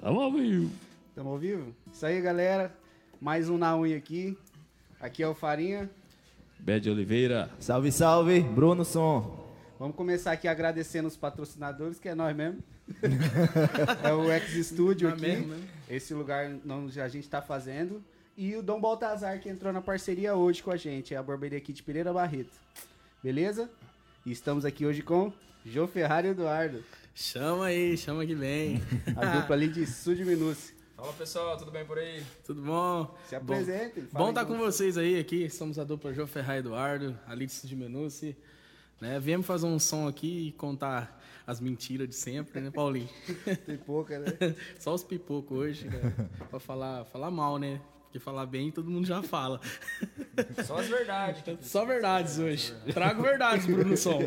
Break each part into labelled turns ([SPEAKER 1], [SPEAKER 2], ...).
[SPEAKER 1] Tamo ao vivo.
[SPEAKER 2] Tamo ao vivo? Isso aí, galera. Mais um na unha aqui. Aqui é o Farinha.
[SPEAKER 1] Bede Oliveira.
[SPEAKER 3] Salve, salve, Bruno Som.
[SPEAKER 2] Vamos começar aqui agradecendo os patrocinadores, que é nós mesmo. é o X Studio
[SPEAKER 4] Nós
[SPEAKER 2] aqui.
[SPEAKER 4] mesmo, né?
[SPEAKER 2] Esse lugar onde a gente tá fazendo. E o Dom Baltazar, que entrou na parceria hoje com a gente. É a barbearia aqui de Pereira Barreto. Beleza? E estamos aqui hoje com João Ferrari e Eduardo.
[SPEAKER 4] Chama aí, chama que vem. Ah.
[SPEAKER 2] A dupla ali de Sud Minuce.
[SPEAKER 5] Fala pessoal, tudo bem por aí?
[SPEAKER 4] Tudo bom?
[SPEAKER 2] Se apresentem.
[SPEAKER 4] Bom
[SPEAKER 2] falem
[SPEAKER 4] estar com vocês aí aqui. Somos a dupla João Ferrar e Eduardo, Alice de Menucci. Né? Viemos fazer um som aqui e contar as mentiras de sempre, né, Paulinho?
[SPEAKER 2] Tem pouca, né?
[SPEAKER 4] Só os pipocos hoje, né? Pra falar, falar mal, né? Porque falar bem todo mundo já fala.
[SPEAKER 5] Só as verdades.
[SPEAKER 4] Só verdades hoje. Trago verdades, Bruno Som.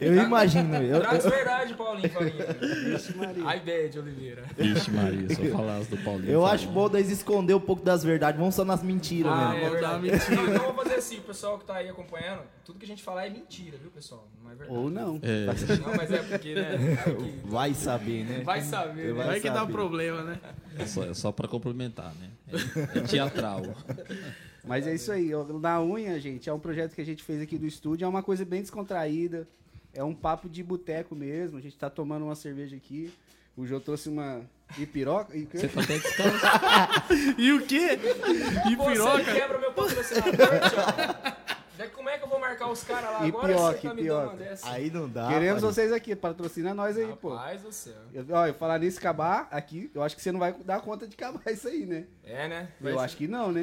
[SPEAKER 3] Eu imagino, eu,
[SPEAKER 5] Traz verdade, Paulinho Farinha.
[SPEAKER 2] Vixe, Maria. É,
[SPEAKER 5] A ideia de Oliveira.
[SPEAKER 1] Ixi, Maria, só falar as do Paulinho.
[SPEAKER 3] eu
[SPEAKER 1] Farinha.
[SPEAKER 3] acho bom deles esconder um pouco das verdades, vamos só nas mentiras
[SPEAKER 4] Ah,
[SPEAKER 3] mesmo.
[SPEAKER 2] tá
[SPEAKER 4] é.
[SPEAKER 5] verdade.
[SPEAKER 4] dar uma mentira.
[SPEAKER 5] Não, então vamos fazer assim, o pessoal que tá aí acompanhando, tudo que a gente falar é mentira, viu, pessoal? Não é verdade.
[SPEAKER 2] Ou não.
[SPEAKER 1] É,
[SPEAKER 5] Não, mas é porque, né?
[SPEAKER 3] Vai
[SPEAKER 5] vai que-
[SPEAKER 3] saber, né?
[SPEAKER 5] Vai saber, né?
[SPEAKER 3] Vai
[SPEAKER 4] Vai que dá
[SPEAKER 3] saber.
[SPEAKER 4] problema, né?
[SPEAKER 1] é só, é só pra complementar, né? É, é teatral.
[SPEAKER 2] Mas é isso aí. ó, Na unha, gente, é um projeto que a gente fez aqui do estúdio. É uma coisa bem descontraída. É um papo de boteco mesmo. A gente tá tomando uma cerveja aqui. O Jô trouxe uma ipiroca. e-
[SPEAKER 1] Você tá até descansado.
[SPEAKER 4] E o quê? E
[SPEAKER 5] Pô, você
[SPEAKER 4] piroca?
[SPEAKER 5] quebra meu patrocinador, tchau. Daí Como é que eu vou marcar os caras lá
[SPEAKER 2] E
[SPEAKER 5] agora
[SPEAKER 2] pior
[SPEAKER 5] você
[SPEAKER 2] que
[SPEAKER 5] tá me
[SPEAKER 2] pior.
[SPEAKER 5] dando uma dessa?
[SPEAKER 3] Aí não dá.
[SPEAKER 2] Queremos
[SPEAKER 3] rapaz.
[SPEAKER 2] vocês aqui. Patrocina nós aí, pô.
[SPEAKER 5] Rapaz do céu.
[SPEAKER 2] Eu, ó, eu falar nisso, acabar aqui, eu acho que você não vai dar conta de acabar isso aí, né?
[SPEAKER 5] É, né?
[SPEAKER 2] eu acho que não, né?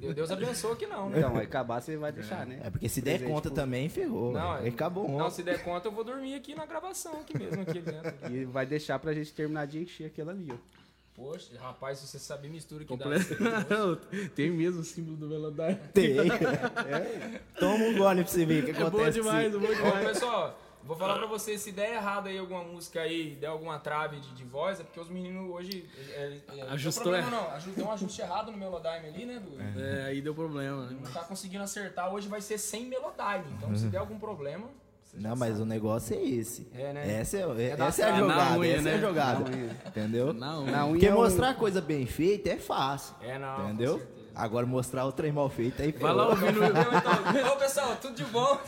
[SPEAKER 5] Deus Deus abençoou que não, né?
[SPEAKER 2] Então, aí acabar você vai deixar, né?
[SPEAKER 3] É porque se der
[SPEAKER 2] Presente
[SPEAKER 3] conta
[SPEAKER 2] pro-
[SPEAKER 3] também, ferrou.
[SPEAKER 5] Não,
[SPEAKER 3] Não,
[SPEAKER 5] é-
[SPEAKER 3] acabou
[SPEAKER 5] Não,
[SPEAKER 3] ontem.
[SPEAKER 5] se der conta, eu vou dormir aqui na gravação, aqui mesmo, aqui né? dentro.
[SPEAKER 2] E vai deixar pra gente terminar de encher aquela ali, ó.
[SPEAKER 5] Poxa, rapaz, se você saber mistura que
[SPEAKER 4] Tem mesmo o símbolo do Velodyne.
[SPEAKER 3] Tem. É. Toma um gole pra você ver o que
[SPEAKER 4] É boa
[SPEAKER 3] acontece.
[SPEAKER 4] demais, é boa
[SPEAKER 5] dá. Ô,
[SPEAKER 4] demais.
[SPEAKER 5] pessoal, vou falar pra vocês, se der errado aí alguma música aí, der alguma trave de, de voz, é porque os meninos hoje... É, é, é,
[SPEAKER 4] Ajustou né?
[SPEAKER 5] Não, tem problema, não, Aju- deu um ajuste errado no Melodyne ali, né, Du?
[SPEAKER 4] É, aí deu problema, né?
[SPEAKER 5] Não tá conseguindo acertar, hoje vai ser sem Melodyne, então
[SPEAKER 4] Uhum.
[SPEAKER 5] se der algum problema...
[SPEAKER 3] Não, mas o negócio é esse.
[SPEAKER 5] É, né?
[SPEAKER 3] Essa é,
[SPEAKER 5] da
[SPEAKER 3] essa é a
[SPEAKER 5] cara.
[SPEAKER 3] jogada,
[SPEAKER 4] Na unha,
[SPEAKER 3] essa é a
[SPEAKER 4] né?
[SPEAKER 3] jogada.
[SPEAKER 2] Na unha.
[SPEAKER 3] Entendeu?
[SPEAKER 4] Na unha.
[SPEAKER 2] Na unha
[SPEAKER 3] Porque
[SPEAKER 2] é um-
[SPEAKER 3] mostrar coisa bem feita é fácil.
[SPEAKER 5] É, não, com
[SPEAKER 3] Entendeu?
[SPEAKER 5] certeza.
[SPEAKER 3] Agora mostrar o trem mal feito aí
[SPEAKER 4] Vai lá,
[SPEAKER 3] ferrou.
[SPEAKER 4] ouvir no,
[SPEAKER 5] Então, então, ô, pessoal, tudo de bom?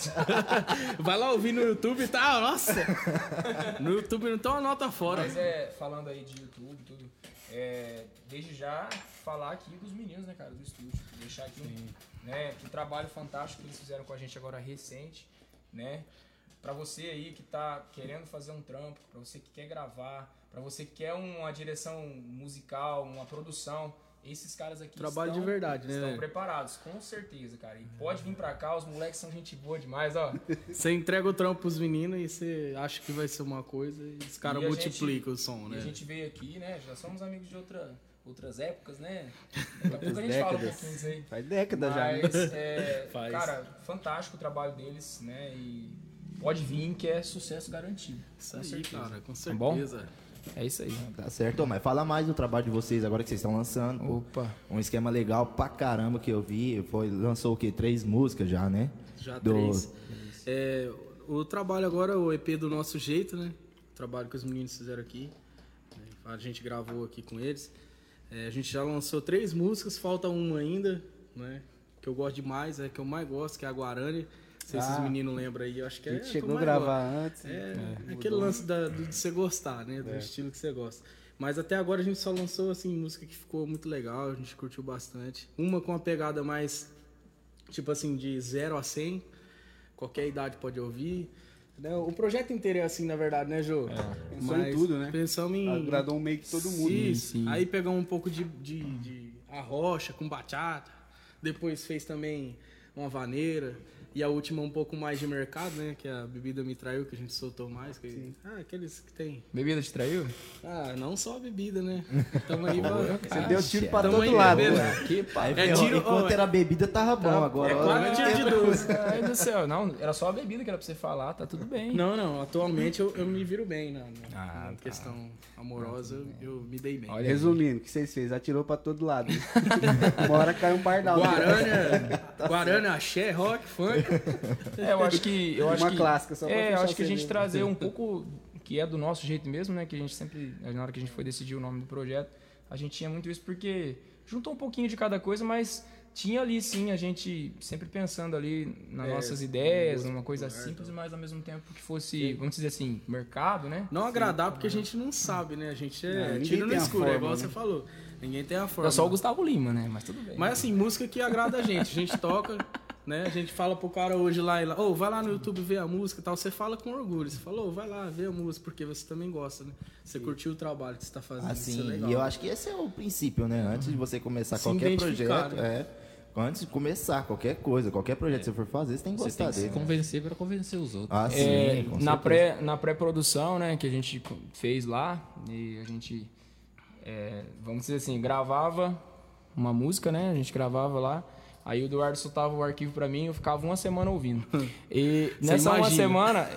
[SPEAKER 4] vai lá ouvir no YouTube, tá? Nossa! No YouTube não tem uma nota fora.
[SPEAKER 5] Mas é, falando aí de YouTube e tudo, é, desde já falar aqui dos meninos, né, cara, do estúdio. Deixar aqui um, né, que trabalho fantástico que eles fizeram com a gente agora recente, né? Pra você aí que tá querendo fazer um trampo, pra você que quer gravar, pra você que quer uma direção musical, uma produção, esses caras aqui
[SPEAKER 4] Trabalho
[SPEAKER 5] estão,
[SPEAKER 4] de verdade, né,
[SPEAKER 5] estão
[SPEAKER 4] velho? É.
[SPEAKER 5] preparados, com certeza, cara. E pode vir pra cá, os moleques são gente boa demais, ó.
[SPEAKER 4] Você entrega o trampo pros meninos e você acha que vai ser uma coisa e os caras
[SPEAKER 5] E a
[SPEAKER 4] multiplicam o
[SPEAKER 5] E
[SPEAKER 4] som, né?
[SPEAKER 5] a gente veio aqui, né? Já somos amigos de outra, outras épocas, né? Daqui a pouco a gente fala um
[SPEAKER 2] décadas.
[SPEAKER 5] pouquinho disso aí.
[SPEAKER 2] Faz década já. né?
[SPEAKER 5] Mas, é,
[SPEAKER 4] Faz.
[SPEAKER 5] cara, fantástico o trabalho deles, né? E pode vir que é sucesso garantido.
[SPEAKER 4] Isso aí, cara, com
[SPEAKER 2] Tá
[SPEAKER 5] bom?
[SPEAKER 4] certeza.
[SPEAKER 5] É isso aí.
[SPEAKER 3] Tá certo, Ô, mas fala mais do trabalho de vocês agora que vocês estão lançando. pô.
[SPEAKER 5] Opa.
[SPEAKER 3] Um esquema legal pra caramba que eu vi. Foi, lançou o quê? Três músicas já, né?
[SPEAKER 4] Já
[SPEAKER 3] Do-
[SPEAKER 4] três. É, o trabalho agora, o EP do nosso jeito, né? O trabalho que os meninos fizeram aqui. né? A gente gravou aqui com eles. É, a gente já lançou três músicas, falta uma ainda, né? Que eu gosto demais, é a que eu mais gosto, que é a Guarani. Não sei se
[SPEAKER 2] Ah.
[SPEAKER 4] esses meninos lembram aí, eu acho que
[SPEAKER 2] A
[SPEAKER 4] é.
[SPEAKER 2] gente
[SPEAKER 4] que eu
[SPEAKER 2] chegou a
[SPEAKER 4] mais gosto.
[SPEAKER 2] gravar antes. né?
[SPEAKER 4] É, aquele lance da- do, de você gostar, né? Do estilo que você gosta. Mas até agora a gente só lançou, assim, música que ficou muito legal, a gente curtiu bastante. Uma com uma pegada mais, tipo assim, de 0 a 100. Qualquer idade pode ouvir. né? O projeto inteiro é assim, na verdade, né, Jô?
[SPEAKER 2] Pensou em tudo, né?
[SPEAKER 4] Pensamos em...
[SPEAKER 2] Agradou meio que todo mundo.
[SPEAKER 4] Isso. né? Aí pegou um pouco de, de, de arrocha com bachata. Depois fez também uma vaneira. E a última um pouco mais de mercado, né? Que a bebida me traiu, que a gente soltou mais. que- Ah, aqueles que tem.
[SPEAKER 5] Bebida te traiu?
[SPEAKER 4] Ah, não só a bebida, né? Tamo aí pra...
[SPEAKER 2] Você deu tiro pra
[SPEAKER 4] Tamo
[SPEAKER 2] todo
[SPEAKER 4] aí,
[SPEAKER 2] lado.
[SPEAKER 4] bebendo.
[SPEAKER 2] né?
[SPEAKER 5] Que pai.
[SPEAKER 3] Aí
[SPEAKER 4] É
[SPEAKER 3] ferrou.
[SPEAKER 4] tiro-
[SPEAKER 3] Enquanto
[SPEAKER 4] ó,
[SPEAKER 3] era bebida, tava bom. Agora.
[SPEAKER 4] É quatro dias de 12.
[SPEAKER 5] Ai do céu, não, era só a bebida que era pra você falar, tá tudo bem.
[SPEAKER 4] Não, não. Atualmente eu, eu me viro bem na, na-
[SPEAKER 5] Ah,
[SPEAKER 4] na questão amorosa. eu- Eu, me dei bem.
[SPEAKER 5] Olha,
[SPEAKER 2] Resumindo, o que vocês fez? Atirou pra todo lado. Uma hora caiu um pardal.
[SPEAKER 5] Tá
[SPEAKER 4] Guarana, Guarana, axé, rock, funk.
[SPEAKER 5] É, eu acho que. Eu acho
[SPEAKER 2] Uma
[SPEAKER 5] que,
[SPEAKER 2] clássica, só pra
[SPEAKER 5] É, eu
[SPEAKER 2] fechar
[SPEAKER 5] acho que a
[SPEAKER 2] o
[SPEAKER 5] gente
[SPEAKER 2] CD.
[SPEAKER 5] trazer um pouco, um que é do nosso jeito mesmo, né? Que a gente sempre, na hora que a gente foi decidir o nome do projeto, a gente tinha muito isso porque juntou um pouquinho de cada coisa, mas tinha ali sim a gente sempre pensando ali nas
[SPEAKER 4] É,
[SPEAKER 5] nossas ideias,
[SPEAKER 4] música
[SPEAKER 5] uma coisa
[SPEAKER 4] popular,
[SPEAKER 5] simples, mas ao mesmo tempo que fosse, vamos dizer assim, mercado, né?
[SPEAKER 4] Não agradar porque a gente não sabe, né? A gente
[SPEAKER 2] Não,
[SPEAKER 4] é
[SPEAKER 2] ninguém
[SPEAKER 4] tiro no
[SPEAKER 2] tem a
[SPEAKER 4] escuro, é
[SPEAKER 2] forma,
[SPEAKER 4] igual
[SPEAKER 2] né?
[SPEAKER 4] você falou. Ninguém tem a forma.
[SPEAKER 5] É só o Gustavo Lima, né? Mas tudo bem.
[SPEAKER 4] Mas assim, música que agrada a gente. A gente toca, né? A gente fala pro cara hoje lá e lá, ô, vai lá no YouTube ver a música e tal. Você fala com orgulho. Você fala, ô, vai lá ver a música, porque você também gosta, né? Você curtiu o trabalho que você tá fazendo.
[SPEAKER 2] Ah,
[SPEAKER 4] isso é
[SPEAKER 3] Assim,
[SPEAKER 4] legal.
[SPEAKER 3] e eu acho que esse é o princípio, né? Antes de você começar
[SPEAKER 4] Se
[SPEAKER 3] qualquer
[SPEAKER 4] identificar, né?
[SPEAKER 3] projeto, é, antes de começar qualquer coisa, qualquer projeto que você for fazer, você tem que
[SPEAKER 1] Você
[SPEAKER 3] gostar
[SPEAKER 1] tem que se
[SPEAKER 3] dele. né?
[SPEAKER 1] convencer para convencer os outros.
[SPEAKER 3] Ah, sim,
[SPEAKER 5] É,
[SPEAKER 3] com
[SPEAKER 5] na
[SPEAKER 3] certeza.
[SPEAKER 5] pré na pré-produção né que a gente co- fez lá e a gente é, vamos dizer assim gravava uma música né a gente gravava lá aí o Eduardo soltava o arquivo pra mim eu ficava uma semana ouvindo e
[SPEAKER 4] Você
[SPEAKER 5] nessa uma
[SPEAKER 4] imagina.
[SPEAKER 5] semana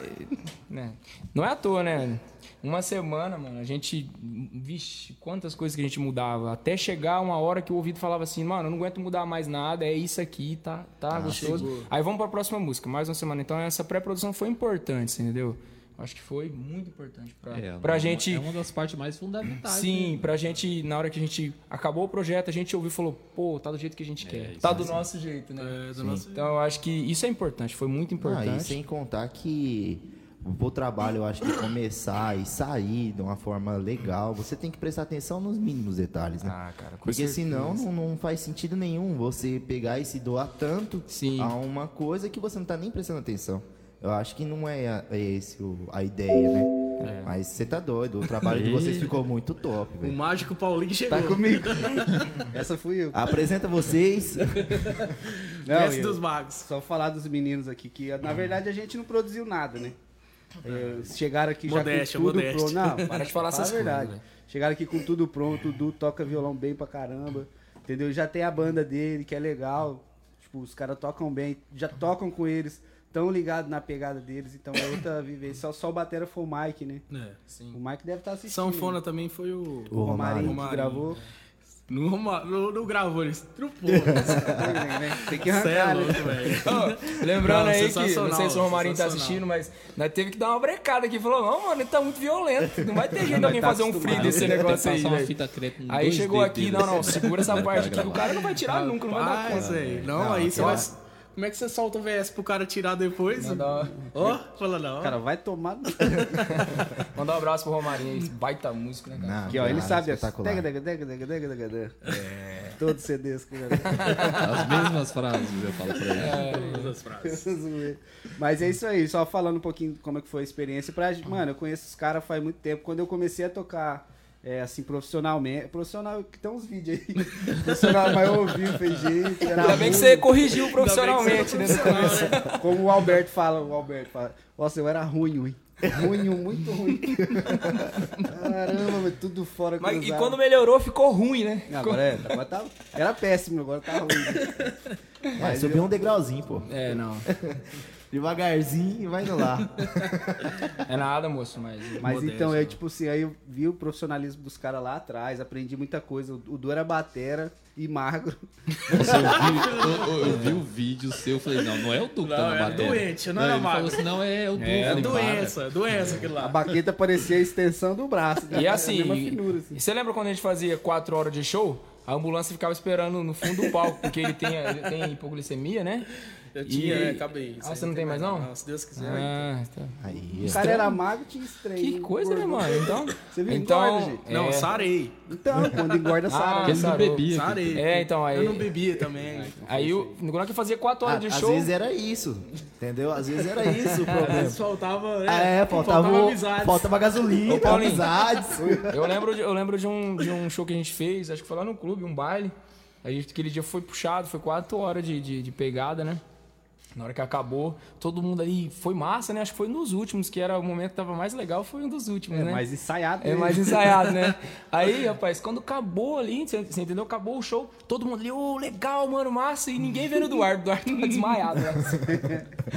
[SPEAKER 5] né não é à toa né uma semana mano a gente vixe quantas coisas que a gente mudava até chegar uma hora que o ouvido falava assim mano eu não aguento mudar mais nada é isso aqui tá
[SPEAKER 1] Ah,
[SPEAKER 5] tá gostoso
[SPEAKER 4] chegou.
[SPEAKER 5] Aí vamos pra próxima música, mais uma semana. Então essa pré-produção foi importante, você entendeu? Acho que foi muito importante pra,
[SPEAKER 1] É,
[SPEAKER 5] pra
[SPEAKER 1] uma-
[SPEAKER 5] gente.
[SPEAKER 1] É uma das partes mais fundamentais.
[SPEAKER 5] Sim,
[SPEAKER 1] né?
[SPEAKER 5] pra gente, na hora que a gente acabou o projeto, a gente ouviu e falou, pô, tá do jeito que a gente quer.
[SPEAKER 1] É, isso assim.
[SPEAKER 5] Tá do nosso jeito, né?
[SPEAKER 4] É, do nosso...
[SPEAKER 5] Então eu acho que isso é importante, foi muito importante.
[SPEAKER 3] Ah, e sem contar que o trabalho, eu acho que começar e sair de uma forma legal, você tem que prestar atenção nos mínimos detalhes,
[SPEAKER 1] é
[SPEAKER 3] né?
[SPEAKER 5] Ah, cara, com
[SPEAKER 3] Porque
[SPEAKER 5] certeza.
[SPEAKER 3] senão não, não faz sentido nenhum você pegar e se doar tanto
[SPEAKER 1] Ah,
[SPEAKER 5] Sim.
[SPEAKER 3] a uma coisa que você não tá nem prestando atenção. Eu acho que não é, a- é esse o- a ideia, né?
[SPEAKER 5] É.
[SPEAKER 3] Mas você tá doido, o trabalho de vocês ficou muito top,
[SPEAKER 4] O
[SPEAKER 3] velho.
[SPEAKER 4] mágico Paulinho chegou.
[SPEAKER 2] Tá comigo. Essa fui eu.
[SPEAKER 3] Apresenta vocês.
[SPEAKER 2] Não,
[SPEAKER 4] Mestre
[SPEAKER 2] eu-
[SPEAKER 4] dos magos.
[SPEAKER 2] Só falar dos meninos aqui, que na verdade a gente não produziu nada, né? É, chegaram aqui
[SPEAKER 4] Modéstia,
[SPEAKER 2] já com tudo
[SPEAKER 4] modéstia.
[SPEAKER 2] pronto. Não,
[SPEAKER 5] Para de
[SPEAKER 2] fala
[SPEAKER 5] falar essas
[SPEAKER 2] a verdade.
[SPEAKER 5] coisas, né?
[SPEAKER 2] chegaram aqui com tudo pronto, o Du toca violão bem pra caramba, entendeu? Já tem a banda dele, que é legal. Tipo, os caras tocam bem, já tocam com eles, tão ligados na pegada deles, então é outra vivência. Só, só o batera foi o Mike, né?
[SPEAKER 4] É.
[SPEAKER 2] O Mike deve estar assistindo.
[SPEAKER 4] Sanfona também foi o.
[SPEAKER 2] O Romarinho, que
[SPEAKER 4] Romarinho.
[SPEAKER 2] gravou.
[SPEAKER 4] Não, Roma- não, não gravou, ele estrupou. Você
[SPEAKER 2] Né? Tem que
[SPEAKER 4] é
[SPEAKER 2] arrancar, né?
[SPEAKER 4] louco, velho.
[SPEAKER 5] Ô, Lembrando
[SPEAKER 4] Não,
[SPEAKER 5] aí que, não sei
[SPEAKER 4] sensacional,
[SPEAKER 5] se o Romarinho tá
[SPEAKER 4] sensacional.
[SPEAKER 5] assistindo, mas nós teve que dar uma brecada aqui. Falou, não, mano, ele tá muito violento. Não vai ter jeito de alguém
[SPEAKER 2] tá
[SPEAKER 5] fazer um
[SPEAKER 2] acostumado.
[SPEAKER 5] free desse
[SPEAKER 1] né? Tem que
[SPEAKER 5] negócio aí,
[SPEAKER 1] passar uma
[SPEAKER 5] velho.
[SPEAKER 1] fita crepe com
[SPEAKER 5] Aí
[SPEAKER 1] dois
[SPEAKER 5] chegou
[SPEAKER 1] dedos
[SPEAKER 5] aqui,
[SPEAKER 1] dele.
[SPEAKER 5] não, não, segura essa parte aqui, o cara não vai tirar nunca, não vai dar
[SPEAKER 4] Rapaz,
[SPEAKER 5] conta.
[SPEAKER 4] velho. Não, aí você vai. Como é que você solta o VS pro cara tirar depois?
[SPEAKER 5] Não dá-
[SPEAKER 4] Ó, fala não.
[SPEAKER 2] Cara, vai tomar. no-
[SPEAKER 5] Mandar um abraço pro Romarinho, esse baita músico, né, cara?
[SPEAKER 3] Não,
[SPEAKER 2] Aqui, ó, É. ele
[SPEAKER 3] cara,
[SPEAKER 2] sabe. as-
[SPEAKER 3] espetacular.
[SPEAKER 2] Dega, dega, dega, dega, dega, dega, dega. Todos CDs que eu
[SPEAKER 1] As mesmas frases eu falo pra ele.
[SPEAKER 5] É.
[SPEAKER 4] Todas as frases.
[SPEAKER 2] Zoeira. Mas é isso aí, só falando um pouquinho como é que foi a experiência. Pra, mano, eu conheço os caras faz muito tempo. Quando eu comecei a tocar, é, assim, profissionalmente. Profissional, que tem uns vídeos aí. profissional, mas eu ouvi, fez jeito. Era
[SPEAKER 5] Ainda bem que você é corrigiu profissionalmente né?
[SPEAKER 4] Ainda bem que
[SPEAKER 5] nesse
[SPEAKER 4] você é
[SPEAKER 5] começo.
[SPEAKER 4] profissional, né?
[SPEAKER 2] Como o Alberto fala, o Alberto fala. Nossa, eu era ruim, ruim. Ruim, um, muito ruim. Caramba, mas tudo fora
[SPEAKER 5] Mas, e
[SPEAKER 2] cruzado.
[SPEAKER 5] quando melhorou, ficou ruim, né?
[SPEAKER 2] Não, Agora é, agora tá, era péssimo, agora tá ruim.
[SPEAKER 3] É, subiu um degrauzinho, pô.
[SPEAKER 5] É, não.
[SPEAKER 3] Devagarzinho e vai indo lá.
[SPEAKER 5] É nada, moço, mas.
[SPEAKER 2] Mas
[SPEAKER 4] Modéstia,
[SPEAKER 2] então,
[SPEAKER 4] né?
[SPEAKER 2] eu, tipo assim, aí eu vi o profissionalismo dos caras lá atrás, aprendi muita coisa. O o Du era batera e magro.
[SPEAKER 1] Nossa, eu vi, eu, eu- eu vi o vídeo seu, eu falei, não, não é o Du que
[SPEAKER 4] Não,
[SPEAKER 1] tá na
[SPEAKER 4] era
[SPEAKER 1] bateria.
[SPEAKER 4] doente, não era
[SPEAKER 1] ele
[SPEAKER 4] magro.
[SPEAKER 1] falou assim, não, é o Du.
[SPEAKER 5] É,
[SPEAKER 1] Eu falei,
[SPEAKER 4] doença, doença aquilo
[SPEAKER 2] A
[SPEAKER 4] lá.
[SPEAKER 2] baqueta parecia a extensão do braço. né?
[SPEAKER 5] Ah. E
[SPEAKER 2] Era a
[SPEAKER 5] assim,
[SPEAKER 2] mesma finura, assim.
[SPEAKER 5] e você lembra quando a gente fazia 4 horas de show? A ambulância ficava esperando no fundo do palco, porque ele tem, ele tem hipoglicemia, né?
[SPEAKER 4] Eu
[SPEAKER 5] E-
[SPEAKER 4] tinha, né? Acabei.
[SPEAKER 5] Ah, você não tem mais, não?
[SPEAKER 4] se Deus quiser.
[SPEAKER 5] Ah, tá.
[SPEAKER 2] então.
[SPEAKER 3] Aí,
[SPEAKER 2] O cara era magro, tinha estranho.
[SPEAKER 5] Que coisa, né,
[SPEAKER 2] engordou.
[SPEAKER 5] mano? Então.
[SPEAKER 2] Você viu
[SPEAKER 5] então,
[SPEAKER 2] engorda, gente?
[SPEAKER 4] Não,
[SPEAKER 5] é,
[SPEAKER 4] sarei.
[SPEAKER 2] Então, quando engorda,
[SPEAKER 5] Ah,
[SPEAKER 1] Porque
[SPEAKER 2] sabe.
[SPEAKER 1] ele não
[SPEAKER 5] sarou.
[SPEAKER 1] bebia. cara.
[SPEAKER 4] Sarei.
[SPEAKER 5] É, então, aí-
[SPEAKER 4] Eu não bebia também.
[SPEAKER 5] Aí, o- quando eu fazia 4
[SPEAKER 3] Ah,
[SPEAKER 5] horas de
[SPEAKER 3] às
[SPEAKER 5] show.
[SPEAKER 3] vezes era isso, entendeu? Às vezes era isso o
[SPEAKER 4] Às
[SPEAKER 3] problema.
[SPEAKER 4] vezes faltava.
[SPEAKER 3] Ah, é, faltava,
[SPEAKER 4] amizade.
[SPEAKER 3] faltava gasolina,
[SPEAKER 5] Ô, Paulinho.
[SPEAKER 3] amizades.
[SPEAKER 5] Eu lembro, de, eu lembro de, um, de um show que a gente fez, acho que foi lá no clube, um baile. A gente, aquele dia foi puxado, foi quatro horas de, de, de pegada, né? Na hora que acabou, todo mundo ali foi massa, né? Acho que foi nos últimos, que era o momento que tava mais legal, foi um dos últimos,
[SPEAKER 2] É
[SPEAKER 5] né?
[SPEAKER 2] mais ensaiado.
[SPEAKER 5] É
[SPEAKER 2] né?
[SPEAKER 5] mais ensaiado, né? Aí, rapaz, quando acabou ali, você você entendeu? Acabou o show, todo mundo ali, ô, legal, mano, massa. E ninguém vendo o Eduardo, o Eduardo tava desmaiado. Né?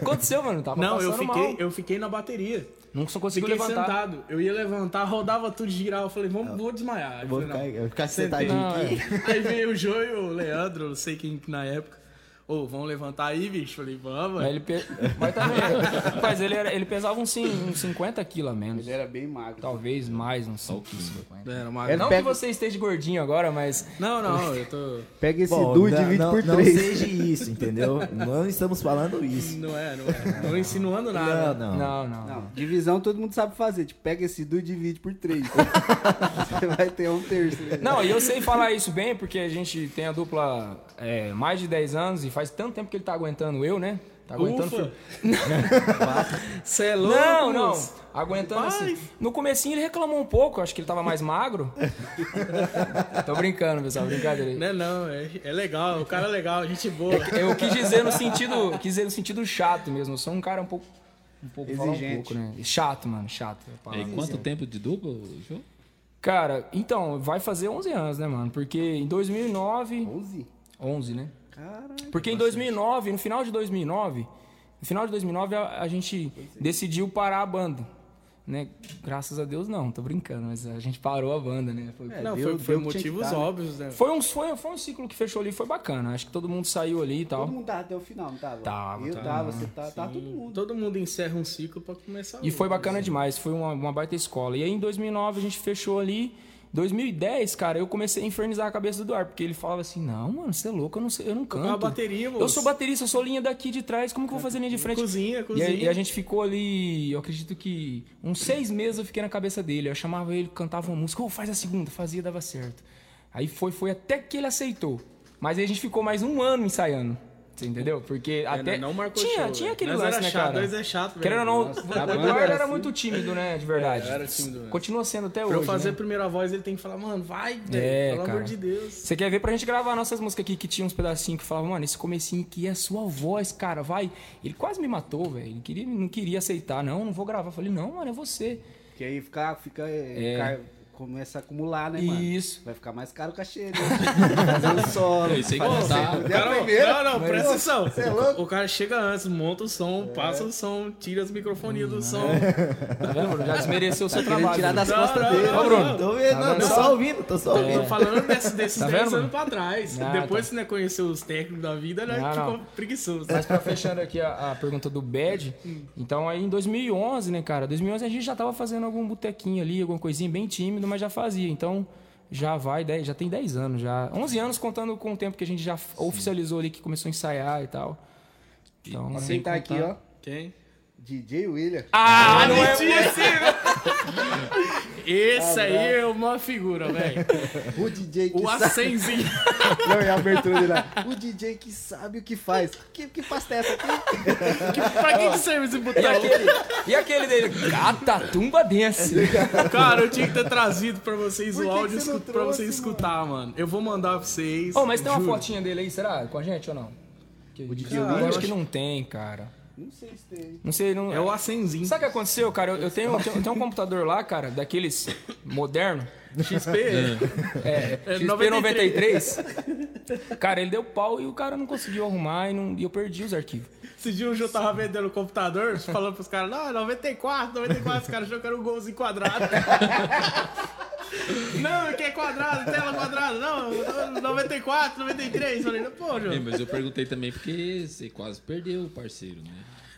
[SPEAKER 5] Aconteceu, mano, tava
[SPEAKER 4] Não,
[SPEAKER 5] passando
[SPEAKER 4] eu
[SPEAKER 5] mal.
[SPEAKER 4] fiquei, eu fiquei na bateria.
[SPEAKER 5] Não conseguiu
[SPEAKER 4] Fiquei
[SPEAKER 5] levantar. É.
[SPEAKER 4] sentado. Eu ia levantar, rodava tudo, girava. Eu falei, vamos, vou desmaiar. Aí
[SPEAKER 3] Vou
[SPEAKER 4] falei,
[SPEAKER 3] ficar,
[SPEAKER 4] não. é.
[SPEAKER 3] eu vou ficar sentadinho
[SPEAKER 5] Não,
[SPEAKER 3] aqui.
[SPEAKER 4] Aí veio o João e o Leandro, não sei quem que na época. Ô, Ô, vamos levantar aí, bicho? Falei, vamos.
[SPEAKER 5] Mas, ele pe- mas também, rapaz, ele, era- ele pesava uns, cin- uns 50 quilos a menos.
[SPEAKER 2] Ele era bem magro.
[SPEAKER 5] Talvez mais, uns 50.
[SPEAKER 4] Era uma...
[SPEAKER 2] Era-
[SPEAKER 5] Não
[SPEAKER 2] Pega-
[SPEAKER 5] que você esteja gordinho agora, mas
[SPEAKER 4] Não, não, eu tô...
[SPEAKER 2] Pega esse
[SPEAKER 3] Bom,
[SPEAKER 2] du e
[SPEAKER 3] não-
[SPEAKER 2] divide
[SPEAKER 3] não-
[SPEAKER 2] por
[SPEAKER 3] Não
[SPEAKER 2] três.
[SPEAKER 3] seja isso, entendeu? Não estamos falando isso.
[SPEAKER 4] Não é, não é. Não insinuando
[SPEAKER 3] Não,
[SPEAKER 4] nada.
[SPEAKER 3] não.
[SPEAKER 5] não, não.
[SPEAKER 2] Não, divisão todo mundo sabe fazer. Tipo, pega esse du e divide por três. Você vai ter um terço. né?
[SPEAKER 5] Não, e eu sei falar isso bem, porque a gente tem a dupla é, mais de 10 anos e faz tanto tempo que ele tá aguentando eu, né? Tá aguentando.
[SPEAKER 4] Ufa! Você é louco?
[SPEAKER 5] Não, não.
[SPEAKER 4] moço.
[SPEAKER 5] Aguentando
[SPEAKER 4] Rapaz.
[SPEAKER 5] assim. No comecinho ele reclamou um pouco, acho que ele tava mais magro. Tô brincando, pessoal, brincadeira.
[SPEAKER 4] Não é não, é, é legal, o cara é legal, gente boa.
[SPEAKER 5] É, Eu quis dizer no sentido, quis dizer no sentido chato mesmo. Eu sou um cara um pouco um pouco falar um
[SPEAKER 2] Exigente.
[SPEAKER 5] pouco, né? Chato, mano, chato. é a palavra.
[SPEAKER 1] E quanto tempo de duplo, Ju?
[SPEAKER 5] Cara, então, vai fazer 11 anos, né, mano? Porque em 2009,
[SPEAKER 2] 11?
[SPEAKER 5] 11, né?
[SPEAKER 2] Caralho.
[SPEAKER 5] Porque em 2009, no final de 2009, no final de 2009 a, a gente decidiu parar a banda, né? Graças a Deus não, tô brincando, mas a gente parou a banda, né? Foi,
[SPEAKER 2] É,
[SPEAKER 4] Não,
[SPEAKER 2] deu-
[SPEAKER 4] foi, foi
[SPEAKER 2] deu o que tinha que
[SPEAKER 4] motivos
[SPEAKER 2] dar, né?
[SPEAKER 4] óbvios, né?
[SPEAKER 5] foi um foi, foi um ciclo que fechou ali, foi bacana. Acho que todo mundo saiu ali e
[SPEAKER 2] Todo
[SPEAKER 5] tal.
[SPEAKER 2] mundo tava até o final, não tava?
[SPEAKER 5] Tava,
[SPEAKER 2] Eu
[SPEAKER 5] tava.
[SPEAKER 2] tava, você tava, tava todo mundo.
[SPEAKER 4] Todo mundo encerra um ciclo pra começar
[SPEAKER 5] E
[SPEAKER 4] outro. né?
[SPEAKER 5] foi bacana demais, foi uma, uma baita escola. E aí em 2009 a gente fechou ali. 2010, cara, eu comecei a infernizar a cabeça do Eduardo, porque ele falava assim: "Não, mano, você é louco, eu não sei- eu não
[SPEAKER 4] Tocar a
[SPEAKER 5] canto.
[SPEAKER 4] bateria, moço.
[SPEAKER 5] Eu sou baterista, eu sou linha daqui de trás, como que eu vou fazer linha de frente?"
[SPEAKER 4] Cozinha,
[SPEAKER 5] E
[SPEAKER 4] cozinha.
[SPEAKER 5] a, e a gente ficou ali, eu acredito que uns seis meses eu fiquei na cabeça dele. Eu chamava ele, cantava uma música, ô, faz a segunda, fazia, dava certo. Aí foi, foi até que ele aceitou. Mas aí a gente ficou mais um ano ensaiando. Você entendeu? Porque até.
[SPEAKER 4] não marcou
[SPEAKER 5] tinha,
[SPEAKER 4] show,
[SPEAKER 5] tinha
[SPEAKER 4] velho.
[SPEAKER 5] aquele
[SPEAKER 4] Nós
[SPEAKER 5] lance,
[SPEAKER 4] era
[SPEAKER 5] né,
[SPEAKER 4] chato,
[SPEAKER 5] cara?
[SPEAKER 4] nós é chato,
[SPEAKER 5] Querendo ou
[SPEAKER 4] velho.
[SPEAKER 5] não,
[SPEAKER 2] Nossa,
[SPEAKER 5] o
[SPEAKER 2] a
[SPEAKER 5] Eduardo
[SPEAKER 2] banda
[SPEAKER 5] era,
[SPEAKER 2] era assim.
[SPEAKER 5] muito tímido, né? De verdade.
[SPEAKER 4] É, eu era tímido mesmo.
[SPEAKER 5] Continua sendo até
[SPEAKER 4] Pra
[SPEAKER 5] hoje.
[SPEAKER 4] eu fazer a
[SPEAKER 5] né?
[SPEAKER 4] primeira voz, ele tem que falar, mano, vai, velho,
[SPEAKER 5] É,
[SPEAKER 4] pelo amor
[SPEAKER 5] cara.
[SPEAKER 4] de Deus.
[SPEAKER 5] Você quer ver pra gente gravar nossas músicas aqui que tinha uns pedacinhos que falava, mano, esse comecinho aqui é a sua voz, cara, vai. Ele quase me matou, velho. Ele queria, não queria aceitar, não, não vou gravar. Eu falei, não, mano, é você.
[SPEAKER 2] Porque aí fica, fica, é,
[SPEAKER 5] É.
[SPEAKER 2] car- começa a acumular, né, mano?
[SPEAKER 5] Isso.
[SPEAKER 2] Vai ficar mais caro o cachê, né? Fazer um solo.
[SPEAKER 1] Isso aí
[SPEAKER 2] fazer-
[SPEAKER 1] que tá-
[SPEAKER 2] Fazer É a
[SPEAKER 4] Cara,
[SPEAKER 2] primeira,
[SPEAKER 4] não, não, presta atenção.
[SPEAKER 3] Você é louco?
[SPEAKER 4] O cara chega antes, monta o som,
[SPEAKER 2] É.
[SPEAKER 4] passa o som, tira as microfonias
[SPEAKER 5] Hum,
[SPEAKER 4] do som.
[SPEAKER 5] Tá vendo, Bruno? Já desmereceu o seu
[SPEAKER 2] querendo
[SPEAKER 5] trabalho. né?
[SPEAKER 2] tirar das
[SPEAKER 4] Não,
[SPEAKER 2] costas
[SPEAKER 4] não,
[SPEAKER 2] dele.
[SPEAKER 4] não,
[SPEAKER 2] Ô,
[SPEAKER 4] não.
[SPEAKER 2] Bruno,
[SPEAKER 3] Tô vendo, não, tô só ouvindo, tô só ouvindo.
[SPEAKER 4] Tô falando desse, desses
[SPEAKER 5] Tá
[SPEAKER 4] 10
[SPEAKER 5] vendo,
[SPEAKER 4] anos pra trás.
[SPEAKER 5] Ah,
[SPEAKER 4] Depois que você né, conheceu os técnicos da vida, né,
[SPEAKER 5] Não,
[SPEAKER 4] ficou
[SPEAKER 5] não.
[SPEAKER 4] preguiçoso.
[SPEAKER 5] Mas pra fechando aqui a, a pergunta do Bad, então aí em 2011, né, cara? 2011 a gente já tava fazendo algum botequinho ali, alguma coisinha bem tímido, mas já fazia. Então já vai, dez- já tem 10 anos já. 11 anos contando com o tempo que a gente já oficializou ali, que começou a ensaiar e tal. Então, né?
[SPEAKER 2] Quem tá aqui, ó?
[SPEAKER 4] Quem?
[SPEAKER 2] DJ William.
[SPEAKER 5] Ah, não é
[SPEAKER 4] Esse aí é uma figura, velho.
[SPEAKER 2] O DJ que
[SPEAKER 4] O
[SPEAKER 2] sabe...
[SPEAKER 4] Ascenzinho.
[SPEAKER 2] Não, é a abertura dele lá. O DJ que sabe o que faz. Que, que pasta é essa aqui?
[SPEAKER 4] pra que, que serve esse
[SPEAKER 5] E
[SPEAKER 4] botão?
[SPEAKER 5] aquele, e aquele dele, Catatumba Dance.
[SPEAKER 4] Cara, eu tinha que ter trazido pra vocês
[SPEAKER 2] Por
[SPEAKER 4] o
[SPEAKER 2] que que
[SPEAKER 4] áudio
[SPEAKER 2] você não
[SPEAKER 4] escu- pra
[SPEAKER 2] trouxe,
[SPEAKER 4] vocês escutar, mano. Eu vou mandar pra vocês.
[SPEAKER 5] Ô, mas tem uma
[SPEAKER 4] juro.
[SPEAKER 5] fotinha dele aí, será? Com a gente ou não? Que, o
[SPEAKER 2] DJ
[SPEAKER 5] eu
[SPEAKER 2] William?
[SPEAKER 5] acho que não tem, cara.
[SPEAKER 2] Não sei se tem.
[SPEAKER 5] Não sei, não.
[SPEAKER 4] É o Ascenzinho.
[SPEAKER 5] Sabe o que aconteceu, cara? Eu, eu tenho, eu tenho- eu tenho um computador lá, cara, daqueles moderno.
[SPEAKER 4] XP?
[SPEAKER 5] É,
[SPEAKER 4] É,
[SPEAKER 5] XP93. Cara, ele deu pau e o cara não conseguiu arrumar e, não- e eu perdi os arquivos.
[SPEAKER 4] Esse dia o Jô tava vendendo o computador, falando pros caras, não, é 94, 94, os caras achou que era um golzinho quadrado. não, que é quadrado, tela quadrada, não, 94, 93. Falei, pô,
[SPEAKER 1] É,
[SPEAKER 4] Jô.
[SPEAKER 1] mas eu perguntei também porque você quase perdeu o parceiro, né?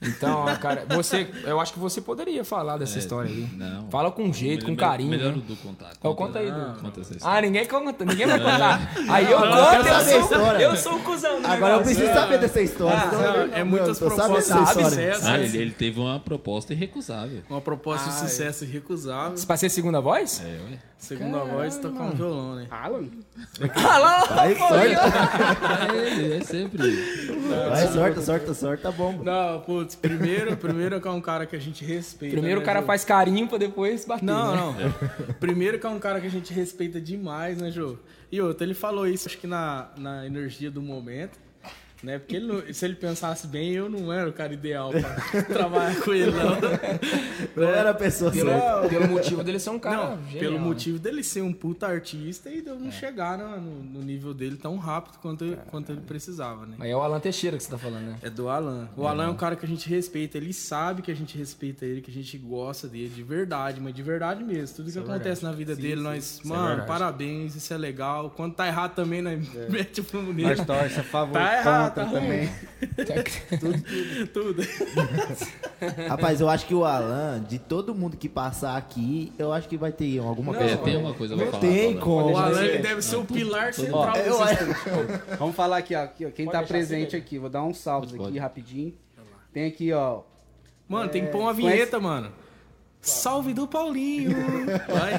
[SPEAKER 5] Então, cara, você. Eu acho que você poderia falar dessa
[SPEAKER 1] É,
[SPEAKER 5] história aí.
[SPEAKER 1] Não.
[SPEAKER 5] Fala com jeito, com carinho.
[SPEAKER 1] Melhor o
[SPEAKER 5] né?
[SPEAKER 1] Du contar.
[SPEAKER 5] Então conta aí, Du.
[SPEAKER 1] Conta essa história. É.
[SPEAKER 5] Ah, ninguém conta, ninguém vai contar. Aí eu
[SPEAKER 3] quero saber a
[SPEAKER 5] conto, eu sou,
[SPEAKER 3] história.
[SPEAKER 5] eu sou o cuzão. do
[SPEAKER 3] Agora eu
[SPEAKER 5] negócio.
[SPEAKER 3] preciso saber dessa história. senão eu
[SPEAKER 4] Não,
[SPEAKER 3] não-
[SPEAKER 4] é
[SPEAKER 3] não,
[SPEAKER 4] muitas
[SPEAKER 3] eu tô sabendo
[SPEAKER 4] propostas
[SPEAKER 3] dessa história.
[SPEAKER 4] sucessas.
[SPEAKER 1] Ah, ele, ele teve uma proposta irrecusável.
[SPEAKER 4] Uma proposta de sucesso irrecusável.
[SPEAKER 5] Pra ser segunda voz?
[SPEAKER 1] É, ué.
[SPEAKER 4] Segunda voz, tocar um violão, né?
[SPEAKER 2] Alan?
[SPEAKER 3] Vai, sorta,
[SPEAKER 1] É, é sempre.
[SPEAKER 3] vai, sorta, sorta, sorta, tá bom.
[SPEAKER 4] Não, putz, primeiro, primeiro que é um cara que a gente respeita.
[SPEAKER 5] Primeiro o
[SPEAKER 4] né,
[SPEAKER 5] cara
[SPEAKER 4] Jô?
[SPEAKER 5] faz carinho pra depois bater.
[SPEAKER 4] Não,
[SPEAKER 5] né?
[SPEAKER 4] não. Primeiro que é um cara que a gente respeita demais, né, Jô? E outro, ele falou isso, acho que na, na energia do momento, né? Porque ele não- se ele pensasse bem, eu não era o cara ideal pra trabalhar com ele, não.
[SPEAKER 3] Não era a pessoa certa.
[SPEAKER 5] Pelo, pelo motivo dele ser um cara.
[SPEAKER 4] Não,
[SPEAKER 5] genial,
[SPEAKER 4] pelo
[SPEAKER 5] né?
[SPEAKER 4] motivo dele ser um puta artista e de eu não chegar no, no- no nível dele tão rápido quanto, quanto ele precisava, né?
[SPEAKER 5] Aí é o Alan Teixeira que você tá falando, né?
[SPEAKER 4] É do Alan. O Alan é um cara que a gente respeita, ele sabe que a gente respeita ele, que a gente gosta dele de verdade, mas de verdade mesmo. Tudo que acontece na vida dele, nós, mano,
[SPEAKER 5] verdade.
[SPEAKER 4] parabéns, isso é legal. Quando tá errado também, nós mete o fumo nele.
[SPEAKER 2] Nós torce a favor.
[SPEAKER 4] Tá
[SPEAKER 2] Manhattan
[SPEAKER 4] errado,
[SPEAKER 2] também.
[SPEAKER 4] Tudo.
[SPEAKER 3] Rapaz, eu acho que o Alan, de todo mundo que passar aqui, eu acho que vai ter alguma
[SPEAKER 5] Não,
[SPEAKER 3] coisa.
[SPEAKER 1] É, tem uma coisa pra
[SPEAKER 3] Não
[SPEAKER 1] falar.
[SPEAKER 3] tem
[SPEAKER 1] Paulo.
[SPEAKER 3] como.
[SPEAKER 4] O Alan ele
[SPEAKER 5] Não,
[SPEAKER 4] deve ser o
[SPEAKER 1] tudo-
[SPEAKER 4] pilar
[SPEAKER 1] tudo-
[SPEAKER 4] central
[SPEAKER 3] Ó,
[SPEAKER 4] desse
[SPEAKER 3] eu-
[SPEAKER 2] Vamos falar aqui, ó. Aqui, ó, Quem
[SPEAKER 5] Pode
[SPEAKER 2] tá
[SPEAKER 5] deixar
[SPEAKER 2] presente
[SPEAKER 5] sem ele.
[SPEAKER 2] aqui, vou dar uns salvos
[SPEAKER 1] Pode,
[SPEAKER 2] aqui
[SPEAKER 1] pode.
[SPEAKER 2] rapidinho. Tem aqui, ó.
[SPEAKER 4] Mano, tem que pôr uma
[SPEAKER 2] conhece-
[SPEAKER 4] vinheta, mano. Salve do Paulinho! Vai.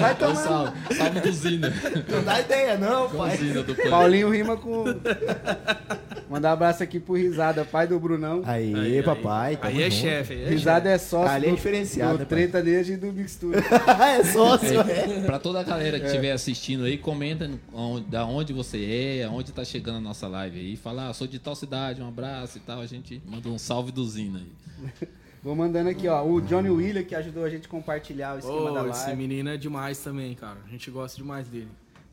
[SPEAKER 3] Vai
[SPEAKER 1] Ô,
[SPEAKER 3] tomar.
[SPEAKER 1] Salve, salve do Zina.
[SPEAKER 3] Não dá ideia, não,
[SPEAKER 1] O
[SPEAKER 3] pai.
[SPEAKER 1] Zina do Pan.
[SPEAKER 2] Paulinho rima com. Mandar um abraço aqui pro Risada, pai do Brunão.
[SPEAKER 3] Aí,
[SPEAKER 4] Aí,
[SPEAKER 3] papai. tamo
[SPEAKER 4] Aí é
[SPEAKER 3] junto.
[SPEAKER 4] chefe. aí é
[SPEAKER 2] Risada é sócio.
[SPEAKER 3] Ali é
[SPEAKER 2] do-
[SPEAKER 3] diferenciado,
[SPEAKER 2] Do
[SPEAKER 3] né,
[SPEAKER 2] Treta Ninja e do Big Studio.
[SPEAKER 3] é sócio, é.
[SPEAKER 1] Pra toda a galera que estiver assistindo aí, comenta no- aonde- da onde você é, aonde tá chegando a nossa live aí. Fala, ah, sou de tal cidade, um abraço e tal. A gente manda um salve do Zina aí.
[SPEAKER 2] Vou mandando aqui, ó. O Johnny William, que ajudou a gente a compartilhar o
[SPEAKER 4] chefe.
[SPEAKER 2] esquema
[SPEAKER 4] Ô,
[SPEAKER 2] da
[SPEAKER 4] esse
[SPEAKER 2] live.
[SPEAKER 4] menino é demais também, cara. A gente gosta demais dele.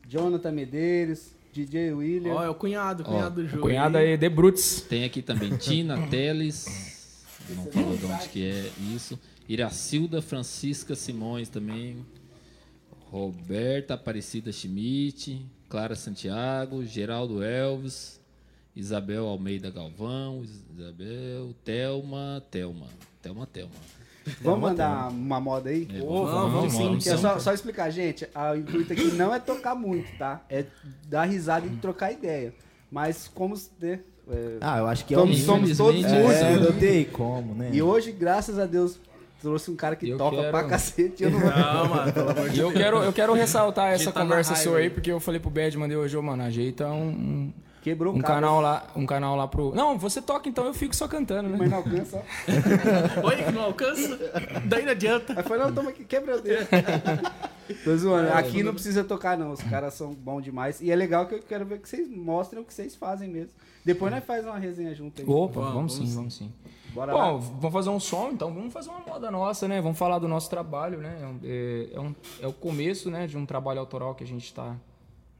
[SPEAKER 2] Jonathan Medeiros, DJ William.
[SPEAKER 4] Ó, é o cunhado, o cunhado é do jogo.
[SPEAKER 5] Cunhada aí, De Brutes.
[SPEAKER 1] Tem aqui também Tina Teles, eu não falo de onde que é isso. Iracilda Francisca Simões também. Roberta Aparecida Schmidt, Clara Santiago, Geraldo Elves, Isabel Almeida Galvão, Isabel, Telma, Telma, Telma, Telma.
[SPEAKER 2] Vamos mandar
[SPEAKER 3] né?
[SPEAKER 2] uma moda aí?
[SPEAKER 1] É,
[SPEAKER 4] Ô, vamos,
[SPEAKER 1] vamos,
[SPEAKER 4] sim.
[SPEAKER 1] vamos,
[SPEAKER 2] É
[SPEAKER 1] vamos.
[SPEAKER 2] só, só explicar, gente. A- O intuito aqui não é tocar muito, tá? É dar risada e trocar ideia. Mas como. se- Né? é,
[SPEAKER 3] Ah, eu acho que é
[SPEAKER 2] somos,
[SPEAKER 3] um-
[SPEAKER 2] somos todos
[SPEAKER 1] infelizmente,
[SPEAKER 2] músicos.
[SPEAKER 3] É, não tem como, né?
[SPEAKER 2] E hoje, graças a Deus, trouxe um cara que
[SPEAKER 5] Eu
[SPEAKER 2] toca
[SPEAKER 5] quero-
[SPEAKER 2] pra cacete. Eu não vou...
[SPEAKER 4] Não, Ah, mano, pelo amor de
[SPEAKER 5] E eu quero, eu quero
[SPEAKER 4] Ele
[SPEAKER 5] ressaltar essa
[SPEAKER 4] tá na
[SPEAKER 5] conversa
[SPEAKER 4] raiva
[SPEAKER 5] sua aí,
[SPEAKER 4] aí.
[SPEAKER 5] porque eu falei pro Bad, mandei hoje, ô, mano, ajeita um, um,
[SPEAKER 2] Quebrou o
[SPEAKER 5] um
[SPEAKER 2] cara.
[SPEAKER 5] canal lá, um canal lá pro. Não, você toca então, eu fico só cantando, né?
[SPEAKER 2] Mas não alcança.
[SPEAKER 4] Deus. Olha que não alcança. Daí não adianta.
[SPEAKER 2] Aí foi, não, toma aqui, quebra o dedo. Tô zoando. Aqui não precisa tocar, não. Os caras são bons demais. E é legal que eu quero ver que vocês mostrem o que vocês fazem mesmo. Depois nós faz uma resenha junto aí.
[SPEAKER 5] Opa,
[SPEAKER 4] Vamos,
[SPEAKER 5] vamos,
[SPEAKER 4] vamos
[SPEAKER 5] sim,
[SPEAKER 4] sim.
[SPEAKER 5] vamos sim.
[SPEAKER 2] Bora lá.
[SPEAKER 5] Bom, vamos fazer um som, então vamos fazer uma moda nossa, né? Vamos falar do nosso trabalho, né? É, um- é- é um- é o começo, né, de um trabalho autoral que a gente tá.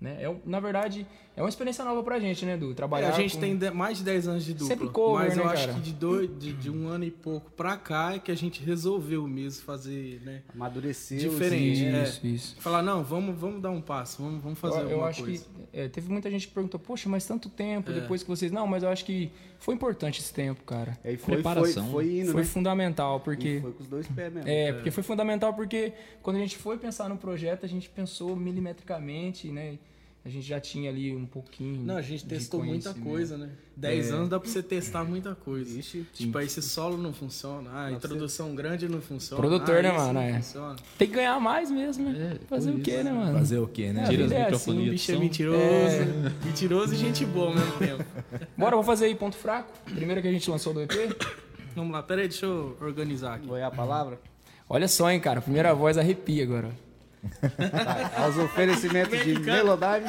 [SPEAKER 5] Né? É, um- na verdade, é uma experiência nova pra gente, né, Du? Trabalhar.
[SPEAKER 4] É, a gente
[SPEAKER 5] com-
[SPEAKER 4] tem de- mais de 10 anos de dupla.
[SPEAKER 5] Sempre cover,
[SPEAKER 4] mas eu
[SPEAKER 5] né,
[SPEAKER 4] acho
[SPEAKER 5] cara?
[SPEAKER 4] que de, dois, de, de um ano e pouco pra cá é que a gente resolveu mesmo fazer, né?
[SPEAKER 2] Amadureceu.
[SPEAKER 4] Diferente.
[SPEAKER 2] assim, né?
[SPEAKER 5] Isso, isso.
[SPEAKER 4] Falar, não, vamos, vamos dar um passo, vamos, vamos fazer
[SPEAKER 5] eu, eu
[SPEAKER 4] alguma
[SPEAKER 5] acho
[SPEAKER 4] coisa. É.
[SPEAKER 5] que é, teve muita gente que perguntou, poxa, mas tanto tempo depois que vocês. Não, mas eu acho que foi importante esse tempo, cara.
[SPEAKER 2] Aí foi, foi,
[SPEAKER 1] Preparação.
[SPEAKER 2] foi indo,
[SPEAKER 5] Foi
[SPEAKER 2] É né?
[SPEAKER 5] fundamental,
[SPEAKER 2] E
[SPEAKER 5] porque.
[SPEAKER 2] Foi com os dois pés mesmo.
[SPEAKER 5] É, porque foi fundamental porque quando a gente foi pensar no projeto, a gente pensou milimetricamente, né? A gente já tinha ali um pouquinho.
[SPEAKER 4] Não, a gente
[SPEAKER 5] de
[SPEAKER 4] testou muita
[SPEAKER 5] conhecimento.
[SPEAKER 4] coisa, né? 10
[SPEAKER 5] É.
[SPEAKER 4] anos dá pra você testar muita coisa.
[SPEAKER 2] Ixi,
[SPEAKER 4] Tipo, aí esse solo não funciona, ah, a introdução grande não funciona.
[SPEAKER 5] Produtor,
[SPEAKER 4] ah,
[SPEAKER 5] né,
[SPEAKER 4] isso
[SPEAKER 5] mano?
[SPEAKER 4] Não
[SPEAKER 5] É.
[SPEAKER 4] funciona.
[SPEAKER 5] Tem que ganhar mais mesmo, né?
[SPEAKER 1] É,
[SPEAKER 5] Fazer
[SPEAKER 1] foi
[SPEAKER 5] o quê, né, mano?
[SPEAKER 3] Fazer o quê, né?
[SPEAKER 5] É,
[SPEAKER 1] Tira as
[SPEAKER 5] é assim,
[SPEAKER 4] O
[SPEAKER 1] microfonias de
[SPEAKER 4] bicho é
[SPEAKER 1] som.
[SPEAKER 4] mentiroso.
[SPEAKER 5] É.
[SPEAKER 4] Mentiroso e gente boa ao mesmo tempo.
[SPEAKER 5] Bora, vou fazer aí ponto fraco. Primeiro que a gente lançou do EP.
[SPEAKER 4] Vamos lá, peraí, deixa eu organizar aqui.
[SPEAKER 2] Foi a palavra?
[SPEAKER 5] Olha só, hein, cara. Primeira voz arrepia agora.
[SPEAKER 2] Aos oferecimentos de Melodime.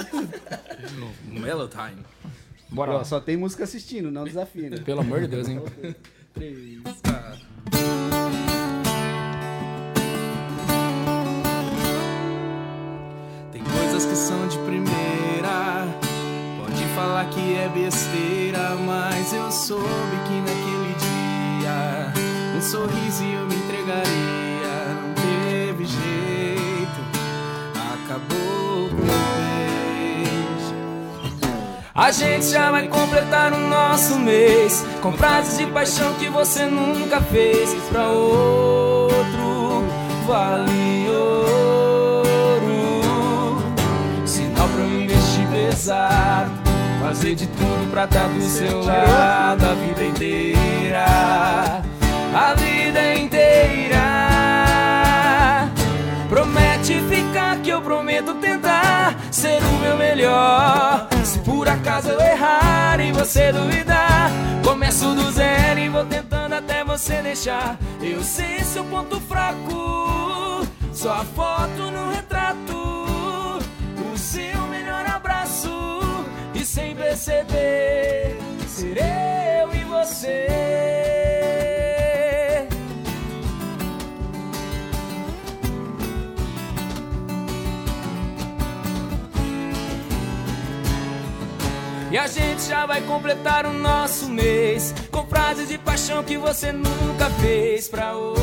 [SPEAKER 4] Melotime.
[SPEAKER 5] Bora
[SPEAKER 2] Ó,
[SPEAKER 5] lá.
[SPEAKER 2] Só tem música assistindo, não né? desafina.
[SPEAKER 5] Pelo amor de Deus, hein?
[SPEAKER 4] Três, quatro. Tem coisas que são de primeira. Pode falar que é besteira, mas eu soube que naquele dia um sorriso e eu me entregaria. Não teve jeito, acabou com o beijo.
[SPEAKER 5] A gente já vai completar o
[SPEAKER 4] um
[SPEAKER 5] nosso mês Com frases de paixão que você nunca fez Pra outro vale ouro Sinal pra me vestir pesado Fazer de tudo pra tá do seu lado A vida inteira A vida inteira Promete ficar que eu prometo tentar ser o meu melhor. Se por acaso eu errar e você duvidar, começo do zero e vou tentando até você deixar. Eu sei seu ponto fraco, sua foto no retrato, o seu melhor abraço e sem perceber serei eu e você. E a gente já vai completar o nosso mês com frases de paixão que você nunca fez pra outro.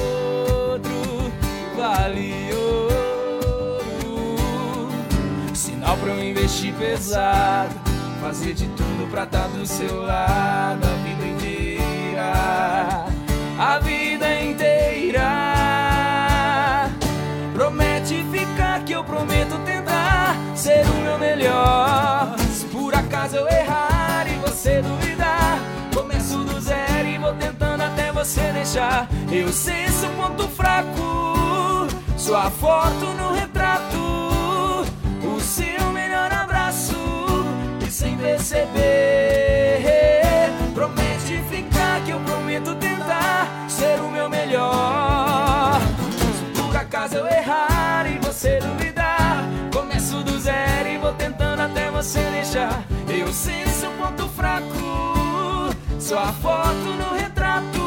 [SPEAKER 5] Vale ouro, sinal pra eu investir pesado. Fazer de tudo pra estar do seu lado a vida inteira. A vida inteira. Promete ficar que eu prometo tentar ser o meu melhor. Se por acaso eu errar e você duvidar, começo do zero e vou tentando até você deixar. Eu sei seu ponto fraco, sua foto no retrato, o seu melhor abraço e sem perceber. Promete ficar que eu prometo tentar ser o meu melhor. Se por acaso eu errar e você duvidar, começo do zero e vou tentando até você deixar. Eu sei seu ponto fraco, sua foto no retrato,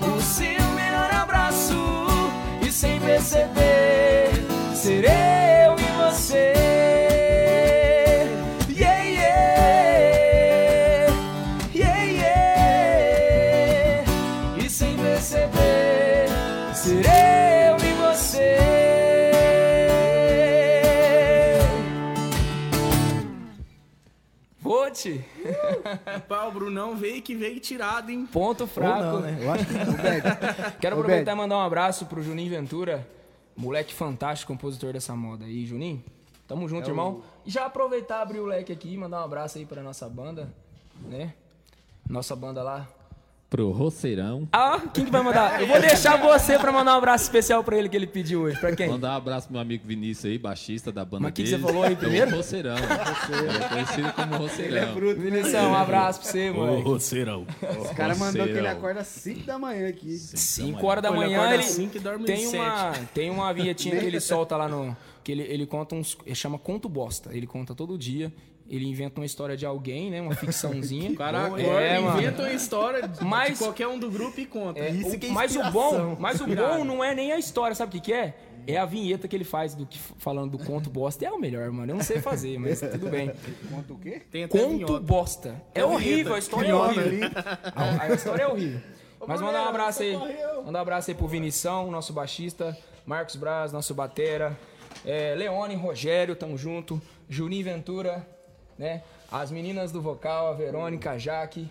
[SPEAKER 5] o seu melhor abraço e sem perceber ser eu e você. Yeah, yeah. Yeah, yeah. E sem perceber ser eu e você. Vote.
[SPEAKER 4] Pá, o Brunão veio que veio tirado, hein?
[SPEAKER 5] Ponto
[SPEAKER 3] Ou
[SPEAKER 5] fraco.
[SPEAKER 3] não, né? Eu acho que
[SPEAKER 5] Quero
[SPEAKER 2] Ô,
[SPEAKER 5] aproveitar e
[SPEAKER 2] Bede.
[SPEAKER 5] mandar um abraço pro Juninho Ventura, moleque fantástico, compositor dessa moda aí, Juninho. Tamo
[SPEAKER 3] É
[SPEAKER 5] junto, irmão. E já aproveitar, abrir o leque aqui, mandar um abraço aí pra nossa banda, né? Nossa banda lá.
[SPEAKER 1] Pro roceirão.
[SPEAKER 5] Ah, quem que vai mandar? Eu vou deixar você pra mandar um abraço especial pra ele que ele pediu hoje. Pra quem?
[SPEAKER 1] Mandar um abraço pro meu amigo Vinícius aí, baixista da banda
[SPEAKER 5] Mas o que que
[SPEAKER 1] deles.
[SPEAKER 5] você falou aí
[SPEAKER 1] É o
[SPEAKER 5] primeiro?
[SPEAKER 1] Roceirão. Ele é conhecido como Roceirão.
[SPEAKER 5] Vinição, um abraço pra você, moleque.
[SPEAKER 6] roceirão.
[SPEAKER 2] O cara mandou que ele
[SPEAKER 1] Roceirão.
[SPEAKER 2] acorda às 5 da manhã aqui.
[SPEAKER 5] 5 horas da
[SPEAKER 4] Olha,
[SPEAKER 5] manhã
[SPEAKER 4] acorda
[SPEAKER 5] ele
[SPEAKER 4] às cinco e dorme
[SPEAKER 5] tem
[SPEAKER 4] às
[SPEAKER 5] uma tem uma vinhetinha que ele solta lá no que ele, ele conta uns ele chama conto bosta ele conta todo dia ele inventa uma história de alguém né uma ficçãozinha
[SPEAKER 4] Cara, acorda,
[SPEAKER 5] é, mano.
[SPEAKER 4] inventa uma história de
[SPEAKER 5] Mas-
[SPEAKER 4] qualquer um do grupo e conta.
[SPEAKER 5] É,
[SPEAKER 3] Isso
[SPEAKER 5] o-
[SPEAKER 3] que é
[SPEAKER 5] mas o
[SPEAKER 3] inspiração.
[SPEAKER 5] bom mas o bom não é nem a história sabe o que que é é a vinheta que ele faz do que falando do conto bosta é o melhor mano eu não sei fazer mas tudo bem
[SPEAKER 2] Conta o quê?
[SPEAKER 4] Tem até
[SPEAKER 5] conto
[SPEAKER 4] minhoca.
[SPEAKER 5] bosta é horrível a história é horrível A história é horrível. Mas manda um abraço aí. Manda um abraço aí pro Vinição, nosso baixista, Marcos Braz, nosso batera, é, Leone, Rogério, tamo junto, Juninho Ventura, né? As meninas do vocal, a Verônica, a Jaque.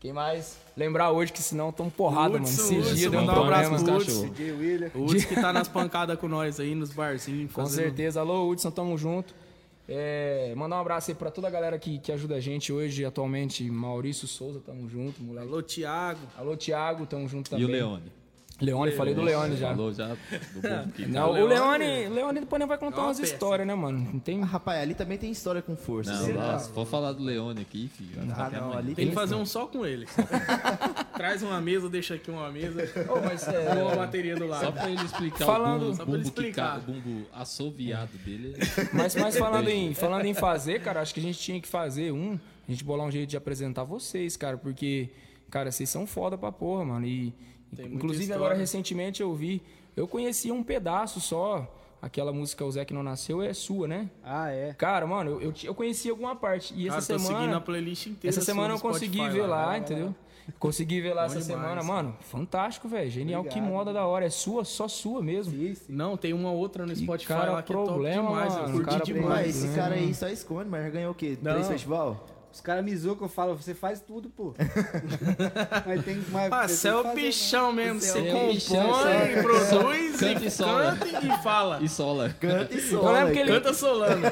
[SPEAKER 5] Quem mais? Lembrar hoje que senão tão porrada, mano.
[SPEAKER 4] Hudson,
[SPEAKER 5] Esse
[SPEAKER 4] Hudson,
[SPEAKER 5] dia deu um
[SPEAKER 4] mandar um abraço
[SPEAKER 5] problema.
[SPEAKER 4] pro
[SPEAKER 1] Os cachorro.
[SPEAKER 4] Hudson.
[SPEAKER 2] DJ William.
[SPEAKER 4] O Hudson que tá nas pancadas com nós aí, nos barzinhos.
[SPEAKER 5] Com
[SPEAKER 4] fazendo-
[SPEAKER 5] certeza. Alô, Hudson, tamo junto. É, mandar um abraço aí pra toda a galera que, que ajuda a gente hoje, atualmente. Maurício Souza, tamo junto, moleque.
[SPEAKER 4] Alô, Thiago.
[SPEAKER 5] Alô, Thiago, tamo junto
[SPEAKER 1] E
[SPEAKER 5] também.
[SPEAKER 1] o Leone.
[SPEAKER 5] Leone, falei do Leone já.
[SPEAKER 1] Falou já do bom que
[SPEAKER 5] Não, o Leone, Leone depois não vai contar
[SPEAKER 4] É uma
[SPEAKER 5] umas
[SPEAKER 4] peça.
[SPEAKER 5] histórias, né, mano? Não tem.
[SPEAKER 3] Ah, rapaz, ali também tem história com força. assim.
[SPEAKER 1] Não,
[SPEAKER 3] Você-
[SPEAKER 1] nossa, se for falar do Leone aqui, filho.
[SPEAKER 2] Tá.
[SPEAKER 1] vai ficar
[SPEAKER 3] Ah,
[SPEAKER 1] até
[SPEAKER 3] não,
[SPEAKER 1] amanhã.
[SPEAKER 3] ali
[SPEAKER 4] Tem
[SPEAKER 3] tem.
[SPEAKER 4] que fazer um só com ele. Traz uma mesa, deixa aqui uma mesa.
[SPEAKER 5] Ô, mas é,
[SPEAKER 4] Boa bateria do lado.
[SPEAKER 1] Só pra ele explicar
[SPEAKER 5] Falando-
[SPEAKER 1] o bumbo,
[SPEAKER 4] Só pra ele
[SPEAKER 1] bumbo que
[SPEAKER 4] explicar.
[SPEAKER 1] ca- o bumbo assoviado dele.
[SPEAKER 5] mas, mas falando, em, falando em fazer, cara, acho que a gente tinha que fazer um. A gente bolar um jeito de apresentar vocês, cara, porque, cara, vocês são foda pra porra, mano. E,
[SPEAKER 4] Tem muita
[SPEAKER 5] inclusive,
[SPEAKER 4] história.
[SPEAKER 5] agora recentemente eu vi. Eu conhecia um pedaço só. Aquela música O Zé que não nasceu é sua, né?
[SPEAKER 2] Ah, é.
[SPEAKER 5] Cara, mano, eu, eu, ti- eu conhecia alguma parte. E
[SPEAKER 4] Cara,
[SPEAKER 5] essa
[SPEAKER 4] Ah, tô seguindo a
[SPEAKER 5] semana.
[SPEAKER 4] playlist inteira.
[SPEAKER 5] Essa
[SPEAKER 4] sua
[SPEAKER 5] semana
[SPEAKER 4] no
[SPEAKER 5] eu consegui
[SPEAKER 4] Spotify
[SPEAKER 5] ver lá,
[SPEAKER 4] né?
[SPEAKER 5] entendeu? Consegui ver lá essa
[SPEAKER 4] demais,
[SPEAKER 5] semana.
[SPEAKER 4] cara.
[SPEAKER 5] Mano, fantástico, velho. Genial. Que moda da hora. É sua, só sua mesmo.
[SPEAKER 2] Isso.
[SPEAKER 4] Não, tem uma outra no Spotify
[SPEAKER 5] cara,
[SPEAKER 4] lá que é
[SPEAKER 5] problema,
[SPEAKER 4] top demais.
[SPEAKER 5] mano.
[SPEAKER 4] Eu curti
[SPEAKER 5] Cara,
[SPEAKER 4] demais.
[SPEAKER 3] Ué, tipo, esse cara aí só esconde, mas já ganhou o quê? Três festival?
[SPEAKER 2] Os caras me zoam que eu falo, você faz tudo, pô. mas tem mais.
[SPEAKER 4] Ah, você é o bichão mesmo. Você
[SPEAKER 1] né? é o
[SPEAKER 4] compõe,
[SPEAKER 1] bichão, você-
[SPEAKER 4] produz,
[SPEAKER 5] é
[SPEAKER 1] Canta e
[SPEAKER 4] e
[SPEAKER 1] sola.
[SPEAKER 4] canta e fala. Tá
[SPEAKER 1] E sola.
[SPEAKER 3] Canta e sola.
[SPEAKER 5] Eu lembro que ele-
[SPEAKER 4] Canta solano.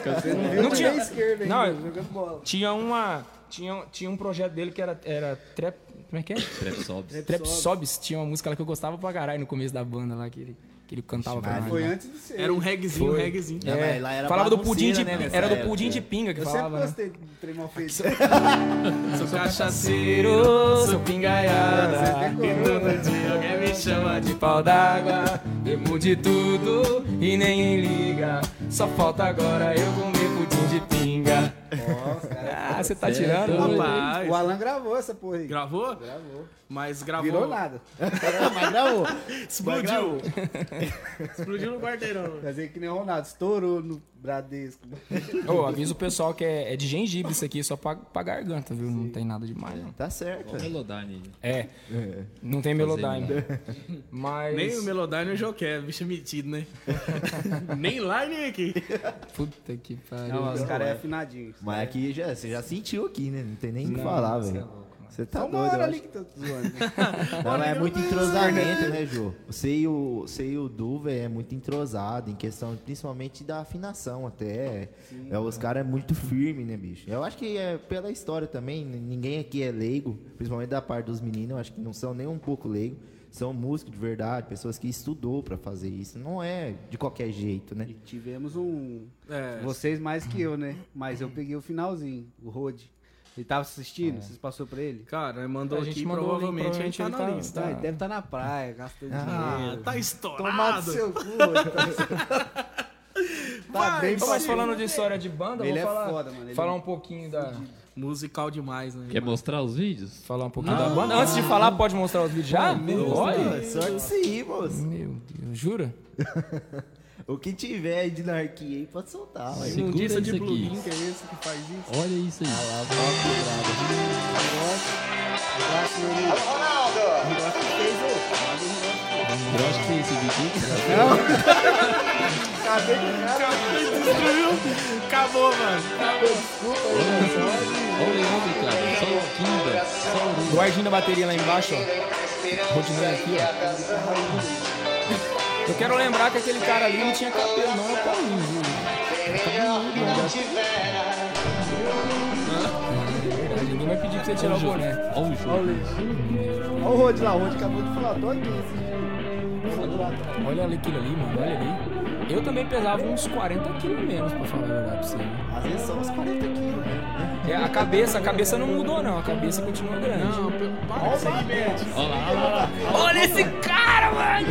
[SPEAKER 5] Não
[SPEAKER 2] Não
[SPEAKER 5] tinha-
[SPEAKER 2] tinha esquerda ainda,
[SPEAKER 5] Não,
[SPEAKER 2] jogando bola.
[SPEAKER 5] Tinha uma. Tinha, tinha um projeto dele que era, era Trap. Como é que é?
[SPEAKER 1] Trap sobs.
[SPEAKER 5] Trap Sobs. Tinha uma múca lá que eu gostava pra caralho no começo da banda lá, que ele, que ele cantava pra nós.
[SPEAKER 2] Foi
[SPEAKER 5] lá.
[SPEAKER 2] antes do seu.
[SPEAKER 4] Era um regzinho, um
[SPEAKER 5] Foi.
[SPEAKER 4] regzinho.
[SPEAKER 3] Não,
[SPEAKER 5] É,
[SPEAKER 3] mas lá era
[SPEAKER 5] falava do pudim
[SPEAKER 3] bagunceira,
[SPEAKER 5] de.
[SPEAKER 3] né, nessa
[SPEAKER 5] era do
[SPEAKER 3] época.
[SPEAKER 5] pudim de pinga que
[SPEAKER 2] Eu sempre
[SPEAKER 5] falava. né?
[SPEAKER 2] gostei do trem mal feito.
[SPEAKER 4] tá Sou cachaceiro,
[SPEAKER 5] Cheiro,
[SPEAKER 4] sou
[SPEAKER 5] sou
[SPEAKER 4] pingaiada.
[SPEAKER 5] pingaiada.
[SPEAKER 4] E
[SPEAKER 2] né?
[SPEAKER 4] todo dia alguém me chama de
[SPEAKER 5] De pau d'água, bebo de tudo e nem liga. Só falta agora eu comer pudim de pinga.
[SPEAKER 2] Nossa, cara.
[SPEAKER 5] Ah, você tá
[SPEAKER 1] É,
[SPEAKER 5] tirando,
[SPEAKER 1] tô-
[SPEAKER 5] mano.
[SPEAKER 4] Rapaz.
[SPEAKER 2] O Alan gravou essa porra aí.
[SPEAKER 4] Gravou?
[SPEAKER 2] Gravou.
[SPEAKER 4] Mas gravou.
[SPEAKER 2] Virou nada.
[SPEAKER 3] Mas gravou.
[SPEAKER 4] Explodiu.
[SPEAKER 3] um?
[SPEAKER 4] Explodiu no quarteirão.
[SPEAKER 2] Fazer que nem o Ronaldo. Estourou no Bradesco.
[SPEAKER 5] Ô, avisa o pessoal que é, é de gengibre isso aqui, só pra, pra garganta, viu? Não tem nada demais, não.
[SPEAKER 3] Tá certo.
[SPEAKER 1] Melodine.
[SPEAKER 5] É, não tem melodyne.
[SPEAKER 1] nada.
[SPEAKER 5] Mas.
[SPEAKER 4] Nem o Melodyne eu quer, bicho é metido, né? nem lá e nem aqui.
[SPEAKER 7] Puta que pariu.
[SPEAKER 2] Não, os
[SPEAKER 3] Não,
[SPEAKER 2] caras é
[SPEAKER 3] é.
[SPEAKER 2] afinadinho.
[SPEAKER 3] Mas aqui já, você já sentiu aqui, né? Não tem nem o que falar,
[SPEAKER 5] Você é
[SPEAKER 3] velho.
[SPEAKER 5] louco, mano.
[SPEAKER 3] Você tá
[SPEAKER 2] Só uma
[SPEAKER 3] doido, eu
[SPEAKER 2] hora
[SPEAKER 3] acho.
[SPEAKER 2] ali que tá zoando.
[SPEAKER 3] Não, mas é muito entrosamento, né, Jô? Você e o, você e o Du, velho, é muito entrosado em questão, principalmente da afinação até. é, os caras é muito firme, né, bicho? Eu acho que é pela história também, n- ninguém aqui é leigo, principalmente da parte dos meninos, eu acho que não são nem um pouco leigo. São músicos de verdade, pessoas que estudou pra fazer isso. Não é de qualquer jeito, né?
[SPEAKER 2] E tivemos um.
[SPEAKER 4] É.
[SPEAKER 2] Vocês mais que eu, né? Mas eu peguei o finalzinho, o Rod. Ele tava
[SPEAKER 3] É.
[SPEAKER 2] assistindo? Vocês passou pra ele?
[SPEAKER 4] Cara, mandou
[SPEAKER 7] A gente
[SPEAKER 4] aqui,
[SPEAKER 7] mandou o link,
[SPEAKER 4] provavelmente a gente tá na
[SPEAKER 7] provavelmente
[SPEAKER 4] lista.
[SPEAKER 7] Tá.
[SPEAKER 2] Ah, ele deve estar tá na praia, gastando
[SPEAKER 4] Ah,
[SPEAKER 2] dinheiro.
[SPEAKER 4] tá
[SPEAKER 2] Tomado
[SPEAKER 4] estourado.
[SPEAKER 2] seu cu, Rod. Tá- Tá bem
[SPEAKER 5] Então, mas
[SPEAKER 2] passado.
[SPEAKER 5] falando de história de banda,
[SPEAKER 2] Ele
[SPEAKER 5] vou
[SPEAKER 2] é
[SPEAKER 5] falar,
[SPEAKER 2] foda, mano, ele
[SPEAKER 5] falar
[SPEAKER 2] é
[SPEAKER 5] um pouquinho da
[SPEAKER 4] Musical demais, né?
[SPEAKER 1] Quer mostrar os vídeos?
[SPEAKER 5] falar um pouquinho da banda. Antes de falar, pode mostrar os vídeos já? Olha,
[SPEAKER 3] Sorte isso aí, moço.
[SPEAKER 7] Meu Deus, jura?
[SPEAKER 3] O que tiver aí de narquia aí, pode soltar, ué.
[SPEAKER 1] Segura
[SPEAKER 4] Imundícia de
[SPEAKER 1] isso aqui.
[SPEAKER 4] plugin, que é esse que faz isso?
[SPEAKER 1] Olha isso aí. Tá Eu acho que é esse vídeo.
[SPEAKER 4] Acabou, mano.
[SPEAKER 1] Olha o homem, cara. Só o Kinda. Só o Ruda.
[SPEAKER 5] guardinha da bateria lá embaixo, ó. Rodinando aqui, ó. Eu quero lembrar que aquele cara ali não tinha cabelo, não, é Paulinho, viu? né? Ninguém vai pedir pra você tirar o boné.
[SPEAKER 1] Olha o jogo.
[SPEAKER 2] Olha o Rod lá, o Rod acabou de falar dois vezes.
[SPEAKER 5] Olha ali aquilo ali, mano, olha ali. Eu também pesava uns 40 quilos menos, pra falar a verdade pra você. né?
[SPEAKER 3] Às vezes são uns 40 quilos, né?
[SPEAKER 5] É, a cabeça, a cabeça não mudou, não. A cabeça continua grande.
[SPEAKER 4] Não, pe- para com isso aí, Bete.
[SPEAKER 1] Olha lá, olha lá.
[SPEAKER 5] Olha esse cara, mano!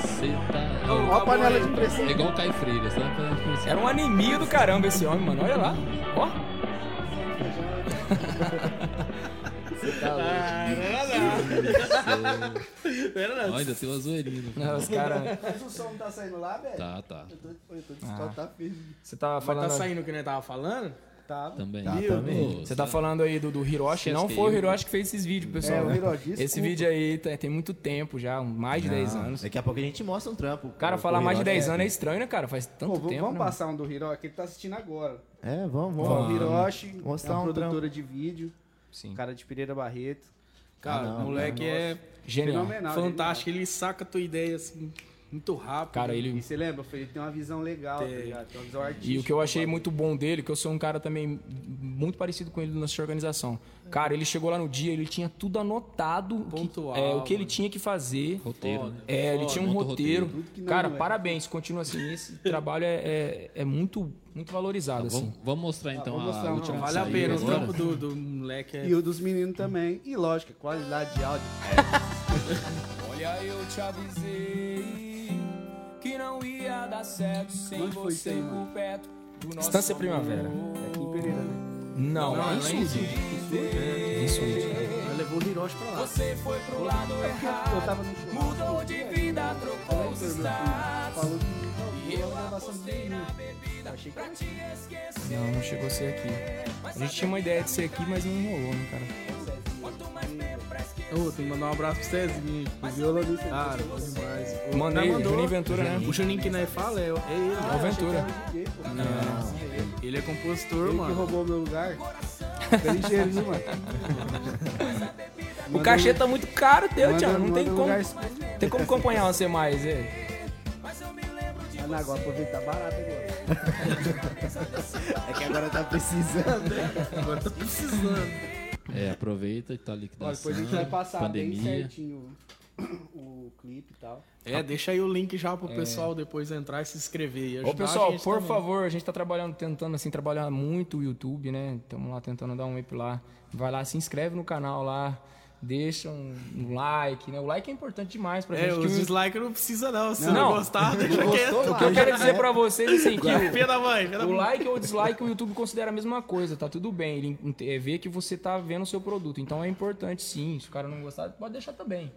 [SPEAKER 1] Você tá...
[SPEAKER 2] Olha a panela de pressão.
[SPEAKER 1] É igual o Caio Freire. Você tá na panela de pressão.
[SPEAKER 5] Era um anemia do caramba esse homem, mano. Olha lá. Ó.
[SPEAKER 1] Ó, ainda tem uma zoeirinha. no
[SPEAKER 5] Não,
[SPEAKER 1] final.
[SPEAKER 5] os cara. né?
[SPEAKER 2] Mas o som não tá saindo lá, velho?
[SPEAKER 1] Tá, tá.
[SPEAKER 2] Eu tô, eu tô de ah. tá firme.
[SPEAKER 5] Você tá
[SPEAKER 4] Mas
[SPEAKER 5] falando.
[SPEAKER 4] tá saindo o que nós tava falando?
[SPEAKER 2] Tá,
[SPEAKER 1] Também.
[SPEAKER 3] Tá, também.
[SPEAKER 1] Ô,
[SPEAKER 5] Você tá falando aí do, do Hiroshi.
[SPEAKER 1] Esquece
[SPEAKER 5] Não
[SPEAKER 1] que
[SPEAKER 5] foi o
[SPEAKER 1] eu-
[SPEAKER 5] Hiroshi que fez esses vídeos, pessoal.
[SPEAKER 2] É, o Hiroshi,
[SPEAKER 5] Esse
[SPEAKER 2] desculpa.
[SPEAKER 5] vídeo aí tá- tem muito tempo já, mais de 10
[SPEAKER 3] Não,
[SPEAKER 5] anos.
[SPEAKER 3] Daqui a pouco a gente mostra um trampo.
[SPEAKER 5] Cara,
[SPEAKER 3] pro-
[SPEAKER 5] falar
[SPEAKER 3] pro
[SPEAKER 5] mais de
[SPEAKER 3] Hiroshi. assim.
[SPEAKER 5] 10 anos é estranho, né, cara? Faz
[SPEAKER 2] Pô,
[SPEAKER 5] tanto
[SPEAKER 2] vamos
[SPEAKER 5] tempo.
[SPEAKER 2] vamos
[SPEAKER 5] né?
[SPEAKER 2] passar um do Hiroshi, que ele tá assistindo agora.
[SPEAKER 3] É, vamos,
[SPEAKER 2] Ó, o
[SPEAKER 3] vamos.
[SPEAKER 2] Hiroshi,
[SPEAKER 3] Mostrar
[SPEAKER 2] é uma
[SPEAKER 3] um
[SPEAKER 2] produtora de vídeo,
[SPEAKER 5] Sim.
[SPEAKER 2] cara de Pereira Barreto.
[SPEAKER 4] Cara,
[SPEAKER 3] Ah, não,
[SPEAKER 4] o moleque é
[SPEAKER 5] Genial.
[SPEAKER 2] Fenomenal.
[SPEAKER 4] fantástico. Ele saca a tua ideia, assim, muito rápido.
[SPEAKER 5] Cara,
[SPEAKER 2] E
[SPEAKER 5] ele.
[SPEAKER 2] você lembra? Foi- Ele tem uma visão legal, tá ligado? Tem uma visão artística.
[SPEAKER 5] E o que eu achei muito bom dele, que eu sou um cara também muito parecido com ele na nossa organização. Cara, ele chegou lá no dia, ele tinha tudo anotado, o que-
[SPEAKER 4] Pontual,
[SPEAKER 5] é, o que ele
[SPEAKER 4] mano.
[SPEAKER 5] tinha que fazer.
[SPEAKER 1] Roteiro, né?
[SPEAKER 5] É, ele tinha um
[SPEAKER 1] monta o
[SPEAKER 5] roteiro.
[SPEAKER 2] roteiro. Tudo que não
[SPEAKER 5] Cara,
[SPEAKER 2] é.
[SPEAKER 5] parabéns, continua assim. Esse trabalho é, é, é muito, muito valorizado, assim.
[SPEAKER 1] Vamos, vamos mostrar então
[SPEAKER 2] vamos mostrar,
[SPEAKER 1] a
[SPEAKER 2] não,
[SPEAKER 1] última que
[SPEAKER 4] Vale a
[SPEAKER 1] saiu
[SPEAKER 4] pena, o
[SPEAKER 1] agora.
[SPEAKER 4] trampo do, do moleque é.
[SPEAKER 2] E o dos meninos também. E lógico, qualidade de áudio.
[SPEAKER 5] Olha, eu te avisei que não ia dar certo sem
[SPEAKER 2] Onde foi você isso aí, por mano?
[SPEAKER 5] perto. Estância Primavera.
[SPEAKER 2] É aqui em Pereira, né?
[SPEAKER 5] Não,
[SPEAKER 4] Não,
[SPEAKER 5] é
[SPEAKER 4] é em
[SPEAKER 5] isso. Isso aí.
[SPEAKER 4] Ela levou o Hiroshi pra lá.
[SPEAKER 2] Eu tava no show. Mudou de vida, trocou os Falou que eu gravação de menino. Eu Achei que era
[SPEAKER 5] Não, não chegou a ser aqui. A gente tinha uma ideia de ser aqui, mas não rolou, né, cara?
[SPEAKER 4] Ô, tem que mandar um abraço pro Cezinho. O violonista. Cara, bom demais. O
[SPEAKER 5] Mandei,
[SPEAKER 4] cara mandou.
[SPEAKER 5] Juninho Ventura, né?
[SPEAKER 4] O Juninho que nós fala é, é ele.
[SPEAKER 5] Ó, Ventura.
[SPEAKER 2] DJ, pô.
[SPEAKER 4] Ele é compositor,
[SPEAKER 2] Ele que
[SPEAKER 4] mano.
[SPEAKER 2] roubou meu lugar. Tá ligeiro, viu, mano?
[SPEAKER 5] O cachê tá muito caro, deu,
[SPEAKER 2] Manda-
[SPEAKER 5] Thiago. Não tem
[SPEAKER 2] manda
[SPEAKER 5] como,
[SPEAKER 2] lugar escondido.
[SPEAKER 5] tem como acompanhar você mais, é.
[SPEAKER 2] Ah, não, agora aproveitar barato agora.
[SPEAKER 3] É que agora tá precisando.
[SPEAKER 4] Agora tá precisando.
[SPEAKER 1] É, aproveita que tá
[SPEAKER 2] Ó,
[SPEAKER 1] liquidação.
[SPEAKER 2] depois a gente vai passar bem
[SPEAKER 1] pandemia.
[SPEAKER 2] certinho o clipe e tal.
[SPEAKER 4] É, deixa aí o link já pro pessoal depois entrar e se inscrever. E
[SPEAKER 5] Ô,
[SPEAKER 4] ajudar a
[SPEAKER 5] pessoal,
[SPEAKER 4] gente
[SPEAKER 5] por
[SPEAKER 4] também.
[SPEAKER 5] favor, a gente tá trabalhando, tentando, assim, trabalhar muito o YouTube, né? Estamos lá tentando dar um up lá. Vai lá, se inscreve no canal lá, deixa um, um like, né? O like é importante demais pra
[SPEAKER 4] É,
[SPEAKER 5] gente.
[SPEAKER 4] os
[SPEAKER 5] que o-
[SPEAKER 4] dislike é não precisa não. Se
[SPEAKER 5] Não.
[SPEAKER 4] não, gostar, deixa
[SPEAKER 5] o,
[SPEAKER 4] quieto.
[SPEAKER 5] que eu quero dizer pra vocês, assim, que o-
[SPEAKER 4] Filha da mãe, filha da
[SPEAKER 5] o
[SPEAKER 4] mãe.
[SPEAKER 5] like ou o dislike, o YouTube considera a mesma coisa, tá tudo bem. Ele ent- é, vê que você tá vendo o seu produto. Então é importante sim. Se o cara não gostar, pode deixar também.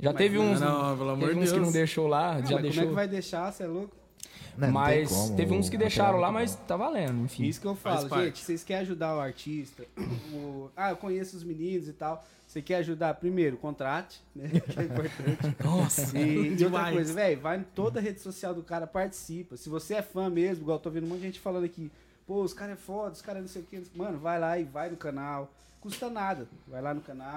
[SPEAKER 5] Já teve uns,
[SPEAKER 4] não, pelo
[SPEAKER 5] teve
[SPEAKER 4] amor de
[SPEAKER 5] uns que
[SPEAKER 4] Deus. Ah,
[SPEAKER 5] não deixou lá, já
[SPEAKER 2] Mas
[SPEAKER 5] deixou.
[SPEAKER 2] Como é que vai deixar? Você é louco?
[SPEAKER 3] Né, não
[SPEAKER 5] mas
[SPEAKER 3] tem como,
[SPEAKER 5] teve uns que
[SPEAKER 3] o
[SPEAKER 5] deixaram
[SPEAKER 3] material
[SPEAKER 5] lá,
[SPEAKER 3] é
[SPEAKER 5] mas
[SPEAKER 3] muito
[SPEAKER 5] tá valendo, enfim.
[SPEAKER 2] Isso que eu
[SPEAKER 4] Faz
[SPEAKER 2] falo,
[SPEAKER 4] parte.
[SPEAKER 2] gente. Vocês querem ajudar o artista? o- Ah, eu conheço os meninos e tal. Você quer ajudar? Primeiro, contrate, né? Que é importante.
[SPEAKER 4] Nossa,
[SPEAKER 2] E, e outra
[SPEAKER 4] demais.
[SPEAKER 2] coisa, velho, vai em toda a rede social do cara, participa. Se você é fã mesmo, igual eu tô vendo um monte de gente falando aqui, pô, os caras é foda, os caras não sei o que. Mano, vai lá e vai no canal. Custa nada. Vai lá no canal.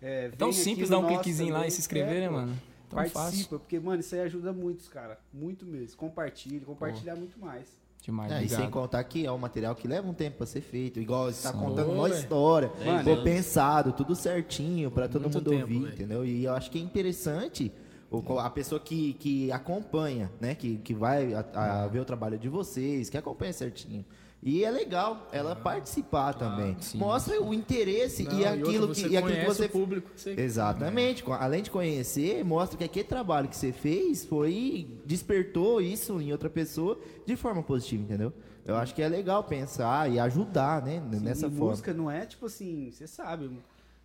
[SPEAKER 2] É,
[SPEAKER 5] É tão
[SPEAKER 2] vem aqui
[SPEAKER 5] simples
[SPEAKER 2] no
[SPEAKER 5] dar um
[SPEAKER 2] nosso
[SPEAKER 5] cliquezinho lá
[SPEAKER 2] também.
[SPEAKER 5] e se inscrever,
[SPEAKER 2] É,
[SPEAKER 5] né,
[SPEAKER 2] pô,
[SPEAKER 5] mano? Tão
[SPEAKER 2] participa,
[SPEAKER 5] fácil.
[SPEAKER 2] porque, mano, isso aí ajuda muitos, cara. Muito mesmo. Compartilha, compartilhar muito mais.
[SPEAKER 5] Demais,
[SPEAKER 3] É, e sem
[SPEAKER 5] obrigado.
[SPEAKER 3] contar que é um material que leva um tempo pra ser feito. Igual você tá
[SPEAKER 5] Sim.
[SPEAKER 3] contando
[SPEAKER 4] Ô,
[SPEAKER 3] uma
[SPEAKER 4] velho.
[SPEAKER 3] história.
[SPEAKER 2] Mano,
[SPEAKER 3] Ficou pensado, tudo certinho, pra todo
[SPEAKER 4] Muito
[SPEAKER 3] mundo
[SPEAKER 4] tempo,
[SPEAKER 3] ouvir,
[SPEAKER 4] velho.
[SPEAKER 3] entendeu? E eu acho que é interessante o co- a pessoa que, que acompanha, né? Que, que vai a-
[SPEAKER 4] Ah.
[SPEAKER 3] a ver o trabalho de vocês, que acompanha certinho. E é legal ela
[SPEAKER 4] Ah.
[SPEAKER 3] participar também.
[SPEAKER 5] sim.
[SPEAKER 3] Mostra o interesse
[SPEAKER 4] Não,
[SPEAKER 3] e aquilo
[SPEAKER 4] outra,
[SPEAKER 3] que
[SPEAKER 4] você
[SPEAKER 3] e aquilo que
[SPEAKER 4] conhece
[SPEAKER 3] você É.
[SPEAKER 4] o público. Você...
[SPEAKER 3] Exatamente. Co- Além de conhecer, mostra que aquele trabalho que você fez foi. despertou isso em outra pessoa de forma positiva, entendeu? Eu acho que é legal pensar e ajudar, né? n-
[SPEAKER 2] Sim,
[SPEAKER 3] Nessa
[SPEAKER 2] e
[SPEAKER 3] forma.
[SPEAKER 2] música não é tipo assim, você sabe,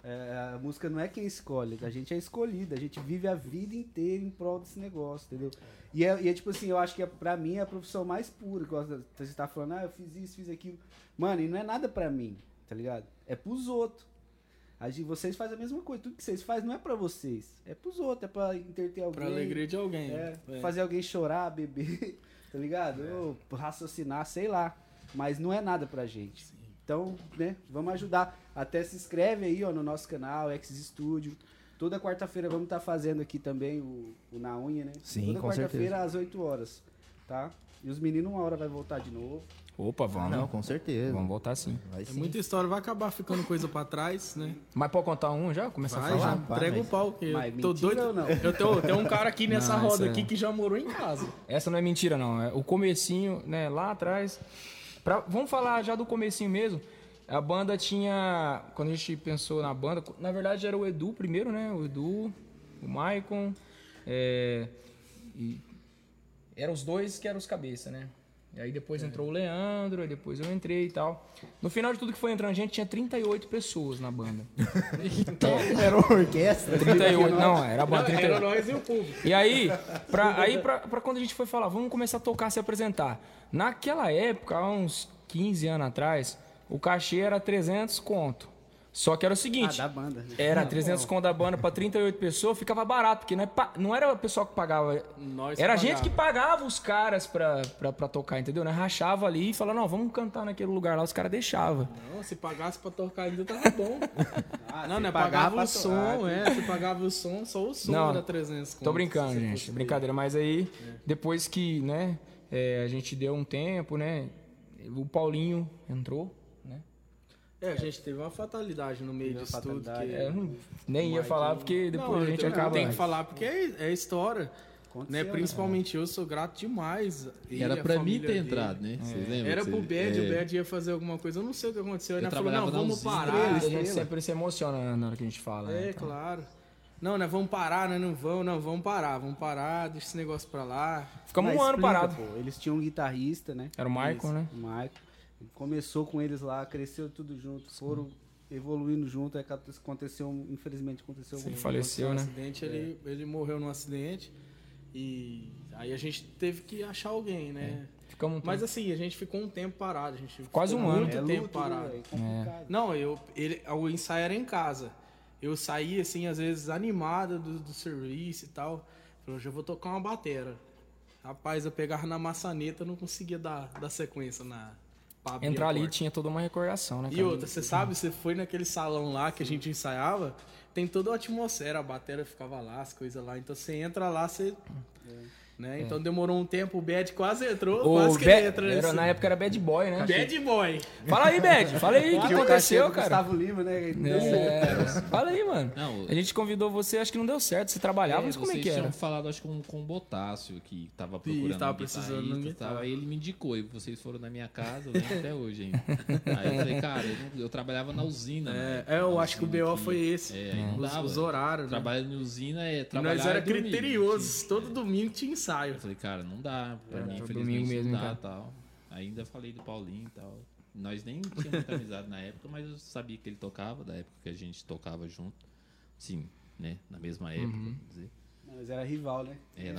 [SPEAKER 2] é, a música não é quem escolhe, a gente é escolhido, a gente vive a vida inteira em prol desse negócio, entendeu? E é, e é tipo assim, eu acho que é, pra mim é a profissão mais pura, igual você tá falando, ah, eu fiz isso, fiz aquilo. Mano, e não é nada pra mim, tá ligado? É pros outros. A gente, vocês fazem a mesma coisa, tudo que vocês fazem não é pra vocês, é pros outros, é pra entreter alguém.
[SPEAKER 4] Pra alegria de alguém.
[SPEAKER 2] É,
[SPEAKER 4] É.
[SPEAKER 2] fazer alguém chorar, beber, tá ligado? Ou raciocinar, sei lá. Mas não é nada pra gente. Então, né, vamos ajudar. Até se inscreve aí, ó, no nosso canal, X Studio. Toda quarta-feira vamos estar fazendo aqui também o, o Na Unha, né?
[SPEAKER 3] Sim,
[SPEAKER 2] Toda
[SPEAKER 3] com
[SPEAKER 2] quarta-feira às 8 horas, tá? E os meninos uma hora vai voltar de novo.
[SPEAKER 5] Opa, vamos.
[SPEAKER 3] Ah, Não, com certeza.
[SPEAKER 5] Vamos voltar sim.
[SPEAKER 3] Vai
[SPEAKER 4] É
[SPEAKER 3] sim.
[SPEAKER 4] muita história, vai acabar ficando coisa pra trás, né?
[SPEAKER 5] Mas pode contar um já? Começar a
[SPEAKER 4] Vai,
[SPEAKER 5] falar?
[SPEAKER 4] já
[SPEAKER 3] rapaz,
[SPEAKER 4] entrega
[SPEAKER 3] mas-
[SPEAKER 4] o pau. que
[SPEAKER 2] Mas
[SPEAKER 4] Eu tô
[SPEAKER 2] mentira
[SPEAKER 4] doido.
[SPEAKER 2] ou não?
[SPEAKER 4] Eu tenho, tem um cara aqui nessa
[SPEAKER 5] Não,
[SPEAKER 4] roda
[SPEAKER 5] isso é-
[SPEAKER 4] aqui que já morou em casa.
[SPEAKER 5] Essa não é mentira, não. É o comecinho, né? Lá atrás. Pra- vamos falar já do comecinho mesmo. A banda tinha. Quando a gente pensou na banda, na verdade era o Edu primeiro, né? O Edu, o Maicon. É, e eram os dois que eram os cabeça, né? E aí depois entrou o Leandro, aí depois eu entrei e tal. No final de tudo que foi entrando, a gente tinha 38 pessoas na banda.
[SPEAKER 3] Era uma orquestra.
[SPEAKER 5] 38, não, era a banda 38.
[SPEAKER 4] Era nós e o público.
[SPEAKER 5] E aí, pra, aí pra, pra quando a gente foi falar, vamos começar a tocar, se apresentar. Naquela época, há uns 15 anos atrás, o cachê era 300 conto. Só que era o
[SPEAKER 2] Ah,
[SPEAKER 5] seguinte,
[SPEAKER 2] da banda. né?
[SPEAKER 5] era 300 conto da banda pra 38 pessoas, ficava barato, porque não, é pa- não era o pessoal que pagava.
[SPEAKER 4] Nós
[SPEAKER 5] era a
[SPEAKER 4] que
[SPEAKER 5] gente que
[SPEAKER 4] pagava.
[SPEAKER 5] pagava os caras pra, pra, pra tocar, entendeu? Nós rachava ali e falava, não, vamos cantar naquele lugar lá, os caras deixavam.
[SPEAKER 4] Não, se pagasse pra tocar ainda tava bom.
[SPEAKER 2] Ah,
[SPEAKER 4] não,
[SPEAKER 2] você
[SPEAKER 4] né?
[SPEAKER 2] pagar
[SPEAKER 4] Pagava
[SPEAKER 2] pra
[SPEAKER 4] o som,
[SPEAKER 2] tocar.
[SPEAKER 4] é. Se pagava o som, só o som
[SPEAKER 5] Não,
[SPEAKER 4] era 300
[SPEAKER 5] Tô
[SPEAKER 4] conto,
[SPEAKER 5] brincando,
[SPEAKER 4] se você É.
[SPEAKER 5] gente.
[SPEAKER 4] fosse
[SPEAKER 5] Brincadeira. Mas aí, depois que, né, é, a gente deu um tempo, né? O Paulinho entrou, né?
[SPEAKER 4] ver. É, a gente teve uma fatalidade no meio
[SPEAKER 2] Teve uma
[SPEAKER 4] disso tudo.
[SPEAKER 2] fatalidade,
[SPEAKER 4] que-
[SPEAKER 5] É, eu não- nem ia falar, porque depois
[SPEAKER 4] Não,
[SPEAKER 5] a
[SPEAKER 4] eu
[SPEAKER 5] gente
[SPEAKER 4] tenho-
[SPEAKER 5] acaba.
[SPEAKER 4] Tem que falar, porque é, é história. Né?
[SPEAKER 2] Aconteceu, né?
[SPEAKER 4] Principalmente eu sou grato demais. Ele,
[SPEAKER 1] Era
[SPEAKER 4] a
[SPEAKER 1] pra mim
[SPEAKER 4] família
[SPEAKER 1] ter
[SPEAKER 4] dele.
[SPEAKER 1] entrado, né? Vocês lembram?
[SPEAKER 4] Era
[SPEAKER 1] que
[SPEAKER 4] pro
[SPEAKER 1] cê-
[SPEAKER 4] Bad, o
[SPEAKER 1] é,
[SPEAKER 4] Bad ia fazer alguma coisa, eu não sei o que aconteceu. Ele
[SPEAKER 1] Eu
[SPEAKER 4] falou, não,
[SPEAKER 1] trabalhava na
[SPEAKER 4] vamos
[SPEAKER 1] usina. né?
[SPEAKER 5] a
[SPEAKER 4] parar.
[SPEAKER 5] gente sempre se emociona na hora que a gente fala. né?
[SPEAKER 4] É,
[SPEAKER 5] Então,
[SPEAKER 4] claro. Não, nós vamos parar, nós não vamos, não, vamos parar, vamos parar, deixa esse negócio pra lá.
[SPEAKER 5] Ficamos
[SPEAKER 2] Mas
[SPEAKER 5] um ano
[SPEAKER 2] explica,
[SPEAKER 5] parado.
[SPEAKER 2] pô, Eles tinham um guitarrista, né?
[SPEAKER 5] Era o Michael,
[SPEAKER 2] Isso,
[SPEAKER 5] né?
[SPEAKER 2] O Michael. Começou com eles lá, cresceu tudo junto, foram evoluindo junto. Aí aconteceu, um- infelizmente, aconteceu
[SPEAKER 5] Ele
[SPEAKER 2] um-
[SPEAKER 5] faleceu,
[SPEAKER 4] Um
[SPEAKER 5] né?
[SPEAKER 4] acidente, ele, ele morreu num acidente. E aí a gente teve que achar alguém, né?
[SPEAKER 5] Ficamos um
[SPEAKER 4] Mas
[SPEAKER 5] tempo.
[SPEAKER 4] assim, a gente ficou um tempo parado, a gente
[SPEAKER 5] Quase
[SPEAKER 4] ficou
[SPEAKER 5] um ano.
[SPEAKER 4] muito
[SPEAKER 2] É luto,
[SPEAKER 4] tempo
[SPEAKER 2] né,
[SPEAKER 4] parado.
[SPEAKER 2] velho? É complicado.
[SPEAKER 4] Não, eu, ele, o ensaio era em casa. Eu saía, assim, às vezes animado do, do serviço e tal. Falei, hoje eu vou tocar uma batera. Rapaz, eu pegava na maçaneta, eu não conseguia dar, dar sequência na. pra abrir
[SPEAKER 5] Entrar
[SPEAKER 4] a
[SPEAKER 5] ali
[SPEAKER 4] porta.
[SPEAKER 5] tinha toda uma recordação, né?
[SPEAKER 4] E
[SPEAKER 5] cara?
[SPEAKER 4] outra, você sabe, você foi naquele salão lá que a gente ensaiava, tem toda uma atmosfera, a batera ficava lá, as coisas lá. Então você entra lá, você. Né? Então demorou um tempo, o Bad quase entrou,
[SPEAKER 5] O
[SPEAKER 4] quase que
[SPEAKER 5] Bad-
[SPEAKER 4] ele entra
[SPEAKER 5] era,
[SPEAKER 4] nesse-
[SPEAKER 5] na época era Bad Boy, né?
[SPEAKER 4] Bad Boy.
[SPEAKER 5] Fala aí, Bad. Fala aí o que
[SPEAKER 2] Olha o cachê
[SPEAKER 5] aconteceu,
[SPEAKER 2] do
[SPEAKER 5] cara.
[SPEAKER 2] Gustavo Lima, né? Ele deu certo.
[SPEAKER 5] É, fala aí, mano.
[SPEAKER 1] Não,
[SPEAKER 5] A gente convidou você, acho que não deu certo. Você trabalhava, mas como é
[SPEAKER 1] vocês
[SPEAKER 5] que era?
[SPEAKER 1] tinham falado, acho que com, com o Botácio, que tava procurando
[SPEAKER 4] tava
[SPEAKER 1] um
[SPEAKER 4] precisando de um
[SPEAKER 1] guitarrista e tal.
[SPEAKER 4] guitarra.
[SPEAKER 1] Aí ele me indicou, e vocês foram na minha casa, eu lembro até hoje ainda. Aí eu falei, cara, eu, não- eu trabalhava na usina. né?
[SPEAKER 4] É, eu acho que o
[SPEAKER 1] Usina
[SPEAKER 4] BO
[SPEAKER 1] aqui.
[SPEAKER 4] foi esse.
[SPEAKER 1] É, aí não
[SPEAKER 4] Os,
[SPEAKER 1] dava.
[SPEAKER 4] os horários, né?
[SPEAKER 1] Trabalho na usina é
[SPEAKER 4] E
[SPEAKER 1] trabalhar
[SPEAKER 4] nós era
[SPEAKER 1] e dormir.
[SPEAKER 4] criteriosos, todo domingo tinha ensaio.
[SPEAKER 1] Eu falei, cara, não dá. Pra mim,
[SPEAKER 5] foi
[SPEAKER 1] infelizmente,
[SPEAKER 5] domingo mesmo,
[SPEAKER 1] não dá
[SPEAKER 5] cara.
[SPEAKER 1] tal. Ainda falei do Paulinho e tal. Nós nem tínhamos muita amizade na época, mas eu sabia que ele tocava, da época que a gente tocava junto. Sim, né? Na mesma época, vamos dizer.
[SPEAKER 2] Mas era rival, né?
[SPEAKER 1] Era,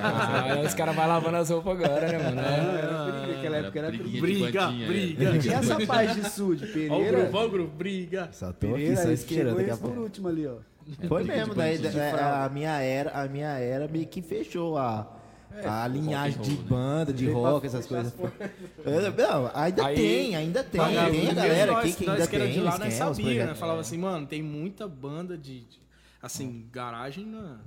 [SPEAKER 5] Ah, os caras vão lavando as roupas agora, né, mano?
[SPEAKER 2] Não,
[SPEAKER 5] É.
[SPEAKER 2] era briga. Naquela época era briga.
[SPEAKER 1] briguinha de
[SPEAKER 4] Briga,
[SPEAKER 1] bandinha,
[SPEAKER 4] briga.
[SPEAKER 1] era.
[SPEAKER 2] E essa paz de sul de
[SPEAKER 4] Ó o
[SPEAKER 2] Pereira?
[SPEAKER 4] grupo, ó o grupo, briga.
[SPEAKER 3] Só tô aqui,
[SPEAKER 2] Pereira,
[SPEAKER 3] só
[SPEAKER 2] ele
[SPEAKER 3] esquerda
[SPEAKER 2] chegou
[SPEAKER 3] daqui a
[SPEAKER 2] esse por
[SPEAKER 3] pouco.
[SPEAKER 2] último ali, ó.
[SPEAKER 1] É,
[SPEAKER 3] Foi
[SPEAKER 1] briga de
[SPEAKER 3] mesmo, daí
[SPEAKER 1] bandinha.
[SPEAKER 3] da- a minha era, a minha era meio que fechou a,
[SPEAKER 4] É,
[SPEAKER 3] a linhagem
[SPEAKER 1] rock and
[SPEAKER 3] de
[SPEAKER 1] roll, né?
[SPEAKER 3] banda, de rock, essas coisas. É, Não, ainda
[SPEAKER 5] Aí-
[SPEAKER 3] tem, ainda tem.
[SPEAKER 4] Mas,
[SPEAKER 3] Tem a
[SPEAKER 4] mesmo
[SPEAKER 3] galera
[SPEAKER 4] nós-
[SPEAKER 3] aqui que
[SPEAKER 4] nós
[SPEAKER 3] ainda
[SPEAKER 4] que era
[SPEAKER 3] tem.
[SPEAKER 4] de lá, nós
[SPEAKER 3] esquema, os
[SPEAKER 4] sabia, né?
[SPEAKER 3] projetos.
[SPEAKER 4] Falava assim, mano, tem muita banda de, de- assim, garagem na...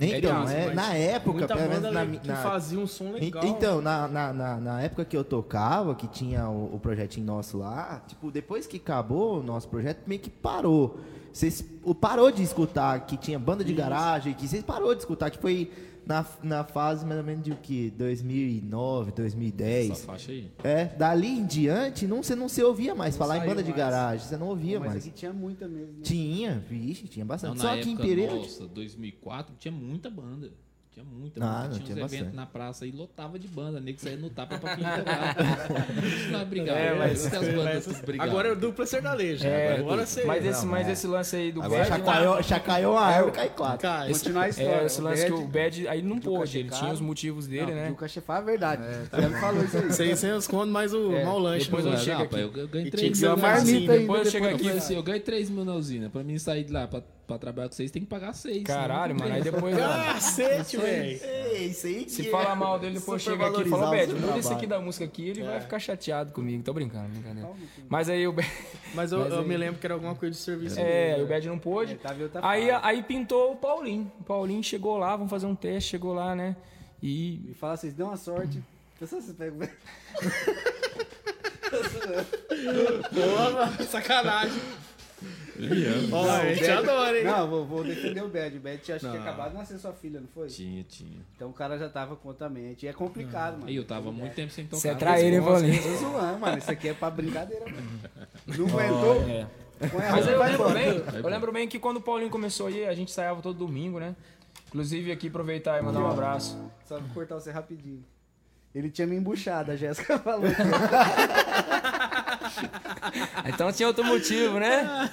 [SPEAKER 3] Então,
[SPEAKER 4] Aliás,
[SPEAKER 3] é,
[SPEAKER 4] mas
[SPEAKER 3] na época,
[SPEAKER 4] muita
[SPEAKER 3] pelo menos
[SPEAKER 4] banda
[SPEAKER 3] na,
[SPEAKER 4] le-
[SPEAKER 3] mi-
[SPEAKER 4] que
[SPEAKER 3] na-
[SPEAKER 4] fazia um som
[SPEAKER 3] En-
[SPEAKER 4] legal.
[SPEAKER 3] Então, na, na, na, na época que eu tocava, que tinha o, o projetinho nosso lá, tipo, depois que acabou o nosso projeto, meio que parou. Vocês o- parou de escutar que tinha banda de garagem, que vocês parou de escutar, que foi na, na fase mais ou menos de o que? 2009, 2010.
[SPEAKER 1] Essa faixa aí.
[SPEAKER 3] É, dali em diante, não, você não se ouvia mais falar em
[SPEAKER 4] saiu
[SPEAKER 3] banda de
[SPEAKER 4] mais.
[SPEAKER 3] garagem, você não ouvia
[SPEAKER 2] Mas
[SPEAKER 3] mais.
[SPEAKER 2] aqui tinha muita mesmo. né?
[SPEAKER 3] Tinha, vixe, tinha
[SPEAKER 1] Não,
[SPEAKER 3] bastante.
[SPEAKER 1] na
[SPEAKER 3] Só
[SPEAKER 1] época,
[SPEAKER 3] que em Pereira.
[SPEAKER 1] nossa, 2004, tinha muita banda. Tinha muita
[SPEAKER 3] Ah,
[SPEAKER 1] banda.
[SPEAKER 3] não,
[SPEAKER 1] Tinha,
[SPEAKER 3] tinha
[SPEAKER 1] uns eventos
[SPEAKER 3] bastante.
[SPEAKER 1] na praça aí, lotava de banda. Nego saía no tapa pra quem tocava. Isso não é brigar.
[SPEAKER 4] É,
[SPEAKER 1] né?
[SPEAKER 4] mas-
[SPEAKER 1] Isso que as bandas tudo brigavam.
[SPEAKER 4] Agora é dupla sertaneja.
[SPEAKER 5] É,
[SPEAKER 4] agora você...
[SPEAKER 5] Mas esse,
[SPEAKER 3] Não,
[SPEAKER 5] mas
[SPEAKER 3] é.
[SPEAKER 5] esse lance aí do
[SPEAKER 3] Agora
[SPEAKER 5] Bad,
[SPEAKER 3] chacaiou, chacaiou a árvore, cai quatro.
[SPEAKER 4] Cara,
[SPEAKER 5] esse,
[SPEAKER 2] Continuar a história.
[SPEAKER 5] é, esse lance que o
[SPEAKER 2] Bad-
[SPEAKER 5] Bad aí não pôde, ele
[SPEAKER 2] Cachecado.
[SPEAKER 5] tinha os motivos dele,
[SPEAKER 2] Não,
[SPEAKER 5] né?
[SPEAKER 2] O Cachefá é verdade. Já me falou isso aí.
[SPEAKER 4] sem, sem os contos, mas o mau lanche.
[SPEAKER 5] Depois
[SPEAKER 4] né?
[SPEAKER 5] eu
[SPEAKER 1] Não,
[SPEAKER 5] chego
[SPEAKER 1] não,
[SPEAKER 5] aqui.
[SPEAKER 1] pai, eu, eu ganhei
[SPEAKER 4] E tinha que
[SPEAKER 1] 3
[SPEAKER 4] ser
[SPEAKER 1] mil
[SPEAKER 4] uma
[SPEAKER 1] na
[SPEAKER 2] marmita
[SPEAKER 1] usina.
[SPEAKER 2] ainda
[SPEAKER 1] assim, Depois eu chego
[SPEAKER 5] depois
[SPEAKER 1] aqui e
[SPEAKER 5] do final.
[SPEAKER 1] assim, eu ganhei 3 mil na usina. né, Pra mim sair de lá pra, pra trabalhar com vocês, tem que pagar né? 6.
[SPEAKER 5] Caralho, mano. Aí depois. mano,
[SPEAKER 4] Cacete, velho.
[SPEAKER 3] Ei, isso aí
[SPEAKER 5] Se
[SPEAKER 3] que
[SPEAKER 5] falar
[SPEAKER 3] é
[SPEAKER 5] mal dele, depois
[SPEAKER 3] super
[SPEAKER 5] chega aqui e fala,
[SPEAKER 3] valorizar o
[SPEAKER 5] Bad,
[SPEAKER 3] seu
[SPEAKER 5] muda isso
[SPEAKER 3] trabalho."
[SPEAKER 5] aqui da música aqui, ele vai ficar chateado comigo. Tô brincando, brincadeira. Mas aí o Bad.
[SPEAKER 4] Mas eu,
[SPEAKER 5] Mas
[SPEAKER 4] eu
[SPEAKER 5] aí-
[SPEAKER 4] me lembro que era alguma coisa de serviço.
[SPEAKER 5] É, aí o Bad não pôde.
[SPEAKER 2] É, tá vendo, tá
[SPEAKER 5] aí,
[SPEAKER 2] fácil.
[SPEAKER 5] aí pintou o Paulinho. O Paulinho chegou lá, vamos fazer um teste, chegou lá, né? E.
[SPEAKER 2] Me fala, vocês dão a sorte. Pessoal, vocês pegam.
[SPEAKER 4] Porra, sacanagem. Ó, a gente adora, hein?
[SPEAKER 2] Não, vou, vou defender o Bad. O Bad tinha, acho que tinha acabado de nascer sua filha, não foi?
[SPEAKER 1] Tinha, tinha.
[SPEAKER 2] Então o cara já tava contra a mente. E é complicado, mano.
[SPEAKER 1] Aí eu tava há muito tempo sem tocar.
[SPEAKER 5] Você é traíra, hein, Paulinho?
[SPEAKER 2] Tô zoando, mano. Isso aqui é pra brincadeira, mano. Não aguentou?
[SPEAKER 5] É.
[SPEAKER 2] Põe a
[SPEAKER 5] Mas
[SPEAKER 2] roupa e
[SPEAKER 5] eu
[SPEAKER 2] vai
[SPEAKER 5] lembro
[SPEAKER 2] embora.
[SPEAKER 5] bem, eu lembro bem que quando o Paulinho começou aí, a gente saiava todo domingo, né? Inclusive aqui aproveitar e mandar um abraço.
[SPEAKER 2] Só vou cortar você rapidinho. Ele tinha me embuchado, a Jéssica falou.
[SPEAKER 5] Então tinha outro motivo, né?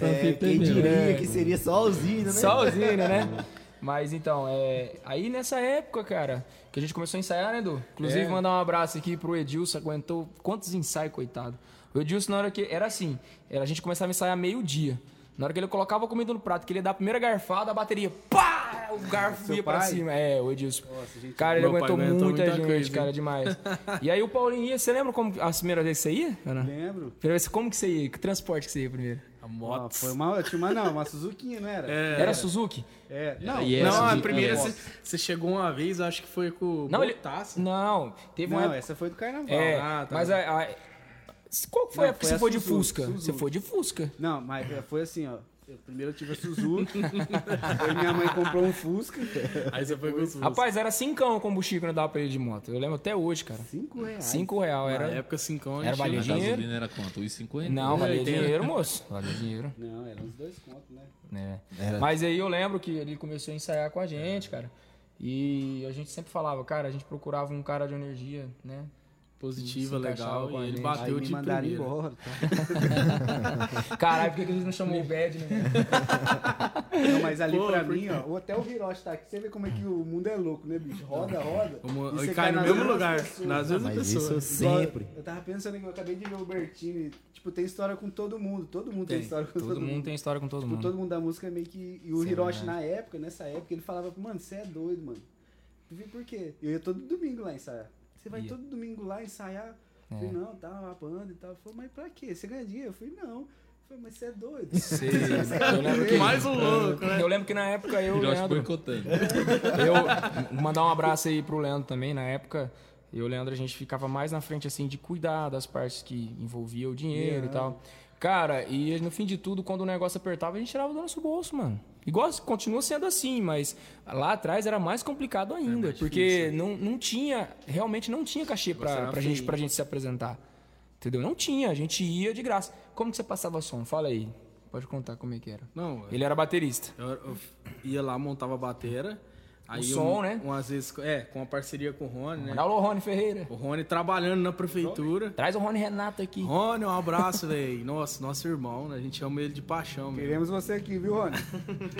[SPEAKER 3] É, quem diria que seria só usina, né?
[SPEAKER 5] Só usina, né? Mas então, é... aí nessa época, cara, que a gente começou a ensaiar, né, Edu? Inclusive, mandar um abraço aqui pro Edilson, aguentou quantos ensaios, coitado. O Edilson, na hora que. Era assim, era- a gente começava a ensaiar meio-dia. Na hora que ele colocava a comida no prato, que ele ia dar a primeira garfada, a bateria, pá! O garfo ia pra
[SPEAKER 2] pai?
[SPEAKER 5] cima. É, o Edilson.
[SPEAKER 2] gente.
[SPEAKER 5] Cara, ele
[SPEAKER 4] Meu pai
[SPEAKER 5] aguentou,
[SPEAKER 4] aguentou
[SPEAKER 5] muita,
[SPEAKER 4] muita
[SPEAKER 5] gente,
[SPEAKER 4] coisa, hein?
[SPEAKER 5] cara, demais. e aí o Paulinho ia, você lembra como a primeira vez que você ia? Ana?
[SPEAKER 2] Lembro.
[SPEAKER 5] Primeira vez, como que você ia? Que transporte que você ia primeiro?
[SPEAKER 4] A
[SPEAKER 2] Ah, foi uma, tinha uma, não, uma Suzuki, não era? É.
[SPEAKER 5] Era Suzuki?
[SPEAKER 2] Não,
[SPEAKER 1] E essa
[SPEAKER 4] Não, a
[SPEAKER 1] de-
[SPEAKER 4] primeira
[SPEAKER 1] é.
[SPEAKER 4] você você chegou uma vez, acho que foi com o
[SPEAKER 5] Não, ele-
[SPEAKER 4] Botassi.
[SPEAKER 5] Não, teve uma
[SPEAKER 2] não,
[SPEAKER 5] época-
[SPEAKER 2] essa foi do carnaval.
[SPEAKER 5] É,
[SPEAKER 4] Ah, tá.
[SPEAKER 5] mas a, a- Qual que foi
[SPEAKER 2] Não,
[SPEAKER 5] a época que
[SPEAKER 2] foi
[SPEAKER 5] você
[SPEAKER 2] a
[SPEAKER 5] foi de
[SPEAKER 2] Suzuki,
[SPEAKER 5] Fusca? Você
[SPEAKER 2] Suzuki.
[SPEAKER 5] foi de Fusca.
[SPEAKER 2] Não, mas eh, foi assim, ó. Eu primeiro tive a Suzuki, aí minha mãe comprou um Fusca.
[SPEAKER 4] Aí você foi com os
[SPEAKER 5] Rapaz, era cincão o combustível que eu dava pra ele de moto. Eu lembro até hoje, cara.
[SPEAKER 2] Cinco reais.
[SPEAKER 5] Cinco real
[SPEAKER 4] Na
[SPEAKER 5] era.
[SPEAKER 4] época, assim, 5 anos.
[SPEAKER 5] Era
[SPEAKER 1] A
[SPEAKER 5] valia dinheiro?
[SPEAKER 1] gasolina era quanto? 1,50?
[SPEAKER 5] Não, valia
[SPEAKER 4] oitenta.
[SPEAKER 5] dinheiro, moço. Valia dinheiro.
[SPEAKER 2] Não, eram uns dois contos, né?
[SPEAKER 5] né?
[SPEAKER 3] Era-
[SPEAKER 5] Mas aí eu lembro que ele começou a ensaiar com a gente, cara. E a gente sempre falava, cara, a gente procurava um cara de energia, né?
[SPEAKER 4] Positiva,
[SPEAKER 5] Se encaixava
[SPEAKER 4] legal.
[SPEAKER 5] com a
[SPEAKER 4] E ele
[SPEAKER 5] gente.
[SPEAKER 2] Aí
[SPEAKER 4] bateu
[SPEAKER 2] me
[SPEAKER 4] de
[SPEAKER 2] mandaram
[SPEAKER 4] primeira.
[SPEAKER 2] embora. tá?
[SPEAKER 5] Caralho, por que que eles não chamou o Bad, né?
[SPEAKER 2] Não, mas ali
[SPEAKER 4] Pô,
[SPEAKER 2] pra
[SPEAKER 4] por
[SPEAKER 2] mim, ó, ou até o Hiroshi tá aqui. Você vê como é que o mundo é louco, né, bicho? Roda, roda.
[SPEAKER 4] Uma-
[SPEAKER 2] e
[SPEAKER 4] e
[SPEAKER 2] você
[SPEAKER 4] cai no
[SPEAKER 2] nas
[SPEAKER 4] mesmo
[SPEAKER 2] mesmas
[SPEAKER 4] lugar,
[SPEAKER 2] pessoas.
[SPEAKER 4] nas mesmas
[SPEAKER 3] Ah, Mas isso
[SPEAKER 4] pessoas.
[SPEAKER 2] Igual,
[SPEAKER 3] sempre.
[SPEAKER 2] Eu tava pensando que eu acabei de ver o Bertini. Tipo, tem história com todo mundo. Todo mundo tem,
[SPEAKER 5] Tem.
[SPEAKER 2] história com todo,
[SPEAKER 5] Todo mundo tem história com todo
[SPEAKER 2] Tipo, todo
[SPEAKER 5] mundo.
[SPEAKER 2] mundo da música é meio que. E o
[SPEAKER 5] Sim,
[SPEAKER 2] Hiroshi,
[SPEAKER 5] né?
[SPEAKER 2] na época, nessa época, ele falava, mano, você é doido, mano. Eu vi por quê? Eu ia todo domingo lá ensaiar. Você vai
[SPEAKER 5] Ia.
[SPEAKER 2] todo domingo lá ensaiar? Eu falei, não, tá uma banda e tal. Eu falei, mas pra quê? Você ganha dinheiro? Eu falei, não. Eu falei, mas você é doido.
[SPEAKER 5] Eu lembro que-
[SPEAKER 4] Mais um louco, né?
[SPEAKER 5] Eu lembro que na época eu,
[SPEAKER 1] Hiroshi
[SPEAKER 5] Leandro,
[SPEAKER 1] boicotando.
[SPEAKER 5] Eu mandar um abraço aí pro Leandro também. Na época, eu e o Leandro, a gente ficava mais na frente, assim, de cuidar das partes que envolvia o dinheiro e tal. Cara, e no fim de tudo, quando o negócio apertava, a gente tirava do nosso bolso, mano. Igual continua sendo assim, mas lá atrás era mais complicado
[SPEAKER 4] É
[SPEAKER 5] ainda. porque não, não tinha, realmente não tinha cachê pra,
[SPEAKER 4] né? era
[SPEAKER 5] pra, gente, pra gente se apresentar. Entendeu? Não tinha, a gente ia de graça. Como que você passava som? Fala aí. Pode contar como é que era.
[SPEAKER 4] Não,
[SPEAKER 5] Ele era baterista.
[SPEAKER 4] eu, eu ia lá, montava a batera. Aí
[SPEAKER 5] o som,
[SPEAKER 4] um-
[SPEAKER 5] né?
[SPEAKER 4] Umas vezes, é, com a parceria com o Rony, né?
[SPEAKER 5] Alô, Rony Ferreira.
[SPEAKER 4] O Rony trabalhando na prefeitura.
[SPEAKER 5] Traz o Rony Renato aqui.
[SPEAKER 4] Rony, um abraço, velho. Nossa, nosso irmão, né? A gente ama ele de paixão, meu.
[SPEAKER 2] Queremos você aqui, viu, Rony?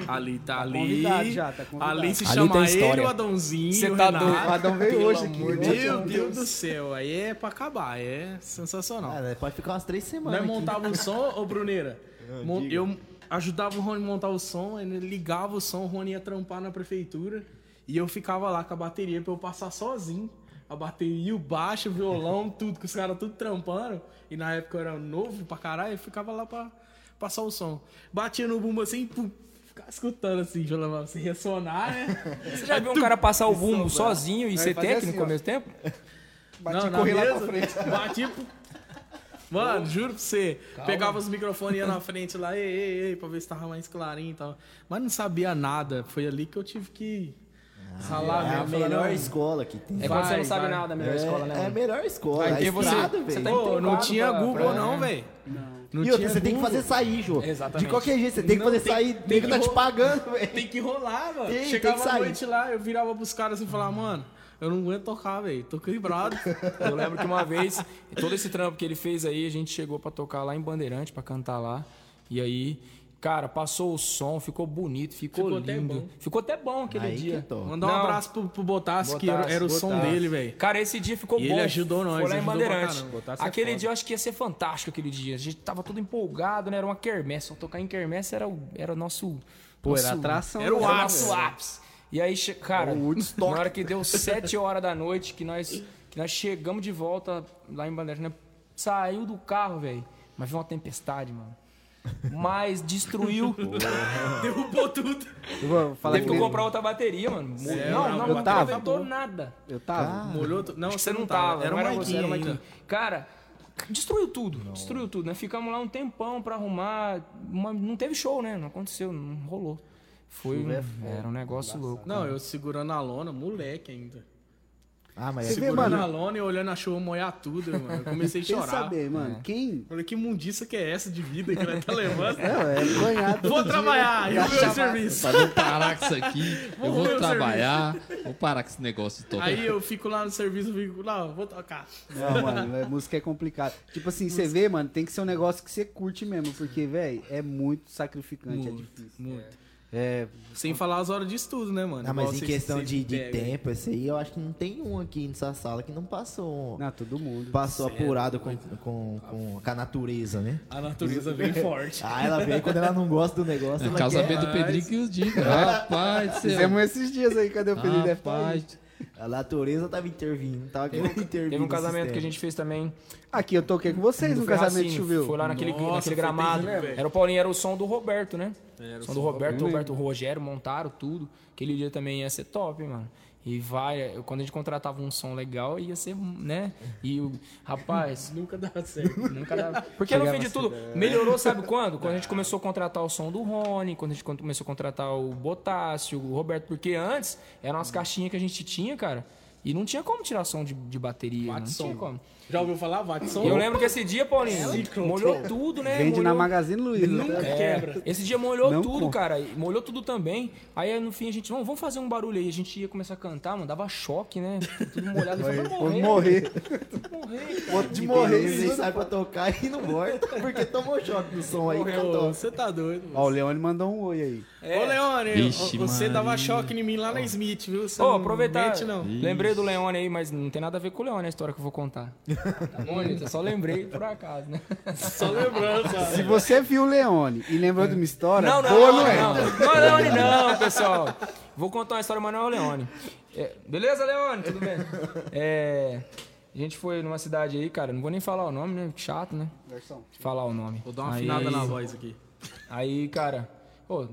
[SPEAKER 4] Ali tá ali.
[SPEAKER 2] convidado já, tá convidado.
[SPEAKER 4] Ali se
[SPEAKER 5] Ali
[SPEAKER 4] chama
[SPEAKER 5] tem
[SPEAKER 4] ele,
[SPEAKER 5] história.
[SPEAKER 4] o Adãozinho,
[SPEAKER 5] Cê
[SPEAKER 4] o
[SPEAKER 5] tá
[SPEAKER 4] Renato.
[SPEAKER 2] O Adão veio hoje aqui.
[SPEAKER 4] Meu
[SPEAKER 2] né?
[SPEAKER 4] Deus, do céu, aí é pra acabar, é sensacional.
[SPEAKER 3] Cara, pode ficar umas três semanas.
[SPEAKER 4] Nós
[SPEAKER 5] é
[SPEAKER 3] aqui.
[SPEAKER 4] montava é o som, ô Bruneira. mon- eu ajudava o Rony a montar o som, ele ligava o som, o Rony ia trampar na prefeitura. E eu ficava lá com a bateria pra eu passar sozinho. A bateria, o baixo, o violão, tudo, que os caras tudo trampando. E na época eu era novo pra caralho, eu ficava lá pra passar o som. Batia no bumbo assim, pum, ficava escutando assim, Jolava, se ressonar, né?
[SPEAKER 5] Você já viu um cara passar o bumbo sozinho e
[SPEAKER 2] Vai
[SPEAKER 5] ser
[SPEAKER 2] fazer
[SPEAKER 5] técnico
[SPEAKER 2] assim, ó.
[SPEAKER 5] ao mesmo tempo?
[SPEAKER 2] Bati e
[SPEAKER 4] na
[SPEAKER 2] corri lá pra
[SPEAKER 4] mesa,
[SPEAKER 2] frente.
[SPEAKER 4] Bati pro- Mano, juro pra você. Pegava os microfones, ia na frente lá, ei, ei, ei, pra ver se tava mais clarinho e tal. Mas não sabia nada. Foi ali que eu tive que ralar
[SPEAKER 3] É a
[SPEAKER 4] mesmo. Falar,
[SPEAKER 3] melhor
[SPEAKER 4] não,
[SPEAKER 3] escola que tem.
[SPEAKER 5] né? É quando você
[SPEAKER 4] Vai,
[SPEAKER 5] não sabe
[SPEAKER 4] vai.
[SPEAKER 5] nada da melhor escola, né?
[SPEAKER 3] é a
[SPEAKER 5] mano?
[SPEAKER 3] melhor escola.
[SPEAKER 5] Vai
[SPEAKER 3] a
[SPEAKER 5] ter você-
[SPEAKER 3] estrada,
[SPEAKER 5] você
[SPEAKER 3] velho.
[SPEAKER 5] tá
[SPEAKER 4] Pô, não
[SPEAKER 5] Entrado
[SPEAKER 4] tinha
[SPEAKER 5] pra-
[SPEAKER 4] Google,
[SPEAKER 5] pra-
[SPEAKER 4] não, velho. Não
[SPEAKER 3] E outra,
[SPEAKER 4] tinha
[SPEAKER 3] você tem que
[SPEAKER 4] Google.
[SPEAKER 3] fazer sair, Jô.
[SPEAKER 5] Exatamente.
[SPEAKER 3] De qualquer jeito, você tem que
[SPEAKER 4] Não,
[SPEAKER 3] fazer
[SPEAKER 4] tem-
[SPEAKER 3] sair.
[SPEAKER 4] tem
[SPEAKER 3] Tem que
[SPEAKER 4] que
[SPEAKER 3] tá te
[SPEAKER 4] ro-
[SPEAKER 3] pagando, velho.
[SPEAKER 4] Tem que rolar, mano.
[SPEAKER 3] Tem, tem
[SPEAKER 4] Chegava
[SPEAKER 3] que sair.
[SPEAKER 4] à noite lá, eu virava pros caras assim e falava, mano, eu não aguento tocar, velho. Tô quebrado.
[SPEAKER 5] Eu lembro que uma vez, todo esse trampo que ele fez aí, a gente chegou pra tocar lá em Bandeirante, pra cantar lá. E aí, cara, passou o som, ficou bonito, ficou,
[SPEAKER 4] Ficou até
[SPEAKER 5] lindo.
[SPEAKER 4] bom.
[SPEAKER 5] ficou até bom aquele
[SPEAKER 3] Aí que
[SPEAKER 5] dia.
[SPEAKER 3] top.
[SPEAKER 4] Mandar um
[SPEAKER 5] Não.
[SPEAKER 4] abraço pro, pro Botassi, que era,
[SPEAKER 5] Botassi,
[SPEAKER 4] era o som
[SPEAKER 5] Botassi.
[SPEAKER 4] dele, velho.
[SPEAKER 5] Cara, esse dia ficou
[SPEAKER 4] E
[SPEAKER 5] bom.
[SPEAKER 4] ele ajudou nós,
[SPEAKER 5] Foi lá em
[SPEAKER 4] ajudou pra
[SPEAKER 5] Bandeirante.
[SPEAKER 4] caramba, Botassi é
[SPEAKER 5] Aquele
[SPEAKER 4] foda.
[SPEAKER 5] dia eu acho que ia ser fantástico aquele dia. A gente tava todo empolgado, né? Era uma quermesse. Só tocar em quermesse era o, era o nosso.
[SPEAKER 2] Pô, era
[SPEAKER 5] nosso-
[SPEAKER 2] atração,
[SPEAKER 5] Era o
[SPEAKER 2] né?
[SPEAKER 5] ápice. o ápice. E aí, che- cara, na hora que deu 7 horas da noite, que nós, que nós chegamos de volta lá em Bandeirante, né? saiu do carro, velho. Mas veio uma tempestade, mano. Mas destruiu.
[SPEAKER 4] Derrubou tudo.
[SPEAKER 2] Eu vou falar
[SPEAKER 5] Teve que
[SPEAKER 2] aqui.
[SPEAKER 5] comprar outra bateria, mano. não, não,
[SPEAKER 2] eu
[SPEAKER 5] não
[SPEAKER 2] tava.
[SPEAKER 5] aproveitou nada.
[SPEAKER 2] Eu tava.
[SPEAKER 4] Molhou tudo. Não,
[SPEAKER 5] Acho que você não tava.
[SPEAKER 4] Era
[SPEAKER 5] não
[SPEAKER 4] uma
[SPEAKER 5] você, era
[SPEAKER 4] Maikinho
[SPEAKER 5] o
[SPEAKER 4] ainda.
[SPEAKER 5] Maikinho. Cara, destruiu tudo. Destruiu tudo, né? Ficamos lá um tempão pra arrumar. uma- não teve show, né? Não aconteceu, não rolou. Foi um, era um negócio louco.
[SPEAKER 4] Não, eu segurando a lona, moleque ainda.
[SPEAKER 3] Ah, mas
[SPEAKER 2] Você
[SPEAKER 3] é
[SPEAKER 2] vê,
[SPEAKER 4] Segurando
[SPEAKER 2] mano?
[SPEAKER 4] a lona e olhando a chuva molhar tudo, mano. Eu comecei a
[SPEAKER 2] Quem
[SPEAKER 4] chorar.
[SPEAKER 2] saber, mano? Quem?
[SPEAKER 4] Olha que mundiça que é essa de vida que ela tá levando.
[SPEAKER 2] Não, é banhado.
[SPEAKER 4] Vou trabalhar, e o meu serviço.
[SPEAKER 1] Vou parar com isso aqui, eu
[SPEAKER 4] Vou ver
[SPEAKER 1] vou
[SPEAKER 4] o
[SPEAKER 1] trabalhar, vou parar com esse negócio de tocar. É,
[SPEAKER 4] Aí eu fico lá no serviço, eu fico lá, vou tocar.
[SPEAKER 2] Não, mano, é- música é complicado. Tipo assim, você vê, mano, tem que ser um negócio que você curte mesmo, porque, velho, é muito sacrificante, é difícil.
[SPEAKER 4] Muito.
[SPEAKER 2] É,
[SPEAKER 4] Sem falar as horas de estudo, né, mano?
[SPEAKER 3] Ah, mas
[SPEAKER 4] Igual
[SPEAKER 3] em
[SPEAKER 4] vocês-
[SPEAKER 3] questão
[SPEAKER 4] vocês
[SPEAKER 3] de, de
[SPEAKER 4] pegam.
[SPEAKER 3] tempo, esse aí, eu acho que não tem um aqui nessa sala que não passou.
[SPEAKER 2] não, todo mundo.
[SPEAKER 3] Passou apurado com, com, com, com a natureza, né?
[SPEAKER 4] A natureza vem forte.
[SPEAKER 3] Ah, ela vem quando ela não gosta do negócio. Ela
[SPEAKER 1] Casamento
[SPEAKER 3] quer...
[SPEAKER 1] do Pedrinho que os diga. Rapaz, do céu.
[SPEAKER 2] Fizemos esses dias aí, cadê o Pedro? é Deve tá aí.
[SPEAKER 1] Rapaz,
[SPEAKER 3] A natureza tava intervindo, tava querendo intervir.
[SPEAKER 5] Teve um
[SPEAKER 3] no
[SPEAKER 5] casamento que a
[SPEAKER 3] sistema.
[SPEAKER 5] gente fez também.
[SPEAKER 2] Aqui, eu toquei com vocês no
[SPEAKER 5] Foi
[SPEAKER 2] um casamento
[SPEAKER 5] Racine,
[SPEAKER 2] de choveu.
[SPEAKER 5] Foi lá naquele,
[SPEAKER 4] Nossa,
[SPEAKER 5] naquele
[SPEAKER 4] foi
[SPEAKER 5] gramado.
[SPEAKER 4] terrível, né, velho.
[SPEAKER 5] Era o Paulinho, era o som do Roberto, né? o som do Roberto, Roberto Rogério, montaram tudo. Aquele dia também ia ser top, mano. E vai, quando a gente contratava um som legal, ia ser, né? E o rapaz,
[SPEAKER 4] Nunca dá certo.
[SPEAKER 5] Nunca dava. Porque no fim de tudo, melhorou, sabe quando? Quando a gente começou a contratar o som do Rony, quando a gente con- começou a contratar o Botássio, o Roberto, porque antes eram
[SPEAKER 2] Hum.
[SPEAKER 5] as caixinhas que a gente tinha, cara, e não tinha como tirar som de, de bateria. Não
[SPEAKER 4] Watson.
[SPEAKER 5] tinha como.
[SPEAKER 4] Já ouviu falar, Watson?
[SPEAKER 5] E eu lembro que esse dia, Paulinho,
[SPEAKER 4] Ciclo.
[SPEAKER 5] molhou tudo, né?
[SPEAKER 2] Vende na
[SPEAKER 5] Molhou- É,
[SPEAKER 2] Magazine Luiza.
[SPEAKER 4] Nunca
[SPEAKER 2] tá?
[SPEAKER 4] quebra.
[SPEAKER 5] Esse dia molhou
[SPEAKER 2] Não
[SPEAKER 5] tudo,
[SPEAKER 2] compra.
[SPEAKER 5] cara. e Molhou tudo também. Aí no fim a gente, vamos, vamos fazer um barulho aí. A gente ia começar a cantar, mano. Dava choque, né? Tudo molhado. Foi,
[SPEAKER 2] Vou
[SPEAKER 5] morrer.
[SPEAKER 2] morrer.
[SPEAKER 5] morrer.
[SPEAKER 3] Outro de morrer, você sai pra tocar e não morre, porque tomou choque do som aí.
[SPEAKER 4] Ô,
[SPEAKER 3] Cantou.
[SPEAKER 4] Você tá doido, mano.
[SPEAKER 2] Ó, o Leone mandou um oi aí.
[SPEAKER 5] É.
[SPEAKER 4] Ô, Leone,
[SPEAKER 1] Vixe,
[SPEAKER 4] você
[SPEAKER 1] Maria.
[SPEAKER 4] dava choque em mim lá na Smith, viu? Você
[SPEAKER 5] Ô,
[SPEAKER 4] não
[SPEAKER 5] aproveitar.
[SPEAKER 4] mente, não.
[SPEAKER 5] Lembrei do Leone aí, mas não tem nada a ver com o Leone a história que eu vou contar. Tá bom, gente? Eu só lembrei por acaso, né?
[SPEAKER 4] Só lembrando,
[SPEAKER 2] Se
[SPEAKER 4] sabe?
[SPEAKER 2] você viu o Leone e lembrou de uma história,
[SPEAKER 5] Não, não,
[SPEAKER 2] boa
[SPEAKER 5] não,
[SPEAKER 2] não é.
[SPEAKER 5] não. Não é Leone, não, pessoal. Vou contar uma história, mas não é o Leone. É, beleza, Leone? Tudo bem? É, a gente foi numa cidade aí, cara. Não vou nem falar o nome, né? Chato, né?
[SPEAKER 2] Versão.
[SPEAKER 5] Falar o nome.
[SPEAKER 4] Vou dar uma
[SPEAKER 5] Aí-
[SPEAKER 4] afinada na voz aqui.
[SPEAKER 5] Aí, cara, pô,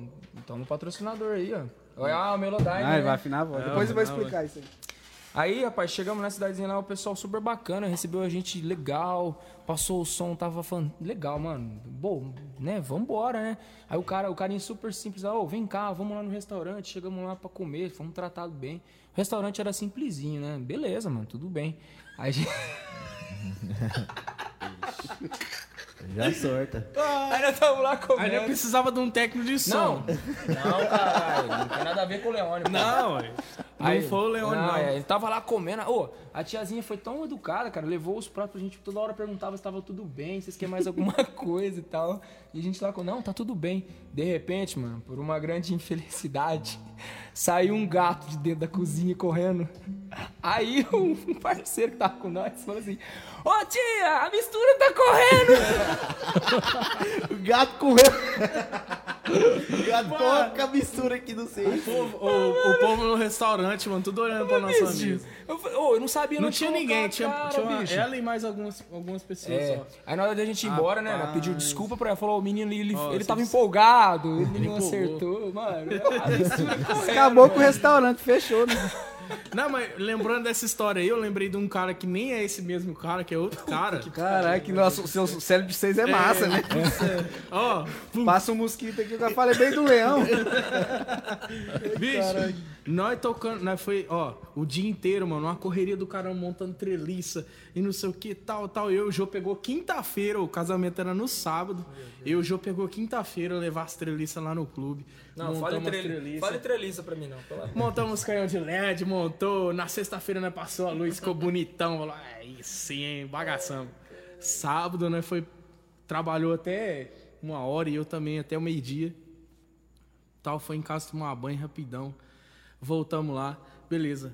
[SPEAKER 5] toma um patrocinador aí, ó. Olha, ah, o Melodyne.
[SPEAKER 2] Ah, ele
[SPEAKER 5] né?
[SPEAKER 2] vai afinar a voz. Depois eu vou explicar isso aí.
[SPEAKER 5] Aí, rapaz, chegamos na cidadezinha lá, o pessoal super bacana, recebeu a gente legal, passou o som, tava falando, legal, mano, bom, né, vambora, né? Aí o cara, o carinha super simples, lá, ô, vem cá, vamos lá no restaurante, chegamos lá pra comer, fomos tratados bem. O restaurante era simplesinho, né? Beleza, mano, tudo bem. Aí a gente...
[SPEAKER 3] Já é sorta.
[SPEAKER 5] Aí nós tava lá
[SPEAKER 4] Aí
[SPEAKER 5] comendo.
[SPEAKER 4] eu precisava de um técnico de som.
[SPEAKER 5] É. Não.
[SPEAKER 8] Não, caralho, não tem nada a ver com o Leone. pô.
[SPEAKER 4] Não, ué. não foi o Leone, não.
[SPEAKER 5] é, ele tava lá comendo. Ô, a tiazinha foi tão educada, cara. Levou os pratos pra gente. Toda hora perguntava se tava tudo bem, se quer mais alguma coisa e tal. E a gente lá com, não, tá tudo bem. De repente, mano, por uma grande infelicidade, saiu um gato de dentro da cozinha correndo. Aí um parceiro que tava com nós falou assim: Ô tia, a mistura tá correndo!
[SPEAKER 3] O gato correu. o gato toca a mistura aqui do
[SPEAKER 4] O
[SPEAKER 3] seio.
[SPEAKER 4] povo- O, o povo no restaurante, mano, tudo olhando pra nossa
[SPEAKER 5] Bicho,
[SPEAKER 4] mesa.
[SPEAKER 5] Eu, falei, "Ô, eu não sabia,
[SPEAKER 4] Não
[SPEAKER 5] onde
[SPEAKER 4] tinha
[SPEAKER 5] colocar
[SPEAKER 4] ninguém,
[SPEAKER 5] a
[SPEAKER 4] tinha,
[SPEAKER 5] cara,
[SPEAKER 4] tinha uma-
[SPEAKER 5] bicho."
[SPEAKER 4] ela e mais algumas, algumas pessoas
[SPEAKER 5] É.
[SPEAKER 4] só.
[SPEAKER 5] Aí na hora da gente ir embora, né? Ela pediu
[SPEAKER 4] Rapaz.
[SPEAKER 5] desculpa pra ela. Falou, o menino, ele,
[SPEAKER 4] Ó,
[SPEAKER 5] ele
[SPEAKER 4] vocês-
[SPEAKER 5] tava empolgado, ele não
[SPEAKER 4] empolgou.
[SPEAKER 5] acertou. Mano, a mistura correndo.
[SPEAKER 2] Acabou com o restaurante, fechou, né?
[SPEAKER 4] Não, mas lembrando dessa história aí, eu lembrei de um cara que nem é esse mesmo cara, que é outro cara.
[SPEAKER 2] Caralho, que nosso, seu cérebro de vocês é massa, né?
[SPEAKER 4] Ó,
[SPEAKER 2] Passa um mosquito aqui, eu já falei bem do leão.
[SPEAKER 4] bicho, nós tocando, nós foi, ó, o dia inteiro, mano, uma correria do caramba montando treliça e não sei o que, tal, tal. Eu, o Jô pegou quinta-feira, o casamento era no sábado, eu, o Jô pegou quinta-feira levar as treliças lá no clube.
[SPEAKER 5] Não, fala
[SPEAKER 4] montamos as
[SPEAKER 5] entreli-
[SPEAKER 4] treliças.
[SPEAKER 5] fala entreliça pra mim, não. pelo amor.
[SPEAKER 4] Montamos um canhão de LED, montou. Na sexta-feira nós passou a luz, ficou bonitão. Falou, é isso, hein? Bagaçamos. Sábado, né? Foi. Trabalhou até uma hora e eu também, até o meio-dia. Tal, foi em casa tomar banho rapidão. Voltamos lá. Beleza.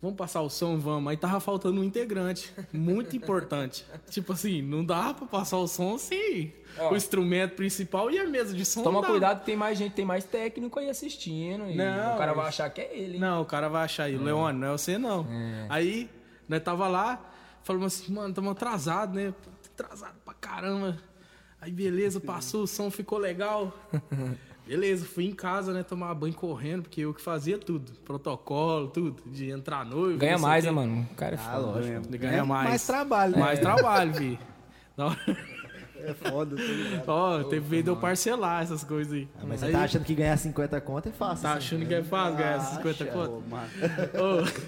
[SPEAKER 4] Vamos passar o som, vamos. Aí tava faltando um integrante. Muito importante. tipo assim, não dá pra passar o som sem
[SPEAKER 5] Ó.
[SPEAKER 4] o instrumento principal e a mesa de som.
[SPEAKER 5] Toma
[SPEAKER 4] não dá.
[SPEAKER 5] cuidado, tem mais gente, tem mais técnico aí assistindo. e
[SPEAKER 4] Não,
[SPEAKER 5] o cara
[SPEAKER 4] isso-
[SPEAKER 5] vai achar que é ele. hein?
[SPEAKER 4] Não, o cara vai achar aí, Leone, não é você não. Aí, nós tava lá, falamos assim, mano, tamo atrasado, né? Atrasado pra caramba. Aí, beleza, passou, o som ficou legal. Beleza, fui em casa, né, tomar banho correndo, porque eu que fazia tudo. Protocolo, tudo, de entrar noivo.
[SPEAKER 5] Ganha
[SPEAKER 4] não sei Tá
[SPEAKER 5] mais,
[SPEAKER 4] o
[SPEAKER 5] né,
[SPEAKER 4] quê.
[SPEAKER 5] mano? O cara é foda.
[SPEAKER 2] né,
[SPEAKER 3] lógico.
[SPEAKER 4] Ganha mais.
[SPEAKER 2] Então, Mais trabalho, né?
[SPEAKER 4] Mais trabalho, vi. Na hora-
[SPEAKER 2] É foda, tô ligado.
[SPEAKER 4] Ó, teve vez de eu parcelar essas coisas aí.
[SPEAKER 3] Ah, mas
[SPEAKER 4] Aí,
[SPEAKER 3] você tá achando que ganhar 50 conto é fácil.
[SPEAKER 4] tá
[SPEAKER 3] assim.
[SPEAKER 4] achando que é fácil ganhar essas 50
[SPEAKER 3] Acha,
[SPEAKER 4] contas?
[SPEAKER 3] ô, mano.
[SPEAKER 4] Ô,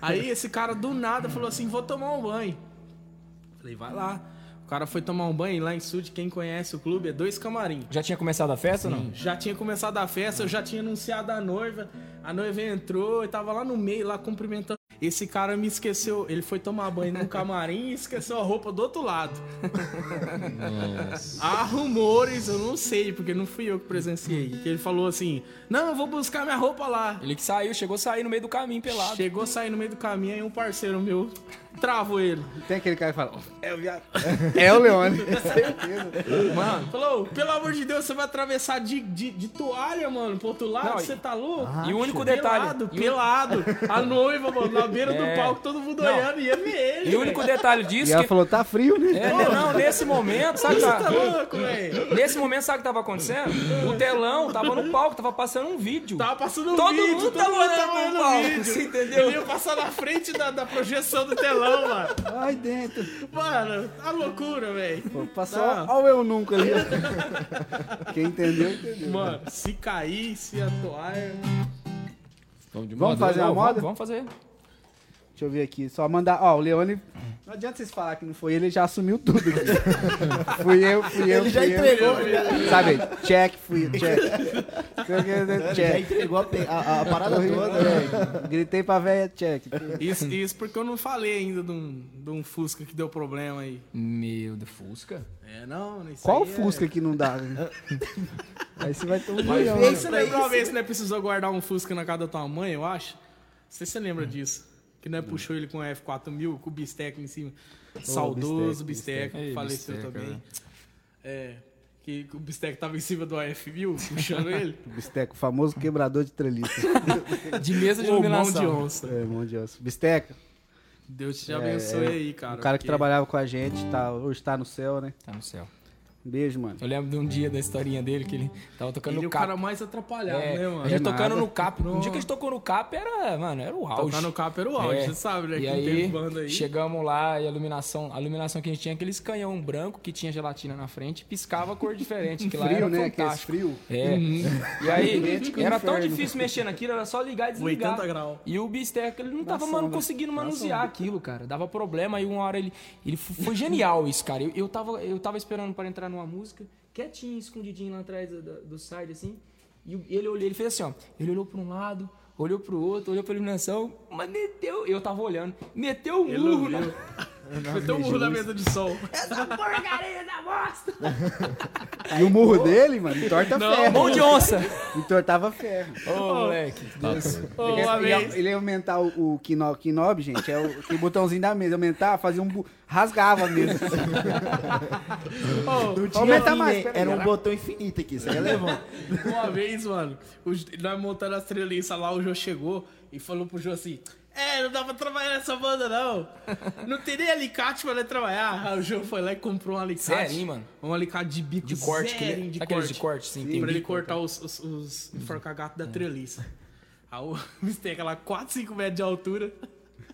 [SPEAKER 4] Aí esse cara do nada falou assim: vou tomar um banho. Falei, vai lá. O cara foi tomar um banho e lá em Sud, quem conhece o clube é dois camarim.
[SPEAKER 5] Já tinha começado a festa ou não?
[SPEAKER 4] Já tinha começado a festa, eu já tinha anunciado a noiva. A noiva entrou e tava lá no meio, lá cumprimentando. Esse cara me esqueceu. Ele foi tomar banho num camarim e esqueceu a roupa do outro lado.
[SPEAKER 1] Nossa.
[SPEAKER 4] Há rumores, eu não sei, porque não fui eu que presenciei. Que ele falou assim: Não, eu vou buscar minha roupa lá.
[SPEAKER 5] Ele que saiu, chegou a sair no meio do caminho pelado.
[SPEAKER 4] Chegou a sair no meio do caminho e um parceiro meu travou ele.
[SPEAKER 2] Tem aquele cara que fala, "Ó, é o viado. É o Leone.
[SPEAKER 4] Mano, falou, pelo amor de Deus, você vai atravessar de, de, de toalha, mano, pro outro lado,
[SPEAKER 5] Não, e-
[SPEAKER 4] você tá louco?
[SPEAKER 5] e o único detalhe-
[SPEAKER 4] Pelado,
[SPEAKER 5] e o-
[SPEAKER 4] pelado. A noiva, mano, na beira
[SPEAKER 5] É.
[SPEAKER 4] do palco, todo mundo
[SPEAKER 5] Não.
[SPEAKER 4] olhando, ia ver ele.
[SPEAKER 5] E o único
[SPEAKER 4] velho.
[SPEAKER 5] detalhe
[SPEAKER 2] E
[SPEAKER 5] disso
[SPEAKER 2] ela
[SPEAKER 5] que...
[SPEAKER 2] falou, tá frio, né?
[SPEAKER 5] É, não, nesse momento, sabe?
[SPEAKER 4] Você tá louco, velho.
[SPEAKER 5] Nesse momento, sabe o que tava acontecendo? O telão tava no palco, tava passando um vídeo.
[SPEAKER 4] Tava passando um
[SPEAKER 5] Todo
[SPEAKER 4] vídeo,
[SPEAKER 5] mundo
[SPEAKER 4] todo
[SPEAKER 5] tava
[SPEAKER 4] mundo
[SPEAKER 5] olhando
[SPEAKER 4] tava
[SPEAKER 5] pro
[SPEAKER 4] olhando o
[SPEAKER 5] palco,
[SPEAKER 4] vídeo.
[SPEAKER 5] você entendeu?
[SPEAKER 4] Ele ia passar na frente da, da projeção do telão, mano.
[SPEAKER 2] Ai, dentro.
[SPEAKER 4] Mano, a loucura, velho.
[SPEAKER 2] Pô, passou,
[SPEAKER 4] Não.
[SPEAKER 2] ó, o eu nunca ali. ó. Quem entendeu, entendeu.
[SPEAKER 4] Mano, se cair, se atuar...
[SPEAKER 1] Vamos de
[SPEAKER 2] Vamos
[SPEAKER 1] moda?
[SPEAKER 2] fazer uma
[SPEAKER 5] Não,
[SPEAKER 2] moda?
[SPEAKER 5] vamos, vamos fazer.
[SPEAKER 2] Deixa eu ver aqui, só mandar. Ó, o Leone. Não adianta vocês falar que não foi ele, ele já assumiu tudo. aqui. fui eu, fui eu.
[SPEAKER 3] Ele já
[SPEAKER 2] fui eu.
[SPEAKER 3] entregou.
[SPEAKER 2] Sabe, check, fui eu, check. Sei o que,
[SPEAKER 3] Já
[SPEAKER 2] check.
[SPEAKER 3] entregou a, pe- a- a parada toda, velho.
[SPEAKER 2] Gritei pra véia, check.
[SPEAKER 4] Isso, isso porque eu não falei ainda de um, de um Fusca que deu problema aí.
[SPEAKER 5] Meu, do Fusca?
[SPEAKER 4] É, não, isso
[SPEAKER 2] Qual
[SPEAKER 4] aí é-
[SPEAKER 2] Fusca que não dá? né? Aí você vai ter um
[SPEAKER 4] Não
[SPEAKER 2] milhão.
[SPEAKER 4] sei
[SPEAKER 2] né?
[SPEAKER 4] se você lembra uma vez que né, precisou guardar um Fusca na casa da tua mãe, eu acho. Não sei se você lembra disso. Que né, puxou ele com um F4000, com o Bistec em cima. Saudoso Bistec,
[SPEAKER 5] Bistec. Ei,
[SPEAKER 4] que faleceu
[SPEAKER 5] Bistec,
[SPEAKER 4] também.
[SPEAKER 5] né?
[SPEAKER 4] É. Que o Bistec tava em cima do AF1000, puxando ele.
[SPEAKER 2] Bisteca, o famoso quebrador de treliça.
[SPEAKER 5] De mesa de
[SPEAKER 4] Ô, mão de
[SPEAKER 5] iluminação.
[SPEAKER 4] onça.
[SPEAKER 2] é, mão de osso. Bisteca,
[SPEAKER 4] Deus te
[SPEAKER 2] É,
[SPEAKER 4] abençoe aí, cara.
[SPEAKER 2] o cara que
[SPEAKER 4] porque-
[SPEAKER 2] trabalhava com a gente, tá, hoje tá no céu, né?
[SPEAKER 5] Tá no céu.
[SPEAKER 2] Beijo, mano.
[SPEAKER 5] Eu lembro de um dia da historinha dele que ele tava tocando
[SPEAKER 4] Ele é
[SPEAKER 5] no
[SPEAKER 4] o
[SPEAKER 5] cap.
[SPEAKER 4] cara mais atrapalhado,
[SPEAKER 5] É,
[SPEAKER 4] né, mano?
[SPEAKER 5] ele
[SPEAKER 2] De
[SPEAKER 5] tocando
[SPEAKER 2] nada.
[SPEAKER 5] no cap. Um dia que a gente tocou no cap era, mano, era o auge.
[SPEAKER 4] Tocar no capa era o auge,
[SPEAKER 5] É.
[SPEAKER 4] você sabe, né?
[SPEAKER 5] E
[SPEAKER 4] Que
[SPEAKER 5] aí,
[SPEAKER 4] teve banda aí.
[SPEAKER 5] chegamos lá e a iluminação, a iluminação que a gente tinha, aqueles canhão branco que tinha gelatina na frente, piscava cor diferente, que lá
[SPEAKER 2] Frio,
[SPEAKER 5] era
[SPEAKER 2] né? Aqueles
[SPEAKER 5] fantástico.
[SPEAKER 2] frio.
[SPEAKER 5] É.
[SPEAKER 4] Uhum.
[SPEAKER 5] E aí,
[SPEAKER 2] Idêntico
[SPEAKER 5] era tão
[SPEAKER 2] inferno.
[SPEAKER 5] difícil mexer naquilo, era só ligar e desligar.
[SPEAKER 4] 80 graus.
[SPEAKER 5] E o Bisteca, ele não tava, mano, conseguindo manusear aquilo, cara. Dava problema, aí uma hora ele. Ele f- foi genial isso, cara. Eu, eu, tava, eu tava esperando pra entrar numa música, quietinho, escondidinho lá atrás do, do- do side, assim. E o- ele olhou, ele fez assim, ó. Ele olhou pra um lado, olhou pro outro, olhou pra iluminação, mas meteu. Eu tava olhando, meteu um murro na,
[SPEAKER 4] Meteu um murro na mesa de sol.
[SPEAKER 5] essa porcaria é da bosta!
[SPEAKER 2] E o murro dele, mano, entorta ferro.
[SPEAKER 5] Mão de onça!
[SPEAKER 2] Entortava ferro.
[SPEAKER 5] Ô, moleque.
[SPEAKER 1] Tá certo.
[SPEAKER 4] Ô,
[SPEAKER 2] Ele,
[SPEAKER 4] amei.
[SPEAKER 2] ele, ele ia aumentar o, o kino- Kinob, gente, é o, aquele botãozinho da mesa. Aumentar, fazia um. bu- rasgava a mesa.
[SPEAKER 4] Ô,
[SPEAKER 3] Não tinha
[SPEAKER 2] Aumenta
[SPEAKER 3] fim,
[SPEAKER 2] mais,
[SPEAKER 3] né?
[SPEAKER 2] peraí.
[SPEAKER 3] Era um botão infinito aqui, você quer levantar?
[SPEAKER 4] Uma vez, mano, o- nós montando as treliças lá, o Jô chegou e falou pro Jô assim: É, não dá pra trabalhar nessa banda, não. Não tem nem alicate pra nós trabalhar. Aí o Jô foi lá e comprou um alicate.
[SPEAKER 5] Zerinho, é mano.
[SPEAKER 4] Um alicate de bico
[SPEAKER 5] De corte, que
[SPEAKER 4] zerinho
[SPEAKER 5] ele,
[SPEAKER 4] de
[SPEAKER 5] daqueles
[SPEAKER 4] corte.
[SPEAKER 5] de corte, Uhum. sim.
[SPEAKER 4] pra ele
[SPEAKER 5] bico,
[SPEAKER 4] cortar os, os, os enforcagatos
[SPEAKER 5] É.
[SPEAKER 4] da treliça. Aí o Misteca lá, 4, 5 metros de altura.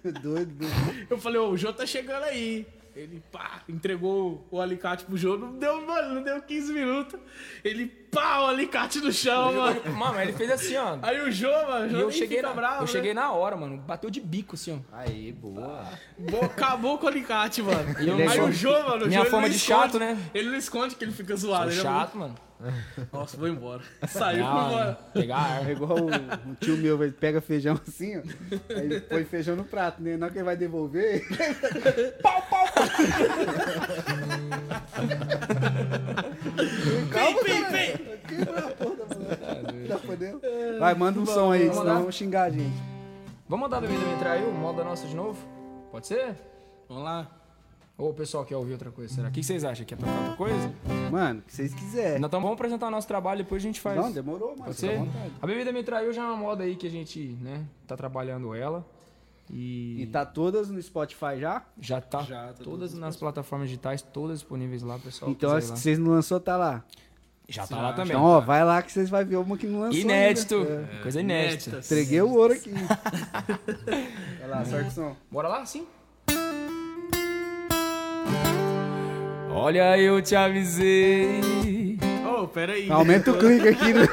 [SPEAKER 2] doido, doido.
[SPEAKER 4] Eu falei, ô, o Jô tá chegando aí. Ele, pá, entregou o alicate pro Jô. Não deu, mano, não deu 15 minutos. Ele, pá, o alicate no chão, mano.
[SPEAKER 5] então. Mano, ele fez assim, ó.
[SPEAKER 4] Aí o Jô, mano, o
[SPEAKER 5] E
[SPEAKER 4] Jô
[SPEAKER 5] eu
[SPEAKER 4] Ah, nem
[SPEAKER 5] cheguei,
[SPEAKER 4] fica
[SPEAKER 5] na,
[SPEAKER 4] bravo,
[SPEAKER 5] eu
[SPEAKER 4] né?
[SPEAKER 5] cheguei na hora, mano. Bateu de bico, assim, ó.
[SPEAKER 3] Aí, boa.
[SPEAKER 4] Bo- Acabou com o alicate, mano.
[SPEAKER 5] E eu-
[SPEAKER 4] Aí o Jô, mano, o
[SPEAKER 5] Minha
[SPEAKER 4] Jô, ele
[SPEAKER 5] fama
[SPEAKER 4] não
[SPEAKER 5] de
[SPEAKER 4] esconde-
[SPEAKER 5] chato, né?
[SPEAKER 4] Ele não esconde que ele fica zoado.
[SPEAKER 5] Tô
[SPEAKER 4] Ele é
[SPEAKER 5] chato, mano.
[SPEAKER 4] muito- Nossa, vou embora. Saiu, foi
[SPEAKER 5] Ah, mano,
[SPEAKER 4] embora.
[SPEAKER 5] pegar
[SPEAKER 2] É
[SPEAKER 5] ar.
[SPEAKER 2] igual o, um tio meu, ele pega feijão assim, ó. Aí põe feijão no prato, né? Na hora que ele vai devolver. pau, pau, pau. Calma,
[SPEAKER 4] Pim, pim,
[SPEAKER 2] cara. Quebra a porra da mulher. Tá podendo? Vai, manda um som aí,
[SPEAKER 5] É, vamos
[SPEAKER 2] senão
[SPEAKER 5] lá.
[SPEAKER 2] vão xingar a gente.
[SPEAKER 5] Vamos mandar a bebida me traiu? Moda nossa de novo? Pode ser?
[SPEAKER 4] Vamos lá.
[SPEAKER 5] Ou o pessoal quer ouvir outra coisa, será? O que vocês acham? Quer tocar outra coisa?
[SPEAKER 2] Mano, o que vocês quiserem.
[SPEAKER 5] Então vamos apresentar nosso trabalho, depois a gente faz.
[SPEAKER 2] É. Não, demorou, mano.
[SPEAKER 5] Pode
[SPEAKER 2] Fica à
[SPEAKER 5] ser?
[SPEAKER 2] vontade.
[SPEAKER 5] A bebida me traiu já é uma moda aí que a gente, né, tá trabalhando ela. E,
[SPEAKER 2] E tá todas no Spotify já?
[SPEAKER 5] já tá
[SPEAKER 4] Já, tá
[SPEAKER 5] todas nas plataformas digitais, todas disponíveis lá, pessoal.
[SPEAKER 2] Então
[SPEAKER 5] quiser
[SPEAKER 2] as
[SPEAKER 5] ir
[SPEAKER 2] que
[SPEAKER 5] lá.
[SPEAKER 2] vocês não lançou, tá lá.
[SPEAKER 5] já tá lá também.
[SPEAKER 2] Então, um ó, vai lá que vocês vão ver uma que não lançou.
[SPEAKER 5] Inédito.
[SPEAKER 2] ainda. É.
[SPEAKER 5] Coisa inédita.
[SPEAKER 4] Inéditas.
[SPEAKER 2] Entreguei o ouro aqui. Vai lá, sorte o som.
[SPEAKER 5] Bora lá, sim? Olha, eu te avisei.
[SPEAKER 4] Ô, pera aí.
[SPEAKER 2] Aumenta o clique aqui. Né?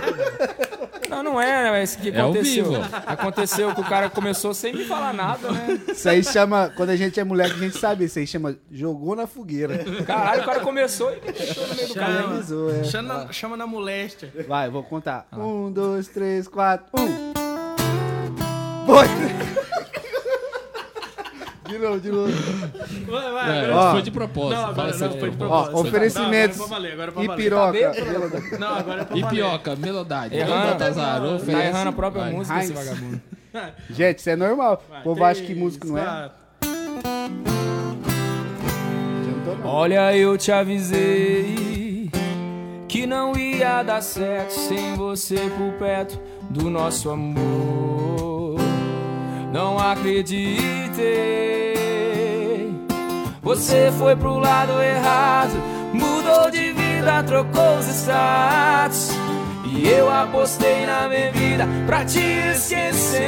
[SPEAKER 5] Não, não é, né? Isso que
[SPEAKER 1] É ao
[SPEAKER 5] aconteceu.
[SPEAKER 1] vivo.
[SPEAKER 5] aconteceu que o cara começou sem me falar nada, né?
[SPEAKER 2] Isso aí chama, quando a gente é moleque, a gente sabe, isso aí chama jogou na fogueira.
[SPEAKER 5] Caralho, o cara começou e me deixou no meio do caminho.
[SPEAKER 4] Chama,
[SPEAKER 2] Finalizou, é.
[SPEAKER 4] chama, na- chama na moléstia.
[SPEAKER 5] É.
[SPEAKER 2] Vai, vou contar.
[SPEAKER 4] Ah.
[SPEAKER 2] Um, dois, três, quatro, um. Foi. De novo, de novo.
[SPEAKER 4] Vai, vai,
[SPEAKER 1] É,
[SPEAKER 4] agora-
[SPEAKER 2] Ó.
[SPEAKER 1] foi de propósito.
[SPEAKER 4] um- Não, agora
[SPEAKER 1] Fala
[SPEAKER 4] não,
[SPEAKER 1] sério.
[SPEAKER 4] foi de
[SPEAKER 2] Ó,
[SPEAKER 4] propósito.
[SPEAKER 2] oferecimentos.
[SPEAKER 4] Não, agora é pra valer, agora é pra
[SPEAKER 2] E
[SPEAKER 4] valer.
[SPEAKER 2] piroca.
[SPEAKER 5] Tá bêbado?
[SPEAKER 2] Velada.
[SPEAKER 4] Não, agora é pra
[SPEAKER 1] E
[SPEAKER 4] valer.
[SPEAKER 1] pioca, melodade.
[SPEAKER 5] Errando.
[SPEAKER 1] Baltazarou,
[SPEAKER 5] Tá
[SPEAKER 1] oferece.
[SPEAKER 5] errando a própria
[SPEAKER 1] Vai.
[SPEAKER 5] música esse
[SPEAKER 2] Heinz.
[SPEAKER 5] vagabundo.
[SPEAKER 2] Gente, isso é normal. O
[SPEAKER 4] Vai,
[SPEAKER 2] povo acha que
[SPEAKER 4] três,
[SPEAKER 2] músico não é.
[SPEAKER 4] quatro.
[SPEAKER 2] Adiantou não.
[SPEAKER 5] Olha, eu te avisei que não ia dar certo sem você por perto do nosso amor. Não acreditei. Você foi pro lado errado, mudou de vida, trocou os status. E eu apostei na bebida pra te esquecer.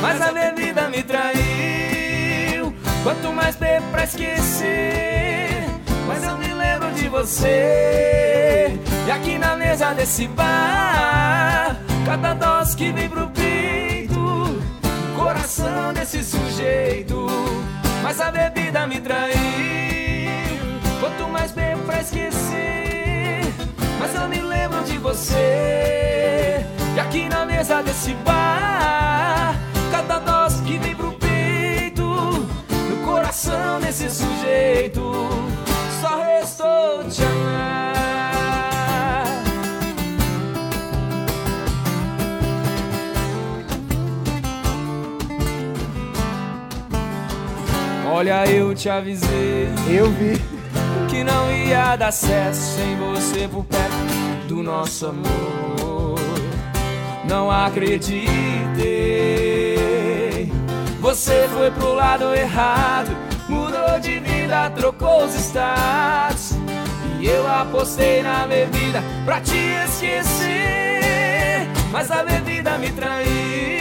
[SPEAKER 5] Mas a bebida me traiu. Quanto mais bebo pra esquecer, mas eu me lembro de você. E aqui na mesa desse bar, cada dose que vem pro peito, coração desse sujeito. Mas a bebida me traiu. Quanto mais bebo pra esquecer, mas eu me lembro de você. E aqui na mesa desse bar, cada dose que vem pro peito, no coração desse sujeito, só restou te amar. Olha, eu te avisei
[SPEAKER 2] Eu vi.
[SPEAKER 5] que não ia dar certo sem você por perto do nosso amor. Não acreditei. Você foi pro lado errado, mudou de vida, trocou os status. E eu apostei na bebida pra te esquecer. Mas a bebida me traiu.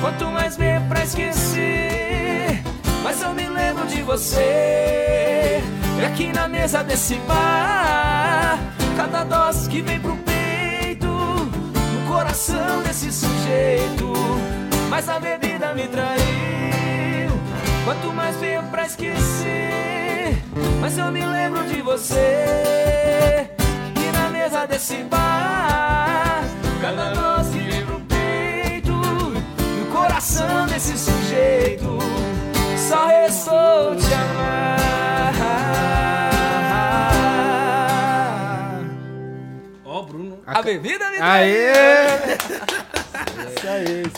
[SPEAKER 5] Quanto mais bebo pra esquecer, mas eu me lembro de você. E aqui na mesa desse bar, cada dose que vem pro peito, no coração desse sujeito. Mas a bebida me traiu. Quanto mais bebo pra esquecer, mas eu me lembro de você. E na mesa desse bar, cada doce vem pro peito, no coração desse sujeito. Só restou te amar.
[SPEAKER 4] Ó, Bruno.
[SPEAKER 5] A bebida me
[SPEAKER 2] Aê!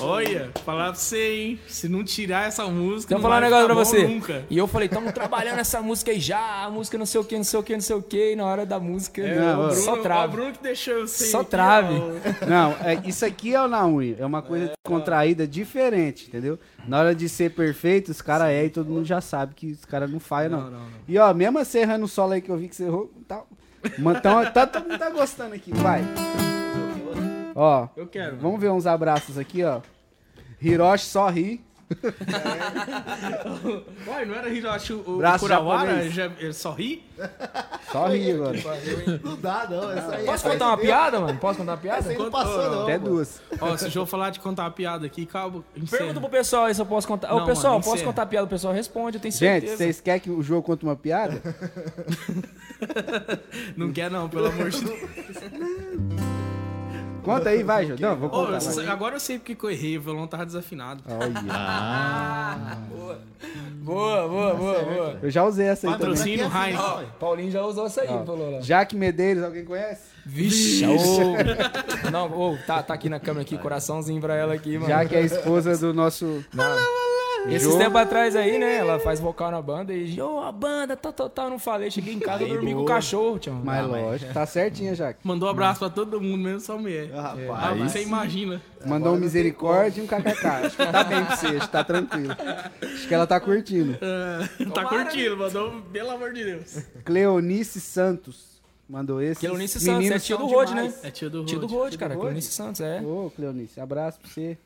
[SPEAKER 4] Olha, falar pra você, hein? Se não tirar essa música.
[SPEAKER 5] Então,
[SPEAKER 4] não
[SPEAKER 5] vou falar um
[SPEAKER 4] vai
[SPEAKER 5] negócio pra
[SPEAKER 4] ficar
[SPEAKER 5] você.
[SPEAKER 4] bom Nunca.
[SPEAKER 5] E eu falei, tamo trabalhando essa música aí já, a música não sei o que, não sei o que, não sei o que, e na hora da música
[SPEAKER 2] não,
[SPEAKER 4] Bruno,
[SPEAKER 5] só
[SPEAKER 4] O
[SPEAKER 5] trave.
[SPEAKER 4] Bruno que deixou eu sem.
[SPEAKER 5] Só
[SPEAKER 4] aqui,
[SPEAKER 5] trave.
[SPEAKER 4] ó.
[SPEAKER 2] Não, é, isso aqui é o na unha. É uma coisa contraída diferente, entendeu? Na hora de ser perfeito, os caras é e todo mundo já sabe que os caras não falha, não.
[SPEAKER 4] Não, não, não.
[SPEAKER 2] E ó, mesmo você errando o solo aí que eu vi que você errou, tá. Mano, Tá, tá, todo mundo tá gostando aqui, vai. Ó,
[SPEAKER 4] Eu quero. mano.
[SPEAKER 2] vamos ver uns abraços aqui, ó. Hiroshi só ri.
[SPEAKER 4] Uai, não era Hiroshi o, o
[SPEAKER 2] Braço
[SPEAKER 4] Kurawara?
[SPEAKER 2] japonês.
[SPEAKER 4] Já, ele só ri?
[SPEAKER 2] Só ri agora.
[SPEAKER 3] Não dá, não. Essa aí é
[SPEAKER 5] Posso
[SPEAKER 3] essa
[SPEAKER 5] contar uma
[SPEAKER 3] aí-
[SPEAKER 5] piada, mano? Posso contar uma piada?
[SPEAKER 4] um
[SPEAKER 3] Essa aí não passou, não.
[SPEAKER 2] Até
[SPEAKER 3] pô.
[SPEAKER 2] duas.
[SPEAKER 4] Ó, se o João falar de contar uma piada aqui, calma. encerra.
[SPEAKER 5] Pergunta pro pessoal aí se eu posso contar. Ô,
[SPEAKER 4] Não,
[SPEAKER 5] pessoal,
[SPEAKER 4] mano,
[SPEAKER 5] posso
[SPEAKER 4] encerra.
[SPEAKER 5] contar a piada? O pessoal responde, eu tenho
[SPEAKER 2] Gente,
[SPEAKER 5] certeza.
[SPEAKER 2] vocês querem que o jogo conte uma piada?
[SPEAKER 4] Não quer, não, pelo amor de Deus.
[SPEAKER 2] Conta aí, vai, Jô. Não, vou
[SPEAKER 4] Ô,
[SPEAKER 2] contar.
[SPEAKER 4] eu-
[SPEAKER 2] vai.
[SPEAKER 4] agora eu sei porque que eu errei, o violão tava desafinado.
[SPEAKER 2] Olha.
[SPEAKER 5] Boa,
[SPEAKER 2] Tá
[SPEAKER 5] boa, boa, boa.
[SPEAKER 2] Eu já usei essa aí também.
[SPEAKER 4] Patrocínio
[SPEAKER 3] Aqui é assim,
[SPEAKER 4] Heinz.
[SPEAKER 3] ó.
[SPEAKER 5] Paulinho já usou essa aí, falou lá.
[SPEAKER 2] Jaque Medeiros, alguém conhece?
[SPEAKER 5] Vixe, ô. Não, ô, tá, tá aqui na câmera aqui, coraçãozinho pra ela aqui, mano.
[SPEAKER 2] Já que é a esposa do nosso.
[SPEAKER 5] Esses tempos atrás aí, né? Ela faz vocal na banda e ô, a banda, tal, tal, tal, não falei. Cheguei em casa, eu dormi com o cachorro, Ah, tchau.
[SPEAKER 2] Mas lógico, tá certinha, Jaque.
[SPEAKER 4] Mandou um abraço pra todo mundo, menos só a mulher.
[SPEAKER 3] Ah,
[SPEAKER 4] Ah,
[SPEAKER 3] Rapaz.
[SPEAKER 4] mas você imagina.
[SPEAKER 2] Mandou um misericórdia e um kkk. Acho que tá bem pra você, acho que tá tranquilo. Acho que ela tá curtindo.
[SPEAKER 4] Ah, tá curtindo, mandou, pelo amor de Deus.
[SPEAKER 2] Cleonice Santos mandou esse.
[SPEAKER 5] Cleonice Santos, é tia do Rod, né?
[SPEAKER 4] É tio do
[SPEAKER 5] Tio do
[SPEAKER 4] Rod.
[SPEAKER 5] Rod, cara. Cleonice Santos, é.
[SPEAKER 2] Ô, Cleonice, abraço pra você.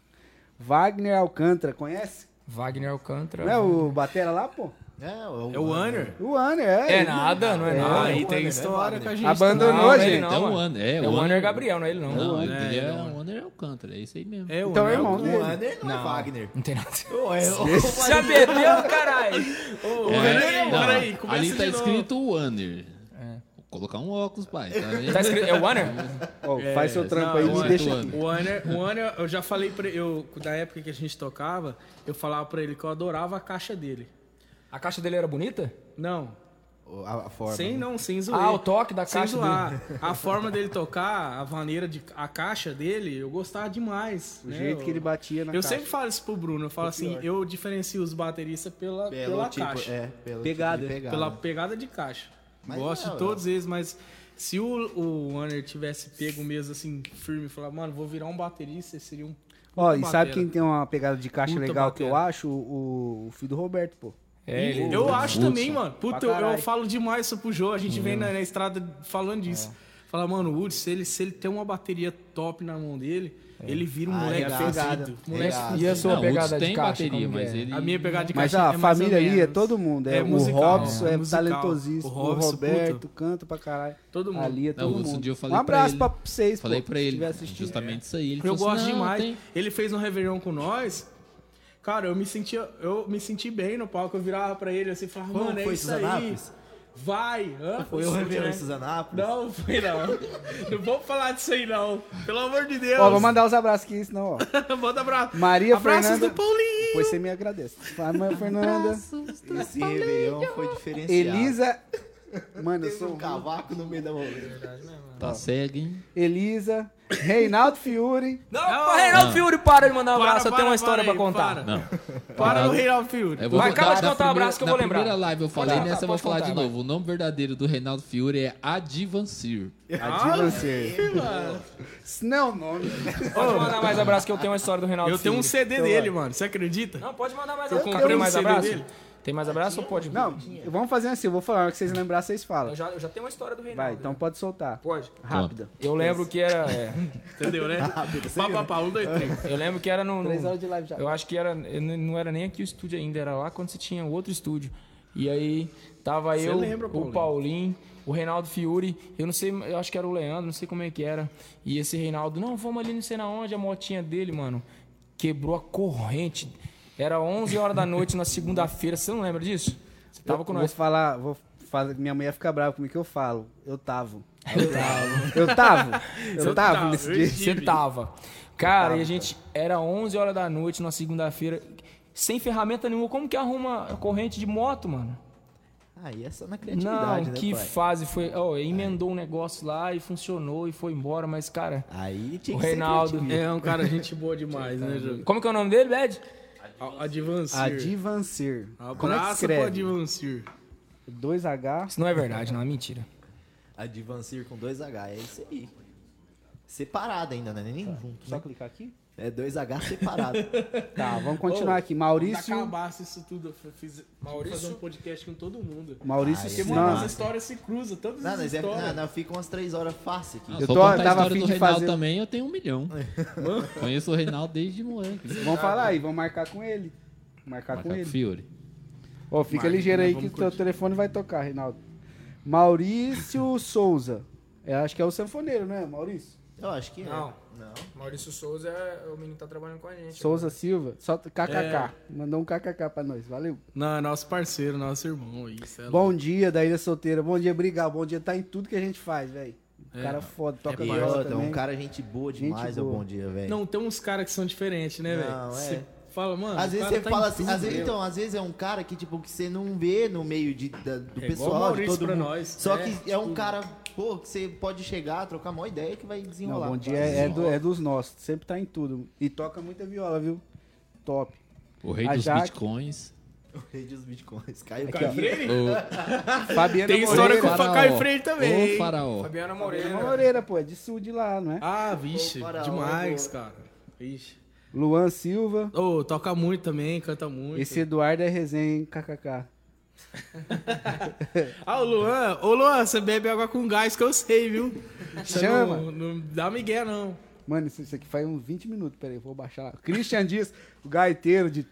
[SPEAKER 2] Wagner Alcântara, conhece?
[SPEAKER 5] Wagner Alcântara.
[SPEAKER 2] Não é
[SPEAKER 5] Uhum.
[SPEAKER 2] o Batera lá, pô?
[SPEAKER 4] É o Anner?
[SPEAKER 2] O Anner, é.
[SPEAKER 5] É
[SPEAKER 2] ele.
[SPEAKER 5] nada, não é,
[SPEAKER 4] Ah,
[SPEAKER 5] nada.
[SPEAKER 4] aí tem história com a gente.
[SPEAKER 2] Abandonou,
[SPEAKER 5] Não, ele
[SPEAKER 2] gente.
[SPEAKER 5] não.
[SPEAKER 1] É o
[SPEAKER 5] mano.
[SPEAKER 1] Wander. É,
[SPEAKER 5] É o Warner Gabriel, não é ele não.
[SPEAKER 1] Não,
[SPEAKER 4] né,
[SPEAKER 1] ele é
[SPEAKER 4] é o
[SPEAKER 1] o Wander Alcântara, é isso aí mesmo.
[SPEAKER 4] É o
[SPEAKER 2] Então é
[SPEAKER 4] Anner.
[SPEAKER 2] irmão
[SPEAKER 3] O
[SPEAKER 2] dele.
[SPEAKER 3] Wander não, é Wagner.
[SPEAKER 5] Não tem nada.
[SPEAKER 3] Pô, é o-
[SPEAKER 5] Já bebeu, caralho?
[SPEAKER 4] Ô,
[SPEAKER 1] É,
[SPEAKER 4] peraí,
[SPEAKER 5] então.
[SPEAKER 1] não,
[SPEAKER 4] peraí, começa
[SPEAKER 1] ali tá
[SPEAKER 4] de novo.
[SPEAKER 1] escrito Wander. Vou colocar um óculos, pai. Tá vendo?
[SPEAKER 5] É. Tá escrito, é o Warner?
[SPEAKER 2] Ó, faz
[SPEAKER 5] É,
[SPEAKER 2] seu trampo
[SPEAKER 4] Não,
[SPEAKER 2] aí
[SPEAKER 4] o
[SPEAKER 2] e me
[SPEAKER 4] Anner-
[SPEAKER 2] deixa
[SPEAKER 1] Wander.
[SPEAKER 2] aqui.
[SPEAKER 4] O Anner, o Anner, eu já falei pra eu, da época que a gente tocava, eu falava pra ele que eu adorava a caixa dele.
[SPEAKER 5] A caixa dele era bonita?
[SPEAKER 4] Não,
[SPEAKER 3] A a forma. né?
[SPEAKER 4] sem não, sem zoar.
[SPEAKER 5] Ah, o toque da
[SPEAKER 4] Sem
[SPEAKER 5] caixa
[SPEAKER 4] zoar. A forma dele tocar, a maneira de a caixa dele, eu gostava demais. né?
[SPEAKER 2] O jeito que ele batia na
[SPEAKER 4] Eu
[SPEAKER 2] caixa.
[SPEAKER 4] sempre falo isso pro Bruno, eu falo assim, eu diferencio os bateristas pela,
[SPEAKER 3] Pelo
[SPEAKER 4] pela
[SPEAKER 3] tipo-
[SPEAKER 4] caixa.
[SPEAKER 3] é, pelo tipo de
[SPEAKER 4] pegada,
[SPEAKER 3] pegada.
[SPEAKER 4] Pela pegada de caixa.
[SPEAKER 3] Mas
[SPEAKER 4] Gosto
[SPEAKER 3] é,
[SPEAKER 4] de todos eles, mas se o, o Warner tivesse pego mesmo assim, firme, e falar, mano, vou virar um baterista, ele seria um.
[SPEAKER 2] Ó, e
[SPEAKER 4] puta
[SPEAKER 2] sabe
[SPEAKER 4] batera."
[SPEAKER 2] quem tem uma pegada de caixa
[SPEAKER 4] Puta
[SPEAKER 2] legal que eu
[SPEAKER 4] batera.
[SPEAKER 2] acho? O, o filho do Roberto, pô.
[SPEAKER 5] É, ele.
[SPEAKER 4] Eu acho também, mano. Puta,
[SPEAKER 2] Pra
[SPEAKER 4] eu, eu
[SPEAKER 2] caralho.
[SPEAKER 4] falo demais isso pro Jô. A gente vem na, na estrada falando disso. Fala, mano, o Woods, se ele, se ele tem uma bateria top na mão dele, ele vira um
[SPEAKER 3] Ah,
[SPEAKER 4] moleque
[SPEAKER 3] é pegada.
[SPEAKER 4] fedido.
[SPEAKER 3] É
[SPEAKER 4] Moleque
[SPEAKER 3] pegada.
[SPEAKER 5] E a sua
[SPEAKER 1] Não, o Hudson
[SPEAKER 5] pegada de
[SPEAKER 1] tem
[SPEAKER 5] caixa?
[SPEAKER 1] bateria,
[SPEAKER 5] como que
[SPEAKER 1] mas
[SPEAKER 5] é?
[SPEAKER 1] ele.
[SPEAKER 4] A minha pegada de
[SPEAKER 2] Mas
[SPEAKER 4] caixa
[SPEAKER 2] a
[SPEAKER 4] é mais ou
[SPEAKER 2] família ali é
[SPEAKER 4] menos.
[SPEAKER 2] todo mundo. É,
[SPEAKER 4] É
[SPEAKER 2] o
[SPEAKER 4] musical,
[SPEAKER 2] Robson é,
[SPEAKER 4] é musical.
[SPEAKER 2] talentosíssimo.
[SPEAKER 4] O
[SPEAKER 2] O,
[SPEAKER 4] Robson,
[SPEAKER 2] Roberto
[SPEAKER 4] puta.
[SPEAKER 2] canta pra caralho.
[SPEAKER 4] Todo mundo.
[SPEAKER 2] Ali é
[SPEAKER 1] Não,
[SPEAKER 2] todo
[SPEAKER 1] outro
[SPEAKER 2] mundo.
[SPEAKER 1] dia eu falei
[SPEAKER 2] um
[SPEAKER 1] pra
[SPEAKER 2] abraço
[SPEAKER 1] ele.
[SPEAKER 2] pra, vocês,
[SPEAKER 1] Falei
[SPEAKER 2] pô,
[SPEAKER 1] pra
[SPEAKER 2] se
[SPEAKER 1] ele
[SPEAKER 2] estiver assistindo.
[SPEAKER 1] justamente isso aí. Ele
[SPEAKER 4] Eu
[SPEAKER 1] falou assim,
[SPEAKER 4] gosto
[SPEAKER 1] "Não,
[SPEAKER 4] demais.
[SPEAKER 1] tem-
[SPEAKER 4] Ele fez um Réveillon com nós. Cara, eu me sentia, eu me senti bem no palco. Eu virava pra ele assim, e falava,
[SPEAKER 3] Quando
[SPEAKER 4] mano, é
[SPEAKER 3] foi
[SPEAKER 4] isso aí.
[SPEAKER 3] Suzanápolis?
[SPEAKER 4] Vai! Hã?
[SPEAKER 3] Foi o
[SPEAKER 4] Isso,
[SPEAKER 3] Réveillon
[SPEAKER 4] né?
[SPEAKER 3] em Suzanápolis?
[SPEAKER 4] Não, foi não. não vamos falar disso aí, não. Pelo amor de Deus.
[SPEAKER 2] Ó, vou mandar os abraços aqui, senão, ó.
[SPEAKER 4] Manda abraço.
[SPEAKER 2] Maria
[SPEAKER 4] Abraços
[SPEAKER 2] Fernanda.
[SPEAKER 4] do Paulinho.
[SPEAKER 2] Depois você me agradece. Fala, Maria Fernanda.
[SPEAKER 3] Esse
[SPEAKER 4] tá
[SPEAKER 3] Réveillon foi diferenciado.
[SPEAKER 2] Elisa. Mano, eu
[SPEAKER 3] Teve
[SPEAKER 2] sou
[SPEAKER 3] um
[SPEAKER 2] ruim.
[SPEAKER 3] cavaco no meio da rolê.
[SPEAKER 1] Tá cego, hein?
[SPEAKER 2] Elisa. Reinaldo Fiore.
[SPEAKER 5] Não, não. Reinaldo Fiore, para de mandar um
[SPEAKER 4] Para,
[SPEAKER 5] abraço, eu tenho uma
[SPEAKER 4] para,
[SPEAKER 5] história
[SPEAKER 4] para
[SPEAKER 5] pra
[SPEAKER 4] aí,
[SPEAKER 5] contar.
[SPEAKER 4] para.
[SPEAKER 1] Não.
[SPEAKER 4] Para
[SPEAKER 1] Não. É
[SPEAKER 4] o Reinaldo Fiore.
[SPEAKER 1] Eu
[SPEAKER 5] Vai,
[SPEAKER 1] contar
[SPEAKER 5] acaba de
[SPEAKER 1] da
[SPEAKER 5] contar o abraço que
[SPEAKER 1] primeira-
[SPEAKER 5] eu vou
[SPEAKER 1] Na
[SPEAKER 5] lembrar.
[SPEAKER 1] primeira live eu falei,
[SPEAKER 5] Tá, tá,
[SPEAKER 1] nessa eu vou
[SPEAKER 5] pode
[SPEAKER 1] falar
[SPEAKER 5] contar,
[SPEAKER 1] de
[SPEAKER 5] vai.
[SPEAKER 1] novo. O nome verdadeiro do Reinaldo Fiore é Adivancir.
[SPEAKER 4] Ah,
[SPEAKER 2] Adiva você. Isso não é o nome.
[SPEAKER 5] Pode mandar mais abraço que eu tenho uma história do Reinaldo
[SPEAKER 4] Eu tenho um
[SPEAKER 5] Fiore.
[SPEAKER 4] CD dele, mano. Você acredita?
[SPEAKER 5] Não, pode mandar mais
[SPEAKER 4] Eu
[SPEAKER 5] abraço.
[SPEAKER 4] comprei
[SPEAKER 5] Cadê
[SPEAKER 4] um
[SPEAKER 5] mais
[SPEAKER 4] CD
[SPEAKER 5] abraço?
[SPEAKER 4] dele.
[SPEAKER 5] Tem mais abraço ou pode?
[SPEAKER 2] Não, vamos fazer assim, eu vou falar, na hora que vocês lembrar, vocês falam.
[SPEAKER 5] Eu já, eu já tenho uma história do Reinaldo.
[SPEAKER 2] Vai, então pode soltar.
[SPEAKER 5] Pode.
[SPEAKER 2] Rápida.
[SPEAKER 5] Eu lembro que era. é,
[SPEAKER 4] Entendeu, né? Pá, pá, pá, um, dois, três.
[SPEAKER 5] eu lembro que era no. no-
[SPEAKER 2] Três horas de live já.
[SPEAKER 5] Eu acho que era. n- Não era nem aqui o estúdio ainda, era lá quando você tinha outro estúdio. E aí tava eu,
[SPEAKER 4] lembra,
[SPEAKER 5] o Paulinho, o Reinaldo Fiuri, eu não sei, eu acho que era o Leandro, não sei como é que era. E esse Reinaldo, não, vamos ali não sei na onde, a motinha dele, mano, quebrou a corrente. Era 11 horas da noite na segunda-feira, você não lembra disso? Você tava com
[SPEAKER 2] eu, vou
[SPEAKER 5] nós.
[SPEAKER 2] falar, vou fazer, minha mulher fica brava comigo que eu falo. Eu tava. Eu tava. Eu tava. Eu tava nesse dia.
[SPEAKER 5] Você tava. Cara, e a gente era 11 horas da noite numa segunda-feira, sem ferramenta nenhuma. Como que arruma a corrente de moto, mano?
[SPEAKER 3] Aí é só na criatividade,
[SPEAKER 5] Não,
[SPEAKER 3] né,
[SPEAKER 5] que
[SPEAKER 3] pai?
[SPEAKER 5] fase foi. ó, emendou um negócio lá e funcionou e foi embora, mas cara,
[SPEAKER 3] Aí
[SPEAKER 5] o
[SPEAKER 3] Ah, tinha que ser
[SPEAKER 5] Reinaldo.
[SPEAKER 4] É um cara, gente boa demais, né, Júlio?
[SPEAKER 5] Como que é o nome dele, Bad?
[SPEAKER 4] Adivancir.
[SPEAKER 2] Adivancir. Como é que
[SPEAKER 4] Abraço pro
[SPEAKER 2] escreve?
[SPEAKER 4] Adivancir.
[SPEAKER 2] 2H.
[SPEAKER 5] Isso não é verdade, não é mentira.
[SPEAKER 3] Advancir com 2H, é isso aí. Separado ainda, né? Nem junto.
[SPEAKER 2] Só
[SPEAKER 3] Né?
[SPEAKER 2] clicar aqui?
[SPEAKER 3] É 2H separado.
[SPEAKER 2] Tá, vamos continuar aqui.
[SPEAKER 5] tá
[SPEAKER 2] Maurício.
[SPEAKER 4] acabasse isso tudo, eu fiz Maurício. fazer um podcast com todo mundo.
[SPEAKER 2] Maurício
[SPEAKER 3] Ai,
[SPEAKER 4] Porque,
[SPEAKER 3] Esse
[SPEAKER 4] mano,
[SPEAKER 2] Sinan.
[SPEAKER 3] massa.
[SPEAKER 4] as histórias se cruzam, todas
[SPEAKER 3] não,
[SPEAKER 4] as
[SPEAKER 3] mas é,
[SPEAKER 4] histórias.
[SPEAKER 3] não, não, fica umas 3 horas fácil aqui.
[SPEAKER 1] Ah,
[SPEAKER 2] Eu
[SPEAKER 1] se
[SPEAKER 2] tô-
[SPEAKER 1] for contar a
[SPEAKER 2] tava a
[SPEAKER 1] história
[SPEAKER 2] fim
[SPEAKER 1] do
[SPEAKER 2] de
[SPEAKER 1] Reinaldo
[SPEAKER 2] fazer-
[SPEAKER 1] também, eu tenho um milhão. Conheço o Reinaldo desde moleque.
[SPEAKER 5] Tá
[SPEAKER 2] Vamos falar aí, vamos marcar com ele. Marcar com
[SPEAKER 1] Macaco
[SPEAKER 2] ele.
[SPEAKER 1] Fiore.
[SPEAKER 2] Ó, fica
[SPEAKER 4] Marca,
[SPEAKER 2] ligeiro
[SPEAKER 4] né?
[SPEAKER 2] aí
[SPEAKER 4] Vamos
[SPEAKER 2] que o teu telefone vai tocar, Reinaldo. Maurício Souza. Eu acho que é o sanfoneiro, né, Maurício?
[SPEAKER 3] Eu acho que
[SPEAKER 5] Não.
[SPEAKER 3] é. Não.
[SPEAKER 5] Maurício Souza é o menino que tá trabalhando com a gente.
[SPEAKER 2] Souza Silva. Só t-
[SPEAKER 4] É.
[SPEAKER 2] KKK. Mandou um KKK pra nós. Valeu.
[SPEAKER 4] Não, é nosso parceiro, nosso irmão. Isso é
[SPEAKER 2] Bom dia da Ilha Solteira. Bom dia, Brigal. Bom dia tá em tudo que a gente faz, velho. O
[SPEAKER 4] É,
[SPEAKER 2] cara foda, toca
[SPEAKER 3] E
[SPEAKER 2] viola
[SPEAKER 3] outra,
[SPEAKER 2] também.
[SPEAKER 3] um cara gente boa
[SPEAKER 2] Gente
[SPEAKER 3] demais, é o
[SPEAKER 2] boa.
[SPEAKER 3] bom dia, velho.
[SPEAKER 4] Não, tem uns caras que são diferentes, né, velho?
[SPEAKER 3] Não, é.
[SPEAKER 4] Você fala, mano.
[SPEAKER 3] Às
[SPEAKER 4] o
[SPEAKER 3] vezes
[SPEAKER 4] cara
[SPEAKER 3] você
[SPEAKER 4] tá em
[SPEAKER 3] fala assim,
[SPEAKER 4] tudo,
[SPEAKER 3] às vezes,
[SPEAKER 4] velho.
[SPEAKER 3] então, às vezes é um cara que, tipo, que você não vê no meio de, da- do
[SPEAKER 4] É igual o
[SPEAKER 3] pessoal, de
[SPEAKER 4] Maurício
[SPEAKER 3] todo
[SPEAKER 4] pra
[SPEAKER 3] mundo.
[SPEAKER 4] nós,
[SPEAKER 3] Só
[SPEAKER 4] né?
[SPEAKER 3] que é um cara, pô, que você pode chegar, trocar uma ideia que vai
[SPEAKER 2] Não,
[SPEAKER 4] um
[SPEAKER 3] desenrolar.
[SPEAKER 2] bom dia é, é do- é dos nossos. Sempre tá em tudo. E toca muita viola, viu? Top.
[SPEAKER 1] O rei
[SPEAKER 2] A
[SPEAKER 1] dos
[SPEAKER 2] Jaque.
[SPEAKER 1] bitcoins.
[SPEAKER 3] O rei dos bitcoins.
[SPEAKER 4] É
[SPEAKER 3] Caiu
[SPEAKER 2] Aqui, ó.
[SPEAKER 3] aqui.
[SPEAKER 1] O
[SPEAKER 2] Fabiana
[SPEAKER 4] Tem história com o
[SPEAKER 2] Moreira.
[SPEAKER 1] Faraó.
[SPEAKER 4] Facai Freire
[SPEAKER 1] O
[SPEAKER 4] também.
[SPEAKER 1] faraó.
[SPEAKER 2] Fabiana
[SPEAKER 5] Fabiana Moreira.
[SPEAKER 2] Moreira, pô. É de sul de lá, não é?
[SPEAKER 4] Ah, vixe,
[SPEAKER 3] Ô, faraó,
[SPEAKER 4] demais,
[SPEAKER 3] ô.
[SPEAKER 4] cara. Vixe.
[SPEAKER 2] Luan Silva.
[SPEAKER 4] Ô, toca muito também, canta muito.
[SPEAKER 2] Esse Eduardo é resenha, hein? KKK.
[SPEAKER 4] Ah, o Luan. Ô, Luan, você bebe água com gás que eu sei, viu? Você
[SPEAKER 2] Chama.
[SPEAKER 4] Não, não dá migué, não.
[SPEAKER 2] Mano, isso, isso aqui faz uns 20 minutos. Peraí, vou baixar lá. Christian Dias, o gaiteiro de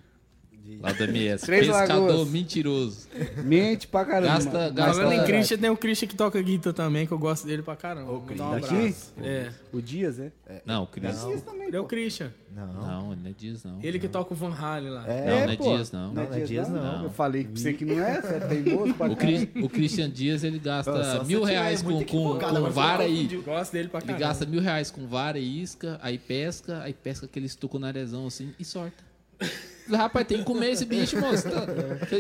[SPEAKER 1] Lá do MS.
[SPEAKER 2] Três
[SPEAKER 1] Pescador
[SPEAKER 2] Lagoas.
[SPEAKER 1] mentiroso.
[SPEAKER 2] É. mente pra caramba.
[SPEAKER 1] Gasta-
[SPEAKER 2] mano.
[SPEAKER 1] gasta-
[SPEAKER 2] Mas
[SPEAKER 4] Falando
[SPEAKER 3] é
[SPEAKER 4] em
[SPEAKER 2] tá-
[SPEAKER 4] Christian, tem o Christian que toca guitar também, que eu gosto dele pra caramba. Dá um
[SPEAKER 2] daqui?
[SPEAKER 4] abraço. É.
[SPEAKER 2] O Dias, né?
[SPEAKER 1] Não, o Cris.
[SPEAKER 2] Dias também,
[SPEAKER 4] Ele é o
[SPEAKER 2] pô.
[SPEAKER 4] Christian.
[SPEAKER 3] Não.
[SPEAKER 1] Não, ele não é Dias, não.
[SPEAKER 4] Ele que toca o Van Halen lá.
[SPEAKER 1] Não, não é,
[SPEAKER 2] É, pô.
[SPEAKER 1] Dias, não.
[SPEAKER 3] Não,
[SPEAKER 2] Não é Dias, não.
[SPEAKER 1] não.
[SPEAKER 2] Eu falei pra você que não é, você é teimoso pra
[SPEAKER 1] O, Cris, o Christian Dias, ele
[SPEAKER 3] Nossa,
[SPEAKER 1] gasta
[SPEAKER 3] você
[SPEAKER 1] mil
[SPEAKER 3] tiver
[SPEAKER 1] reais com,
[SPEAKER 3] muito
[SPEAKER 1] com,
[SPEAKER 3] equivocado,
[SPEAKER 1] com
[SPEAKER 3] agora você
[SPEAKER 1] vara
[SPEAKER 3] falou
[SPEAKER 1] e...
[SPEAKER 4] Eu gosto dele pra
[SPEAKER 1] Ele
[SPEAKER 4] caramba.
[SPEAKER 1] gasta mil reais com vara e isca, aí pesca, aí pesca aquele estuco narezão assim e sorta. Rapaz, tem que comer esse bicho, moço. Tá?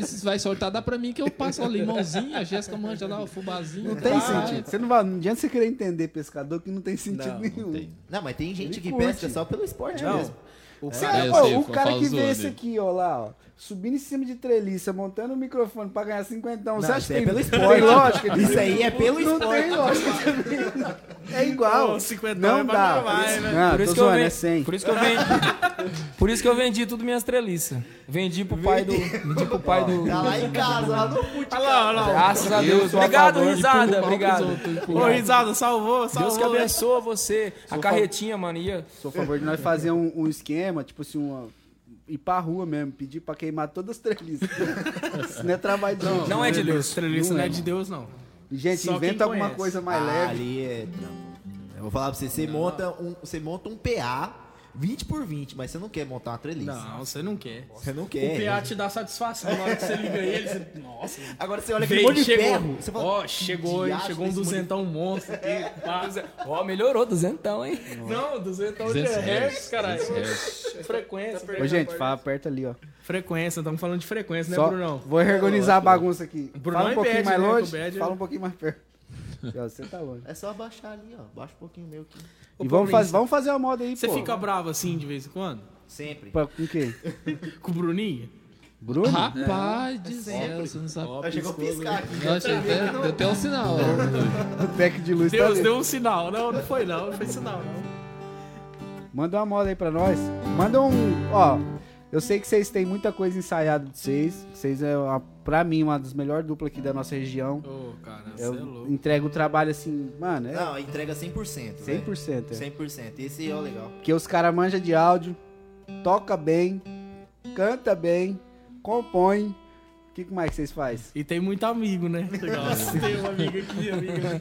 [SPEAKER 1] Se vai sortar, dá pra mim que eu passo o limãozinho, a Jéssica manja lá tá?" o fubazinho.
[SPEAKER 2] Não tem
[SPEAKER 1] Vai.
[SPEAKER 2] sentido. Você não, vai, não adianta você querer entender pescador que não tem sentido nenhum.
[SPEAKER 1] tem.
[SPEAKER 3] Não, mas tem gente
[SPEAKER 2] Ele
[SPEAKER 3] que
[SPEAKER 2] curte.
[SPEAKER 3] pesca só pelo esporte
[SPEAKER 4] É, Não.
[SPEAKER 3] mesmo.
[SPEAKER 4] O
[SPEAKER 2] Você,
[SPEAKER 1] É, eu
[SPEAKER 2] pô,
[SPEAKER 1] sei, eu
[SPEAKER 2] o cara
[SPEAKER 1] falo
[SPEAKER 2] que
[SPEAKER 1] zoando
[SPEAKER 2] vê esse
[SPEAKER 1] ele.
[SPEAKER 2] aqui, ó lá, ó, subindo em cima de treliça, montando o microfone pra ganhar 50,
[SPEAKER 3] Não,
[SPEAKER 2] você acha
[SPEAKER 3] isso
[SPEAKER 2] que
[SPEAKER 3] é
[SPEAKER 2] tem,
[SPEAKER 3] pelo
[SPEAKER 2] tem
[SPEAKER 3] esporte.
[SPEAKER 2] lógica?
[SPEAKER 3] Isso aí é pelo
[SPEAKER 2] não
[SPEAKER 3] esporte.
[SPEAKER 2] tem lógica também. É igual.
[SPEAKER 4] Pô, 50 é
[SPEAKER 2] não
[SPEAKER 4] pra
[SPEAKER 2] dá.
[SPEAKER 4] trabalho, né?
[SPEAKER 2] Não,
[SPEAKER 5] Por
[SPEAKER 2] tô
[SPEAKER 5] isso, que eu
[SPEAKER 2] zoando,
[SPEAKER 5] ven-
[SPEAKER 2] é 100.
[SPEAKER 5] por isso que eu vendi. Por isso que eu vendi tudo minhas treliças. Vendi pro pai do. Vendi pro pai do.
[SPEAKER 3] Tá lá em casa, lá no
[SPEAKER 4] Olha lá, olha lá.
[SPEAKER 5] Graças a
[SPEAKER 2] Eu
[SPEAKER 5] Deus.
[SPEAKER 2] sou a
[SPEAKER 5] Obrigado,
[SPEAKER 2] favor de
[SPEAKER 5] risada.
[SPEAKER 1] empurrar
[SPEAKER 5] Obrigado.
[SPEAKER 1] pros outros,
[SPEAKER 4] Ô, risada, salvou,
[SPEAKER 5] Deus que
[SPEAKER 4] salvou.
[SPEAKER 5] abençoa você. A carretinha, mano, ia.
[SPEAKER 2] Sou a favor de nós fazer um, um esquema, tipo assim, uma. Ir pra rua mesmo, pedir pra queimar todas as treliças. Isso não é trabalho de gente.
[SPEAKER 5] Não é de Deus.
[SPEAKER 4] Treliça
[SPEAKER 2] Não
[SPEAKER 4] não
[SPEAKER 2] é,
[SPEAKER 4] é de Deus, não.
[SPEAKER 2] Gente,
[SPEAKER 4] Só quem
[SPEAKER 2] inventa alguma
[SPEAKER 4] conhece.
[SPEAKER 2] coisa mais
[SPEAKER 3] Ah,
[SPEAKER 2] leve.
[SPEAKER 3] Ali é trampo. Eu vou falar pra você, você monta um, você monta um PA 20 por 20, mas você não quer montar uma treliça.
[SPEAKER 4] Não, você não quer.
[SPEAKER 3] Você não
[SPEAKER 4] O PA
[SPEAKER 3] quer. né?
[SPEAKER 4] te dá satisfação na hora que você liga ele. Você... Nossa,
[SPEAKER 3] Agora você olha aquele
[SPEAKER 4] veio,
[SPEAKER 3] monte de
[SPEAKER 4] chegou.
[SPEAKER 3] ferro. Você fala,
[SPEAKER 4] Ó, chegou, hein?
[SPEAKER 3] Diacho
[SPEAKER 4] Chegou um
[SPEAKER 3] desse monte de-
[SPEAKER 4] duzentão monstro aqui. pá.
[SPEAKER 5] Ó, melhorou, duzentão, hein?
[SPEAKER 4] Não, duzentão de
[SPEAKER 1] 200
[SPEAKER 4] hertz,
[SPEAKER 1] hertz,
[SPEAKER 4] caralho.
[SPEAKER 1] 200 hertz.
[SPEAKER 4] Frequência.
[SPEAKER 2] Ô, gente, fala perto ali, ó.
[SPEAKER 4] Frequência, estamos falando de frequência, né,
[SPEAKER 2] Só-
[SPEAKER 4] Brunão?
[SPEAKER 2] Vou reorganizar a bagunça aqui.
[SPEAKER 4] é Bruno
[SPEAKER 2] fala um
[SPEAKER 4] é
[SPEAKER 2] pouquinho
[SPEAKER 4] bad,
[SPEAKER 2] mais
[SPEAKER 4] né?
[SPEAKER 2] longe,
[SPEAKER 4] Com bad,
[SPEAKER 2] fala
[SPEAKER 4] né?
[SPEAKER 2] um pouquinho mais perto. Ó, Você tá longe.
[SPEAKER 3] É só abaixar ali, ó. Baixa um pouquinho meu aqui.
[SPEAKER 2] E
[SPEAKER 4] Ô,
[SPEAKER 2] vamos,
[SPEAKER 4] Paulinho,
[SPEAKER 2] faz, vamos fazer uma moda aí,
[SPEAKER 4] Você
[SPEAKER 2] pô.
[SPEAKER 4] fica bravo assim de vez em quando?
[SPEAKER 3] Sempre.
[SPEAKER 2] Pra- com quem?
[SPEAKER 4] Com o Bruninho?
[SPEAKER 2] Bruno?
[SPEAKER 1] Rapaz do céu, você não sabe. é
[SPEAKER 3] Eu chegou a piscar aqui.
[SPEAKER 1] Eu achei até, deu até um sinal.
[SPEAKER 2] O tec de luz tá
[SPEAKER 4] Deus
[SPEAKER 2] ali.
[SPEAKER 4] deu um sinal. Não, não foi não, não foi sinal, não.
[SPEAKER 2] Manda uma moda aí pra nós. Manda um. Ó. Eu sei que vocês têm muita coisa ensaiada de vocês. Vocês é, a- pra mim, uma das melhores duplas aqui da nossa região.
[SPEAKER 4] Ô, cara, você é
[SPEAKER 2] Eu
[SPEAKER 4] louco.
[SPEAKER 2] entrego o trabalho assim, mano, é
[SPEAKER 3] Não, entrega 100%. velho.
[SPEAKER 2] 100%. é.
[SPEAKER 3] 100%. Esse é o legal.
[SPEAKER 2] Porque os caras manjam de áudio, toca bem, canta bem, compõe. O que que mais que vocês fazem?
[SPEAKER 4] E tem muito amigo, né? Nossa, tem um amigo aqui, amigo ali.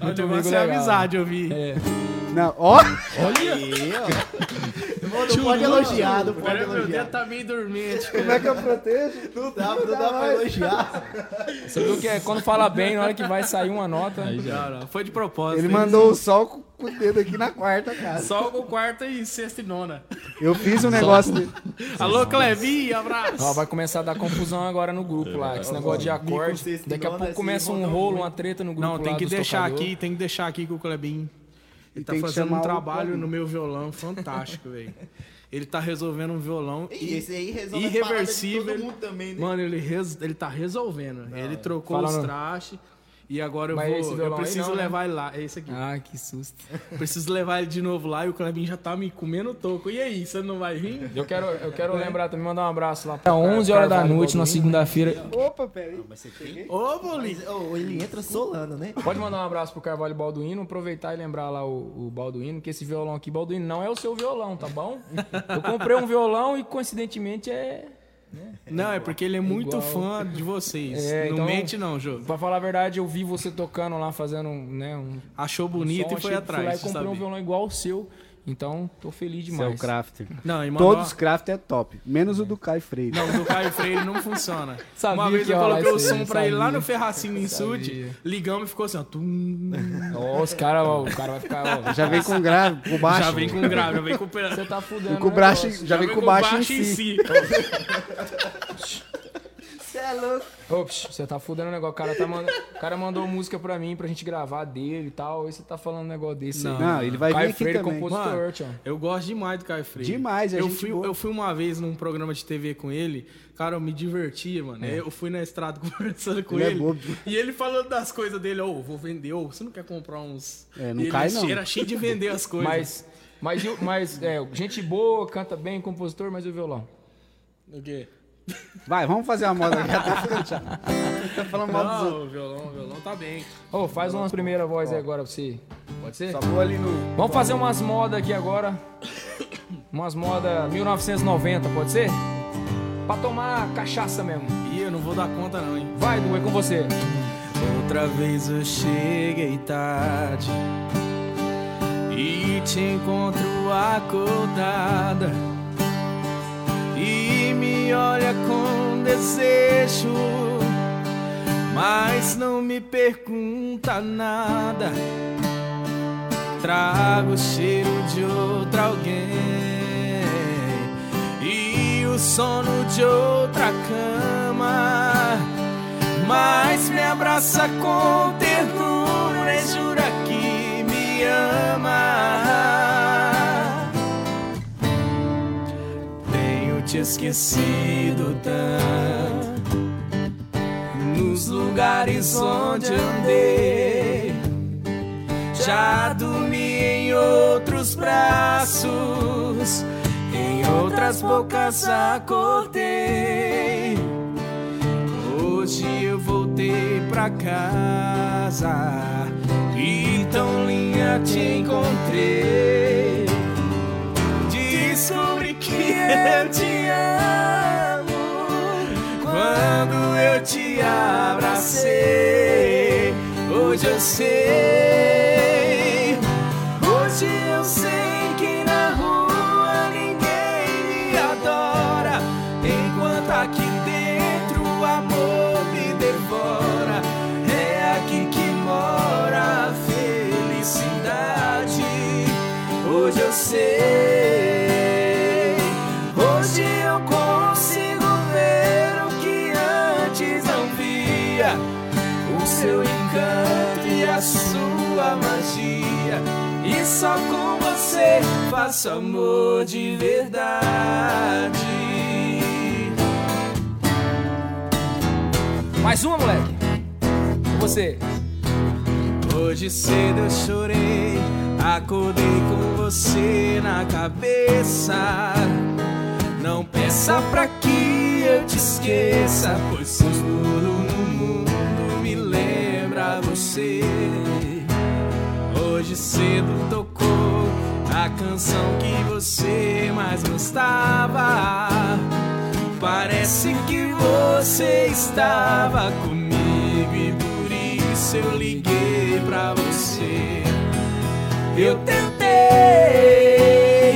[SPEAKER 4] O
[SPEAKER 5] Muito
[SPEAKER 4] negócio
[SPEAKER 5] amigo
[SPEAKER 4] é
[SPEAKER 5] legal.
[SPEAKER 4] amizade, eu vi.
[SPEAKER 2] Não, ó,
[SPEAKER 3] Aí, ó. Não, não pode elogiar, não pode
[SPEAKER 4] Agora meu
[SPEAKER 3] elogiar.
[SPEAKER 4] dedo tá meio dormente.
[SPEAKER 2] como é que eu protejo?
[SPEAKER 3] Não dá, não dá pra elogiar.
[SPEAKER 5] Você viu que é quando fala bem, na hora que vai sair uma nota.
[SPEAKER 4] É
[SPEAKER 1] Aí já.
[SPEAKER 4] Cara, foi de propósito.
[SPEAKER 2] Ele
[SPEAKER 4] hein?
[SPEAKER 2] mandou o sol com com o dedo aqui na quarta, cara.
[SPEAKER 4] Só o quarta e sexta e nona.
[SPEAKER 2] Eu fiz um negócio dele.
[SPEAKER 4] Alô, Clevi, abraço.
[SPEAKER 5] Ó, vai começar a dar confusão agora no grupo lá.
[SPEAKER 4] É.
[SPEAKER 5] Esse negócio de acorde.
[SPEAKER 3] sexto,
[SPEAKER 5] Daqui a
[SPEAKER 3] nona,
[SPEAKER 5] pouco
[SPEAKER 3] assim,
[SPEAKER 5] começa um
[SPEAKER 3] rodando
[SPEAKER 5] rolo,
[SPEAKER 3] muito.
[SPEAKER 5] uma treta no grupo.
[SPEAKER 4] Não, tem
[SPEAKER 5] lá
[SPEAKER 4] que
[SPEAKER 5] dos
[SPEAKER 4] deixar
[SPEAKER 5] tocador.
[SPEAKER 4] aqui, tem que deixar aqui que o Clebinho. Ele tá
[SPEAKER 2] tem que
[SPEAKER 4] fazendo
[SPEAKER 2] chamar
[SPEAKER 4] um
[SPEAKER 2] o
[SPEAKER 4] trabalho
[SPEAKER 2] Clebinho.
[SPEAKER 4] no meu violão fantástico, velho. Ele tá resolvendo um violão
[SPEAKER 3] E esse aí resolve
[SPEAKER 4] irreversível.
[SPEAKER 3] a parada de todo mundo também, né?
[SPEAKER 4] Mano, ele, res- ele tá resolvendo. ele trocou
[SPEAKER 5] Fala
[SPEAKER 4] os
[SPEAKER 5] não.
[SPEAKER 4] trastes. E agora eu
[SPEAKER 5] Mas esse
[SPEAKER 4] vou.
[SPEAKER 5] violão
[SPEAKER 4] Eu
[SPEAKER 5] aí
[SPEAKER 4] preciso
[SPEAKER 5] não, né?
[SPEAKER 4] levar ele lá. É esse aqui.
[SPEAKER 5] Ah, que susto.
[SPEAKER 4] Preciso levar ele de novo lá e o Clebinho já tá me comendo o toco. E aí, você não vai vir?
[SPEAKER 5] Eu quero, eu quero lembrar também, mandar um abraço lá. Tá 11 horas da noite, na segunda-feira.
[SPEAKER 2] Opa, peraí.
[SPEAKER 3] Mas você tem.
[SPEAKER 4] Ô, Bolinho!
[SPEAKER 3] Mas, ô, ele entra solando, né?
[SPEAKER 5] Pode mandar um abraço pro Carvalho Balduino, aproveitar e lembrar lá o, o Balduino, que esse violão aqui, Balduino, não é o seu violão, tá bom? Eu comprei um violão e coincidentemente é.
[SPEAKER 4] Não, é porque ele é muito
[SPEAKER 5] Igual.
[SPEAKER 4] fã de vocês.
[SPEAKER 5] É,
[SPEAKER 4] não
[SPEAKER 5] então-
[SPEAKER 4] mente, não, Jô.
[SPEAKER 5] Pra falar a verdade, eu vi você tocando lá, fazendo né, um.
[SPEAKER 4] Achou bonito
[SPEAKER 5] som,
[SPEAKER 4] e foi
[SPEAKER 5] achei- Fui lá e
[SPEAKER 4] atrás.
[SPEAKER 5] comprei um
[SPEAKER 4] sabe?
[SPEAKER 5] violão igual o seu. Então, tô feliz demais.
[SPEAKER 9] crafter.
[SPEAKER 4] Não, e mandou-
[SPEAKER 2] Todos os craft é top, menos o do Caio Freire.
[SPEAKER 4] Não, o do Caio Freire não funciona.
[SPEAKER 5] Sabia
[SPEAKER 4] Uma vez
[SPEAKER 5] que
[SPEAKER 4] eu
[SPEAKER 5] ia rolar
[SPEAKER 4] coloquei o
[SPEAKER 5] isso aí,
[SPEAKER 4] som pra ele lá
[SPEAKER 5] sabia.
[SPEAKER 4] no Ferracinho em Sud,
[SPEAKER 5] Sabia.
[SPEAKER 4] ligamos e ficou assim, ó. tum.
[SPEAKER 5] Ó, os caras, ó, o cara vai ficar. Ó,
[SPEAKER 2] Já vem com grave, com baixo.
[SPEAKER 4] Já vem com grave, já vem com pedra.
[SPEAKER 5] você tá fudendo.
[SPEAKER 2] com
[SPEAKER 5] o
[SPEAKER 2] baixo,
[SPEAKER 5] negócio.
[SPEAKER 2] já vem com baixo em si.
[SPEAKER 3] é
[SPEAKER 5] Ops, você tá fudendo o negócio. O cara, tá manda... o cara mandou música pra mim, pra gente gravar dele e tal. E você tá falando um negócio desse. aí.
[SPEAKER 2] Não, ele vai vir
[SPEAKER 5] Caio
[SPEAKER 2] aqui
[SPEAKER 5] Freire,
[SPEAKER 2] também.
[SPEAKER 5] compositor,
[SPEAKER 4] Mano,
[SPEAKER 5] tio.
[SPEAKER 4] Eu gosto demais do Caio Freire.
[SPEAKER 2] Demais, é
[SPEAKER 4] eu
[SPEAKER 2] gente
[SPEAKER 4] fui,
[SPEAKER 2] boa.
[SPEAKER 4] eu fui uma vez num programa de TV com ele, cara, eu me divertia, mano. Eu fui na estrada conversando com
[SPEAKER 2] É. Ele é
[SPEAKER 4] ele.
[SPEAKER 2] bobo.
[SPEAKER 4] e ele falando das coisas dele, ô, vou vender, ô, você não quer comprar uns.
[SPEAKER 2] É, não
[SPEAKER 4] E ele
[SPEAKER 2] cai, não.
[SPEAKER 4] Era cheio de vender as coisas.
[SPEAKER 5] Mas, mas, e o- mas é, gente boa, canta bem, compositor, mas e o violão?
[SPEAKER 4] O quê?
[SPEAKER 2] Vai, vamos fazer uma moda aqui. Tá ficando chato. Tá falando mal dos outros.
[SPEAKER 4] Não, o violão, o violão tá bem.
[SPEAKER 5] Ô, faz uma primeira voz aí agora pra você. Pode ser?
[SPEAKER 2] Só vou ali no.
[SPEAKER 5] Vamos fazer umas modas aqui agora. Umas modas 1990, pode ser? Pra tomar cachaça mesmo.
[SPEAKER 4] Ih, eu não vou dar conta, não, hein?
[SPEAKER 5] Vai, Du, é com você.
[SPEAKER 4] Outra vez eu cheguei tarde e te encontro acordada e me olha com desejo, mas não me pergunta nada. Trago o cheiro de outra alguém e o sono de outra cama mas me abraça com ternura e jura que me ama. Tenho te esquecido tanto nos lugares onde andei. Já dormi em outros braços, em outras bocas acordei. Hoje eu voltei pra casa e tão linda te encontrei. Descobri que eu te amo quando eu te abracei. Hoje eu sei, hoje eu sei que na rua ninguém me adora. Enquanto aqui dentro o amor me devora, é aqui que mora a felicidade. Hoje eu sei, hoje eu consigo ver o que antes não via. O seu encanto e a sua magia. E só com você faço amor de verdade.
[SPEAKER 5] Mais uma, moleque. Com você.
[SPEAKER 4] Hoje cedo eu chorei, acordei com você na cabeça.
[SPEAKER 5] Não peça pra que eu te esqueça, pois tudo no mundo me lembra você. Hoje cedo tocou a canção que você mais gostava. Parece que você estava comigo e por isso eu liguei pra você. Eu tentei,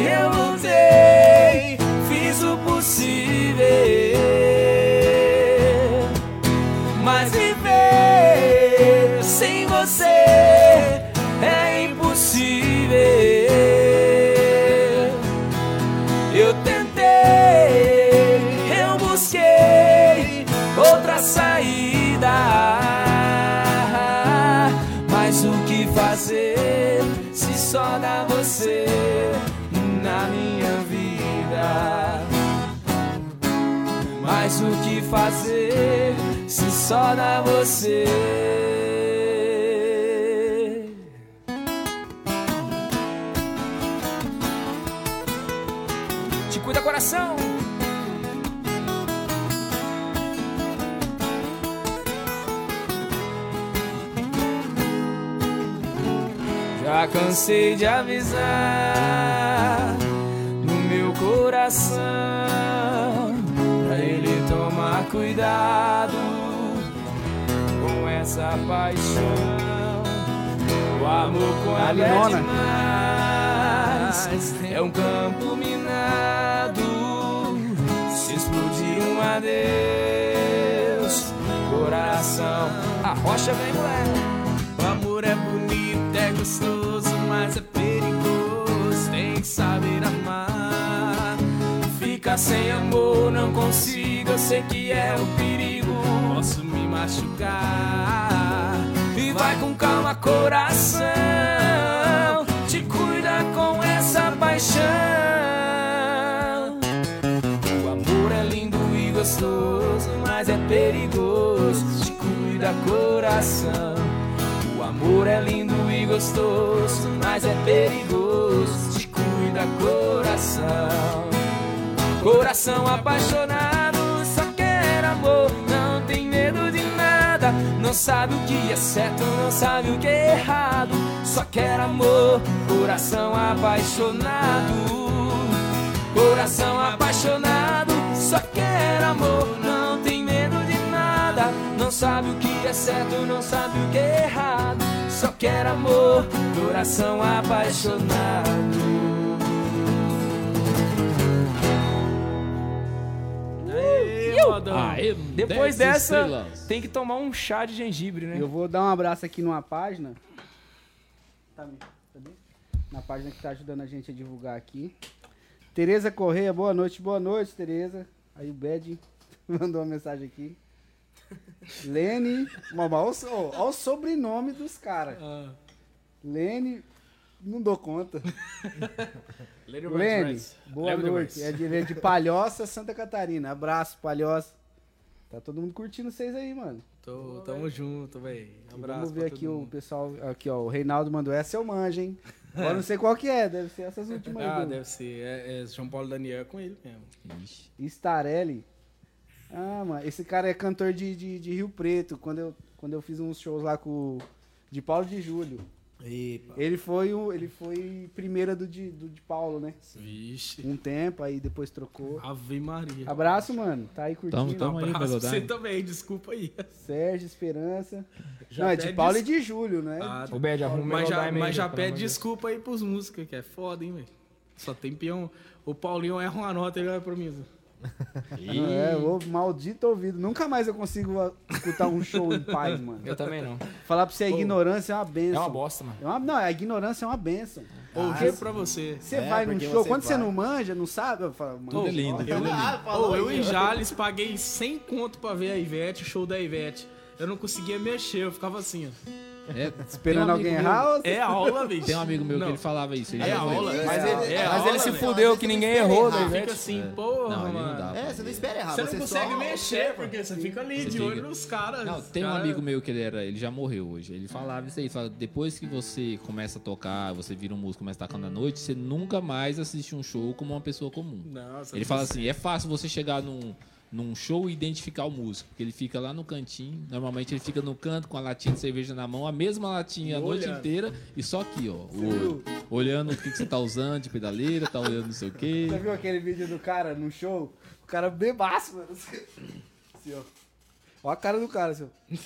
[SPEAKER 5] eu lutei, fiz o possível. Mas viver sem você é impossível. Eu tentei, eu busquei outra saída. Mas o que fazer se só dá você na minha vida? Mas o que fazer se só dá você?
[SPEAKER 10] Te cuida, coração!
[SPEAKER 5] Já cansei de avisar no meu coração pra ele tomar cuidado com essa paixão. O amor quando é
[SPEAKER 2] Alinona.
[SPEAKER 5] demais é um campo minado. Se explodir um adeus, coração, a rocha vem moleque. O amor é bonito, é gostoso, mas é perigoso. Tem que saber amar. Ficar sem amor não consigo, eu sei que é um perigo. Posso me machucar. E vai com calma, coração. Te cuida com essa paixão. O amor é lindo e gostoso, mas é perigoso. Te cuida, coração. O amor é lindo e gostoso, mas é perigoso. Te cuida, coração. Coração apaixonado, só quer amor, não tem medo de nada. Não sabe o que é certo, não sabe o que é errado. Só quer amor, coração apaixonado. Coração apaixonado, só quer amor, não tem medo de nada. Não sabe o que é certo, não sabe o que é errado. Só quer amor, coração apaixonado.
[SPEAKER 10] Aê, modão.
[SPEAKER 1] Aê,
[SPEAKER 10] Depois
[SPEAKER 1] 10
[SPEAKER 10] dessa,
[SPEAKER 1] estrelas.
[SPEAKER 10] tem que tomar um chá de gengibre, né?
[SPEAKER 2] Eu vou dar um abraço aqui numa página. Tá me- tá bem? Na página que tá ajudando a gente a divulgar aqui. Tereza Correia, boa noite, boa noite, Tereza. Aí o Bed mandou uma mensagem aqui. Lene. Olha o sobrenome dos caras. Lene. Não dou conta.
[SPEAKER 10] Lady
[SPEAKER 2] Lene, boa
[SPEAKER 10] Lembra
[SPEAKER 2] noite. É
[SPEAKER 10] demais.
[SPEAKER 2] de, é de Palhoça, Santa Catarina. Abraço, Palhoça. Tá todo mundo curtindo vocês aí, mano.
[SPEAKER 4] Tô, tamo junto, véi. Um
[SPEAKER 2] E
[SPEAKER 4] abraço.
[SPEAKER 2] Vamos ver
[SPEAKER 4] pra todo
[SPEAKER 2] aqui o
[SPEAKER 4] mundo.
[SPEAKER 2] pessoal. Aqui, ó. O Reinaldo mandou essa eu manjo, hein? Agora não sei qual que é, deve ser essas últimas aí.
[SPEAKER 4] Ah,
[SPEAKER 2] Bruno.
[SPEAKER 4] deve ser. É, é João Paulo Daniel é com ele mesmo.
[SPEAKER 1] Ixi.
[SPEAKER 2] Starelli. Ah, mano. Esse cara é cantor de, de, de Rio Preto. Quando eu, quando eu fiz uns shows lá com. o- De Paulo de Júlio. Ele foi o. Ele foi primeira do de, do de Paulo, né?
[SPEAKER 4] Vixe.
[SPEAKER 2] Um tempo, aí depois trocou.
[SPEAKER 4] Ave Maria.
[SPEAKER 2] Abraço, mano. Tá aí
[SPEAKER 1] Tamo,
[SPEAKER 2] curtindo.
[SPEAKER 1] tamo aí,
[SPEAKER 4] Abraço pra você
[SPEAKER 1] Belodai.
[SPEAKER 4] também, desculpa aí.
[SPEAKER 2] Sérgio, Esperança.
[SPEAKER 4] Já
[SPEAKER 2] não, é
[SPEAKER 4] até
[SPEAKER 2] de Paulo e de Júlio, né?
[SPEAKER 4] Ah,
[SPEAKER 10] O Bad arruma
[SPEAKER 4] mas já,
[SPEAKER 10] Melodyne
[SPEAKER 4] mas
[SPEAKER 10] aí,
[SPEAKER 4] já
[SPEAKER 10] pelo amor
[SPEAKER 4] pede
[SPEAKER 10] de Deus.
[SPEAKER 4] desculpa aí pros músicos, que é foda, hein, velho. Só tem peão. O Paulinho erra uma nota, ele vai pra mim. assim.
[SPEAKER 2] Não, é, ô, maldito ouvido. Nunca mais eu consigo ah, escutar um show em paz, mano.
[SPEAKER 10] Eu também não.
[SPEAKER 2] Falar pra você a ignorância é uma benção.
[SPEAKER 10] É uma bosta, mano.
[SPEAKER 2] É uma- não, a ignorância é uma benção.
[SPEAKER 4] Ou juro pra você.
[SPEAKER 2] Você
[SPEAKER 3] É,
[SPEAKER 2] vai num
[SPEAKER 3] porque
[SPEAKER 2] show,
[SPEAKER 3] você
[SPEAKER 2] quando você
[SPEAKER 3] vai.
[SPEAKER 2] não manja, não sabe, eu falo, mano,
[SPEAKER 1] Tudo é lindo, tudo é lindo.
[SPEAKER 4] Ou eu em Jales paguei 100 conto pra ver a Ivete, o show da Ivete. Eu não conseguia mexer, eu ficava assim, ó.
[SPEAKER 1] É,
[SPEAKER 2] Esperando
[SPEAKER 1] tem um
[SPEAKER 2] alguém
[SPEAKER 1] amigo meu-
[SPEAKER 2] errar ou
[SPEAKER 9] É aula, bicho.
[SPEAKER 1] Tem um amigo meu
[SPEAKER 9] Não.
[SPEAKER 1] que ele falava isso. Ele
[SPEAKER 9] É
[SPEAKER 1] já foi-
[SPEAKER 9] aula.
[SPEAKER 3] Mas ele-
[SPEAKER 9] é
[SPEAKER 3] mas
[SPEAKER 9] aula,
[SPEAKER 3] ele se
[SPEAKER 9] velho.
[SPEAKER 3] fudeu que ninguém errou,
[SPEAKER 5] Ah,
[SPEAKER 9] Você
[SPEAKER 3] né,
[SPEAKER 9] fica assim, porra,
[SPEAKER 1] É. Não, ele não
[SPEAKER 9] mano.
[SPEAKER 1] dá. pra
[SPEAKER 3] É, você não
[SPEAKER 1] fazer.
[SPEAKER 3] espera errar.
[SPEAKER 9] Você não consegue
[SPEAKER 3] só-
[SPEAKER 9] mexer, porque você fica ali
[SPEAKER 1] Você
[SPEAKER 9] de
[SPEAKER 1] fica-
[SPEAKER 9] olho nos caras.
[SPEAKER 1] Não,
[SPEAKER 9] Os
[SPEAKER 1] tem um
[SPEAKER 9] cara-
[SPEAKER 1] amigo meu que ele era, ele já morreu hoje. Ele falava isso aí, fala, depois que você começa a tocar, você vira um músico, começa a tocar na noite, você nunca mais assiste um show como uma pessoa comum.
[SPEAKER 4] Nossa,
[SPEAKER 1] Ele fala assim, é fácil você chegar num, num show e identificar o músico, porque ele fica lá no cantinho, normalmente ele fica no canto com a latinha de cerveja na mão, a mesma latinha a noite inteira, e só aqui, ó, o olho, olhando o que, que você tá usando de pedaleira, tá olhando não sei o quê.
[SPEAKER 2] Você viu aquele vídeo do cara no show? O cara bebaço, mano. Assim, ó. Ó a cara do cara, assim, ó.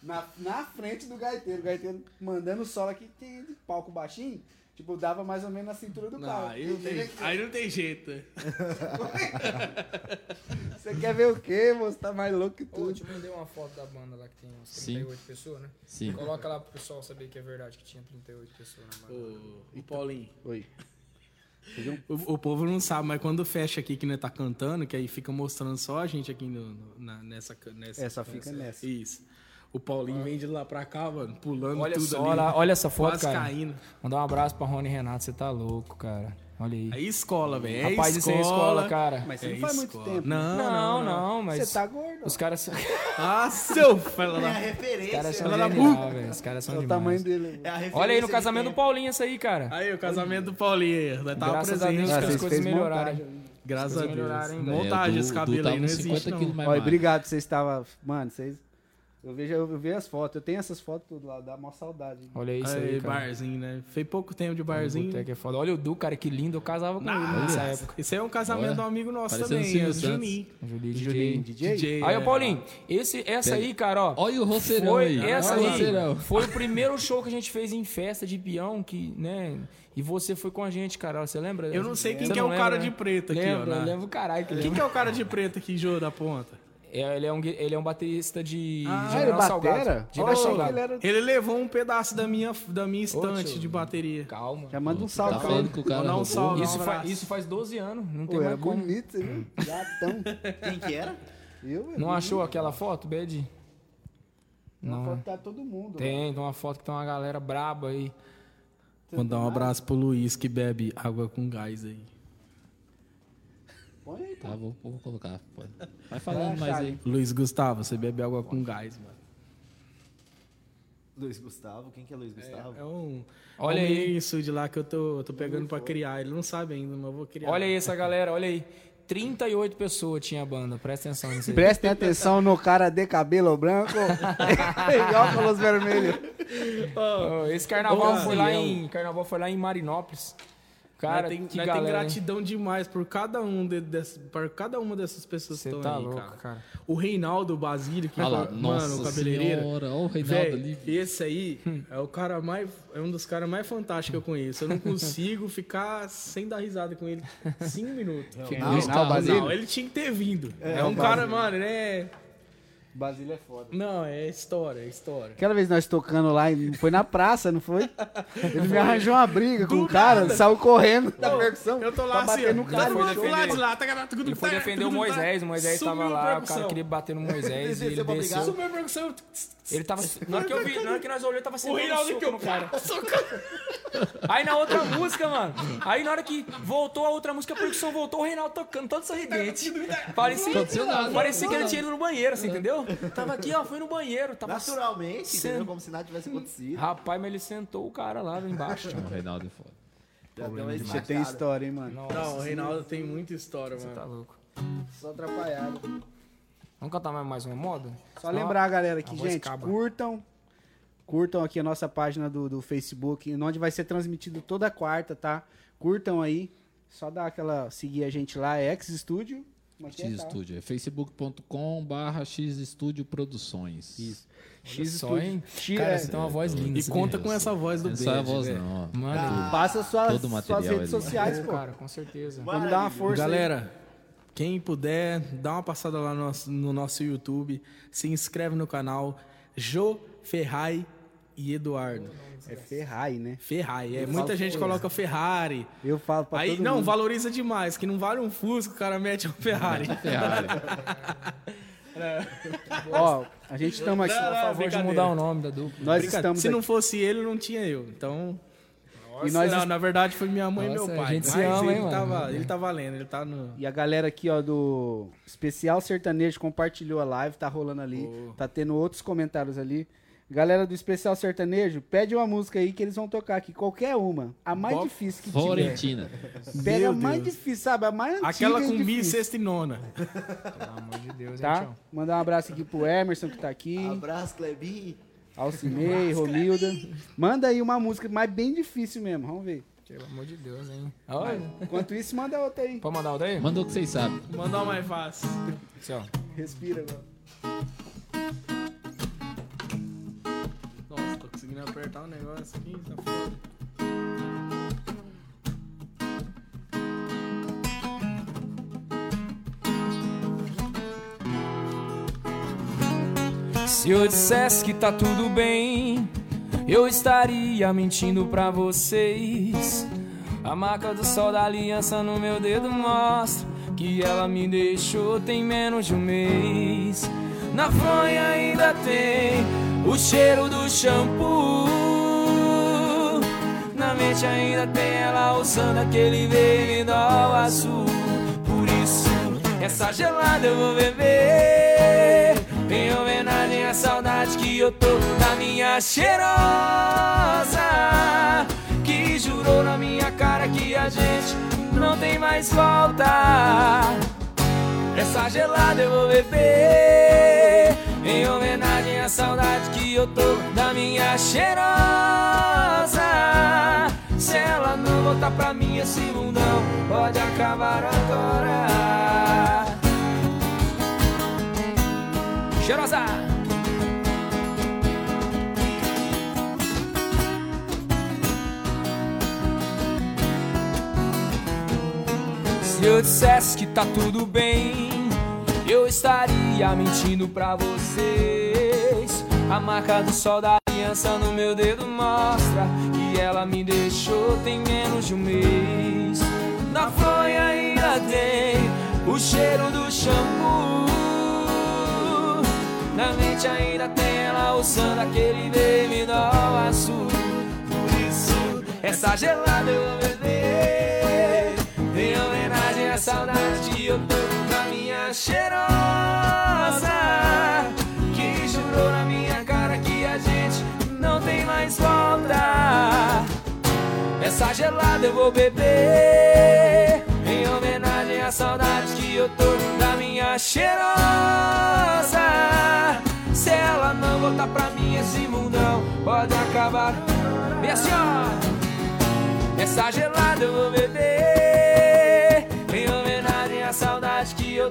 [SPEAKER 2] Na, na frente do gaiteiro. O gaiteiro mandando o solo aqui, tem de palco baixinho. Tipo, dava mais ou menos na cintura
[SPEAKER 1] assim,
[SPEAKER 2] do
[SPEAKER 4] Não,
[SPEAKER 2] cara.
[SPEAKER 4] aí, não tem, aí não tem jeito.
[SPEAKER 2] Você quer ver o quê, moço? Tá mais louco que
[SPEAKER 8] Ô, eu
[SPEAKER 2] tudo.
[SPEAKER 8] te mandei uma foto da banda lá que tem uns
[SPEAKER 1] Sim.
[SPEAKER 8] 38 pessoas, né?
[SPEAKER 1] Sim.
[SPEAKER 8] Coloca lá pro pessoal saber que é verdade que tinha 38 pessoas né, na banda.
[SPEAKER 4] Ô, o Paulinho.
[SPEAKER 2] Oi.
[SPEAKER 4] O, o povo não sabe, mas quando fecha aqui que nós tá cantando, que aí fica mostrando só a gente aqui no- no- na- nessa, ca- nessa.
[SPEAKER 2] É, só fica nessa.
[SPEAKER 4] Isso. O Paulinho vem de lá pra cá, mano, pulando
[SPEAKER 5] Olha
[SPEAKER 4] tudo
[SPEAKER 5] só,
[SPEAKER 4] ali.
[SPEAKER 5] olha, olha essa foto,
[SPEAKER 4] quase
[SPEAKER 5] cara.
[SPEAKER 4] caindo.
[SPEAKER 5] Mandar um abraço pra Rony e Renato, você tá louco, cara. Olha aí.
[SPEAKER 4] É escola, velho. É
[SPEAKER 5] Rapaz, isso é escola, cara.
[SPEAKER 2] Mas você
[SPEAKER 4] É
[SPEAKER 2] não faz muito
[SPEAKER 4] escola.
[SPEAKER 2] tempo. né?
[SPEAKER 4] Não,
[SPEAKER 5] Não, não, mas.
[SPEAKER 2] Você tá gordo.
[SPEAKER 5] Os caras são. Os
[SPEAKER 4] Ah, seu fela lá.
[SPEAKER 5] caras são
[SPEAKER 4] Ela dá
[SPEAKER 5] genial, velho. Os caras são
[SPEAKER 2] É o
[SPEAKER 5] demais.
[SPEAKER 2] tamanho dele.
[SPEAKER 3] É a referência
[SPEAKER 5] Olha aí no
[SPEAKER 3] de
[SPEAKER 5] casamento do
[SPEAKER 3] tempo.
[SPEAKER 5] Paulinho essa aí, cara.
[SPEAKER 4] Aí, o casamento do Paulinho aí. Vai estar
[SPEAKER 5] Graças a
[SPEAKER 4] presente.
[SPEAKER 5] Deus que
[SPEAKER 2] Ah,
[SPEAKER 5] as
[SPEAKER 2] vocês
[SPEAKER 5] coisas
[SPEAKER 2] fez
[SPEAKER 5] melhoraram.
[SPEAKER 4] Graças a
[SPEAKER 5] Vocês
[SPEAKER 4] Deus.
[SPEAKER 5] melhoraram, hein, velho?
[SPEAKER 4] Montagem
[SPEAKER 1] É, o
[SPEAKER 4] esse
[SPEAKER 1] Du-
[SPEAKER 4] cabelo
[SPEAKER 1] Du tava
[SPEAKER 4] aí, não
[SPEAKER 1] uns
[SPEAKER 4] existe.
[SPEAKER 1] 50
[SPEAKER 4] Não.
[SPEAKER 1] quilos mais
[SPEAKER 2] Olha,
[SPEAKER 1] magro.
[SPEAKER 2] obrigado, vocês estavam. Mano, vocês. Eu vejo, eu vejo as fotos. Eu tenho essas fotos tudo lá, dá mó saudade.
[SPEAKER 5] Olha isso aí,
[SPEAKER 4] Aí,
[SPEAKER 5] cara.
[SPEAKER 4] barzinho, né? Fez pouco tempo
[SPEAKER 1] Tá
[SPEAKER 4] de barzinho.
[SPEAKER 5] Boteco é foda. Olha o Du, cara, que lindo. Eu casava com ele nessa
[SPEAKER 4] Nossa,
[SPEAKER 5] época.
[SPEAKER 4] Esse aí é um casamento
[SPEAKER 1] Olha,
[SPEAKER 4] de um amigo nosso
[SPEAKER 1] parecendo
[SPEAKER 4] também,
[SPEAKER 1] Silvio
[SPEAKER 4] é o
[SPEAKER 1] Santos.
[SPEAKER 4] Juninho.
[SPEAKER 5] Julinho DJ.
[SPEAKER 2] Juninho, DJ?
[SPEAKER 4] DJ,
[SPEAKER 5] Aí,
[SPEAKER 4] é.
[SPEAKER 5] ô Paulinho, esse, essa aí, cara, ó.
[SPEAKER 1] Olha o roceirão
[SPEAKER 5] Foi,
[SPEAKER 1] aí.
[SPEAKER 5] essa
[SPEAKER 1] Olha o
[SPEAKER 5] aí
[SPEAKER 1] roceirão.
[SPEAKER 5] foi o primeiro show que a gente fez em festa de peão, que, né? E você foi com a gente, cara. Você lembra?
[SPEAKER 4] Eu não sei quem
[SPEAKER 5] Você
[SPEAKER 4] que é
[SPEAKER 5] não
[SPEAKER 4] o
[SPEAKER 5] lembra,
[SPEAKER 4] cara
[SPEAKER 5] né?
[SPEAKER 4] de preto aqui,
[SPEAKER 5] lembra,
[SPEAKER 4] ó. na-
[SPEAKER 5] Lembra o caralho que
[SPEAKER 4] Quem
[SPEAKER 5] lembra.
[SPEAKER 4] que é o cara de preto aqui, Jô, da ponta?
[SPEAKER 5] É, ele, é um, gui- ele é um baterista de
[SPEAKER 4] Ah,
[SPEAKER 5] General
[SPEAKER 2] ele é batera?
[SPEAKER 5] Salgado. General
[SPEAKER 2] Olha,
[SPEAKER 5] Salgado.
[SPEAKER 2] ele era-
[SPEAKER 4] Ele levou um pedaço da minha, da minha estante
[SPEAKER 5] tio.
[SPEAKER 4] de bateria.
[SPEAKER 5] Calma.
[SPEAKER 2] Já manda um
[SPEAKER 1] Tá
[SPEAKER 2] salve pra
[SPEAKER 1] falando
[SPEAKER 2] ele.
[SPEAKER 1] que o cara
[SPEAKER 4] Mandar
[SPEAKER 1] roubou?
[SPEAKER 4] um salve.
[SPEAKER 5] Isso,
[SPEAKER 4] um
[SPEAKER 5] fa-
[SPEAKER 4] abraço.
[SPEAKER 5] isso faz 12 anos, não tem
[SPEAKER 2] Pô, era
[SPEAKER 5] mais como.
[SPEAKER 2] bonito, você viu? Gatão.
[SPEAKER 3] Quem que era?
[SPEAKER 2] Eu, eu
[SPEAKER 5] Não achou aquela foto, Bad?
[SPEAKER 2] Não.
[SPEAKER 5] Não. né?
[SPEAKER 2] Foto tá todo mundo. lá.
[SPEAKER 5] Tem, tem uma foto que tem uma galera braba aí.
[SPEAKER 4] Mandar um abraço pro Luiz que bebe água com gás aí.
[SPEAKER 2] Põe aí, pô.
[SPEAKER 1] Tá, vou, vou colocar. pô. Vai falando mais aí.
[SPEAKER 4] Luiz Gustavo, você bebe água com gás, mano.
[SPEAKER 3] Luiz Gustavo. Quem que é Luiz Gustavo?
[SPEAKER 4] É um.
[SPEAKER 5] Olha
[SPEAKER 4] um
[SPEAKER 5] aí.
[SPEAKER 4] meio isso de lá que eu tô, eu tô pegando pra criar. Ele não sabe ainda, mas eu vou criar.
[SPEAKER 5] Olha aí essa galera, olha aí. 38 pessoas tinha a banda, presta atenção nisso aí.
[SPEAKER 2] Prestem atenção no cara de cabelo branco e óculos vermelho.
[SPEAKER 5] Ô, Esse carnaval
[SPEAKER 4] Ô,
[SPEAKER 5] foi lá
[SPEAKER 4] Gabriel.
[SPEAKER 5] em carnaval foi lá em Marinópolis.
[SPEAKER 4] Cara,
[SPEAKER 5] Cara,
[SPEAKER 4] Né, tem,
[SPEAKER 5] que
[SPEAKER 4] nós tem
[SPEAKER 5] galera. hein?
[SPEAKER 4] gratidão demais por cada um de, dessas- por cada uma dessas pessoas que
[SPEAKER 5] Você
[SPEAKER 4] estão
[SPEAKER 5] tá
[SPEAKER 4] aí,
[SPEAKER 5] louco,
[SPEAKER 4] cara.
[SPEAKER 5] cara.
[SPEAKER 4] O Reinaldo Basílio, que é
[SPEAKER 1] Olha lá,
[SPEAKER 4] mano,
[SPEAKER 1] nossa
[SPEAKER 4] o cabeleireiro.
[SPEAKER 1] senhora, olha o Reinaldo
[SPEAKER 4] Véi,
[SPEAKER 1] ali.
[SPEAKER 4] Esse aí é o cara mais é um dos caras mais fantásticos que eu conheço. Eu não consigo ficar sem dar risada com ele cinco minutos.
[SPEAKER 1] Não,
[SPEAKER 2] Reinaldo Basílio?
[SPEAKER 4] Não, ele tinha que ter vindo. É,
[SPEAKER 2] é
[SPEAKER 4] um
[SPEAKER 2] o
[SPEAKER 4] cara, mano, ele é
[SPEAKER 2] Basílio é foda.
[SPEAKER 4] Não, é história, é história.
[SPEAKER 2] Aquela vez nós tocando lá, e foi na praça, não foi? Ele me arranjou uma briga com o cara, saiu correndo da percussão.
[SPEAKER 4] Eu tô lá
[SPEAKER 2] pra
[SPEAKER 4] assim,
[SPEAKER 2] bater no
[SPEAKER 4] ó,
[SPEAKER 2] cara.
[SPEAKER 4] todo
[SPEAKER 5] foi
[SPEAKER 4] mundo
[SPEAKER 5] defender.
[SPEAKER 4] lá de lá, tá, tá,
[SPEAKER 5] Ele foi defender o Moisés, o Moisés
[SPEAKER 4] Sumiu
[SPEAKER 5] tava
[SPEAKER 4] a
[SPEAKER 5] lá, o cara
[SPEAKER 4] percussão. é
[SPEAKER 5] queria bater no Moisés e ele
[SPEAKER 3] pra brigar.
[SPEAKER 5] desceu.
[SPEAKER 4] Sumiu a percussão.
[SPEAKER 5] Ele tava. Na hora que eu vi, na hora que nós olhamos, ele tava
[SPEAKER 4] O
[SPEAKER 5] sentando
[SPEAKER 4] Reinaldo
[SPEAKER 5] soco
[SPEAKER 4] que eu
[SPEAKER 5] no cara.
[SPEAKER 4] Socando.
[SPEAKER 5] Aí na outra música, mano. Aí na hora que voltou a outra música, a percussão voltou, o Reinaldo tocando todo sorridente. Parecia,
[SPEAKER 1] Aconteceu nada.
[SPEAKER 5] parecia que ele tinha ido no banheiro, assim, entendeu? Tava aqui, ó, fui no banheiro, tava.
[SPEAKER 3] Naturalmente,
[SPEAKER 5] Sim.
[SPEAKER 3] entendeu? Como se nada tivesse acontecido.
[SPEAKER 5] Rapaz, mas ele sentou o cara lá embaixo.
[SPEAKER 1] O Reinaldo é foda.
[SPEAKER 3] Já deu uma
[SPEAKER 2] Você tem
[SPEAKER 3] esmachada.
[SPEAKER 2] história, hein, mano?
[SPEAKER 4] Não, o Reinaldo tem muita história,
[SPEAKER 5] Você tá
[SPEAKER 4] mano.
[SPEAKER 5] louco.
[SPEAKER 2] Só atrapalhado.
[SPEAKER 5] Vamos cantar mais- mais uma moda?
[SPEAKER 2] Só
[SPEAKER 5] Senão-
[SPEAKER 2] lembrar, galera, que,
[SPEAKER 5] a voz
[SPEAKER 2] gente,
[SPEAKER 5] acaba.
[SPEAKER 2] curtam. Curtam aqui a nossa página do, do Facebook, onde vai ser transmitido toda quarta, tá? Curtam aí. Só dá aquela. seguir a gente lá, é X Studio. Como é que é,
[SPEAKER 1] X
[SPEAKER 2] tá?
[SPEAKER 1] Studio. É facebook.com barra X Studio Produções. Isso.
[SPEAKER 2] X
[SPEAKER 5] Olha só,
[SPEAKER 2] Studio.
[SPEAKER 5] hein?
[SPEAKER 2] X-
[SPEAKER 5] Cara,
[SPEAKER 2] é,
[SPEAKER 5] você tem uma voz linda.
[SPEAKER 4] E
[SPEAKER 5] você
[SPEAKER 4] conta
[SPEAKER 5] vê?
[SPEAKER 4] com essa voz do
[SPEAKER 1] Não é só a
[SPEAKER 4] Bede,
[SPEAKER 1] voz,
[SPEAKER 4] velho.
[SPEAKER 1] não. ó.
[SPEAKER 5] Mano,
[SPEAKER 2] Passa suas,
[SPEAKER 1] tá Todo o material
[SPEAKER 2] suas redes
[SPEAKER 1] é do-
[SPEAKER 2] sociais, pô.
[SPEAKER 5] cara, com certeza.
[SPEAKER 2] Vamos dar uma força. aí.
[SPEAKER 4] Galera, quem puder, dá uma passada lá no nosso, no nosso YouTube, se inscreve no canal Jô Ferrai e Eduardo.
[SPEAKER 2] É Ferrari, né?
[SPEAKER 4] Ferrari, é muita gente coloca Ferrari.
[SPEAKER 2] Eu falo pra
[SPEAKER 4] Aí
[SPEAKER 2] todo
[SPEAKER 4] não,
[SPEAKER 2] mundo.
[SPEAKER 4] valoriza demais, que não vale um Fusca, o cara mete um Ferrari.
[SPEAKER 1] Ferrari.
[SPEAKER 2] Ó, a gente estamos aqui.
[SPEAKER 11] Por favor, de mudar o nome da dupla.
[SPEAKER 2] Nós
[SPEAKER 4] Brincadeira.
[SPEAKER 2] estamos
[SPEAKER 4] Se não
[SPEAKER 2] aqui.
[SPEAKER 4] fosse ele, não tinha eu. Então.
[SPEAKER 2] E nós
[SPEAKER 4] não,
[SPEAKER 2] est-
[SPEAKER 4] na verdade foi minha mãe e
[SPEAKER 11] Nossa,
[SPEAKER 4] meu
[SPEAKER 11] a
[SPEAKER 4] pai.
[SPEAKER 11] gente se
[SPEAKER 4] mas
[SPEAKER 11] ama,
[SPEAKER 4] ele,
[SPEAKER 11] hein, mano?
[SPEAKER 4] tá va- ele tá valendo, ele tá no.
[SPEAKER 2] E a galera aqui, ó, do Especial Sertanejo compartilhou a live, tá rolando ali. Tá tendo outros comentários ali. Galera do Especial Sertanejo, pede uma música aí que eles vão tocar aqui. Qualquer uma. A mais
[SPEAKER 4] Bob
[SPEAKER 2] difícil que tiver.
[SPEAKER 1] Florentina.
[SPEAKER 2] Pega a
[SPEAKER 4] Meu
[SPEAKER 2] mais
[SPEAKER 4] Deus.
[SPEAKER 2] difícil, sabe? A mais antiga
[SPEAKER 4] Aquela
[SPEAKER 2] e
[SPEAKER 4] com mi,
[SPEAKER 2] é difícil,
[SPEAKER 4] sexta e nona.
[SPEAKER 11] Pelo amor de Deus, hein,
[SPEAKER 2] Tá?
[SPEAKER 11] Tião?
[SPEAKER 2] Mandar um abraço aqui pro Emerson que tá aqui.
[SPEAKER 4] Ah,
[SPEAKER 3] Abraço, Clebinho.
[SPEAKER 2] Alcinei, Romilda. Manda aí uma música, mas bem difícil mesmo. Vamos ver.
[SPEAKER 11] Pelo amor de Deus, hein? Olha.
[SPEAKER 2] Enquanto isso, manda outra aí.
[SPEAKER 11] Pode mandar o daí?
[SPEAKER 1] Mandou o que vocês sabem.
[SPEAKER 4] Mandar uma mais fácil.
[SPEAKER 11] Tchau.
[SPEAKER 2] Respira agora.
[SPEAKER 4] Nossa, tô conseguindo apertar um negócio aqui, tá foda.
[SPEAKER 5] Se eu dissesse que tá tudo bem, eu estaria mentindo pra vocês. A marca do sol da aliança no meu dedo mostra que ela me deixou tem menos de um mês. Na fronha ainda tem o cheiro do shampoo. Na mente ainda tem ela usando aquele baby doll azul. Por isso, essa gelada eu vou beber. Em homenagem à saudade que eu tô da minha cheirosa. Que jurou na minha cara que a gente não tem mais volta. Essa gelada eu vou beber Em homenagem à saudade que eu tô da minha cheirosa Se ela não voltar pra mim esse mundão pode acabar agora Cheirosa! Se eu dissesse que tá tudo bem, eu estaria mentindo pra vocês. A marca do sol da aliança no meu dedo mostra que ela me deixou tem menos de um mês. Na fronha ainda tem o cheiro do shampoo. Na mente ainda tem ela usando aquele baby doll azul. Por isso, essa gelada eu vou beber. Em homenagem à saudade, que eu tô na minha cheirosa. Que jurou na minha cara que a gente não tem mais volta. Essa gelada eu vou beber Em homenagem à saudade que eu tô da minha cheirosa Se ela não voltar pra mim esse mundão pode acabar E assim ó Essa gelada eu vou beber Em homenagem à saudade que eu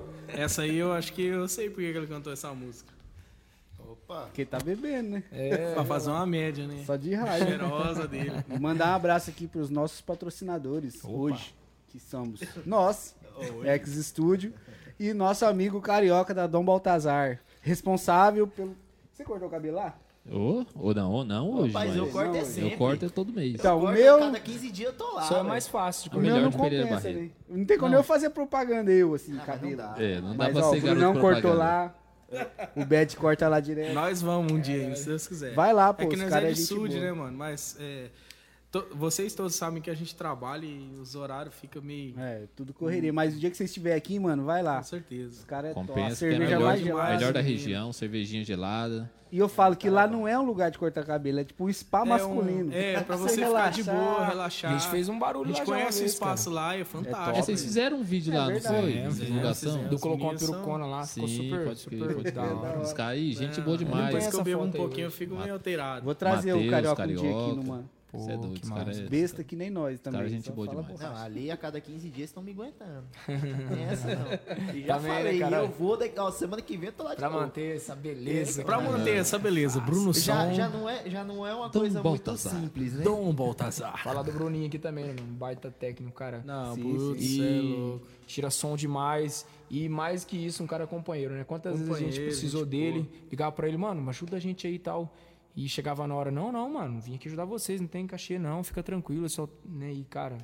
[SPEAKER 4] Essa aí eu acho que eu sei por que ele cantou essa música.
[SPEAKER 2] Porque tá bebendo, né?
[SPEAKER 1] É.
[SPEAKER 4] pra fazer uma média, né?
[SPEAKER 2] Só de raiva.
[SPEAKER 4] Cheirosa dele.
[SPEAKER 2] Vou mandar um abraço aqui pros nossos patrocinadores hoje, que somos nós, Ex Studio, e nosso amigo carioca da Dom Baltazar, responsável pelo. Você cortou o cabelo lá?
[SPEAKER 1] Ô, ou não, ou não hoje.
[SPEAKER 3] Mas eu
[SPEAKER 1] mas
[SPEAKER 3] corto é
[SPEAKER 2] Eu
[SPEAKER 1] eu
[SPEAKER 3] sempre.
[SPEAKER 1] corto é todo mês.
[SPEAKER 2] Então, o
[SPEAKER 3] Corto
[SPEAKER 2] meu.
[SPEAKER 3] Cada 15 dias eu tô lá.
[SPEAKER 11] Só é
[SPEAKER 3] velho.
[SPEAKER 11] mais fácil de
[SPEAKER 2] O
[SPEAKER 1] Melhor
[SPEAKER 11] comer.
[SPEAKER 2] meu não
[SPEAKER 1] de Pereira
[SPEAKER 2] compensa,
[SPEAKER 1] Barreto.
[SPEAKER 2] né? Não tem como eu fazer propaganda eu, assim,
[SPEAKER 3] Ah, mas não
[SPEAKER 2] cabelo.
[SPEAKER 3] dá.
[SPEAKER 1] É, não dá
[SPEAKER 2] Mas
[SPEAKER 1] pra
[SPEAKER 2] ó,
[SPEAKER 1] ser
[SPEAKER 2] o Brunão
[SPEAKER 1] garoto
[SPEAKER 2] cortou
[SPEAKER 1] propaganda.
[SPEAKER 2] lá, o Bad corta lá direto.
[SPEAKER 4] Nós vamos um dia, hein, se Deus quiser.
[SPEAKER 2] Vai lá, pô,
[SPEAKER 4] É que
[SPEAKER 2] os
[SPEAKER 4] nós
[SPEAKER 2] cara
[SPEAKER 4] é
[SPEAKER 2] é
[SPEAKER 4] de
[SPEAKER 2] gente
[SPEAKER 4] sud,
[SPEAKER 2] boa.
[SPEAKER 4] né, mano? Mas é, to- vocês todos sabem que a gente trabalha e os horários ficam meio.
[SPEAKER 2] É, tudo correria. Mas o dia que você estiver aqui, mano, vai lá.
[SPEAKER 4] Com certeza.
[SPEAKER 2] Os caras é top. A
[SPEAKER 1] Compensa, que é
[SPEAKER 2] cerveja
[SPEAKER 1] melhor,
[SPEAKER 2] mais
[SPEAKER 4] demais.
[SPEAKER 2] gelada.
[SPEAKER 1] melhor da
[SPEAKER 4] menino.
[SPEAKER 1] região, cervejinha gelada.
[SPEAKER 2] E eu falo que lá não é um lugar de cortar cabelo, é tipo um spa masculino.
[SPEAKER 4] É, um, é pra
[SPEAKER 2] Você
[SPEAKER 4] você ficar de
[SPEAKER 2] relaxar.
[SPEAKER 4] boa,
[SPEAKER 11] A
[SPEAKER 4] relaxar.
[SPEAKER 11] gente fez um
[SPEAKER 4] A
[SPEAKER 11] barulho lá
[SPEAKER 4] gente
[SPEAKER 11] já uma
[SPEAKER 4] conhece o
[SPEAKER 11] vez,
[SPEAKER 4] espaço lá e é fantástico.
[SPEAKER 1] É, vocês fizeram um vídeo lá, não foi?
[SPEAKER 4] É,
[SPEAKER 5] né?
[SPEAKER 4] fizemos,
[SPEAKER 1] Divulgação?
[SPEAKER 11] cara. Tu
[SPEAKER 4] fizemos.
[SPEAKER 11] colocou uma
[SPEAKER 4] Minhas são-
[SPEAKER 11] perucona lá, ficou
[SPEAKER 1] Sim,
[SPEAKER 11] super,
[SPEAKER 1] pode crer,
[SPEAKER 11] super
[SPEAKER 1] pode
[SPEAKER 11] da hora.
[SPEAKER 1] crer. Os caras aí, gente boa
[SPEAKER 4] Depois
[SPEAKER 1] demais.
[SPEAKER 4] que eu
[SPEAKER 11] Essa
[SPEAKER 4] bebo um
[SPEAKER 11] foto aí,
[SPEAKER 4] pouquinho, eu fico meio alterado.
[SPEAKER 2] Vou trazer o
[SPEAKER 1] Mateus,
[SPEAKER 2] carioca, um dia aqui
[SPEAKER 1] Carioca.
[SPEAKER 2] numa.
[SPEAKER 5] Pô,
[SPEAKER 1] Cê é doido,
[SPEAKER 5] que
[SPEAKER 1] os cara
[SPEAKER 5] massa.
[SPEAKER 1] é-
[SPEAKER 2] Besta que nem nós também.
[SPEAKER 1] Cara, gente
[SPEAKER 2] só
[SPEAKER 1] boa
[SPEAKER 2] fala
[SPEAKER 1] demais.
[SPEAKER 2] porra.
[SPEAKER 3] Não, ali a cada 15 dias estão me aguentando. Não tem essa não. E já
[SPEAKER 5] Também, né,
[SPEAKER 3] falei,
[SPEAKER 5] cara?
[SPEAKER 3] eu vou daqui, ó, semana que vem eu tô lá de
[SPEAKER 5] Pra
[SPEAKER 3] novo.
[SPEAKER 5] manter essa beleza. né?
[SPEAKER 4] Pra
[SPEAKER 5] cara.
[SPEAKER 4] manter essa beleza, Bruno
[SPEAKER 3] Já,
[SPEAKER 4] Som,
[SPEAKER 3] já, não é, já não é uma
[SPEAKER 1] Dom
[SPEAKER 3] coisa muito
[SPEAKER 1] Baltazar.
[SPEAKER 3] simples, né?
[SPEAKER 4] Dom Baltazar.
[SPEAKER 5] Falar do Bruninho aqui também, né, mano? Um baita técnico, cara.
[SPEAKER 4] Não,
[SPEAKER 2] Sim,
[SPEAKER 4] putz,
[SPEAKER 5] E
[SPEAKER 4] cê é louco.
[SPEAKER 5] tira som demais. E mais que isso, um cara companheiro, né? Quantas vezes a gente
[SPEAKER 4] Companheiro,
[SPEAKER 5] precisou
[SPEAKER 4] gente
[SPEAKER 5] dele, ligava pra ele, mano, ajuda a gente aí e tal. E chegava na hora, não, não, mano, vim aqui ajudar vocês, não tem cachê não, fica tranquilo, é só. Né? E, cara,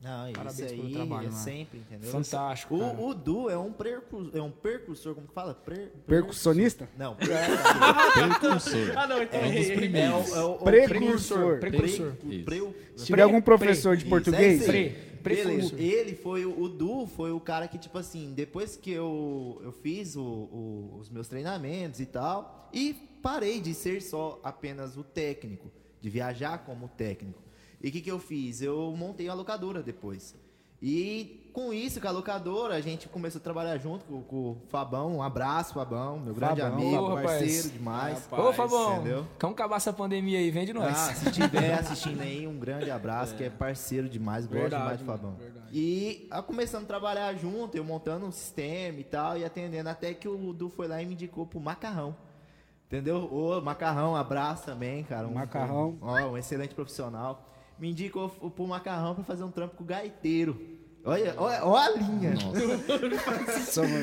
[SPEAKER 3] Não,
[SPEAKER 5] Parabéns
[SPEAKER 3] isso
[SPEAKER 5] pelo
[SPEAKER 3] aí
[SPEAKER 5] trabalho,
[SPEAKER 3] é
[SPEAKER 5] mano.
[SPEAKER 3] sempre, entendeu?
[SPEAKER 5] fantástico. cara.
[SPEAKER 3] O, o Du é um, percu, é um percursor, como que fala? Pre-
[SPEAKER 2] Percussionista?
[SPEAKER 3] Não, percursor.
[SPEAKER 1] Precursor.
[SPEAKER 2] Ah,
[SPEAKER 4] não, então
[SPEAKER 1] É um dos
[SPEAKER 3] é
[SPEAKER 1] primeiros.
[SPEAKER 3] o, é o,
[SPEAKER 2] Precursor.
[SPEAKER 5] Precursor.
[SPEAKER 1] Isso.
[SPEAKER 3] tipo,
[SPEAKER 2] Se tiver algum professor de
[SPEAKER 3] Isso,
[SPEAKER 2] português,
[SPEAKER 3] é isso aí.
[SPEAKER 5] Pre-
[SPEAKER 3] Beleza,
[SPEAKER 5] precursor.
[SPEAKER 3] ele foi, o o Du foi o cara que, tipo assim, depois que eu, eu fiz o- o- os meus treinamentos e tal, e parei de ser só apenas o técnico, de viajar como técnico. E o que, que eu fiz? Eu montei a locadora depois. E com isso, com a locadora, a gente começou a trabalhar junto com, com o Fabão. Um abraço, Fabão, meu grande
[SPEAKER 2] Fabão,
[SPEAKER 3] amigo,
[SPEAKER 5] Fabão.
[SPEAKER 3] parceiro
[SPEAKER 5] Rapaz.
[SPEAKER 3] demais.
[SPEAKER 5] Ô, Fabão,
[SPEAKER 3] Entendeu?
[SPEAKER 5] como
[SPEAKER 4] um
[SPEAKER 5] acabar essa pandemia aí, vende nós.
[SPEAKER 3] Ah, se tiver assistindo aí, um grande abraço, que é parceiro demais, gosto
[SPEAKER 4] Verdade,
[SPEAKER 3] demais de
[SPEAKER 4] mano,
[SPEAKER 3] Fabão.
[SPEAKER 4] verdade.
[SPEAKER 3] E ah, começando a trabalhar junto, eu montando um sistema e tal, e atendendo, até que o Du foi lá e me indicou pro Macarrão. Entendeu? Ô, Macarrão, abraço também, cara.
[SPEAKER 2] Macarrão.
[SPEAKER 3] Um, ó, um excelente profissional. Me indicou f- pro Macarrão pra fazer um trampo com o gaiteiro. Olha, olha, olha a linha.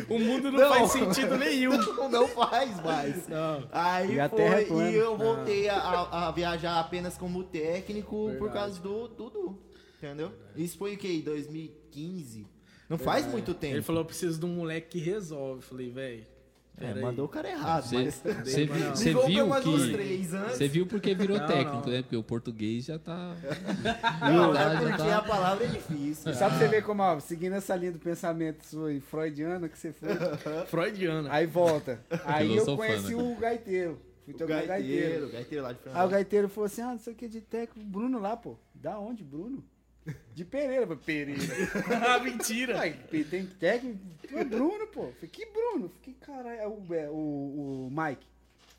[SPEAKER 4] O mundo não,
[SPEAKER 3] Não.
[SPEAKER 4] faz sentido nenhum.
[SPEAKER 3] Não, não faz mais.
[SPEAKER 4] Não.
[SPEAKER 3] Aí
[SPEAKER 2] E a
[SPEAKER 3] foi,
[SPEAKER 2] terra é plana.
[SPEAKER 3] e eu voltei a, a- a viajar apenas como técnico por causa do Dudu. Entendeu? Isso foi o que? 2015? Não
[SPEAKER 2] É.
[SPEAKER 3] faz muito tempo.
[SPEAKER 4] Ele falou, eu preciso de um moleque que resolve. Eu Falei, velho,
[SPEAKER 3] é,
[SPEAKER 4] peraí.
[SPEAKER 3] mandou o cara errado, mas.
[SPEAKER 1] Você
[SPEAKER 4] Não, não.
[SPEAKER 1] viu,
[SPEAKER 3] Ligou pra umas duas,
[SPEAKER 1] que.
[SPEAKER 3] três antes.
[SPEAKER 1] Você viu porque virou
[SPEAKER 4] né? Não,
[SPEAKER 1] técnico,
[SPEAKER 4] não.
[SPEAKER 1] né? Porque o português já tá.
[SPEAKER 3] Não,
[SPEAKER 1] já
[SPEAKER 3] é porque
[SPEAKER 1] tá-
[SPEAKER 3] a palavra é difícil.
[SPEAKER 2] E Sabe pra você ver como, ó, seguindo essa linha do pensamento sua aí, freudiana que você foi,
[SPEAKER 4] Freudiana.
[SPEAKER 2] aí volta. Aí eu
[SPEAKER 1] sou fã,
[SPEAKER 2] conheci
[SPEAKER 1] né?
[SPEAKER 2] o gaiteiro. Fui
[SPEAKER 3] O
[SPEAKER 2] tocar
[SPEAKER 3] gaiteiro,
[SPEAKER 2] um gaiteiro.
[SPEAKER 3] o gaiteiro lá de
[SPEAKER 2] Aí o
[SPEAKER 3] Fernando.
[SPEAKER 2] gaiteiro falou assim, ah, não sei o que de técnico, Bruno lá, pô. Da onde, Bruno? De Pereira, Eu falei, Pereira.
[SPEAKER 4] ah, mentira.
[SPEAKER 2] Ué, pe- tem técnico? Tu é Bruno, pô. Eu falei, que Bruno? Eu Fiquei, caralho, é o, é o, o Mike.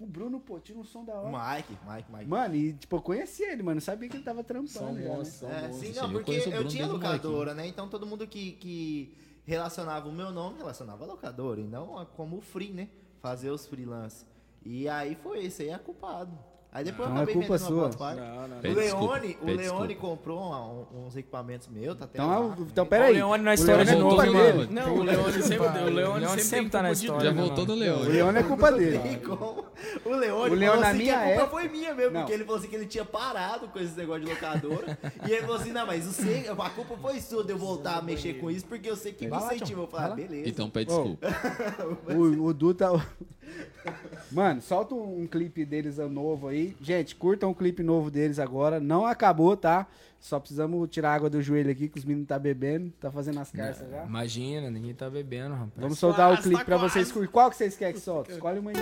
[SPEAKER 2] O Bruno, pô, tira um som da hora.
[SPEAKER 3] Mike, Mike, Mike.
[SPEAKER 2] Mano, e tipo, eu conheci ele, mano. Eu sabia que ele tava
[SPEAKER 4] São
[SPEAKER 2] trampando. já, né?
[SPEAKER 4] bons, são
[SPEAKER 3] É,
[SPEAKER 4] bons.
[SPEAKER 3] sim,
[SPEAKER 1] Sim, assim.
[SPEAKER 3] não,
[SPEAKER 1] eu
[SPEAKER 3] porque
[SPEAKER 1] conheço o
[SPEAKER 3] eu,
[SPEAKER 1] Bruno
[SPEAKER 3] tinha
[SPEAKER 1] desde molequinho.
[SPEAKER 3] locadora, né? Então todo mundo que, que relacionava o meu nome relacionava a locadora e não a- como free, né? Fazer os freelance. E aí foi isso, aí é culpado. Aí depois
[SPEAKER 2] Não,
[SPEAKER 3] eu acabei
[SPEAKER 2] é culpa
[SPEAKER 3] vendendo uma
[SPEAKER 2] sua.
[SPEAKER 3] Botfire.
[SPEAKER 4] Não, não,
[SPEAKER 3] O
[SPEAKER 1] Pede desculpa,
[SPEAKER 3] Leone, o
[SPEAKER 1] pede
[SPEAKER 3] Leone
[SPEAKER 1] desculpa.
[SPEAKER 3] comprou um- uns equipamentos meus, tá até
[SPEAKER 2] Então,
[SPEAKER 3] lá.
[SPEAKER 2] é o- então peraí.
[SPEAKER 5] Ô, Leone, nós
[SPEAKER 2] o Leone é
[SPEAKER 5] estamos
[SPEAKER 2] culpa
[SPEAKER 1] voltando,
[SPEAKER 2] dele.
[SPEAKER 1] mano.
[SPEAKER 4] Não, o Leone sempre, o Leone
[SPEAKER 5] Leone
[SPEAKER 4] sempre,
[SPEAKER 5] sempre
[SPEAKER 4] tem
[SPEAKER 5] tá na
[SPEAKER 4] culpa de
[SPEAKER 5] história.
[SPEAKER 1] Já
[SPEAKER 5] né,
[SPEAKER 1] voltou do
[SPEAKER 5] mano?
[SPEAKER 2] O
[SPEAKER 1] Leão. né?
[SPEAKER 2] Leone é culpa dele.
[SPEAKER 3] Não tem como. O Leone,
[SPEAKER 2] O Leone,
[SPEAKER 3] falou
[SPEAKER 2] na
[SPEAKER 3] assim que
[SPEAKER 2] minha
[SPEAKER 3] a culpa
[SPEAKER 2] época-
[SPEAKER 3] foi minha mesmo,
[SPEAKER 2] Não.
[SPEAKER 3] porque ele falou assim que ele tinha parado com esse negócio de locadora. e ele falou assim, não, mas eu sei, a culpa foi sua de eu voltar a mexer com isso, porque eu sei que me
[SPEAKER 5] Vai lá, John.
[SPEAKER 3] incentivou. Eu falei, ah, beleza.
[SPEAKER 1] Então pede desculpa.
[SPEAKER 2] O, o Du tá. Mano, solta um clipe deles novo aí. Gente, curtam um clipe novo deles agora. Não acabou, tá? Só precisamos tirar água do joelho aqui, que os meninos tá bebendo. Tá fazendo as carças já.
[SPEAKER 5] Imagina, ninguém tá bebendo, rapaz.
[SPEAKER 2] Vamos soltar
[SPEAKER 4] quase,
[SPEAKER 2] o clipe
[SPEAKER 4] tá
[SPEAKER 2] pra
[SPEAKER 4] quase.
[SPEAKER 2] vocês curtir. Qual que vocês querem que solte? Escolhe uma aí.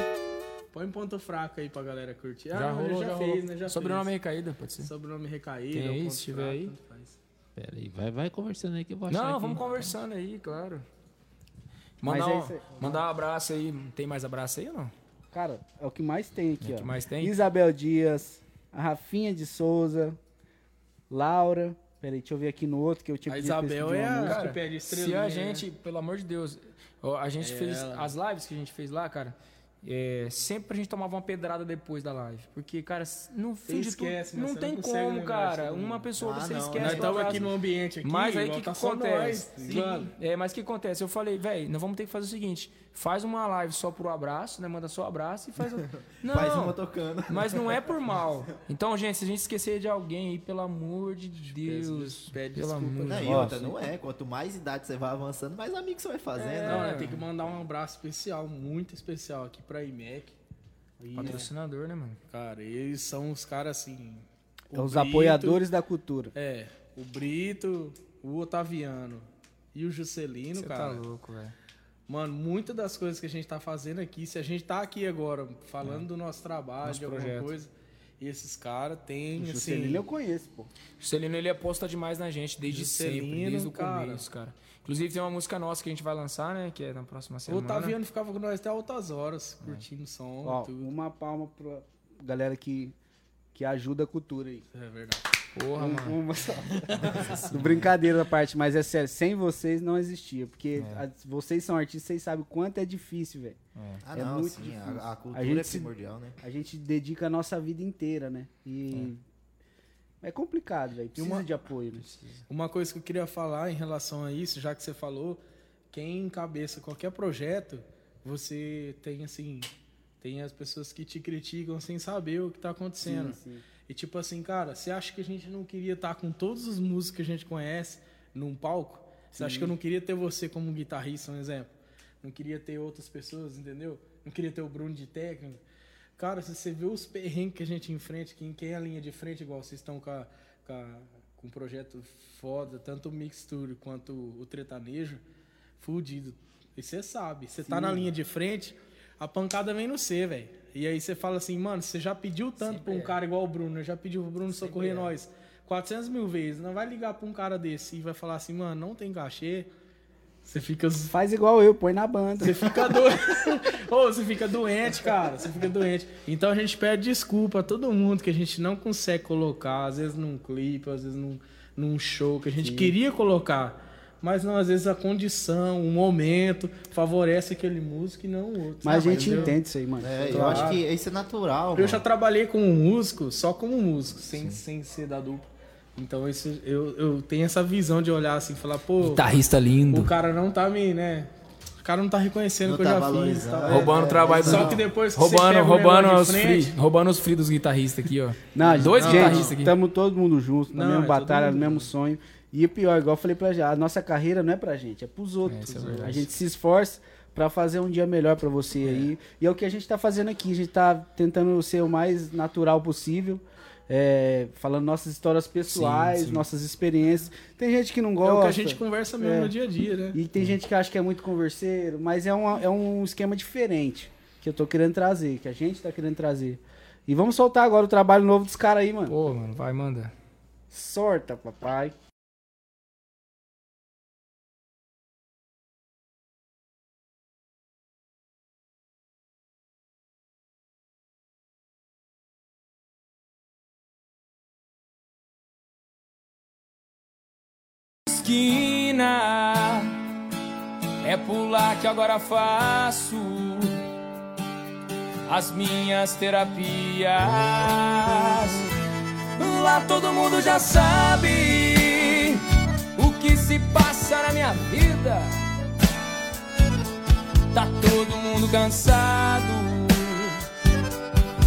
[SPEAKER 4] Põe um ponto fraco aí pra galera curtir. Ah,
[SPEAKER 5] Já rolou, já,
[SPEAKER 4] fez,
[SPEAKER 5] rolou.
[SPEAKER 4] né? Já
[SPEAKER 5] Sobrenome é
[SPEAKER 4] fez.
[SPEAKER 5] aí caída, pode ser.
[SPEAKER 4] Sobrenome recaído.
[SPEAKER 5] Tem
[SPEAKER 4] é um
[SPEAKER 5] aí,
[SPEAKER 4] ponto
[SPEAKER 5] se tiver
[SPEAKER 4] fraco,
[SPEAKER 5] aí?
[SPEAKER 4] tanto faz.
[SPEAKER 1] Pera aí, vai, vai conversando aí que eu vou achar.
[SPEAKER 5] Não,
[SPEAKER 1] aqui.
[SPEAKER 5] vamos conversando aí, claro.
[SPEAKER 2] Mas
[SPEAKER 5] Mandar,
[SPEAKER 2] é
[SPEAKER 5] um-
[SPEAKER 2] isso aí.
[SPEAKER 5] mandar um abraço aí. Tem mais abraço aí ou não?
[SPEAKER 2] Cara, é o que mais tem aqui,
[SPEAKER 5] O
[SPEAKER 2] ó.
[SPEAKER 5] que mais tem?
[SPEAKER 2] Isabel Dias, a Rafinha de Souza, Laura. Peraí, deixa eu ver aqui no outro que eu tinha
[SPEAKER 4] A
[SPEAKER 2] pedido pra
[SPEAKER 4] Isabel
[SPEAKER 2] escrever
[SPEAKER 4] é
[SPEAKER 2] uma
[SPEAKER 4] a
[SPEAKER 2] música.
[SPEAKER 4] que pede estrela.
[SPEAKER 5] Se a gente, pelo amor de Deus, ó, a gente
[SPEAKER 4] É
[SPEAKER 5] fez
[SPEAKER 4] ela.
[SPEAKER 5] as lives que a gente fez lá, cara. é, sempre a gente tomava uma pedrada depois da live. Porque, cara, s- no fim de tudo,
[SPEAKER 4] esquece, né?
[SPEAKER 5] não
[SPEAKER 4] Você não
[SPEAKER 5] tem
[SPEAKER 4] consegue
[SPEAKER 5] como,
[SPEAKER 4] lembrar de
[SPEAKER 5] cara.
[SPEAKER 4] todo mundo.
[SPEAKER 5] Uma pessoa
[SPEAKER 3] Ah,
[SPEAKER 5] você
[SPEAKER 3] não,
[SPEAKER 5] esquece.
[SPEAKER 4] Nós
[SPEAKER 3] né?
[SPEAKER 5] pra
[SPEAKER 4] estamos
[SPEAKER 5] trás.
[SPEAKER 4] aqui no ambiente aqui.
[SPEAKER 5] é Mas aí o
[SPEAKER 4] igual
[SPEAKER 5] que, que
[SPEAKER 4] tá só
[SPEAKER 5] acontece?
[SPEAKER 4] nós,
[SPEAKER 5] Que-
[SPEAKER 4] mano.
[SPEAKER 5] é, mas o que acontece? Eu falei, velho, nós vamos ter que fazer o seguinte: faz uma live só pro abraço, né? Manda só abraço e faz. o- Não,
[SPEAKER 3] Faz uma tocando.
[SPEAKER 5] mas não é por mal. Então, gente, se a gente esquecer de alguém aí, pelo amor de Deus.
[SPEAKER 4] pede
[SPEAKER 5] pelo
[SPEAKER 4] desculpa,
[SPEAKER 5] amor de
[SPEAKER 3] Não,
[SPEAKER 5] Deus.
[SPEAKER 3] e outra, não é. Quanto mais idade você vai avançando, mais amigo você vai fazendo.
[SPEAKER 4] Não,
[SPEAKER 5] É.
[SPEAKER 3] né?
[SPEAKER 4] né, tem que mandar um abraço especial, muito especial aqui pra IMEC. E,
[SPEAKER 5] Patrocinador, né, mano?
[SPEAKER 4] Cara, eles são os caras assim.
[SPEAKER 2] É
[SPEAKER 4] o
[SPEAKER 2] os
[SPEAKER 4] Brito-
[SPEAKER 2] apoiadores da cultura.
[SPEAKER 4] É, o Brito, o Otaviano e o Juscelino,
[SPEAKER 5] Você tá
[SPEAKER 4] cara.
[SPEAKER 5] louco, velho.
[SPEAKER 4] Mano, muitas das coisas que a gente tá fazendo aqui, se a gente tá aqui agora falando do nosso trabalho,
[SPEAKER 5] Nosso
[SPEAKER 4] de alguma
[SPEAKER 5] projeto.
[SPEAKER 4] coisa, esses caras têm,
[SPEAKER 2] O
[SPEAKER 4] assim...
[SPEAKER 2] Juscelino eu conheço, pô.
[SPEAKER 5] Juscelino, ele aposta demais na gente desde
[SPEAKER 4] Juscelino,
[SPEAKER 5] sempre, desde o
[SPEAKER 4] cara.
[SPEAKER 5] começo, cara. Inclusive, tem uma música nossa que a gente vai lançar, né? Que é na próxima
[SPEAKER 4] O
[SPEAKER 5] semana.
[SPEAKER 4] Otaviano ficava com nós até altas horas, curtindo o som e
[SPEAKER 2] Ó,
[SPEAKER 4] tudo.
[SPEAKER 2] uma palma pra galera que, que ajuda a cultura aí.
[SPEAKER 4] É verdade.
[SPEAKER 12] Porra, mano.
[SPEAKER 2] Uma só. Brincadeira da parte, mas é sério, sem vocês não existia. Porque
[SPEAKER 5] É.
[SPEAKER 2] a- vocês são artistas, vocês sabem o quanto é difícil, velho.
[SPEAKER 3] Ah,
[SPEAKER 2] É
[SPEAKER 3] não,
[SPEAKER 2] muito
[SPEAKER 3] sim, a-
[SPEAKER 2] difícil.
[SPEAKER 3] a,
[SPEAKER 2] A
[SPEAKER 3] cultura
[SPEAKER 2] gente
[SPEAKER 3] é
[SPEAKER 2] se-
[SPEAKER 3] primordial, né?
[SPEAKER 2] A gente dedica a nossa vida inteira, né? E. É, complicado, velho. Precisa de apoio, né?
[SPEAKER 4] Uma coisa que eu queria falar em relação a isso, já que você falou, quem encabeça qualquer projeto, você tem assim, tem as pessoas que te criticam sem saber o que tá acontecendo.
[SPEAKER 2] sim.
[SPEAKER 4] E tipo assim, cara, você acha que a gente não queria estar com todos os músicos que a gente conhece num palco? Você acha que eu não queria ter você como guitarrista, um exemplo? Não queria ter outras pessoas, entendeu? Não queria ter o Bruno de técnico. Cara, se você vê os perrengues que a gente enfrenta, quem, quem é a linha de frente, igual vocês estão com, a- com, a- com um projeto foda, tanto o Mixture quanto o Tretanejo, fudido. E você sabe, você tá na linha de frente, a pancada vem no C, velho. E aí você fala assim, mano, você já pediu tanto pra um cara igual o Bruno, eu já pediu pro Bruno socorrer nós 400 mil vezes, não vai ligar pra um cara desse e vai falar assim, mano, não tem cachê. Você fica
[SPEAKER 2] Faz igual eu, põe na banda.
[SPEAKER 4] você fica doente. Ô, você fica doente, cara. Você fica doente. Então a gente pede desculpa a todo mundo que a gente não consegue colocar, às vezes num clipe, às vezes num, num show que a gente queria colocar. Mas não, às vezes a condição, o momento favorece aquele músico e não o outro.
[SPEAKER 2] Mas a gente
[SPEAKER 4] Entendeu?
[SPEAKER 2] entende isso aí, mano.
[SPEAKER 3] É, eu acho que isso é natural.
[SPEAKER 4] Eu já
[SPEAKER 3] mano.
[SPEAKER 4] trabalhei com um músico, só como músico, sem, sem ser da dupla. Então isso, eu, eu tenho essa visão de olhar assim e falar, pô,
[SPEAKER 2] Tá
[SPEAKER 5] Guitarrista lindo.
[SPEAKER 4] o cara não tá me, né? O cara não tá reconhecendo o
[SPEAKER 3] Não
[SPEAKER 4] que
[SPEAKER 3] tá
[SPEAKER 4] eu já fiz. e tal.
[SPEAKER 3] valorizando.
[SPEAKER 4] É.
[SPEAKER 12] Roubando o trabalho dos
[SPEAKER 4] Só que depois que você
[SPEAKER 12] roubando,
[SPEAKER 4] pega o
[SPEAKER 12] roubando
[SPEAKER 4] melhor de
[SPEAKER 12] os free,
[SPEAKER 4] frente-
[SPEAKER 12] roubando os free dos guitarristas aqui, ó.
[SPEAKER 2] Não,
[SPEAKER 12] Dois
[SPEAKER 2] gente,
[SPEAKER 12] guitarristas aqui.
[SPEAKER 2] Estamos todo mundo junto, na
[SPEAKER 4] Não,
[SPEAKER 2] mesma
[SPEAKER 4] é todo
[SPEAKER 2] batalha, no
[SPEAKER 4] mundo
[SPEAKER 2] mesmo sonho. E o pior, igual eu falei pra já, a nossa carreira não é pra gente, é pros outros. a gente se esforça pra fazer um dia melhor pra você aí. E é o que a gente tá fazendo aqui, a gente tá tentando ser o mais natural possível. é, falando nossas histórias pessoais, nossas experiências. Tem gente que não
[SPEAKER 4] É
[SPEAKER 2] gosta.
[SPEAKER 4] o que a gente conversa mesmo
[SPEAKER 2] É.
[SPEAKER 4] no dia a dia, né?
[SPEAKER 2] E tem gente que acha que é muito converseiro, mas é um, é um esquema diferente que eu tô querendo trazer, que a gente tá querendo trazer. E vamos soltar agora o trabalho novo dos caras aí, mano.
[SPEAKER 12] Pô, mano, vai, manda.
[SPEAKER 2] Sorta, papai.
[SPEAKER 5] esquina. É por lá que agora faço as minhas terapias. Lá todo mundo já sabe o que se passa na minha vida. Tá todo mundo cansado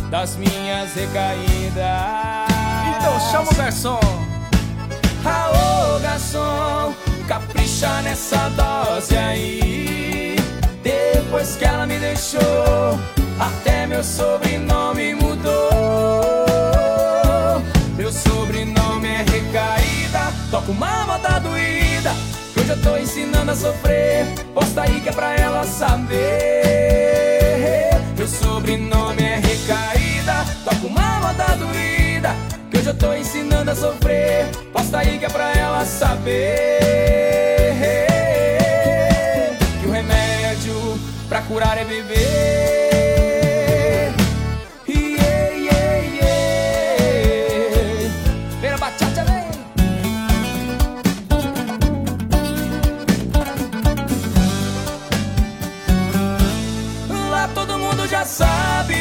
[SPEAKER 5] das minhas recaídas. Então chama o garçom. Aô, garçom, capricha nessa dose aí. Depois que ela me deixou, até meu sobrenome mudou. Meu sobrenome é recaída, toco uma moda doída. que Hoje eu tô ensinando a sofrer, posta aí que é pra ela saber. Meu sobrenome é recaída, toco uma moda doída. Que hoje eu tô ensinando a sofrer, posta aí que é pra ela saber. Que o remédio pra curar é beber. Yeah, yeah, yeah. Vem a bachata, vem. Lá todo mundo já sabe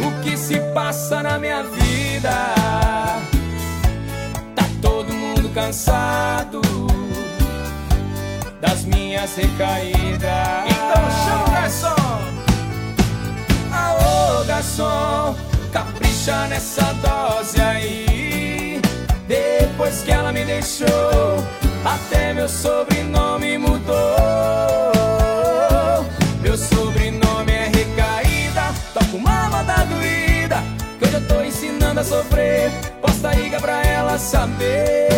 [SPEAKER 5] o que se passa na minha vida. Tá todo mundo cansado das minhas recaídas. Então chama o garçom. Aô, garçom, capricha nessa dose aí. Depois que ela me deixou, até meu sobrenome mudou. Meu sobrenome é recaída, toco uma moda doída. Que hoje eu tô ensinando a sofrer, posta a iga pra ela saber.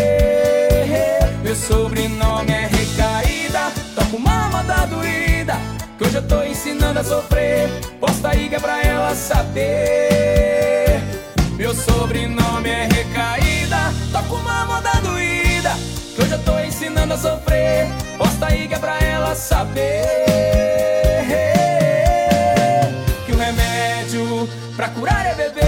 [SPEAKER 5] Meu sobrenome é recaída, toco tá uma moda doída. Que hoje eu tô ensinando a sofrer, posta a iga pra ela saber. Meu sobrenome é recaída, toco uma moda doída. Que hoje eu tô ensinando a sofrer, posta a iga pra ela saber. Que o remédio pra curar é beber.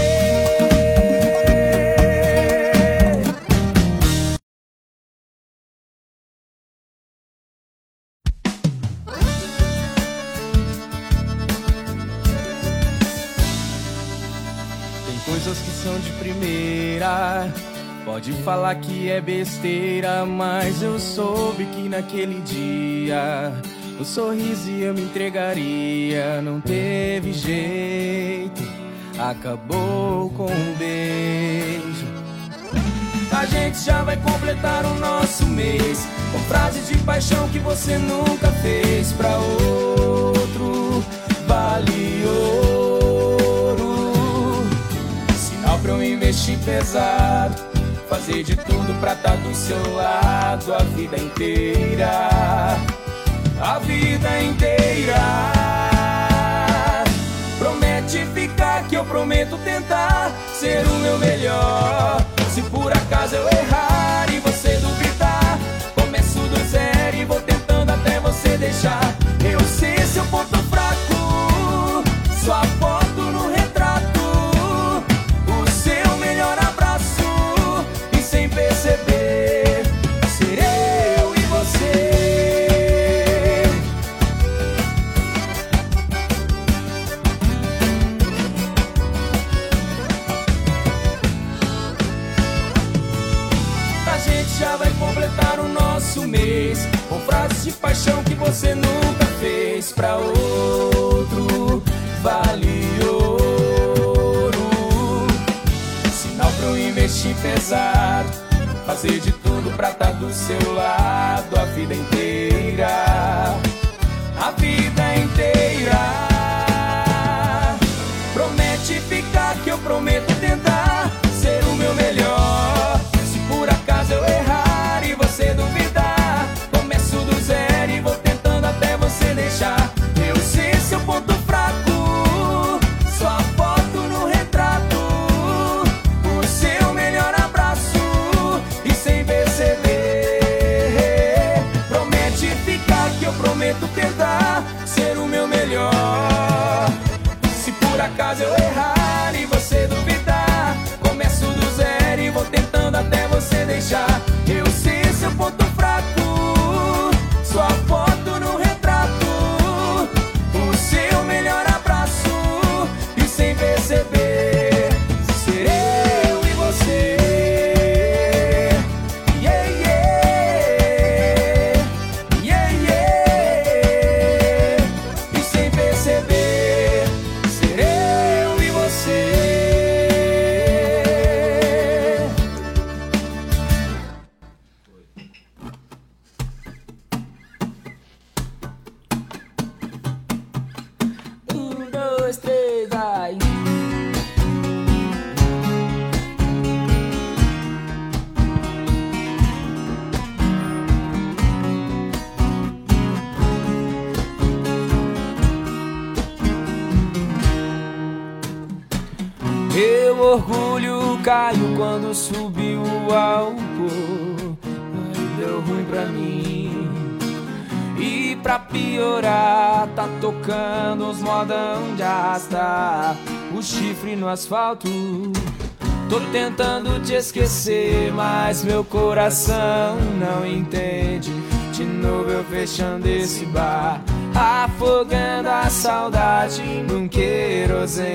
[SPEAKER 5] coisas que são de primeira. Pode falar que é besteira, mas eu soube que naquele dia o sorriso eu me entregaria. Não teve jeito, acabou com um beijo. A gente já vai completar o nosso mês Com frases de paixão que você nunca fez Pra outro vale ouro Sinal pra eu investir pesado Fazer de tudo pra estar do seu lado A vida inteira A vida inteira Promete ficar que eu prometo tentar Ser o meu melhor Se por acaso eu errar e você duvidar Começo do zero e vou tentando até você deixar Eu sei seu ponto fraco Sua foto no retrato O seu melhor abraço E sem perceber Ser eu e você A gente já vai completar o nosso mês Com frases de paixão que você nunca fez Pra outro vale ouro um Sinal pra eu investir pesado Fazer de tudo pra estar do seu lado A vida inteira A vida inteira Promete ficar que eu prometo tentar ser o meu melhor. Se por acaso eu errar e você duvidar, começo do zero e vou tentando até você deixar. Eu sei seu ponto fraco, sua foto no retrato, o seu melhor abraço e sem perceber. Promete ficar que eu prometo tentar ser o meu melhor. Se por acaso eu errar e você duvidar, começo do zero e vou tentando até você deixar. Eu sei seu ponto fraco, sua foto no retrato, o seu melhor abraço e sem perceber. Ser eu e você. Yeah, yeah. Yeah, yeah. E sem perceber, ser eu e você. Um, dois, três, vai. Meu orgulho caiu quando subiu o álcool. Aí deu ruim pra mim. E pra piorar, tá tocando os modão de arrastar o chifre no asfalto. Tô tentando te esquecer, mas meu coração não entende. De novo eu fechando esse bar, afogando a saudade num querosene.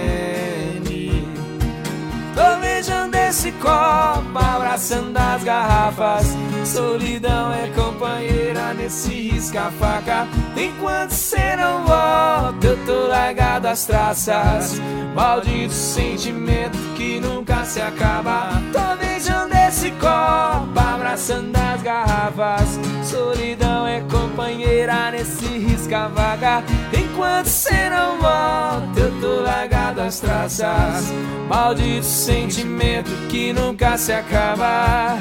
[SPEAKER 5] Tô beijando esse copo, abraçando as garrafas. Solidão é companheira nesse risca-faca. Enquanto cê não volta, eu tô largado às traças. Maldito sentimento que nunca se acaba. Tô beijando esse copo, abraçando as garrafas. Solidão é companheira nesse risca-vaga. Enquanto cê não volta, eu tô largado às traças. Maldito sentimento que nunca se acaba.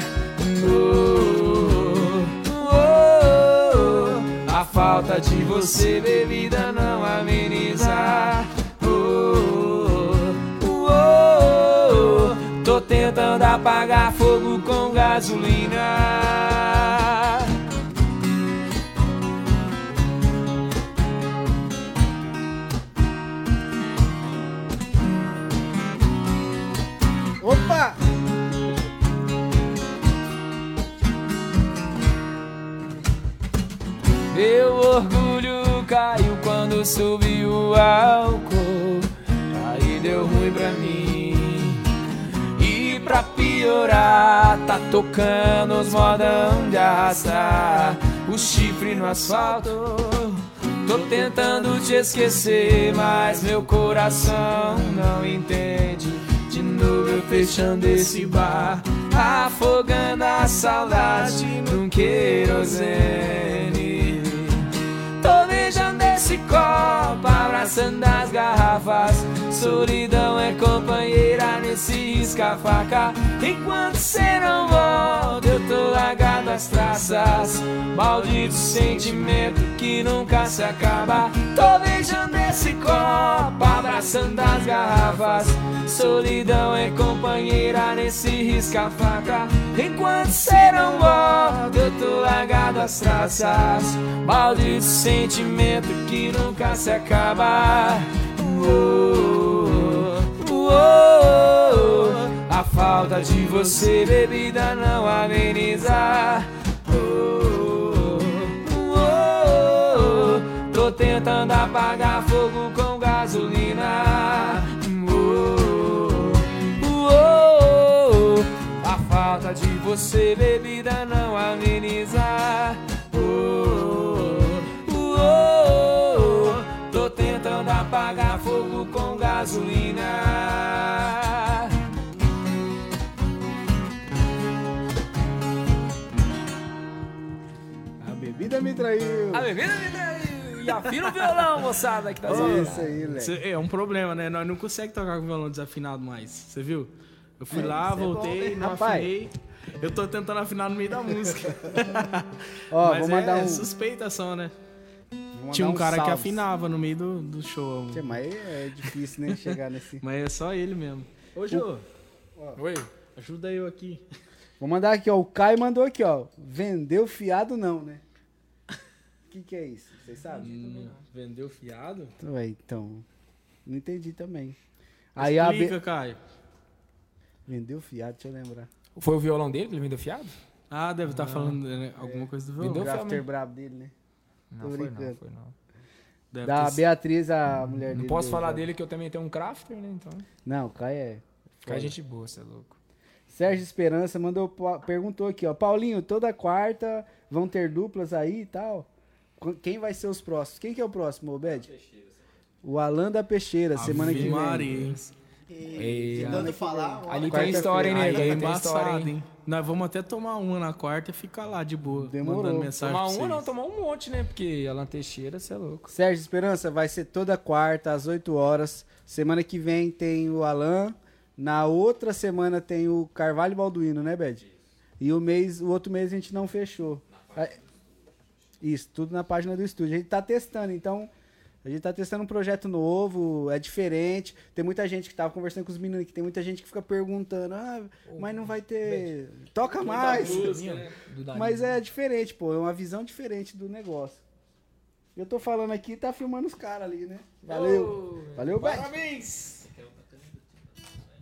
[SPEAKER 5] Oh, oh, oh. A falta de você, bebida, não ameniza. Oh, oh, oh, oh. Tô tentando apagar fogo com gasolina.
[SPEAKER 3] Opa!
[SPEAKER 5] Meu orgulho caiu quando subiu o álcool. Aí deu ruim pra mim. pra piorar, tá tocando os modão de arrastar o chifre no asfalto. Tô tentando te esquecer, mas meu coração não entende. De novo eu fechando esse bar, afogando a saudade num querosene. Tô beijando esse copo, abraçando as garrafas. Solidão é companheira nesse risca-faca. Enquanto cê não volta, eu tô largado as traças. Maldito sentimento que nunca se acaba. Tô beijando esse copo, abraçando as garrafas. Solidão é companheira nesse risca-faca. Enquanto cê não volta, eu tô largado as traças. Maldito sentimento que nunca se acaba. Uou, uou, a falta de você, bebida, não ameniza. Uou, uou, tô tentando apagar fogo com gasolina. Uou,
[SPEAKER 13] Oh,
[SPEAKER 5] uou, a falta de você, bebida, não ameniza.
[SPEAKER 13] Oh,
[SPEAKER 5] Uou, uou, tô tentando apagar fogo com gasolina.
[SPEAKER 2] A bebida me traiu.
[SPEAKER 5] A bebida me traiu. E afina o violão, moçada, que tá
[SPEAKER 2] É
[SPEAKER 5] zoando.
[SPEAKER 2] isso aí, Leque.
[SPEAKER 4] Cê- é um problema, né? Nós não conseguimos tocar com violão desafinado mais. Você viu? Eu
[SPEAKER 2] É,
[SPEAKER 4] fui lá, voltei, não
[SPEAKER 2] Rapaz.
[SPEAKER 4] afinei. Eu tô tentando afinar no meio da música.
[SPEAKER 2] Ó,
[SPEAKER 4] Mas
[SPEAKER 2] vou
[SPEAKER 4] é-
[SPEAKER 2] mandar
[SPEAKER 4] é
[SPEAKER 2] um.
[SPEAKER 4] suspeita só, né?
[SPEAKER 2] vou mandar
[SPEAKER 4] Tinha um cara que
[SPEAKER 2] salve.
[SPEAKER 4] afinava no meio do, do show.
[SPEAKER 2] Tchê, Mas é difícil, né? Chegar nesse.
[SPEAKER 4] Mas é só ele mesmo. Ô, Jô,
[SPEAKER 13] Oi?
[SPEAKER 4] ajuda eu aqui.
[SPEAKER 2] Vou mandar aqui, ó. O Caio mandou aqui, ó. Vendeu fiado não, né? O que, que é isso? Vocês sabem?
[SPEAKER 4] Vendeu fiado?
[SPEAKER 2] Então, aí, então. Não entendi também. Aí a
[SPEAKER 4] Explica,
[SPEAKER 2] B...
[SPEAKER 4] Caio.
[SPEAKER 2] Vendeu fiado, deixa eu lembrar.
[SPEAKER 13] Foi o violão dele que ele vendeu fiado?
[SPEAKER 4] Ah, deve estar falando né, alguma coisa do violão.
[SPEAKER 2] O
[SPEAKER 13] Vendeu? Deu fiado
[SPEAKER 2] grafter
[SPEAKER 13] mesmo.
[SPEAKER 2] brabo dele, né?
[SPEAKER 13] Não,
[SPEAKER 2] Tô
[SPEAKER 13] foi não,
[SPEAKER 2] brincando.
[SPEAKER 13] foi não.
[SPEAKER 4] Deve
[SPEAKER 2] Da
[SPEAKER 4] ter-
[SPEAKER 2] Beatriz, a mulher dele.
[SPEAKER 13] Não posso
[SPEAKER 2] deu
[SPEAKER 13] falar
[SPEAKER 2] fiado.
[SPEAKER 13] dele que eu também tenho um crafter, né? Então.
[SPEAKER 2] Não, o Caio é.
[SPEAKER 13] Fica gente boa, você é louco.
[SPEAKER 2] Sérgio Esperança mandou, pa- perguntou aqui, ó. Paulinho, toda quarta vão ter duplas aí e tal? Qu- Quem vai ser os próximos? Quem que é o próximo, Obed? O Alan da Peixeira, semana
[SPEAKER 4] Ave
[SPEAKER 2] que vem.
[SPEAKER 4] Maria, hein?
[SPEAKER 13] Ei,
[SPEAKER 3] Tentando falar, ó.
[SPEAKER 13] Ali tem
[SPEAKER 2] Quarta-feira.
[SPEAKER 13] história, hein,
[SPEAKER 4] Aí
[SPEAKER 13] nego?
[SPEAKER 4] é
[SPEAKER 13] Ali tem história,
[SPEAKER 4] embaçado,
[SPEAKER 13] hein?
[SPEAKER 4] hein? Nós vamos até tomar uma na quarta e ficar lá de boa.
[SPEAKER 2] Demorou.
[SPEAKER 4] Mandando mensagem
[SPEAKER 13] Tomar
[SPEAKER 4] pra
[SPEAKER 13] uma
[SPEAKER 4] vocês.
[SPEAKER 13] não, tomar um monte, né? Porque Alan Teixeira, você é louco.
[SPEAKER 2] Sérgio Esperança vai ser toda quarta, às 8 horas. Semana que vem tem o Alan. Na outra semana tem o Carvalho Balduino, né, Bed? E o mês, o outro mês a gente não fechou. Ah, Isso, tudo na página do estúdio. A gente tá testando, então. A gente tá testando um projeto novo, é diferente. Tem muita gente que tava conversando com os meninos aqui, tem muita gente que fica perguntando, ah, mas não vai ter. Toca mais!
[SPEAKER 13] Do Danilo.
[SPEAKER 2] Mas é diferente, pô. É uma visão diferente do negócio. Eu tô falando aqui e tá filmando os caras ali, né? Valeu. Valeu, Beto. Parabéns.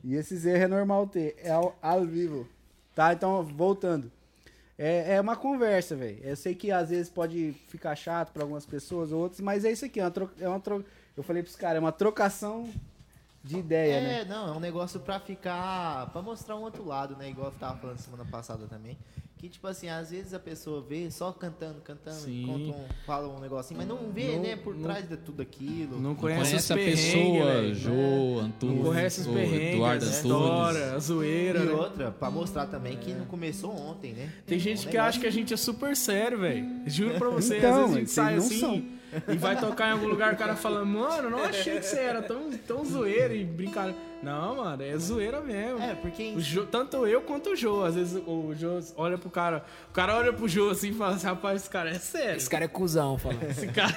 [SPEAKER 2] E esses erros é normal ter. É ao, ao vivo. Tá, então, voltando. É, é uma conversa, velho. Eu sei que às vezes pode ficar chato pra algumas pessoas ou outras, mas é isso aqui. É uma tro... é uma tro... Eu falei pros caras, é uma trocação de ideia, né?
[SPEAKER 3] É, não, é um negócio pra ficar. pra mostrar um outro lado, né? Igual eu tava falando semana passada também. Que, tipo assim, às vezes a pessoa vê só cantando, cantando,
[SPEAKER 4] Sim.
[SPEAKER 3] conta um- fala um negocinho, mas não vê, né? Por trás de tudo aquilo.
[SPEAKER 4] Não
[SPEAKER 1] Não
[SPEAKER 4] conhece,
[SPEAKER 1] conhece a
[SPEAKER 4] os
[SPEAKER 1] pessoa,
[SPEAKER 4] perrengues, velho.
[SPEAKER 1] Jô,
[SPEAKER 4] Não
[SPEAKER 1] Antunes,
[SPEAKER 4] conhece os
[SPEAKER 1] o
[SPEAKER 4] perrengues,
[SPEAKER 1] Eduardo
[SPEAKER 4] a
[SPEAKER 1] Antunes.
[SPEAKER 4] história, a zoeira,
[SPEAKER 3] E
[SPEAKER 4] né?
[SPEAKER 3] outra, pra mostrar também que não começou ontem, né?
[SPEAKER 4] Tem gente que acha que a gente é super sério, velho. Juro pra você,
[SPEAKER 2] Então,
[SPEAKER 4] às vezes a
[SPEAKER 2] mano,
[SPEAKER 4] gente sai
[SPEAKER 2] vocês
[SPEAKER 4] assim
[SPEAKER 2] não
[SPEAKER 4] e vai tocar em algum lugar, o cara fala, mano, não achei que você era tão, tão zoeira e brincadeira. Não, mano, é zoeira mesmo.
[SPEAKER 3] É, porque.
[SPEAKER 4] O Jô- tanto eu quanto o Jô. Às vezes o Jô olha pro cara, o cara olha pro Jô assim e fala assim, rapaz, esse cara é sério.
[SPEAKER 13] Esse cara é cuzão, falando.
[SPEAKER 4] Esse cara...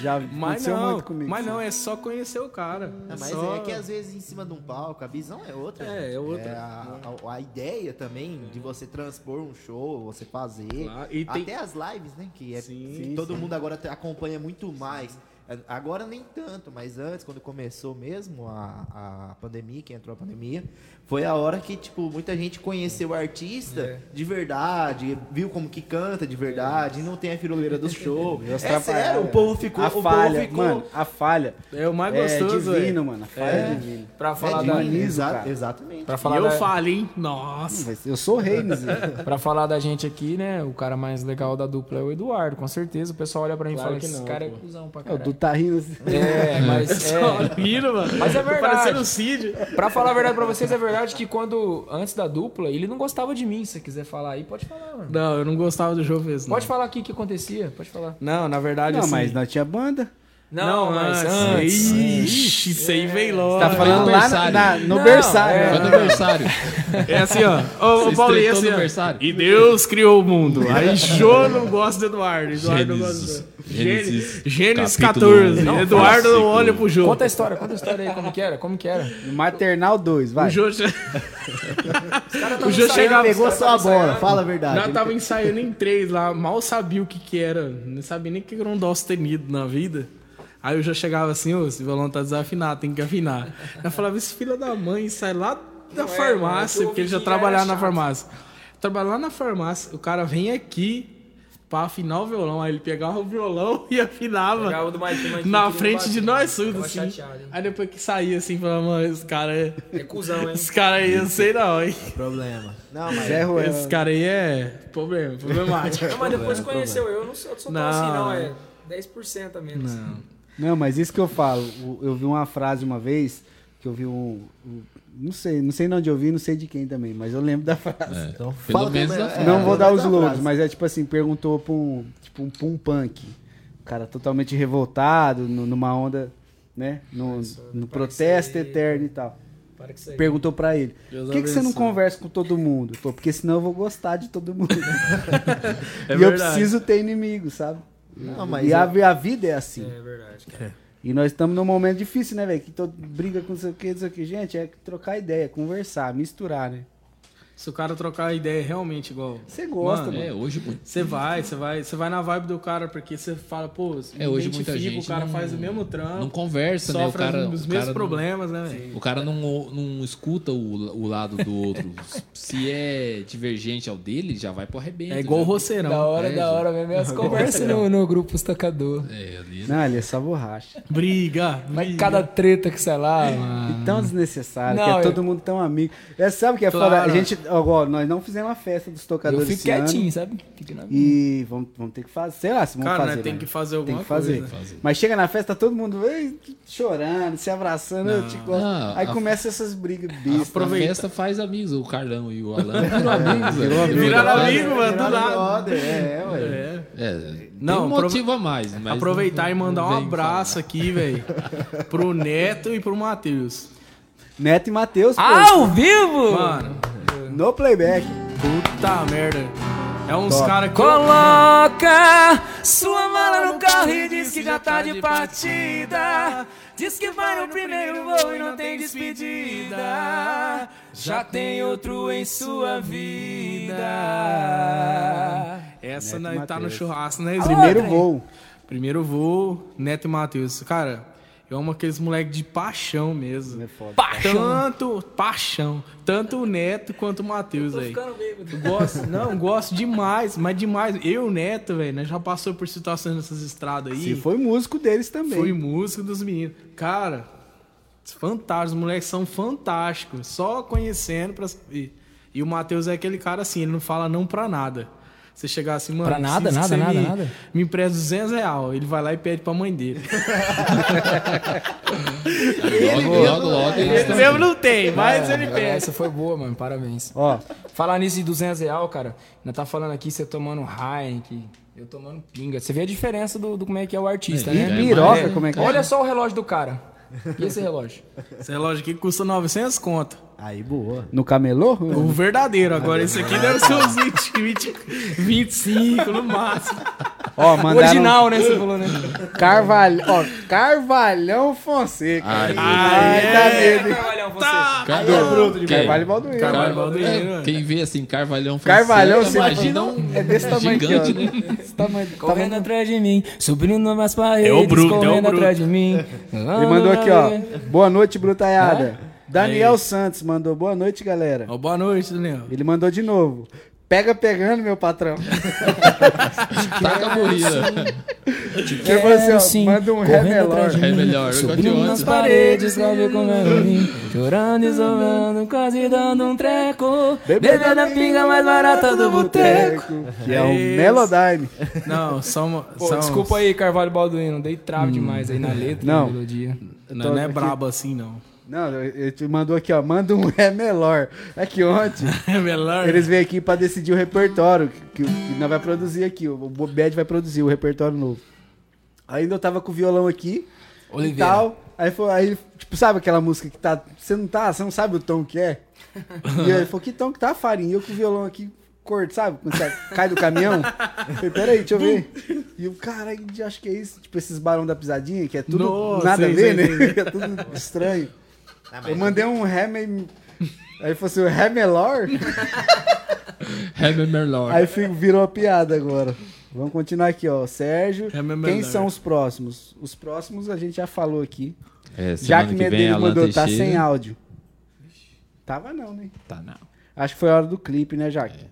[SPEAKER 2] Já
[SPEAKER 4] Mas
[SPEAKER 2] aconteceu
[SPEAKER 4] não,
[SPEAKER 2] muito comigo.
[SPEAKER 4] mas não, é só conhecer o cara.
[SPEAKER 3] Ah, mas
[SPEAKER 4] só...
[SPEAKER 3] é que às vezes em cima de um palco a visão é outra.
[SPEAKER 4] É,
[SPEAKER 3] gente.
[SPEAKER 4] é outra.
[SPEAKER 3] a, a- a ideia também de você transpor um show, você fazer.
[SPEAKER 4] Claro, e tem-
[SPEAKER 3] Até as lives, né? Que é,
[SPEAKER 4] Sim,
[SPEAKER 3] que todo mundo agora te- acompanha muito mais. É, Agora nem tanto, mas antes, quando começou mesmo a, a pandemia, que entrou a pandemia, foi a hora que, tipo, muita gente conheceu o artista
[SPEAKER 4] É.
[SPEAKER 3] de verdade, viu como que canta de
[SPEAKER 4] É.
[SPEAKER 3] verdade, não tem a firuleira do show.
[SPEAKER 2] E
[SPEAKER 3] é
[SPEAKER 2] as
[SPEAKER 3] sério,
[SPEAKER 4] um
[SPEAKER 2] atrapalhadas.
[SPEAKER 3] o povo ficou...
[SPEAKER 2] a
[SPEAKER 3] o povo
[SPEAKER 2] falha,
[SPEAKER 3] ficou-
[SPEAKER 2] mano, a falha.
[SPEAKER 4] É o mais
[SPEAKER 2] É
[SPEAKER 4] gostoso, velho.
[SPEAKER 2] divino, mano. A falha é divina.
[SPEAKER 5] Pra
[SPEAKER 3] É,
[SPEAKER 5] falar
[SPEAKER 3] de-
[SPEAKER 5] da.
[SPEAKER 2] Divino.
[SPEAKER 3] exa-
[SPEAKER 2] cara.
[SPEAKER 3] Exatamente.
[SPEAKER 5] Pra falar
[SPEAKER 4] E eu
[SPEAKER 5] da...
[SPEAKER 4] falo, hein? Nossa.
[SPEAKER 2] Mas Eu sou rei, Nizinho.
[SPEAKER 5] Pra falar da gente aqui, né? O cara mais legal da dupla é o Eduardo, com certeza. O pessoal olha pra mim e
[SPEAKER 4] Claro
[SPEAKER 5] fala
[SPEAKER 4] que
[SPEAKER 5] que esse
[SPEAKER 4] não,
[SPEAKER 5] cara
[SPEAKER 4] pô.
[SPEAKER 5] é cuzão pra
[SPEAKER 2] É o
[SPEAKER 5] caralho.
[SPEAKER 2] do Tarrinho.
[SPEAKER 5] É, mas
[SPEAKER 4] Só
[SPEAKER 5] é,
[SPEAKER 4] rindo, mano.
[SPEAKER 5] Mas é
[SPEAKER 4] Tô
[SPEAKER 5] verdade.
[SPEAKER 4] Parecendo o Cid.
[SPEAKER 5] pra falar a verdade pra vocês, é verdade que quando, antes da dupla, ele não gostava de mim. Se você quiser falar aí, pode falar, mano.
[SPEAKER 4] Não, eu não gostava do jogo mesmo.
[SPEAKER 5] Pode falar aqui o que acontecia, pode falar.
[SPEAKER 4] Não, na verdade,
[SPEAKER 2] Não,
[SPEAKER 4] assim...
[SPEAKER 2] mas nós tinha banda.
[SPEAKER 4] Não, mas antes. Ixi, isso aí vem logo.
[SPEAKER 2] Tá falando lá na- na- no
[SPEAKER 5] Não,
[SPEAKER 2] berçário.
[SPEAKER 5] é.
[SPEAKER 1] Foi
[SPEAKER 2] né?
[SPEAKER 1] no berçário.
[SPEAKER 4] É assim, ó. Ô, ô
[SPEAKER 1] Vocês
[SPEAKER 4] Paulinho, é
[SPEAKER 1] tretou
[SPEAKER 4] assim,
[SPEAKER 1] no
[SPEAKER 4] ó.
[SPEAKER 1] berçário?
[SPEAKER 4] E Deus criou o mundo. Aí Jô não gosta do Eduardo. Eduardo não
[SPEAKER 1] Gênesis.
[SPEAKER 4] gosta do Gênesis,
[SPEAKER 1] Gênesis,
[SPEAKER 4] Gênesis
[SPEAKER 1] capítulo
[SPEAKER 4] 14.
[SPEAKER 1] um,
[SPEAKER 4] Eduardo não
[SPEAKER 1] versículo.
[SPEAKER 4] olha pro Jô.
[SPEAKER 5] ah, Conta a história, conta a história aí, como que era, como que era.
[SPEAKER 2] No Maternal 2, vai.
[SPEAKER 4] O Jô, o Jô
[SPEAKER 3] Ele
[SPEAKER 4] chegava...
[SPEAKER 3] pegou só a bola, fala a verdade.
[SPEAKER 4] Nós
[SPEAKER 3] Ele
[SPEAKER 4] tava ensaiando em três lá, mal sabia o que que era. Não sabia nem o que era um dó sustenido na vida. Aí eu já chegava assim, ô, esse violão tá desafinado, tem que afinar. Eu falava, esse filho da mãe sai lá da
[SPEAKER 5] Não é,
[SPEAKER 4] farmácia,
[SPEAKER 5] mano, eu
[SPEAKER 4] porque ele já
[SPEAKER 5] ouvi que já era
[SPEAKER 4] trabalhava na
[SPEAKER 5] é chato.
[SPEAKER 4] farmácia. Trabalhava lá na farmácia, o cara vem aqui pra afinar o violão. Aí ele pegava o violão e afinava
[SPEAKER 5] Pegava o do Maikinho, Maikinho
[SPEAKER 4] na
[SPEAKER 5] que não
[SPEAKER 4] frente
[SPEAKER 5] batia.
[SPEAKER 4] de nós surdos,
[SPEAKER 5] Tava
[SPEAKER 4] assim.
[SPEAKER 5] chateado, hein?
[SPEAKER 4] Aí depois que saía assim, falava, mano, esse cara é...
[SPEAKER 5] É cuzão, hein?
[SPEAKER 4] Esse cara aí, eu sei não, hein?
[SPEAKER 3] tem Problema. tá- Não, mas...
[SPEAKER 2] Zé Ruela.
[SPEAKER 4] Esse cara aí é problema, problemático.
[SPEAKER 5] Não, mas depois conheceu eu, eu não sou, eu sou
[SPEAKER 4] Não.
[SPEAKER 5] tão assim, não, é 10% a menos.
[SPEAKER 2] Não, mas isso que eu falo. o- Eu vi uma frase uma vez que eu vi um. um- não sei, não sei de onde eu vi, não sei de quem também, mas eu lembro da frase.
[SPEAKER 1] É.
[SPEAKER 3] Então,
[SPEAKER 1] Pelo
[SPEAKER 3] fala
[SPEAKER 1] menos
[SPEAKER 3] como é-
[SPEAKER 1] a
[SPEAKER 3] é,
[SPEAKER 2] não vou dar os
[SPEAKER 3] essa
[SPEAKER 2] louros,
[SPEAKER 3] frase.
[SPEAKER 2] mas é tipo assim, perguntou pra um, tipo, um, pra um punk. Um cara totalmente revoltado, no- numa onda, né? No, no protesto eterno e tal.
[SPEAKER 5] Para que isso aí.
[SPEAKER 2] Perguntou pra ele,
[SPEAKER 4] Deus
[SPEAKER 2] por que, que você não
[SPEAKER 4] abençoe."
[SPEAKER 2] conversa com todo mundo? Ele falou, porque senão eu vou gostar de todo mundo. e
[SPEAKER 4] É
[SPEAKER 2] eu
[SPEAKER 4] verdade.
[SPEAKER 2] preciso ter inimigo, sabe?
[SPEAKER 3] Não, mas
[SPEAKER 2] e a,
[SPEAKER 3] eu-
[SPEAKER 2] a vida é assim.
[SPEAKER 5] É verdade, cara.
[SPEAKER 2] E nós estamos num momento difícil, né, velho? Que todo briga com não sei o que, não sei o que. Gente, é trocar ideia, conversar, misturar, né?
[SPEAKER 4] Se o cara trocar a ideia realmente igual.
[SPEAKER 2] Você gosta, mano.
[SPEAKER 1] É, hoje muito.
[SPEAKER 4] Você vai, você vai, você vai na vibe do cara, porque você fala, pô, você
[SPEAKER 1] É, hoje
[SPEAKER 4] identifica,
[SPEAKER 1] muita gente
[SPEAKER 4] o cara
[SPEAKER 1] não-
[SPEAKER 4] faz o mesmo trampo,
[SPEAKER 1] Não conversa, né? O
[SPEAKER 4] sofre
[SPEAKER 1] cara,
[SPEAKER 4] os
[SPEAKER 1] o
[SPEAKER 4] mesmos
[SPEAKER 1] cara não-
[SPEAKER 4] problemas, né, velho?
[SPEAKER 1] O cara não, não escuta o, o lado do outro. Se é divergente ao dele, já vai pro arrebento.
[SPEAKER 4] É igual o
[SPEAKER 1] já.
[SPEAKER 5] Da
[SPEAKER 4] roceirão.
[SPEAKER 5] hora,
[SPEAKER 1] É,
[SPEAKER 5] da
[SPEAKER 1] gente.
[SPEAKER 5] hora mesmo. é As conversas no, no grupo estacador.
[SPEAKER 1] É, ali.
[SPEAKER 2] Não, ele é só borracha.
[SPEAKER 4] Briga,
[SPEAKER 5] Mas
[SPEAKER 4] briga.
[SPEAKER 5] cada treta que sai lá, mano.
[SPEAKER 2] E tão desnecessário, que
[SPEAKER 5] Não,
[SPEAKER 2] é
[SPEAKER 5] eu-
[SPEAKER 2] todo mundo tão amigo. É, sabe o que é
[SPEAKER 4] Claro.
[SPEAKER 2] foda? A gente, ó, ó, nós não fizemos a festa dos
[SPEAKER 5] Eu
[SPEAKER 2] tocadores
[SPEAKER 5] fico
[SPEAKER 2] Tá esse ano.
[SPEAKER 5] quietinho, sabe? Fico na minha.
[SPEAKER 2] E vamos, vamos ter que fazer, sei lá, se vamos
[SPEAKER 4] Cara,
[SPEAKER 2] fazer.
[SPEAKER 4] né, tem
[SPEAKER 2] né?
[SPEAKER 4] que fazer
[SPEAKER 2] Tem
[SPEAKER 4] alguma
[SPEAKER 2] que fazer.
[SPEAKER 4] coisa.
[SPEAKER 2] Mas chega na festa, todo mundo ei, chorando, se abraçando, eu te gosto.
[SPEAKER 1] Não,
[SPEAKER 2] Aí
[SPEAKER 1] a-
[SPEAKER 2] começa essas brigas bestas.
[SPEAKER 1] A é
[SPEAKER 2] né?
[SPEAKER 1] festa faz amigos. O Carlão e o Alan viram amigos. né? velho.
[SPEAKER 4] Viraram
[SPEAKER 1] Festa-
[SPEAKER 4] amigo, mano, do
[SPEAKER 3] Caralho,
[SPEAKER 4] nada.
[SPEAKER 3] brother, É, ué.
[SPEAKER 4] É.
[SPEAKER 1] É,
[SPEAKER 4] Não,
[SPEAKER 1] tem um motivo a mais. mas não-
[SPEAKER 4] Aproveitar e
[SPEAKER 1] não
[SPEAKER 4] mandar um
[SPEAKER 1] vem
[SPEAKER 4] abraço aqui, velho, pro Neto e pro Matheus.
[SPEAKER 2] Neto e Matheus, pô,
[SPEAKER 5] Ao vivo!
[SPEAKER 4] Mano,
[SPEAKER 2] no playback.
[SPEAKER 4] puta Tá merda. É uns
[SPEAKER 2] Top.
[SPEAKER 4] caras que eu-
[SPEAKER 5] Coloca sua mala no carro e diz que já tá de partida. Diz que vai no primeiro voo e não tem despedida. Já tem outro em sua vida.
[SPEAKER 4] Essa
[SPEAKER 2] Neto
[SPEAKER 4] né,
[SPEAKER 2] e
[SPEAKER 4] tá no
[SPEAKER 2] Matheus.
[SPEAKER 4] churrasco, né? Zé?
[SPEAKER 2] Primeiro voo.
[SPEAKER 4] Primeiro voo, Neto e Matheus. Cara, eu amo aqueles moleque de paixão mesmo.
[SPEAKER 2] É foda.
[SPEAKER 5] Paixão.
[SPEAKER 4] Tanto paixão. Tanto o Neto quanto o Matheus aí.
[SPEAKER 5] bêbado.
[SPEAKER 4] Gosto, não, gosto demais, mas demais. Eu e o Neto, velho, né, já passou por situações nessas estradas aí.
[SPEAKER 2] Se foi músico deles também.
[SPEAKER 4] Fui músico dos meninos. Cara, fantásticos, os moleques são fantásticos. Só conhecendo pra. E, e o Matheus é aquele cara assim, ele não fala não pra nada. Você chegar assim, mano.
[SPEAKER 5] Pra nada,
[SPEAKER 4] preciso que
[SPEAKER 5] nada,
[SPEAKER 4] você
[SPEAKER 5] nada,
[SPEAKER 4] me,
[SPEAKER 5] nada.
[SPEAKER 4] Me empresta 200 reais. Ele vai lá e pede pra mãe dele.
[SPEAKER 1] Logo, logo, logo. eles
[SPEAKER 4] Ele
[SPEAKER 1] estão-
[SPEAKER 4] mesmo não tem, mas ele pede.
[SPEAKER 5] É. Essa foi boa, mano. Parabéns.
[SPEAKER 2] Ó,
[SPEAKER 5] Falar nisso de 200 real, cara. Ainda tá falando aqui você tomando Heineken, eu tomando pinga. Você vê a diferença do, do como é que é o artista,
[SPEAKER 1] É,
[SPEAKER 5] né?
[SPEAKER 1] e
[SPEAKER 2] piroca, como é que é?
[SPEAKER 5] Olha só o relógio do cara. E esse relógio?
[SPEAKER 4] Esse relógio aqui custa 900 conto.
[SPEAKER 3] Aí, boa.
[SPEAKER 2] no camelô?
[SPEAKER 4] O verdadeiro. Agora, esse aqui deve ser uns 20, 20, 25 no máximo.
[SPEAKER 2] Ó,
[SPEAKER 5] O
[SPEAKER 2] mandaram
[SPEAKER 5] Original, né? Você falou, né?
[SPEAKER 2] Carvalho, ó, Carvalhão Fonseca.
[SPEAKER 1] Ai,
[SPEAKER 2] Ai, dá medo.
[SPEAKER 4] Ah, é.
[SPEAKER 5] Carvalhão
[SPEAKER 4] tá!
[SPEAKER 1] Carvalho.
[SPEAKER 2] bruto de
[SPEAKER 1] Quem?
[SPEAKER 2] Carvalho e Balduino.
[SPEAKER 1] Carvalho
[SPEAKER 5] Carvalho
[SPEAKER 1] Balduino,
[SPEAKER 5] Balduino,
[SPEAKER 1] é,
[SPEAKER 4] né?
[SPEAKER 1] Quem vê assim, Carvalhão Francisco,
[SPEAKER 2] Carvalhão, você
[SPEAKER 1] imagina
[SPEAKER 2] imagina?
[SPEAKER 1] um
[SPEAKER 2] É desse tamanho aqui,
[SPEAKER 1] gigante,
[SPEAKER 2] ó.
[SPEAKER 1] né?
[SPEAKER 2] Desse tamanho. Tá
[SPEAKER 9] Correndo
[SPEAKER 2] tamanho-
[SPEAKER 9] atrás de mim, subindo nas paredes,
[SPEAKER 5] Bruto, é o
[SPEAKER 9] correndo
[SPEAKER 5] Bruto.
[SPEAKER 9] atrás de mim.
[SPEAKER 2] Ele mandou aqui,
[SPEAKER 9] né?
[SPEAKER 2] ó. Boa noite, Brutaiada. Daniel Santos mandou. Boa noite, galera.
[SPEAKER 4] Ó, boa noite, Daniel.
[SPEAKER 2] Ele mandou de novo. Pega pegando, meu patrão. é.
[SPEAKER 1] Taca a burrila.
[SPEAKER 2] Ele falou assim, ó,
[SPEAKER 9] sim,
[SPEAKER 2] manda um ré
[SPEAKER 9] correndo
[SPEAKER 2] menor.
[SPEAKER 9] atrás de
[SPEAKER 1] É
[SPEAKER 9] mim,
[SPEAKER 1] melhor, eu gosto
[SPEAKER 9] Subindo
[SPEAKER 1] de
[SPEAKER 9] nas
[SPEAKER 1] ontem.
[SPEAKER 9] paredes, sabe como é ruim. Chorando e zoando, quase dando um treco. Bebendo a pinga mais barata do boteco.
[SPEAKER 2] Que é o
[SPEAKER 4] Isso.
[SPEAKER 2] Melodyne.
[SPEAKER 4] Não, só uma.
[SPEAKER 5] Pô,
[SPEAKER 4] só um-
[SPEAKER 5] desculpa aí, Carvalho Balduino. Dei
[SPEAKER 9] Hum.
[SPEAKER 5] trave demais aí na letra, e na
[SPEAKER 2] Não.
[SPEAKER 5] melodia.
[SPEAKER 4] Não, não é brabo assim, não.
[SPEAKER 2] Não, ele te mandou aqui, ó. Manda um ré menor. É que ontem
[SPEAKER 4] É melhor.
[SPEAKER 2] eles vêm aqui pra decidir o repertório que, que, que nós vai produzir aqui. O Bobed vai produzir o repertório novo. Ainda eu tava com o violão aqui. E
[SPEAKER 5] Oliveira.
[SPEAKER 2] tal. Aí foi, aí, tipo, sabe aquela música que tá. Você não tá, você não sabe o tom que é? E aí ele falou, que tom que tá, Farinha? E eu com o violão aqui, corto, sabe? Quando você cai do caminhão. Eu falei, peraí, deixa eu ver. E eu, caralho, acho que é isso. Tipo, esses barão da pisadinha, que é tudo
[SPEAKER 4] Nossa,
[SPEAKER 2] nada a
[SPEAKER 4] sei,
[SPEAKER 2] ver,
[SPEAKER 4] sei,
[SPEAKER 2] né? é tudo estranho. eu mandei um ré meio. Aí ele falou assim, o ré melhor?
[SPEAKER 1] Heaven Merlord.
[SPEAKER 2] Aí fi- virou a piada agora. Vamos continuar aqui, ó. Sérgio,
[SPEAKER 4] É meu
[SPEAKER 2] quem
[SPEAKER 4] melhor.
[SPEAKER 2] são os próximos? Os próximos a gente já falou aqui.
[SPEAKER 1] É, semana
[SPEAKER 2] Jaque
[SPEAKER 1] que vem,
[SPEAKER 2] Medeiros
[SPEAKER 1] Alan
[SPEAKER 2] mandou, tá
[SPEAKER 1] Teixeira.
[SPEAKER 2] sem áudio. Tava não, né?
[SPEAKER 1] Tá, não.
[SPEAKER 2] Acho que foi a hora do clipe, né, Jaque?
[SPEAKER 1] É.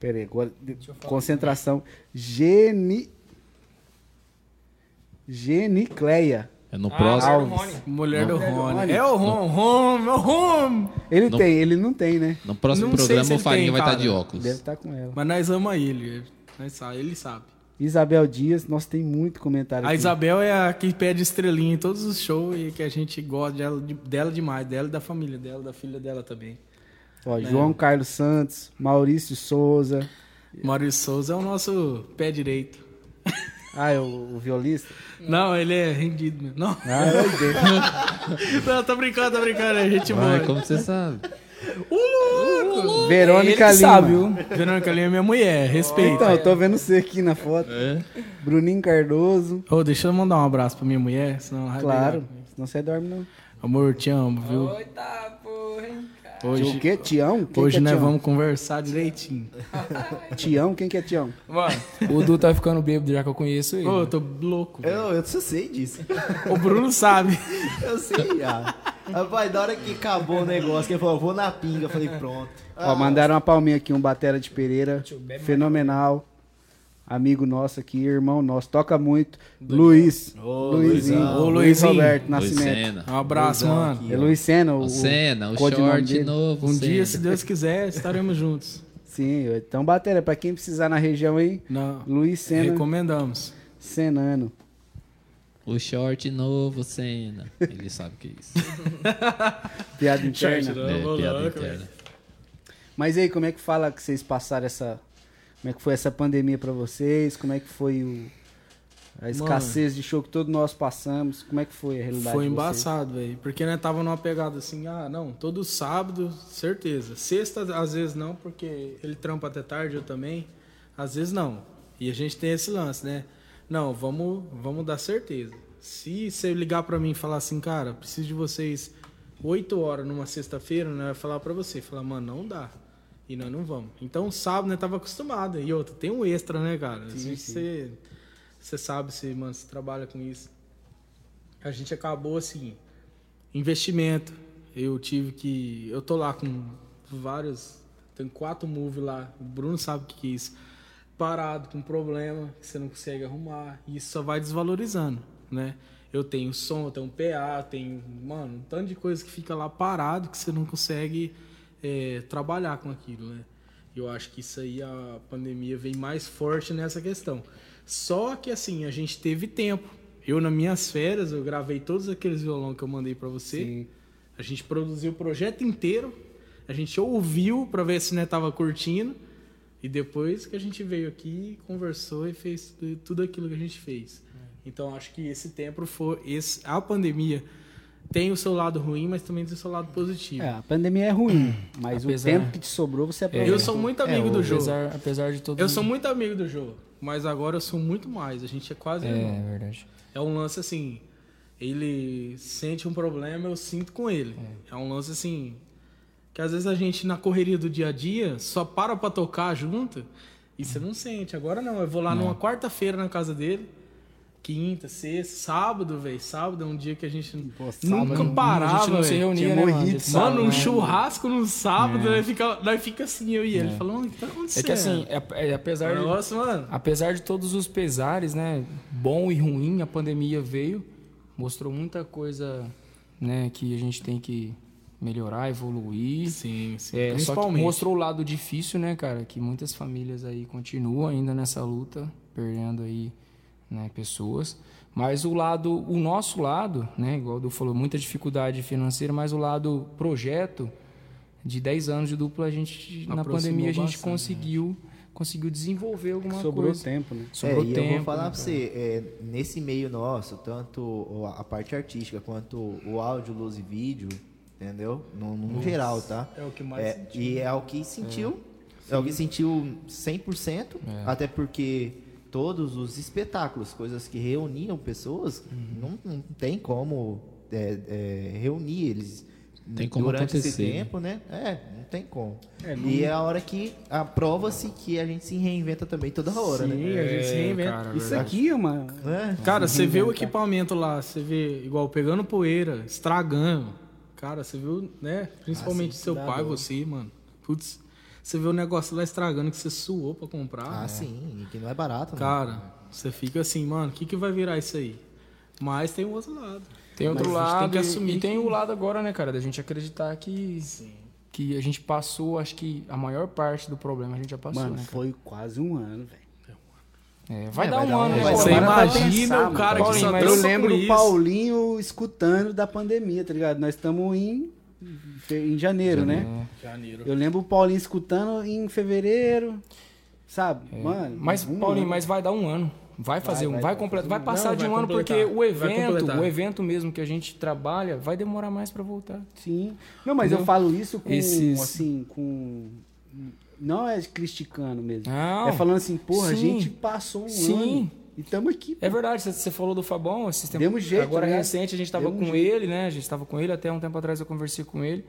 [SPEAKER 2] Pera aí, agora. de- Concentração. Geni. Genicleia.
[SPEAKER 1] É
[SPEAKER 4] Ah,
[SPEAKER 1] no próximo.
[SPEAKER 2] Alves.
[SPEAKER 4] Mulher do Rony.
[SPEAKER 2] Rony.
[SPEAKER 4] É o Ron, Ron, meu Ron.
[SPEAKER 2] Ele
[SPEAKER 1] Não-
[SPEAKER 2] tem, ele não tem, né?
[SPEAKER 1] No próximo
[SPEAKER 4] Não sei
[SPEAKER 1] programa
[SPEAKER 4] se
[SPEAKER 1] o
[SPEAKER 4] ele
[SPEAKER 1] Farinha
[SPEAKER 4] tem,
[SPEAKER 1] vai estar
[SPEAKER 4] cara.
[SPEAKER 1] de óculos.
[SPEAKER 2] Deve estar com ela.
[SPEAKER 4] Mas nós amamos ele. Nós sa- Ele sabe.
[SPEAKER 2] Isabel Dias, nossa, tem muito comentário
[SPEAKER 4] A
[SPEAKER 2] aqui.
[SPEAKER 4] Isabel é a que pede estrelinha em todos os shows e que a gente gosta dela, de- dela demais, dela e da família dela, da filha dela também.
[SPEAKER 2] Ó,
[SPEAKER 4] É.
[SPEAKER 2] João Carlos Santos, Maurício Souza.
[SPEAKER 4] Maurício Souza é o nosso pé direito.
[SPEAKER 2] Ah, é o, o violista?
[SPEAKER 4] Não, ele é rendido mesmo. Não,
[SPEAKER 2] Ah, é o dele.
[SPEAKER 4] não tô brincando, tô brincando, é gente boa.
[SPEAKER 1] Vai, como você sabe.
[SPEAKER 2] Verônica Lima.
[SPEAKER 4] Verônica Lima é minha mulher, respeita.
[SPEAKER 2] Então, eu tô vendo você aqui na foto.
[SPEAKER 4] É?
[SPEAKER 2] Bruninho Cardoso.
[SPEAKER 4] Ô, deixa eu mandar um abraço pra minha mulher, senão ela vai
[SPEAKER 2] Então. Claro,
[SPEAKER 4] brigar.
[SPEAKER 2] senão você dorme não.
[SPEAKER 4] Amor, te amo, viu?
[SPEAKER 9] Eita tá, porra, hein?
[SPEAKER 2] O
[SPEAKER 4] Hoje,
[SPEAKER 2] quê? Tião? Quem
[SPEAKER 4] hoje
[SPEAKER 2] que é
[SPEAKER 4] nós
[SPEAKER 2] Tião?
[SPEAKER 4] vamos conversar direitinho.
[SPEAKER 2] Tião? Quem que é Tião?
[SPEAKER 5] Mano, o Du tá ficando bêbado já que eu conheço ele.
[SPEAKER 4] Ô, eu tô louco. velho.
[SPEAKER 3] Eu, eu só sei disso.
[SPEAKER 4] O Bruno sabe.
[SPEAKER 3] Eu sei já. Rapaz, da hora que acabou o negócio, que ele falou, vou na pinga, eu falei, pronto.
[SPEAKER 2] Ó, mandaram uma palminha aqui, um Batera de Pereira. Fenomenal. Amigo nosso aqui, irmão nosso. Toca muito. Luiz. Luizinho.
[SPEAKER 3] Luizão.
[SPEAKER 4] Ô,
[SPEAKER 2] Luiz
[SPEAKER 4] Luizinho.
[SPEAKER 2] Roberto
[SPEAKER 1] Luiz
[SPEAKER 2] Nascimento.
[SPEAKER 1] Senna.
[SPEAKER 4] Um abraço, mano.
[SPEAKER 2] É Luiz Senna. O,
[SPEAKER 1] O Senna, o
[SPEAKER 2] codinome
[SPEAKER 1] short
[SPEAKER 2] dele.
[SPEAKER 1] novo.
[SPEAKER 4] Um
[SPEAKER 1] Senna.
[SPEAKER 4] dia, se Deus quiser, estaremos juntos.
[SPEAKER 2] Sim, então Batera. Pra quem precisar na região aí,
[SPEAKER 4] Não,
[SPEAKER 2] Luiz Senna.
[SPEAKER 4] recomendamos.
[SPEAKER 2] Senano.
[SPEAKER 1] O short novo, Senna. Ele sabe o que é isso.
[SPEAKER 2] Piada interna.
[SPEAKER 1] É, piada interna.
[SPEAKER 2] Mas e aí, como é que fala que vocês passaram essa. Como é que foi essa pandemia pra vocês? Como é que foi o. A escassez de show que todos nós passamos, como é que foi a realidade?
[SPEAKER 4] Foi
[SPEAKER 2] de vocês?
[SPEAKER 4] embaçado, velho. Porque nós tava numa pegada assim, ah, não, todo sábado, certeza. Sexta, às vezes não, porque ele trampa até tarde, eu também. Às vezes não. E a gente tem esse lance, né? Não, vamos, vamos dar certeza. Se você ligar pra mim e falar assim, cara, preciso de vocês 8 horas numa sexta-feira, né? Eu ia falar pra você, falar, mano, não dá. E nós não vamos. Então, sábado, né? Tava acostumado. E outra, tem um extra, né, cara? Às vezes Você, você sabe, você, mano, você trabalha com isso a gente acabou assim investimento eu tive que eu tô lá com vários tem quatro moves lá o Bruno sabe o que que é isso parado com problema que você não consegue arrumar e isso só vai desvalorizando né eu tenho som eu tenho PA tenho mano um tanto de coisa que fica lá parado que você não consegue é, trabalhar com aquilo né eu acho que isso aí a pandemia vem mais forte nessa questão. Só que assim, a gente teve tempo. Eu nas minhas férias, eu gravei todos aqueles violão que eu mandei pra você. A gente produziu o projeto inteiro. A gente ouviu pra ver se né tava curtindo. E depois que a gente veio aqui, conversou e fez tu- tudo aquilo que a gente fez. Então acho que esse tempo foi esse a pandemia tem o seu lado ruim, mas também tem o seu lado positivo.
[SPEAKER 2] É, a pandemia é ruim, mas
[SPEAKER 5] Apesar-
[SPEAKER 2] o tempo que te sobrou você aproveitou.
[SPEAKER 4] É. Eu sou muito amigo do jogo.
[SPEAKER 5] Apesar, apesar de todo
[SPEAKER 4] Eu sou muito amigo do jogo, mas agora eu sou muito mais. A gente é quase.
[SPEAKER 5] É,
[SPEAKER 4] irmão.
[SPEAKER 5] verdade.
[SPEAKER 4] É um lance assim. ele sente um problema, eu sinto com ele. É, um lance assim. Que às vezes a gente, na correria do dia a dia, só para pra tocar junto e você não sente. Agora não, eu vou
[SPEAKER 5] É.
[SPEAKER 4] lá numa quarta-feira na casa dele. Quinta, sexta, sábado, velho. Sábado é um dia que a gente
[SPEAKER 2] sábado,
[SPEAKER 4] nunca
[SPEAKER 2] a gente
[SPEAKER 4] parava,
[SPEAKER 5] Hum, a gente não se
[SPEAKER 4] véi.
[SPEAKER 5] reunia, né,
[SPEAKER 2] Tinha
[SPEAKER 5] mano?
[SPEAKER 2] morrido,
[SPEAKER 5] de sábado,
[SPEAKER 4] Mano, um
[SPEAKER 5] né?
[SPEAKER 4] churrasco no sábado,
[SPEAKER 5] É.
[SPEAKER 4] nós fica, nós fica assim, eu e ele.
[SPEAKER 5] É.
[SPEAKER 4] Falando, o que tá acontecendo?
[SPEAKER 5] É que assim, é- é- apesar
[SPEAKER 4] o
[SPEAKER 5] de
[SPEAKER 4] negócio, mano.
[SPEAKER 5] Apesar de todos os pesares, né, bom e ruim, a pandemia veio, mostrou muita coisa, né, que a gente tem que melhorar, evoluir.
[SPEAKER 4] Sim, sim.
[SPEAKER 5] É, só que
[SPEAKER 4] principalmente.
[SPEAKER 5] mostrou o lado difícil, né, cara, que muitas famílias aí continuam ainda nessa luta, perdendo aí, né, pessoas. Mas o lado, o nosso lado, né, igual o Du falou, muita dificuldade financeira, mas o lado projeto de 10 anos de dupla, a gente na
[SPEAKER 4] Aproximou
[SPEAKER 5] pandemia a gente
[SPEAKER 4] bastante, né?
[SPEAKER 5] conseguiu conseguiu desenvolver alguma
[SPEAKER 2] Sobrou
[SPEAKER 5] coisa.
[SPEAKER 2] tempo, né?
[SPEAKER 5] Sobrou
[SPEAKER 3] é, e
[SPEAKER 5] tempo.
[SPEAKER 3] eu vou falar pra
[SPEAKER 5] né, cara?
[SPEAKER 3] você, é, nesse meio nosso, tanto o- a parte artística quanto o áudio, luz e vídeo, entendeu? No, no geral, tá?
[SPEAKER 4] É o que mais
[SPEAKER 3] É,
[SPEAKER 4] sentiu.
[SPEAKER 3] E é o que sentiu, é, o que sentiu 100%,
[SPEAKER 1] É.
[SPEAKER 3] até porque todos os espetáculos, coisas que reuniam pessoas,
[SPEAKER 1] Uhum.
[SPEAKER 3] não, não tem como é, é, reunir eles
[SPEAKER 1] Tem como
[SPEAKER 3] durante esse
[SPEAKER 1] acontecer, né?
[SPEAKER 3] tempo, né? É, não tem como. E é a hora que a prova-se que a gente se reinventa também toda hora,
[SPEAKER 4] Sim,
[SPEAKER 3] né?
[SPEAKER 4] a gente se reinventa.
[SPEAKER 5] É, cara,
[SPEAKER 2] Isso
[SPEAKER 5] verdade.
[SPEAKER 2] aqui é uma.
[SPEAKER 3] É.
[SPEAKER 4] Cara, você vê o equipamento lá, você vê igual pegando poeira, estragando. Cara, você viu, né? Principalmente
[SPEAKER 5] Ah,
[SPEAKER 4] seu pai, você, mano. Putz, você vê o negócio lá estragando que você suou pra comprar.
[SPEAKER 3] Ah, sim, e que não é barato, né?
[SPEAKER 4] Cara, você fica assim, mano, o que, que vai virar isso aí? Mas tem o outro lado.
[SPEAKER 5] Tem outro
[SPEAKER 4] Mas a gente
[SPEAKER 5] lado. é
[SPEAKER 4] tem que
[SPEAKER 5] e-
[SPEAKER 4] assumir
[SPEAKER 5] e tem
[SPEAKER 4] que-
[SPEAKER 5] o lado agora, né, cara, da gente acreditar que. Que a gente passou, acho que a maior parte do problema a gente já passou,
[SPEAKER 2] Mano,
[SPEAKER 5] né?
[SPEAKER 2] foi quase um ano, velho.
[SPEAKER 5] É, vai
[SPEAKER 3] É,
[SPEAKER 5] dar
[SPEAKER 3] vai
[SPEAKER 5] um
[SPEAKER 3] dar um
[SPEAKER 5] ano,
[SPEAKER 3] ano.
[SPEAKER 5] né?
[SPEAKER 3] Vai
[SPEAKER 5] pô?
[SPEAKER 4] Você
[SPEAKER 2] Agora pra
[SPEAKER 4] imagina
[SPEAKER 5] um
[SPEAKER 2] pensar,
[SPEAKER 4] o cara que
[SPEAKER 5] mano.
[SPEAKER 4] só
[SPEAKER 5] Paulinho, mas
[SPEAKER 4] dança
[SPEAKER 2] Eu
[SPEAKER 5] Dança
[SPEAKER 2] lembro
[SPEAKER 4] por
[SPEAKER 2] do
[SPEAKER 4] isso.
[SPEAKER 2] Paulinho escutando da pandemia, tá ligado? Nós estamos em, em janeiro, né?
[SPEAKER 4] Janeiro.
[SPEAKER 2] Eu lembro o Paulinho escutando em fevereiro, sabe? Mano.
[SPEAKER 5] É. Mas,
[SPEAKER 2] um
[SPEAKER 5] Paulinho,
[SPEAKER 2] ano.
[SPEAKER 5] mas vai dar um ano. Vai fazer um, vai, completar, vai passar
[SPEAKER 4] Não,
[SPEAKER 5] de
[SPEAKER 4] vai
[SPEAKER 5] um ano porque
[SPEAKER 4] completar.
[SPEAKER 5] o
[SPEAKER 4] Vai
[SPEAKER 5] evento,
[SPEAKER 4] completar.
[SPEAKER 5] o evento mesmo que a gente trabalha, vai demorar mais pra voltar.
[SPEAKER 2] Sim. Não, mas eu
[SPEAKER 5] Entendeu?
[SPEAKER 2] falo isso com,
[SPEAKER 5] Esses-
[SPEAKER 2] assim, com... Não é criticando mesmo.
[SPEAKER 5] Não.
[SPEAKER 2] É falando assim, porra, a
[SPEAKER 5] Sim.
[SPEAKER 2] gente passou um
[SPEAKER 5] Sim.
[SPEAKER 2] ano e estamos aqui.
[SPEAKER 5] É verdade, você- você falou do Fabão, esse tempo,
[SPEAKER 2] Demos jeito,
[SPEAKER 5] agora
[SPEAKER 2] né?
[SPEAKER 5] recente a gente tava
[SPEAKER 2] Demos
[SPEAKER 5] com ele, né? A gente tava com ele até um tempo atrás eu conversei com ele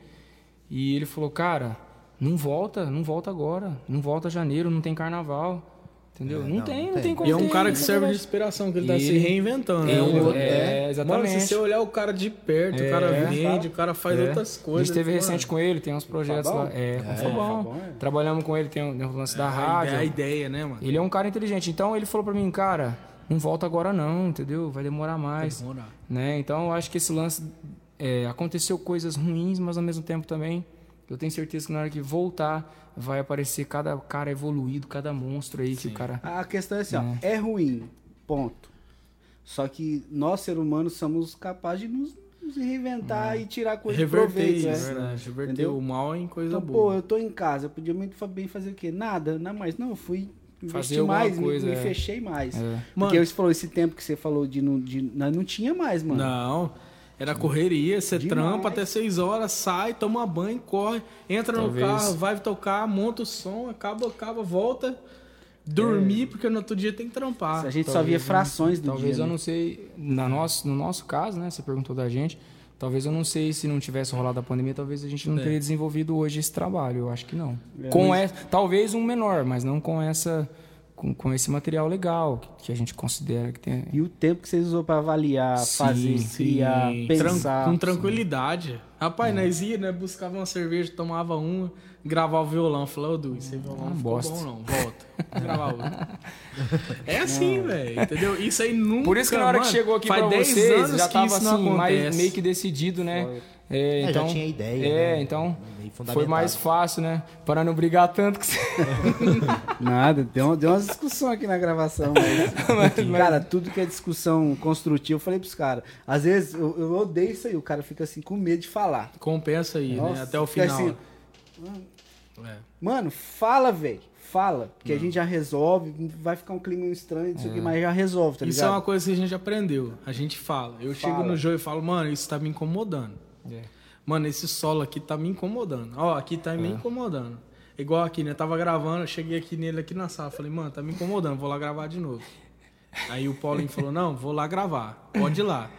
[SPEAKER 5] e ele falou: "Cara, não volta, não volta agora, não volta janeiro, não tem carnaval". Entendeu? não, tem, não tem, como.
[SPEAKER 4] E é um
[SPEAKER 5] ter,
[SPEAKER 4] cara
[SPEAKER 5] não
[SPEAKER 4] que
[SPEAKER 5] tem
[SPEAKER 4] serve de
[SPEAKER 5] como-
[SPEAKER 4] inspiração, que ele
[SPEAKER 5] E
[SPEAKER 4] tá se
[SPEAKER 5] ele-
[SPEAKER 4] reinventando. né?
[SPEAKER 5] É,
[SPEAKER 4] Um outro-
[SPEAKER 5] é,
[SPEAKER 4] Mano,
[SPEAKER 5] exatamente.
[SPEAKER 4] se você olhar o cara de perto, o
[SPEAKER 5] É.
[SPEAKER 4] cara vende, o cara faz
[SPEAKER 5] É.
[SPEAKER 4] outras
[SPEAKER 5] A
[SPEAKER 4] coisas.
[SPEAKER 5] gente teve
[SPEAKER 4] mano.
[SPEAKER 5] recente com ele, tem uns projetos
[SPEAKER 2] Fabão?
[SPEAKER 5] lá. É, com o Fabão.
[SPEAKER 2] Fabão, é.
[SPEAKER 5] Trabalhamos com ele, tem o um, lance da
[SPEAKER 4] É, a
[SPEAKER 5] rádio.
[SPEAKER 4] ideia, a ideia, né, mano?
[SPEAKER 5] Ele é um cara inteligente. Então ele falou pra mim, cara, não volta agora não, entendeu? Vai demorar
[SPEAKER 4] Tá
[SPEAKER 5] mais. Né? Então eu acho que esse lance é, aconteceu coisas ruins, mas ao mesmo tempo também eu tenho certeza que na hora que voltar vai aparecer cada cara evoluído, cada monstro aí que o cara.
[SPEAKER 2] A questão é assim, ó, é ruim, ponto. Só que nós, seres humanos, somos capazes de nos, nos reinventar e tirar coisa de
[SPEAKER 4] Reverter
[SPEAKER 2] proveito.
[SPEAKER 4] isso, é
[SPEAKER 2] né?
[SPEAKER 4] verdade. Reverter
[SPEAKER 2] Entendeu?
[SPEAKER 4] o mal em coisa
[SPEAKER 2] Então, pô,
[SPEAKER 4] boa.
[SPEAKER 2] eu tô em casa, eu podia muito fa- bem fazer o quê? Nada, nada mais. Não, eu fui investir
[SPEAKER 5] alguma
[SPEAKER 2] mais, me-
[SPEAKER 5] coisa,
[SPEAKER 2] me,
[SPEAKER 5] é.
[SPEAKER 2] fechei mais.
[SPEAKER 4] Mano-
[SPEAKER 2] Porque eu- você falou esse tempo que você falou de não, de- não não tinha mais, mano.
[SPEAKER 4] Não. Era correria, você
[SPEAKER 2] Demais.
[SPEAKER 4] trampa até 6 horas, sai, toma banho, corre, entra
[SPEAKER 5] Talvez.
[SPEAKER 4] no carro, vai tocar, monta o som, acaba, acaba, volta,
[SPEAKER 5] É.
[SPEAKER 4] dormir, porque no outro dia tem que trampar.
[SPEAKER 2] a gente só via frações do
[SPEAKER 5] Talvez
[SPEAKER 2] dia.
[SPEAKER 5] eu
[SPEAKER 2] né?
[SPEAKER 5] não sei, na nosso, no nosso caso, né? Você perguntou da gente. Talvez eu não sei se não tivesse rolado a pandemia, talvez a gente não teria desenvolvido hoje esse trabalho. Eu acho que não. com essa, talvez um menor, mas não com essa, com, com esse material legal que, que a gente considera que tem.
[SPEAKER 2] E o tempo que vocês usou pra avaliar, fazer, criar,
[SPEAKER 4] Tran-
[SPEAKER 2] pensar.
[SPEAKER 4] com tranquilidade. Rapaz,
[SPEAKER 5] É.
[SPEAKER 4] nós ia, né? Buscava uma cerveja, tomava uma, gravava o violão. Falava, ô Du, esse violão não ficou
[SPEAKER 5] bosta.
[SPEAKER 4] bom não, volta. Gravar outro. É assim, velho, entendeu? Isso aí nunca,
[SPEAKER 5] Por isso que na hora
[SPEAKER 4] mano,
[SPEAKER 5] que chegou aqui
[SPEAKER 4] faz
[SPEAKER 5] pra
[SPEAKER 4] 10
[SPEAKER 5] vocês,
[SPEAKER 4] anos
[SPEAKER 5] já
[SPEAKER 4] que
[SPEAKER 5] tava
[SPEAKER 4] isso não
[SPEAKER 5] assim, mais,
[SPEAKER 4] acontece.
[SPEAKER 5] meio que decidido, né? É,
[SPEAKER 3] É, já
[SPEAKER 5] então,
[SPEAKER 3] tinha ideia,
[SPEAKER 5] É,
[SPEAKER 3] né?
[SPEAKER 5] então
[SPEAKER 3] Meio
[SPEAKER 5] foi
[SPEAKER 3] fundamentado.
[SPEAKER 5] mais fácil, né? Para não brigar tanto que você...
[SPEAKER 2] Nada, deu, um, deu umas discussões aqui na gravação. Mas, cara, tudo que é discussão construtiva, eu falei pros caras. Às vezes eu, eu odeio isso aí, o cara fica assim com medo de falar.
[SPEAKER 4] Compensa aí, né?
[SPEAKER 2] Nossa,
[SPEAKER 4] Até o
[SPEAKER 2] fica
[SPEAKER 4] final.
[SPEAKER 2] assim,
[SPEAKER 4] É. Hum.
[SPEAKER 2] Mano, fala, velho. Fala. Porque a gente já resolve. Vai ficar um clima estranho, não sei o que, mas já resolve, tá
[SPEAKER 4] isso é
[SPEAKER 2] ligado?
[SPEAKER 4] uma coisa que a gente aprendeu. A gente fala. Eu chego
[SPEAKER 2] Fala.
[SPEAKER 4] no jogo e falo, mano, isso tá me incomodando.
[SPEAKER 5] É.
[SPEAKER 4] Mano, esse solo aqui tá me incomodando. Ó, aqui tá
[SPEAKER 5] É.
[SPEAKER 4] me incomodando. Igual aqui, né? Tava gravando, eu cheguei aqui nele aqui na sala. Falei, mano, tá me incomodando, vou lá gravar de novo. Aí o Paulinho falou, não, vou lá gravar, pode ir lá.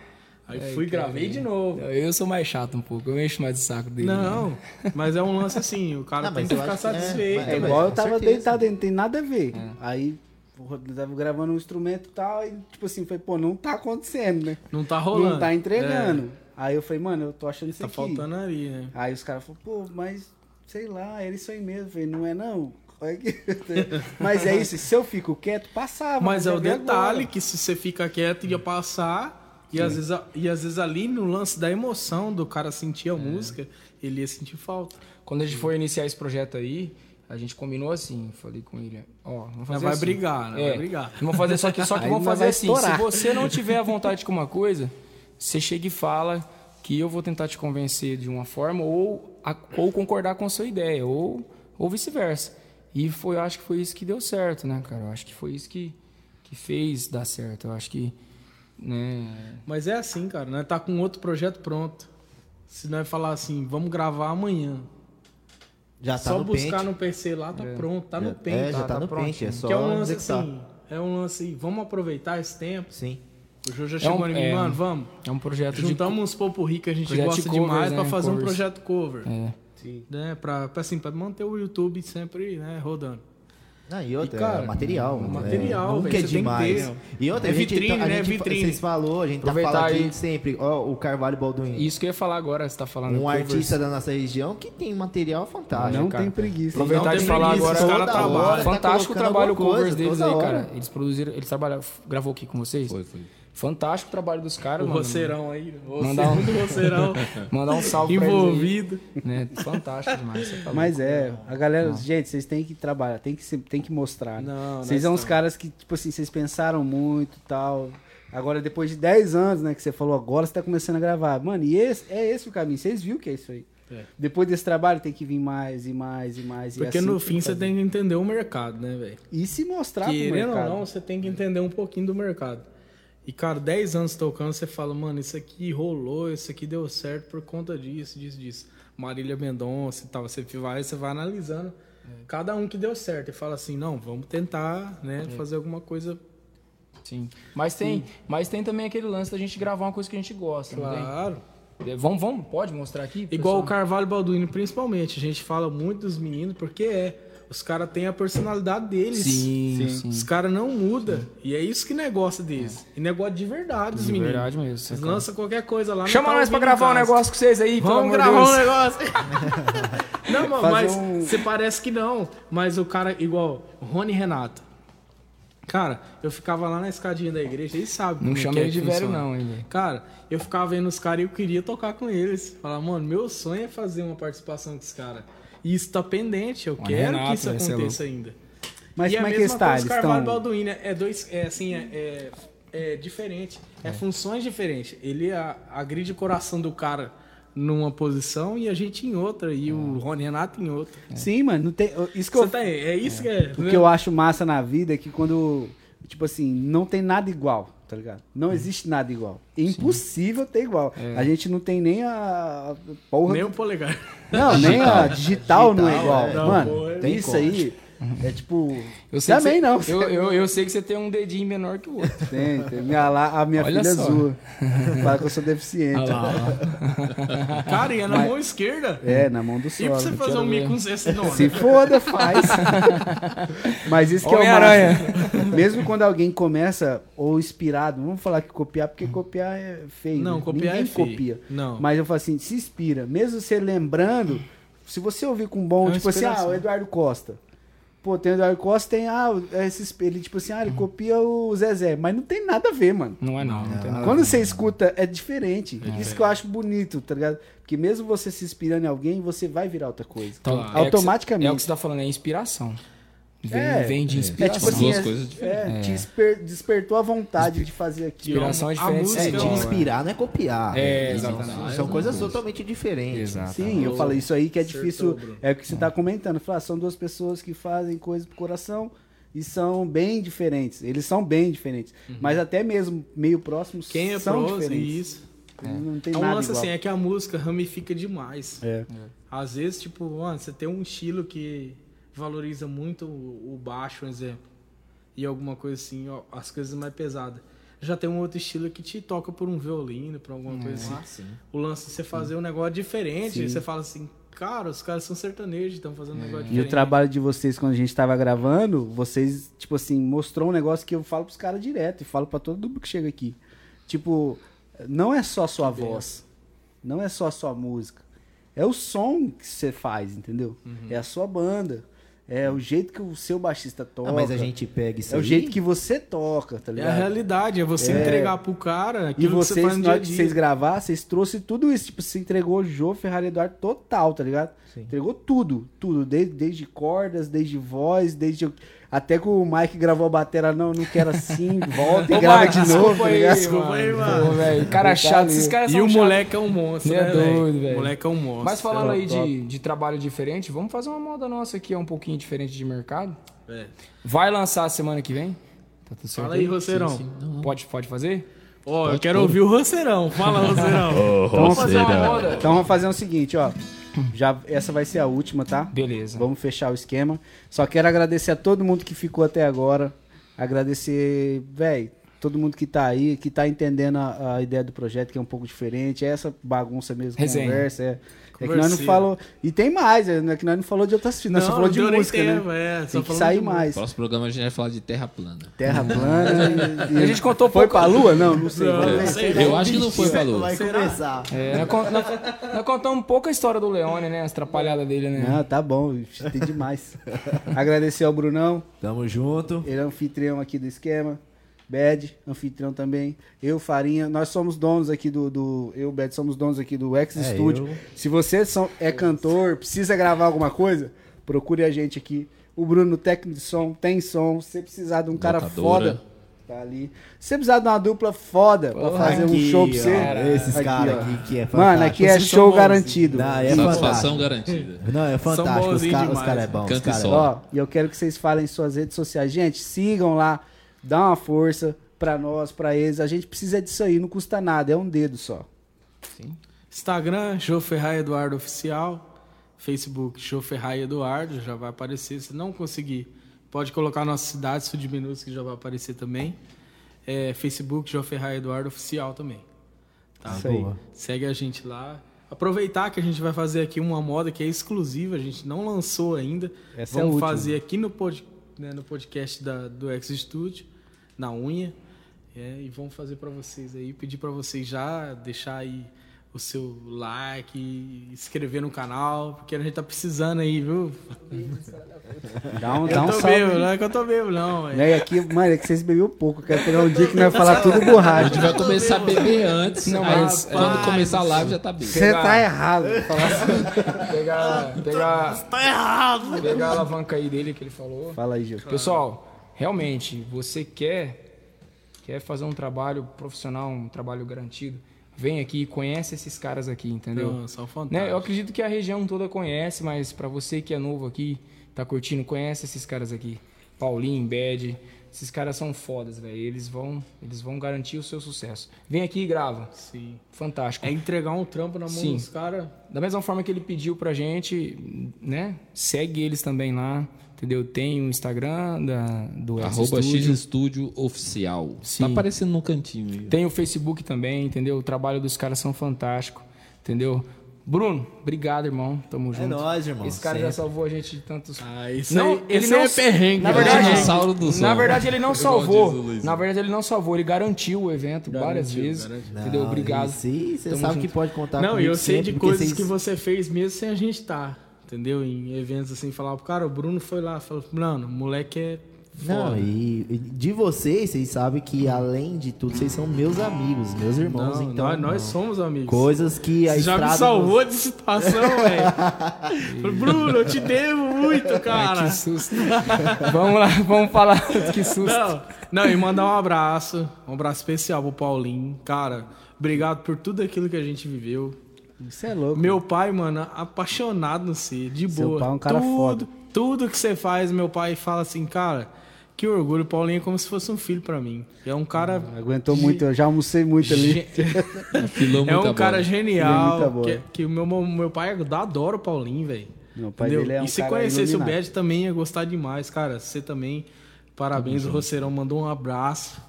[SPEAKER 4] Aí
[SPEAKER 5] É,
[SPEAKER 4] fui, gravei de novo.
[SPEAKER 5] Eu sou mais chato um pouco, eu encho mais o saco É dele. né?
[SPEAKER 4] Não, mas é um lance assim, o cara
[SPEAKER 3] Não,
[SPEAKER 4] tem
[SPEAKER 3] mas
[SPEAKER 4] que
[SPEAKER 3] eu
[SPEAKER 4] ficar
[SPEAKER 3] acho que- é,
[SPEAKER 4] satisfeito.
[SPEAKER 3] mas-
[SPEAKER 2] É
[SPEAKER 3] Também,
[SPEAKER 2] igual eu
[SPEAKER 3] com
[SPEAKER 2] tava
[SPEAKER 3] certeza.
[SPEAKER 2] deitado, não tem nada a ver.
[SPEAKER 4] É.
[SPEAKER 2] Aí, porra, eu tava gravando um instrumento e tal, e tipo assim, falei, pô, não tá acontecendo, né?
[SPEAKER 4] Não tá rolando.
[SPEAKER 2] Não tá
[SPEAKER 4] É,
[SPEAKER 2] entregando. Aí eu falei, mano, eu tô achando isso
[SPEAKER 4] tá
[SPEAKER 2] aqui.
[SPEAKER 4] faltando ali, né?
[SPEAKER 2] Aí os caras falaram, pô, mas sei lá, era isso aí mesmo. Eu falei, não é não. Olha aqui. mas é isso, se eu fico quieto, passava.
[SPEAKER 4] Mas é o
[SPEAKER 2] agora.
[SPEAKER 4] detalhe que se você fica quieto ia passar. E às, vezes, a- e às vezes ali no lance da emoção do cara sentir a música, ele ia sentir falta.
[SPEAKER 5] Quando a gente for iniciar esse projeto aí, a gente combinou assim, falei com ele, ó, vamos fazer
[SPEAKER 4] Não vai
[SPEAKER 5] assim.
[SPEAKER 4] brigar, não
[SPEAKER 5] É,
[SPEAKER 4] vai brigar.
[SPEAKER 5] Vamos fazer só que só que
[SPEAKER 2] Aí
[SPEAKER 5] vamos
[SPEAKER 2] nós
[SPEAKER 5] fazer
[SPEAKER 2] vai
[SPEAKER 5] assim.
[SPEAKER 2] estourar.
[SPEAKER 5] Se você não tiver a vontade com uma coisa, você chega e fala que eu vou tentar te convencer de uma forma ou a- ou concordar com a sua ideia ou ou vice-versa. E foi, eu acho que foi isso que deu certo, né, cara? Eu acho que foi isso que que fez dar certo. Eu acho que né,
[SPEAKER 4] Mas é assim, cara, nós tá com outro projeto pronto. Se nós falar assim, vamos gravar amanhã.
[SPEAKER 3] Já tá
[SPEAKER 4] só
[SPEAKER 3] no
[SPEAKER 4] buscar
[SPEAKER 3] pente.
[SPEAKER 4] no PC lá, tá pronto, tá
[SPEAKER 3] Já-
[SPEAKER 4] no pente.
[SPEAKER 3] É, já tá,
[SPEAKER 5] tá
[SPEAKER 3] no
[SPEAKER 5] pronto.
[SPEAKER 3] pente, é só
[SPEAKER 4] que é um lance
[SPEAKER 3] executar.
[SPEAKER 4] assim, é um lance aí, vamos aproveitar esse tempo.
[SPEAKER 3] Sim.
[SPEAKER 4] O Jô já
[SPEAKER 5] um-
[SPEAKER 4] chegou em mim,
[SPEAKER 5] é.
[SPEAKER 4] mano, vamos.
[SPEAKER 5] é um projeto
[SPEAKER 4] Juntamos uns popurri que a gente
[SPEAKER 5] Projeto
[SPEAKER 4] gosta
[SPEAKER 5] de covers,
[SPEAKER 4] demais
[SPEAKER 5] né,
[SPEAKER 4] pra fazer um
[SPEAKER 5] covers.
[SPEAKER 4] projeto cover.
[SPEAKER 5] de é,
[SPEAKER 4] Né, pra, pra, assim, pra manter o YouTube sempre né, rodando.
[SPEAKER 3] Ah, e outra,
[SPEAKER 4] E, cara,
[SPEAKER 3] é material. né?
[SPEAKER 4] material,
[SPEAKER 3] Nunca
[SPEAKER 4] velho,
[SPEAKER 3] é
[SPEAKER 4] você tem que
[SPEAKER 3] demais.
[SPEAKER 4] ter.
[SPEAKER 3] E outra,
[SPEAKER 4] É
[SPEAKER 3] a gente, tá,
[SPEAKER 4] vitrine,
[SPEAKER 3] a
[SPEAKER 4] né?
[SPEAKER 3] gente-
[SPEAKER 4] Vitrine.
[SPEAKER 3] Vocês falou, a gente
[SPEAKER 5] Aproveitar
[SPEAKER 3] tá falando
[SPEAKER 5] aí.
[SPEAKER 3] de sempre. Ó, o Carvalho Balduino.
[SPEAKER 5] Isso que eu ia falar agora, você tá falando
[SPEAKER 3] Um
[SPEAKER 5] covers.
[SPEAKER 3] artista da nossa região que tem material fantástico.
[SPEAKER 2] Não
[SPEAKER 3] cara.
[SPEAKER 2] tem preguiça.
[SPEAKER 5] Aproveitar
[SPEAKER 4] Não
[SPEAKER 5] de
[SPEAKER 4] tem
[SPEAKER 5] falar
[SPEAKER 4] preguiça,
[SPEAKER 5] agora.
[SPEAKER 4] os caras
[SPEAKER 5] Toda
[SPEAKER 4] trabalham.
[SPEAKER 5] hora, Fantástico o
[SPEAKER 3] colocando
[SPEAKER 5] trabalho
[SPEAKER 3] alguma
[SPEAKER 5] covers
[SPEAKER 3] coisa,
[SPEAKER 5] deles
[SPEAKER 3] toda
[SPEAKER 5] aí,
[SPEAKER 3] hora.
[SPEAKER 5] cara. Eles produziram, eles trabalharam, gravou aqui com vocês?
[SPEAKER 1] Foi, foi.
[SPEAKER 5] Fantástico o trabalho dos caras,
[SPEAKER 4] O
[SPEAKER 5] mano.
[SPEAKER 4] roceirão aí, né? o
[SPEAKER 5] Mandar um-
[SPEAKER 4] segundo roceirão
[SPEAKER 5] Mandar um salve pra eles aí,
[SPEAKER 4] envolvido.
[SPEAKER 5] né? Fantástico demais. você tá
[SPEAKER 2] Mas
[SPEAKER 5] louco.
[SPEAKER 2] é, a galera, gente, vocês têm que trabalhar, tem que, se- tem que mostrar. né?
[SPEAKER 4] Não,
[SPEAKER 2] Vocês
[SPEAKER 4] nós
[SPEAKER 2] são uns
[SPEAKER 4] tamo.
[SPEAKER 2] caras que, tipo assim, vocês pensaram muito e tal. Agora, depois de 10 anos, né, que você falou, agora você tá começando a gravar. Mano, e esse, é esse o caminho, vocês viram que é isso aí.
[SPEAKER 4] É.
[SPEAKER 2] Depois desse trabalho tem que vir mais e mais e mais. e
[SPEAKER 4] Porque
[SPEAKER 2] assim
[SPEAKER 4] no
[SPEAKER 2] que
[SPEAKER 4] fim você
[SPEAKER 2] fazer.
[SPEAKER 4] tem que entender o mercado, né, velho?
[SPEAKER 2] E se mostrar pro
[SPEAKER 4] Querendo ou
[SPEAKER 2] mercado.
[SPEAKER 4] não, você tem que entender um pouquinho do mercado. E, cara, 10 anos tocando, você fala, mano, isso aqui rolou, isso aqui deu certo por conta disso, disso, disso. Marília Mendonça e tal. Você vai, você vai analisando cada um que deu certo e fala assim, não, vamos tentar, né, fazer alguma coisa.
[SPEAKER 5] Sim. Mas tem, mas tem também aquele lance da gente gravar uma coisa que a gente gosta, não tem?
[SPEAKER 4] Claro.
[SPEAKER 5] É, Vamos, vamos, pode mostrar aqui?
[SPEAKER 4] Igual o
[SPEAKER 5] pessoal?
[SPEAKER 4] Carvalho Balduino, principalmente. A gente fala muito dos meninos, porque é. Os caras têm a personalidade deles.
[SPEAKER 5] Sim, sim.
[SPEAKER 4] Os caras não mudam. E é isso que negócio deles. E negócio de verdade, os
[SPEAKER 5] É. De
[SPEAKER 4] meninos.
[SPEAKER 5] verdade mesmo. você
[SPEAKER 4] Vocês
[SPEAKER 5] tá-
[SPEAKER 4] lançam qualquer coisa lá.
[SPEAKER 5] Chama
[SPEAKER 4] tá
[SPEAKER 5] nós pra
[SPEAKER 4] ouvindo
[SPEAKER 5] gravar
[SPEAKER 4] em
[SPEAKER 5] um
[SPEAKER 4] casa.
[SPEAKER 5] negócio com vocês aí, pelo
[SPEAKER 4] Vamos
[SPEAKER 5] amor de
[SPEAKER 4] gravar
[SPEAKER 5] Deus.
[SPEAKER 4] um negócio. não, mano,
[SPEAKER 2] Fazer
[SPEAKER 4] mas
[SPEAKER 2] um-
[SPEAKER 4] você parece que não. Mas o cara, igual Rony Renato. Cara, eu ficava lá na escadinha da igreja, eles sabem.
[SPEAKER 5] Não
[SPEAKER 4] como
[SPEAKER 5] chama
[SPEAKER 4] que é
[SPEAKER 5] ele de
[SPEAKER 4] que
[SPEAKER 5] velho
[SPEAKER 4] funciona.
[SPEAKER 5] não, hein, velho.
[SPEAKER 4] Cara, eu ficava vendo os caras e eu queria tocar com eles. Falar, mano, meu sonho é fazer uma participação com os caras. E isso tá pendente, eu
[SPEAKER 5] Olha,
[SPEAKER 4] quero
[SPEAKER 5] Renato,
[SPEAKER 4] que isso
[SPEAKER 5] velho, você é
[SPEAKER 4] aconteça ainda.
[SPEAKER 2] Mas
[SPEAKER 4] e
[SPEAKER 2] como
[SPEAKER 4] a
[SPEAKER 2] é que
[SPEAKER 4] mesma
[SPEAKER 2] está?
[SPEAKER 4] coisa,
[SPEAKER 2] Eles
[SPEAKER 4] Carvalho
[SPEAKER 2] estão.
[SPEAKER 4] Balduino é dois, é assim, é, é, é diferente, é, funções diferentes. Ele a- agride o coração do cara numa posição e a gente em outra, e o
[SPEAKER 5] É.
[SPEAKER 4] Rony Renato em outra.
[SPEAKER 2] Sim, mano, não tem. Isso que
[SPEAKER 4] Você
[SPEAKER 2] eu
[SPEAKER 4] tá aí, é isso que é.
[SPEAKER 2] O que eu acho massa na vida é que quando, tipo assim, não tem nada igual, tá ligado? Não existe nada igual. É impossível ter igual.
[SPEAKER 5] É.
[SPEAKER 2] A gente não tem nem a a porra.
[SPEAKER 4] Nem o polegar.
[SPEAKER 2] Não, nem a digital não é igual.
[SPEAKER 3] é.
[SPEAKER 4] Não,
[SPEAKER 2] Mano,
[SPEAKER 4] porra,
[SPEAKER 3] tem
[SPEAKER 2] isso
[SPEAKER 3] como.
[SPEAKER 2] aí é tipo.
[SPEAKER 5] Eu sei que
[SPEAKER 2] Também
[SPEAKER 5] você-
[SPEAKER 2] não.
[SPEAKER 5] Eu, eu, eu sei que você tem um dedinho menor que o outro.
[SPEAKER 2] Tem, tem. Minha, lá- a minha
[SPEAKER 5] Olha
[SPEAKER 2] filha é
[SPEAKER 5] só.
[SPEAKER 2] azul. Fala que eu sou deficiente.
[SPEAKER 4] Cara, e é na mão esquerda.
[SPEAKER 2] É, na mão do
[SPEAKER 4] E pra
[SPEAKER 2] solo.
[SPEAKER 4] você fazer
[SPEAKER 5] quero
[SPEAKER 4] um
[SPEAKER 5] ver.
[SPEAKER 4] mico com esse nome?
[SPEAKER 2] Se foda, faz. Mas isso que é o
[SPEAKER 5] Homem-Aranha.
[SPEAKER 2] massa. Mesmo quando alguém começa ou inspirado, vamos falar que copiar, porque copiar é feio.
[SPEAKER 4] Não,
[SPEAKER 2] né?
[SPEAKER 4] copiar
[SPEAKER 2] Ninguém
[SPEAKER 4] é feio.
[SPEAKER 2] copia.
[SPEAKER 4] Não.
[SPEAKER 2] Mas eu falo assim, se inspira. Mesmo você lembrando, se você ouvir com bom,
[SPEAKER 4] É uma
[SPEAKER 2] tipo assim, ah,
[SPEAKER 4] inspiração.
[SPEAKER 2] o Eduardo Costa. Pô, tem o Eduardo Costa, tem, ah, esses, ele tipo assim, ah,
[SPEAKER 4] Uhum.
[SPEAKER 2] ele copia o Zezé. Mas não tem nada a ver, mano.
[SPEAKER 5] Não é não, não tem nada.
[SPEAKER 2] Quando você escuta, é diferente. Isso que eu acho bonito, tá ligado? Porque mesmo você se inspirando em alguém, você vai virar outra coisa.
[SPEAKER 5] Então, é o que você-
[SPEAKER 2] automaticamente.
[SPEAKER 5] É o que você tá falando, é inspiração. Vem,
[SPEAKER 2] É.
[SPEAKER 5] vem de
[SPEAKER 2] É
[SPEAKER 5] inspiração.
[SPEAKER 2] tipo assim,
[SPEAKER 1] duas
[SPEAKER 2] é-
[SPEAKER 1] coisas diferentes.
[SPEAKER 2] é, te esper- despertou a vontade de fazer aquilo.
[SPEAKER 5] Inspiração é
[SPEAKER 4] A
[SPEAKER 5] diferente.
[SPEAKER 4] música
[SPEAKER 3] É,
[SPEAKER 5] de
[SPEAKER 3] te
[SPEAKER 4] Então,
[SPEAKER 3] inspirar não é copiar.
[SPEAKER 5] É,
[SPEAKER 3] Não,
[SPEAKER 5] exatamente.
[SPEAKER 1] Ah,
[SPEAKER 3] São, são coisas totalmente diferentes.
[SPEAKER 5] Exato.
[SPEAKER 2] Sim, eu falo isso aí que é
[SPEAKER 4] Acertou,
[SPEAKER 2] difícil.
[SPEAKER 4] Bruno.
[SPEAKER 2] É o que você tá comentando. Falar, são duas pessoas que fazem coisas pro coração e são bem diferentes. Eles são bem diferentes. Mas até mesmo meio próximos
[SPEAKER 4] Uhum. Quem é
[SPEAKER 2] são
[SPEAKER 4] pró,
[SPEAKER 2] diferentes.
[SPEAKER 4] isso.
[SPEAKER 2] Não tem
[SPEAKER 4] É um
[SPEAKER 2] nada
[SPEAKER 4] lance
[SPEAKER 2] igual.
[SPEAKER 4] assim, é que a música ramifica demais.
[SPEAKER 2] É.
[SPEAKER 4] Às vezes, tipo, mano, você tem um estilo que valoriza muito o o baixo, um exemplo. E alguma coisa assim, ó, as coisas mais pesadas. já tem um outro estilo que te toca por um violino, por alguma coisa assim. O lance de você fazer um negócio diferente,
[SPEAKER 2] Sim. É.
[SPEAKER 4] você fala assim, cara, os caras são sertanejos, estão fazendo um negócio
[SPEAKER 2] E
[SPEAKER 4] diferente.
[SPEAKER 2] o trabalho de vocês quando a gente tava gravando, vocês, tipo assim, mostrou um negócio que eu falo pros caras direto e falo pra todo mundo que chega aqui. Tipo, não é só a sua voz, não é só a sua música. É o som que você faz, entendeu? É a sua banda. É o jeito que o seu baixista toca.
[SPEAKER 3] Ah, mas a gente pega isso
[SPEAKER 2] é o
[SPEAKER 3] aí?
[SPEAKER 2] jeito que você toca, tá
[SPEAKER 4] É a
[SPEAKER 2] ligado?
[SPEAKER 4] realidade, é você entregar pro cara
[SPEAKER 2] E
[SPEAKER 4] aquilo que você
[SPEAKER 2] vocês,
[SPEAKER 4] faz no
[SPEAKER 2] na
[SPEAKER 4] dia a
[SPEAKER 2] hora que
[SPEAKER 4] dia.
[SPEAKER 2] vocês gravar, vocês trouxeram tudo isso. Tipo, você entregou o Jô Ferrari Eduardo total, tá ligado? Entregou tudo, tudo. Desde, desde cordas, desde voz, desde. Até que o Mike gravou a batera, não, não quero assim, volta e
[SPEAKER 5] Ô,
[SPEAKER 2] grava
[SPEAKER 5] Mike,
[SPEAKER 2] de
[SPEAKER 5] desculpa
[SPEAKER 2] novo, tá
[SPEAKER 5] aí,
[SPEAKER 2] ligado?
[SPEAKER 4] Desculpa aí, mano.
[SPEAKER 5] Pô, velho, cara chato, esses caras
[SPEAKER 4] E
[SPEAKER 5] são
[SPEAKER 4] o
[SPEAKER 5] chatos.
[SPEAKER 4] moleque é um monstro,
[SPEAKER 5] Cê é
[SPEAKER 4] né,
[SPEAKER 5] doido,
[SPEAKER 4] velho?
[SPEAKER 5] velho.
[SPEAKER 4] O moleque é um monstro.
[SPEAKER 5] Mas falando aí
[SPEAKER 2] top.
[SPEAKER 5] de, de trabalho diferente, vamos fazer uma moda nossa que é um pouquinho diferente de mercado.
[SPEAKER 4] É.
[SPEAKER 5] Vai lançar semana que vem? Tá tudo certo
[SPEAKER 4] Fala aí, Roceirão.
[SPEAKER 5] Pode, pode fazer?
[SPEAKER 4] Ó, eu quero ouvir o Roceirão. Fala, Roceirão.
[SPEAKER 5] Vamos fazer uma moda.
[SPEAKER 2] Então vamos fazer o seguinte, ó. Já, essa vai ser a última, tá?
[SPEAKER 5] Beleza.
[SPEAKER 2] Vamos fechar o esquema. Só quero agradecer a todo mundo que ficou até agora. Agradecer, velho, todo mundo que tá aí, que tá entendendo a, a ideia do projeto, que é um pouco diferente. É essa bagunça mesmo,
[SPEAKER 5] Resenha.
[SPEAKER 2] conversa. É, é que nós não
[SPEAKER 4] Conversinha.
[SPEAKER 2] falou. E tem mais, é, não é que nós não falou de outras finanças, nós só falou de
[SPEAKER 4] deu nem
[SPEAKER 2] música,
[SPEAKER 4] tempo,
[SPEAKER 2] né?
[SPEAKER 4] É, só
[SPEAKER 2] Tem que
[SPEAKER 4] falamos
[SPEAKER 2] sair
[SPEAKER 4] de música.
[SPEAKER 2] mais.
[SPEAKER 1] Próximo programa a gente vai falar de terra plana.
[SPEAKER 2] Terra plana. e-
[SPEAKER 5] A gente contou
[SPEAKER 2] Foi
[SPEAKER 5] pouco-
[SPEAKER 2] pra lua? Não, não sei. vamos ver.
[SPEAKER 4] sei.
[SPEAKER 1] Eu acho que não foi pra lua.
[SPEAKER 3] Vai começar.
[SPEAKER 5] É, nós, con- nós- nós contamos pouca história do Leone, né? As atrapalhadas dele, né?
[SPEAKER 2] Não, tá bom, vixe, tem demais. Agradecer ao Brunão,
[SPEAKER 3] Tamo junto.
[SPEAKER 2] ele é anfitrião aqui do esquema. Bad, anfitrião também. Eu, Farinha, nós somos donos aqui do. do eu, Bad, somos donos aqui do X
[SPEAKER 3] É,
[SPEAKER 2] Studio.
[SPEAKER 3] eu.
[SPEAKER 2] Se você são- é cantor, precisa gravar alguma coisa, procure a gente aqui. O Bruno, técnico de som, tem som. Se você precisar de um cara
[SPEAKER 1] Locadora.
[SPEAKER 2] foda, tá ali. Se você precisar de uma dupla foda pra fazer um
[SPEAKER 3] Aqui,
[SPEAKER 2] show pra você.
[SPEAKER 3] ó, Esses
[SPEAKER 2] Aqui,
[SPEAKER 3] caras
[SPEAKER 2] ó.
[SPEAKER 3] aqui que é fantástico.
[SPEAKER 2] Mano, aqui é
[SPEAKER 4] Vocês são
[SPEAKER 2] show
[SPEAKER 4] bons, hein?
[SPEAKER 2] garantido.
[SPEAKER 3] Não, é
[SPEAKER 1] Satisfação
[SPEAKER 3] fantástico.
[SPEAKER 1] garantida.
[SPEAKER 3] Não, é fantástico. Os
[SPEAKER 4] bonzinhos
[SPEAKER 3] caras
[SPEAKER 4] demais,
[SPEAKER 3] cara é bom. os
[SPEAKER 1] Canta e
[SPEAKER 3] cara é
[SPEAKER 1] sobe.
[SPEAKER 3] bom.
[SPEAKER 2] Ó, e eu quero que vocês falem em suas redes sociais. Gente, sigam lá, dá uma força pra nós, pra eles. A gente precisa disso aí, não custa nada, é um dedo só.
[SPEAKER 4] Instagram, Jô Ferrari Eduardo Oficial. Facebook, Jô Ferrari Eduardo, já vai aparecer. Se não conseguir, pode colocar nossa cidade, Sul de Minutos, que já vai aparecer também. É, Facebook, Jô Ferrari Eduardo Oficial também. Tá?
[SPEAKER 2] Isso aí.
[SPEAKER 3] Boa.
[SPEAKER 4] Segue a gente lá. Aproveitar que a gente vai fazer aqui uma moda que é exclusiva, a gente não lançou ainda.
[SPEAKER 2] Essa é a
[SPEAKER 4] Vamos
[SPEAKER 2] última.
[SPEAKER 4] fazer aqui no, pod- né, no podcast da- do X Studio, na unha. É, e vamos fazer para vocês aí, pedir para vocês já deixar aí o seu like, e inscrever no canal, porque a gente tá precisando aí, viu?
[SPEAKER 2] Dá um,
[SPEAKER 4] eu
[SPEAKER 2] dá um
[SPEAKER 4] tô
[SPEAKER 2] salve.
[SPEAKER 4] bebo, não é que eu tô bebo, não. velho.
[SPEAKER 2] Né? E aqui, mano, é que vocês bebiam pouco. Quero pegar um dia que nós vai falar tudo borracha.
[SPEAKER 1] A gente vai começar a beber antes,
[SPEAKER 5] Não,
[SPEAKER 1] aí
[SPEAKER 5] mas-
[SPEAKER 1] quando começar a live já tá bem.
[SPEAKER 2] Você tá errado. Falar assim.
[SPEAKER 5] Pegar, pegar,
[SPEAKER 4] Tá
[SPEAKER 5] pegar a alavanca aí dele que ele falou.
[SPEAKER 2] Fala aí, Gil.
[SPEAKER 5] Pessoal, realmente, você quer quer fazer um trabalho profissional, um trabalho garantido, vem aqui e conhece esses caras aqui, entendeu?
[SPEAKER 4] Não, só um fantástico.
[SPEAKER 5] Né, Eu acredito que a região toda conhece, mas pra você que é novo aqui, tá curtindo, conhece esses caras aqui. Paulinho, Bad, esses caras são fodas, velho. Eles vão, eles vão garantir o seu sucesso. Vem aqui e grava.
[SPEAKER 4] Sim.
[SPEAKER 5] Fantástico.
[SPEAKER 4] É entregar um trampo na mão
[SPEAKER 5] Sim.
[SPEAKER 4] dos caras.
[SPEAKER 5] Da mesma forma que ele pediu pra gente, né? Segue eles também lá, entendeu? Tem o Instagram da, do
[SPEAKER 1] Arroba
[SPEAKER 5] X
[SPEAKER 1] X Estúdio Oficial.
[SPEAKER 5] Sim.
[SPEAKER 1] Tá aparecendo no cantinho aí.
[SPEAKER 5] Tem o Facebook também, entendeu? O trabalho dos caras são fantástico, entendeu? Bruno, obrigado, irmão. Tamo junto.
[SPEAKER 3] É nóis, irmão.
[SPEAKER 5] Esse cara já
[SPEAKER 3] Sempre.
[SPEAKER 5] salvou a gente de tantos.
[SPEAKER 4] Ah, isso
[SPEAKER 5] Não,
[SPEAKER 4] aí,
[SPEAKER 5] ele
[SPEAKER 4] esse
[SPEAKER 5] não-
[SPEAKER 4] aí é perrengue.
[SPEAKER 5] Na
[SPEAKER 1] O
[SPEAKER 4] velho.
[SPEAKER 5] verdade,
[SPEAKER 1] dinossauro do
[SPEAKER 5] Na
[SPEAKER 1] som.
[SPEAKER 5] verdade, ele não
[SPEAKER 1] diz o
[SPEAKER 5] salvou.
[SPEAKER 1] Luizinho.
[SPEAKER 5] Na verdade, ele não salvou. Ele garantiu o evento várias
[SPEAKER 4] Garantiu,
[SPEAKER 5] vezes.
[SPEAKER 4] garantiu.
[SPEAKER 5] Entendeu? Obrigado.
[SPEAKER 3] Sim, você
[SPEAKER 5] Tamo
[SPEAKER 3] sabe
[SPEAKER 5] junto.
[SPEAKER 3] que pode contar
[SPEAKER 4] Não, e
[SPEAKER 3] tá comigo
[SPEAKER 4] eu sei
[SPEAKER 3] sempre,
[SPEAKER 4] de
[SPEAKER 3] porque
[SPEAKER 4] coisas
[SPEAKER 3] vocês-
[SPEAKER 4] que você fez mesmo sem a gente estar, entendeu? Em eventos assim, falar, cara, o Bruno foi lá, falou, mano, o moleque é
[SPEAKER 3] Não,
[SPEAKER 4] foda.
[SPEAKER 3] e e de vocês, vocês sabem que além de tudo, vocês são meus amigos, meus irmãos.
[SPEAKER 4] Não,
[SPEAKER 3] então,
[SPEAKER 4] nós, nós
[SPEAKER 3] não.
[SPEAKER 4] somos amigos.
[SPEAKER 3] coisas que a
[SPEAKER 4] Você já
[SPEAKER 3] estrada
[SPEAKER 4] me salvou de situação, velho. Falei, Bruno, eu te devo muito, cara.
[SPEAKER 5] Que susto. vamos lá, vamos falar. Que susto.
[SPEAKER 4] Não, não, e mandar um abraço, um abraço especial pro Paulinho. Cara, obrigado por tudo aquilo que a gente viveu.
[SPEAKER 2] Você é louco.
[SPEAKER 4] Meu pai, mano, apaixonado no C, de
[SPEAKER 2] Seu
[SPEAKER 4] boa.
[SPEAKER 2] pai é um cara
[SPEAKER 4] tudo,
[SPEAKER 2] foda.
[SPEAKER 4] Tudo que você faz, meu pai fala assim, cara, que orgulho, Paulinho é como se fosse um filho pra mim. É um cara.
[SPEAKER 2] Aguentou muito, eu já almocei muito ali.
[SPEAKER 1] Filou
[SPEAKER 4] É
[SPEAKER 1] muita
[SPEAKER 4] um
[SPEAKER 1] bola.
[SPEAKER 4] cara
[SPEAKER 2] Ele é muita
[SPEAKER 4] genial.
[SPEAKER 2] bola.
[SPEAKER 4] Que, que o meu, meu pai adora o Paulinho, velho.
[SPEAKER 2] Meu pai
[SPEAKER 4] Entendeu?
[SPEAKER 2] dele é um
[SPEAKER 4] e se
[SPEAKER 2] cara
[SPEAKER 4] conhecesse
[SPEAKER 2] iluminado.
[SPEAKER 4] o Bad também ia gostar demais, cara. Você também, parabéns, o Roceirão mandou um abraço.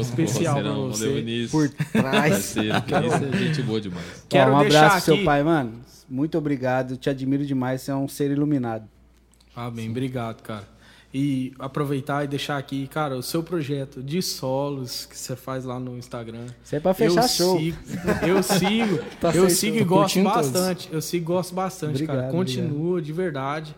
[SPEAKER 5] especial pra
[SPEAKER 1] Serão,
[SPEAKER 5] você.
[SPEAKER 1] Valeu, Vinícius.
[SPEAKER 2] Por trás.
[SPEAKER 1] Parceiro, que isso é gente boa demais.
[SPEAKER 5] Quero
[SPEAKER 2] Ó, um
[SPEAKER 5] deixar
[SPEAKER 2] abraço pro seu
[SPEAKER 5] aqui-
[SPEAKER 2] pai, mano. Muito obrigado, te admiro demais, você é um ser iluminado.
[SPEAKER 4] Ah, bem, obrigado, cara. E aproveitar e deixar aqui, cara, o seu projeto de solos que você faz lá no Instagram.
[SPEAKER 2] Isso é pra fechar
[SPEAKER 4] eu
[SPEAKER 2] show.
[SPEAKER 4] Sigo, eu sigo,
[SPEAKER 2] Tá
[SPEAKER 4] eu
[SPEAKER 2] fechando.
[SPEAKER 4] sigo e
[SPEAKER 5] Tô
[SPEAKER 4] gosto
[SPEAKER 5] curtindo todos.
[SPEAKER 4] bastante. Eu sigo e gosto bastante, cara.
[SPEAKER 2] Obrigado,
[SPEAKER 4] Continua de verdade.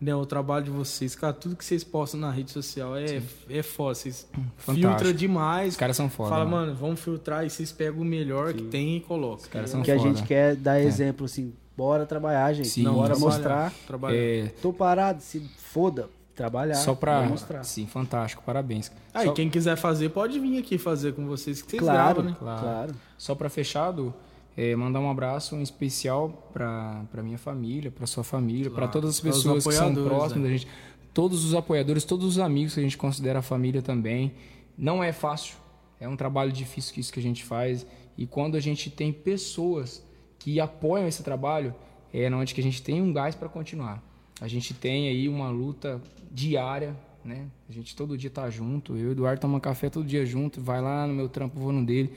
[SPEAKER 4] Né, o trabalho de vocês, cara, tudo que vocês postam na rede social é, é foda. Vocês
[SPEAKER 5] Fantástico.
[SPEAKER 4] filtram demais.
[SPEAKER 5] Os caras são foda. né?
[SPEAKER 4] Fala,
[SPEAKER 2] né?
[SPEAKER 5] mano.
[SPEAKER 4] mano, vamos filtrar e vocês pegam o melhor que tem e colocam. É,
[SPEAKER 5] Os caras
[SPEAKER 2] O
[SPEAKER 5] são
[SPEAKER 2] que a
[SPEAKER 5] É foda. É.
[SPEAKER 2] gente quer dar exemplo, assim, bora trabalhar, gente.
[SPEAKER 5] Sim,
[SPEAKER 2] bora
[SPEAKER 5] trabalhar.
[SPEAKER 2] mostrar.
[SPEAKER 4] é um Trabalho.
[SPEAKER 5] É,
[SPEAKER 2] Tô parado, se foda, trabalhar.
[SPEAKER 5] só
[SPEAKER 2] bora
[SPEAKER 5] pra.
[SPEAKER 2] mostrar.
[SPEAKER 5] Sim, fantástico, parabéns.
[SPEAKER 4] Ah,
[SPEAKER 5] Só-
[SPEAKER 4] e quem quiser fazer, pode vir aqui fazer com vocês, que vocês
[SPEAKER 2] Claro,
[SPEAKER 4] gravam, né?
[SPEAKER 5] Claro.
[SPEAKER 2] claro.
[SPEAKER 5] Só para fechado, é, mandar um abraço em especial para minha família, para sua família, para
[SPEAKER 4] Claro,
[SPEAKER 5] todas as
[SPEAKER 4] pra os
[SPEAKER 5] pessoas que são
[SPEAKER 4] apoiadores, né?
[SPEAKER 5] próximas da gente, todos os apoiadores, todos os amigos que a gente considera família também. Não é fácil, é um trabalho difícil que isso que a gente faz e quando a gente tem pessoas que apoiam esse trabalho, é na onde que a gente tem um gás para continuar. A gente tem aí uma luta diária, né? A gente todo dia tá junto, eu e o Eduardo tomamos café todo dia junto, vai lá no meu trampo, vou no dele.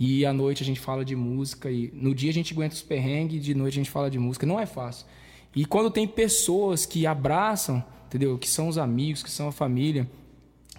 [SPEAKER 5] E à noite a gente fala de música e no dia a gente aguenta os perrengues, de noite a gente fala de música, não é fácil. E quando tem pessoas que abraçam, entendeu? Que são os amigos, que são a família,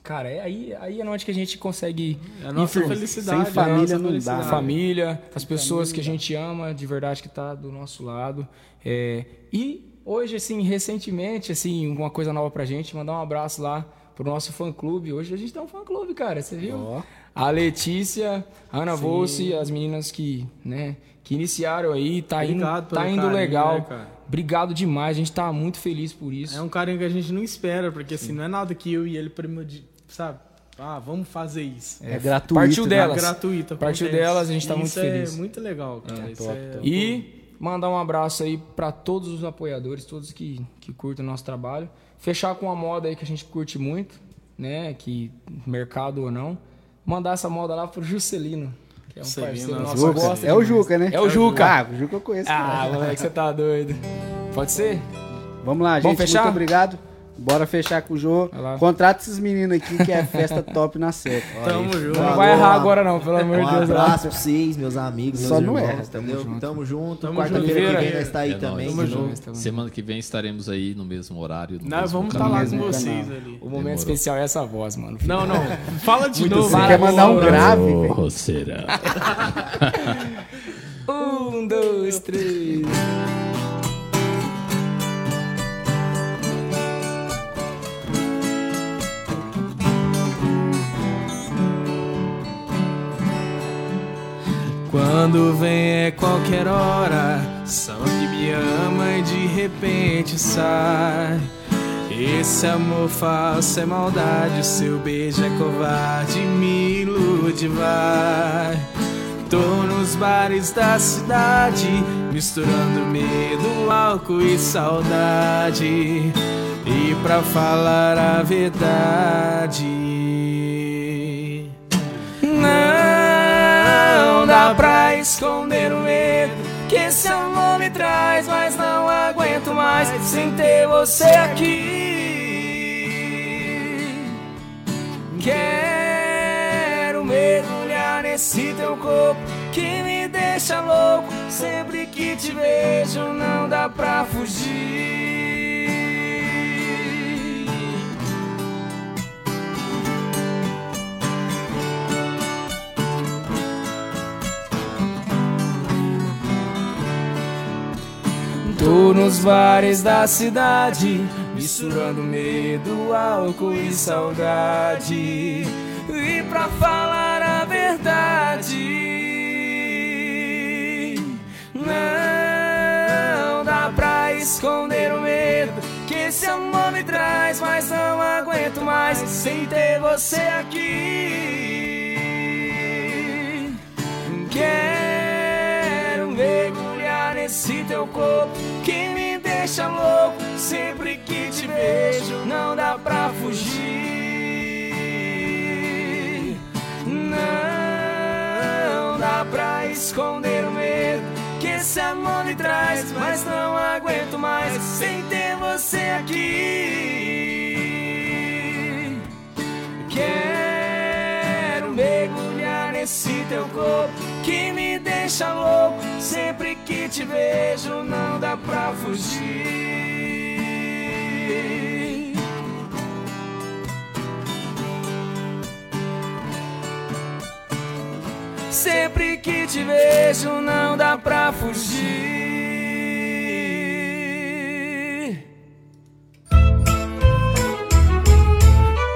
[SPEAKER 5] cara, é aí, aí é onde que a gente consegue
[SPEAKER 4] É a nossa
[SPEAKER 5] influenciar.
[SPEAKER 4] felicidade.
[SPEAKER 2] Sem família
[SPEAKER 4] é a nossa
[SPEAKER 2] não dá. né?
[SPEAKER 5] A
[SPEAKER 4] felicidade.
[SPEAKER 5] família, as pessoas que a gente ama de verdade que está do nosso lado. É, e hoje, assim, recentemente, assim, uma coisa nova pra gente, mandar um abraço lá pro nosso fã clube. Hoje a gente tem um fã clube, cara, você viu? A Letícia, a Ana Volce, as meninas que, né, que iniciaram aí, tá
[SPEAKER 4] Obrigado
[SPEAKER 5] indo,
[SPEAKER 4] pelo
[SPEAKER 5] tá indo
[SPEAKER 4] carinho,
[SPEAKER 5] legal.
[SPEAKER 4] né, cara?
[SPEAKER 5] Obrigado demais, a gente tá muito feliz por isso.
[SPEAKER 4] É um carinho que a gente não espera, porque assim, não é nada que eu e ele primodi... sabe? Ah, vamos fazer isso.
[SPEAKER 2] É, gratuito.
[SPEAKER 5] Partiu
[SPEAKER 2] né?
[SPEAKER 5] delas.
[SPEAKER 4] gratuito.
[SPEAKER 5] Partiu
[SPEAKER 4] acontece.
[SPEAKER 5] delas, a gente tá
[SPEAKER 4] E
[SPEAKER 5] muito
[SPEAKER 4] isso
[SPEAKER 5] feliz.
[SPEAKER 4] É muito legal, cara. isso
[SPEAKER 2] top,
[SPEAKER 4] é...
[SPEAKER 2] top.
[SPEAKER 5] E Então, mandar um abraço aí pra todos os apoiadores, todos que, que curtem o nosso trabalho. Fechar com uma moda aí que a gente curte muito, né? Que mercado ou não. Mandar essa moda lá pro Juscelino, que é um
[SPEAKER 4] Juscelino,
[SPEAKER 5] parceiro
[SPEAKER 4] né?
[SPEAKER 5] nosso.
[SPEAKER 2] Juca.
[SPEAKER 5] gosta
[SPEAKER 2] É o
[SPEAKER 5] demais.
[SPEAKER 2] Juca, né?
[SPEAKER 5] É o Juca.
[SPEAKER 2] Ah, o Juca eu conheço.
[SPEAKER 5] Ah,
[SPEAKER 2] cara.
[SPEAKER 5] moleque, você tá doido. Pode ser?
[SPEAKER 2] Vamos lá, gente.
[SPEAKER 5] Vamos fechar?
[SPEAKER 2] Muito obrigado. Bora fechar com o Jô.
[SPEAKER 5] Vai lá.
[SPEAKER 2] Contrata esses meninos aqui que é festa top na seca.
[SPEAKER 4] Tamo junto.
[SPEAKER 5] Não
[SPEAKER 3] Falou,
[SPEAKER 5] vai errar
[SPEAKER 3] mano.
[SPEAKER 5] agora não, pelo amor
[SPEAKER 3] Um
[SPEAKER 5] de Deus.
[SPEAKER 3] abraço pra vocês, meus amigos, meus
[SPEAKER 2] Só não
[SPEAKER 3] irmãos.
[SPEAKER 2] erra.
[SPEAKER 3] Tamo junto. Tamo junto.
[SPEAKER 4] Tamo
[SPEAKER 3] Quarta-feira
[SPEAKER 4] junto.
[SPEAKER 3] que vem nós tá aí
[SPEAKER 1] É
[SPEAKER 3] também.
[SPEAKER 1] nóis.
[SPEAKER 3] de novo.
[SPEAKER 1] Semana que vem estaremos aí no mesmo horário. No
[SPEAKER 4] Nós
[SPEAKER 1] mesmo
[SPEAKER 4] vamos estar
[SPEAKER 1] canal.
[SPEAKER 4] lá com
[SPEAKER 2] mesmo
[SPEAKER 4] vocês
[SPEAKER 2] canal.
[SPEAKER 4] ali.
[SPEAKER 5] O momento
[SPEAKER 1] Demorou.
[SPEAKER 5] especial é essa voz, mano.
[SPEAKER 4] Não, não. Fala de novo.
[SPEAKER 2] Você quer mandar um grave, velho?
[SPEAKER 1] Oh, será?
[SPEAKER 5] Um, dois, três.
[SPEAKER 4] Quando vem é qualquer hora, são que me ama e de repente sai. Esse amor falso é maldade, o seu beijo é covarde, me ilude, vai. Tô nos bares da cidade, misturando medo, álcool e saudade. E pra falar a verdade. Não dá pra esconder o medo que esse amor me traz, mas não aguento mais sem ter você aqui. Quero mergulhar nesse teu corpo que me deixa louco. Sempre que te vejo, não dá pra fugir. Tô nos bares da cidade, misturando medo, álcool e saudade. E pra falar a verdade, não dá pra esconder o medo que esse amor me traz, mas não aguento mais sem ter você aqui. Quero mergulhar nesse teu corpo que me deixa louco. Sempre que te vejo, não dá pra fugir. Não dá pra esconder o medo que esse amor me traz, mas não aguento mais sem ter você aqui. Quero
[SPEAKER 5] nesse teu corpo que me deixa louco. Sempre que te vejo, não dá pra fugir. Sempre que te vejo, não dá pra fugir.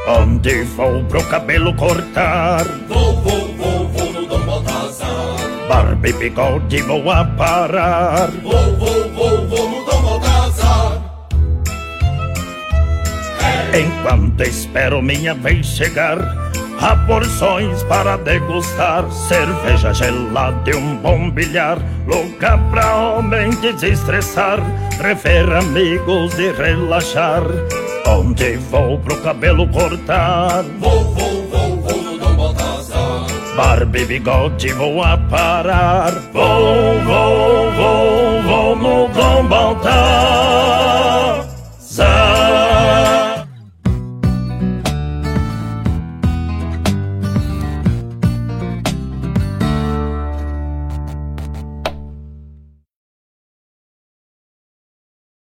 [SPEAKER 14] Onde vou pro cabelo cortar?
[SPEAKER 15] Vou, vou, vou, vou no Dom Baltazar.
[SPEAKER 14] Barba e bigode vou aparar.
[SPEAKER 15] Vou, vou, vou, vou no Dom Baltazar.
[SPEAKER 14] Enquanto espero minha vez chegar, há porções para degustar. Cerveja gelada e um bom bilhar, lugar pra homem desestressar, rever amigos e relaxar. Onde vou pro cabelo cortar?
[SPEAKER 15] Vou, vou, vou, vou no Dom Baltazar.
[SPEAKER 14] Barba e bigode vou aparar. Vou, vou, vou, vou no Dom Baltar.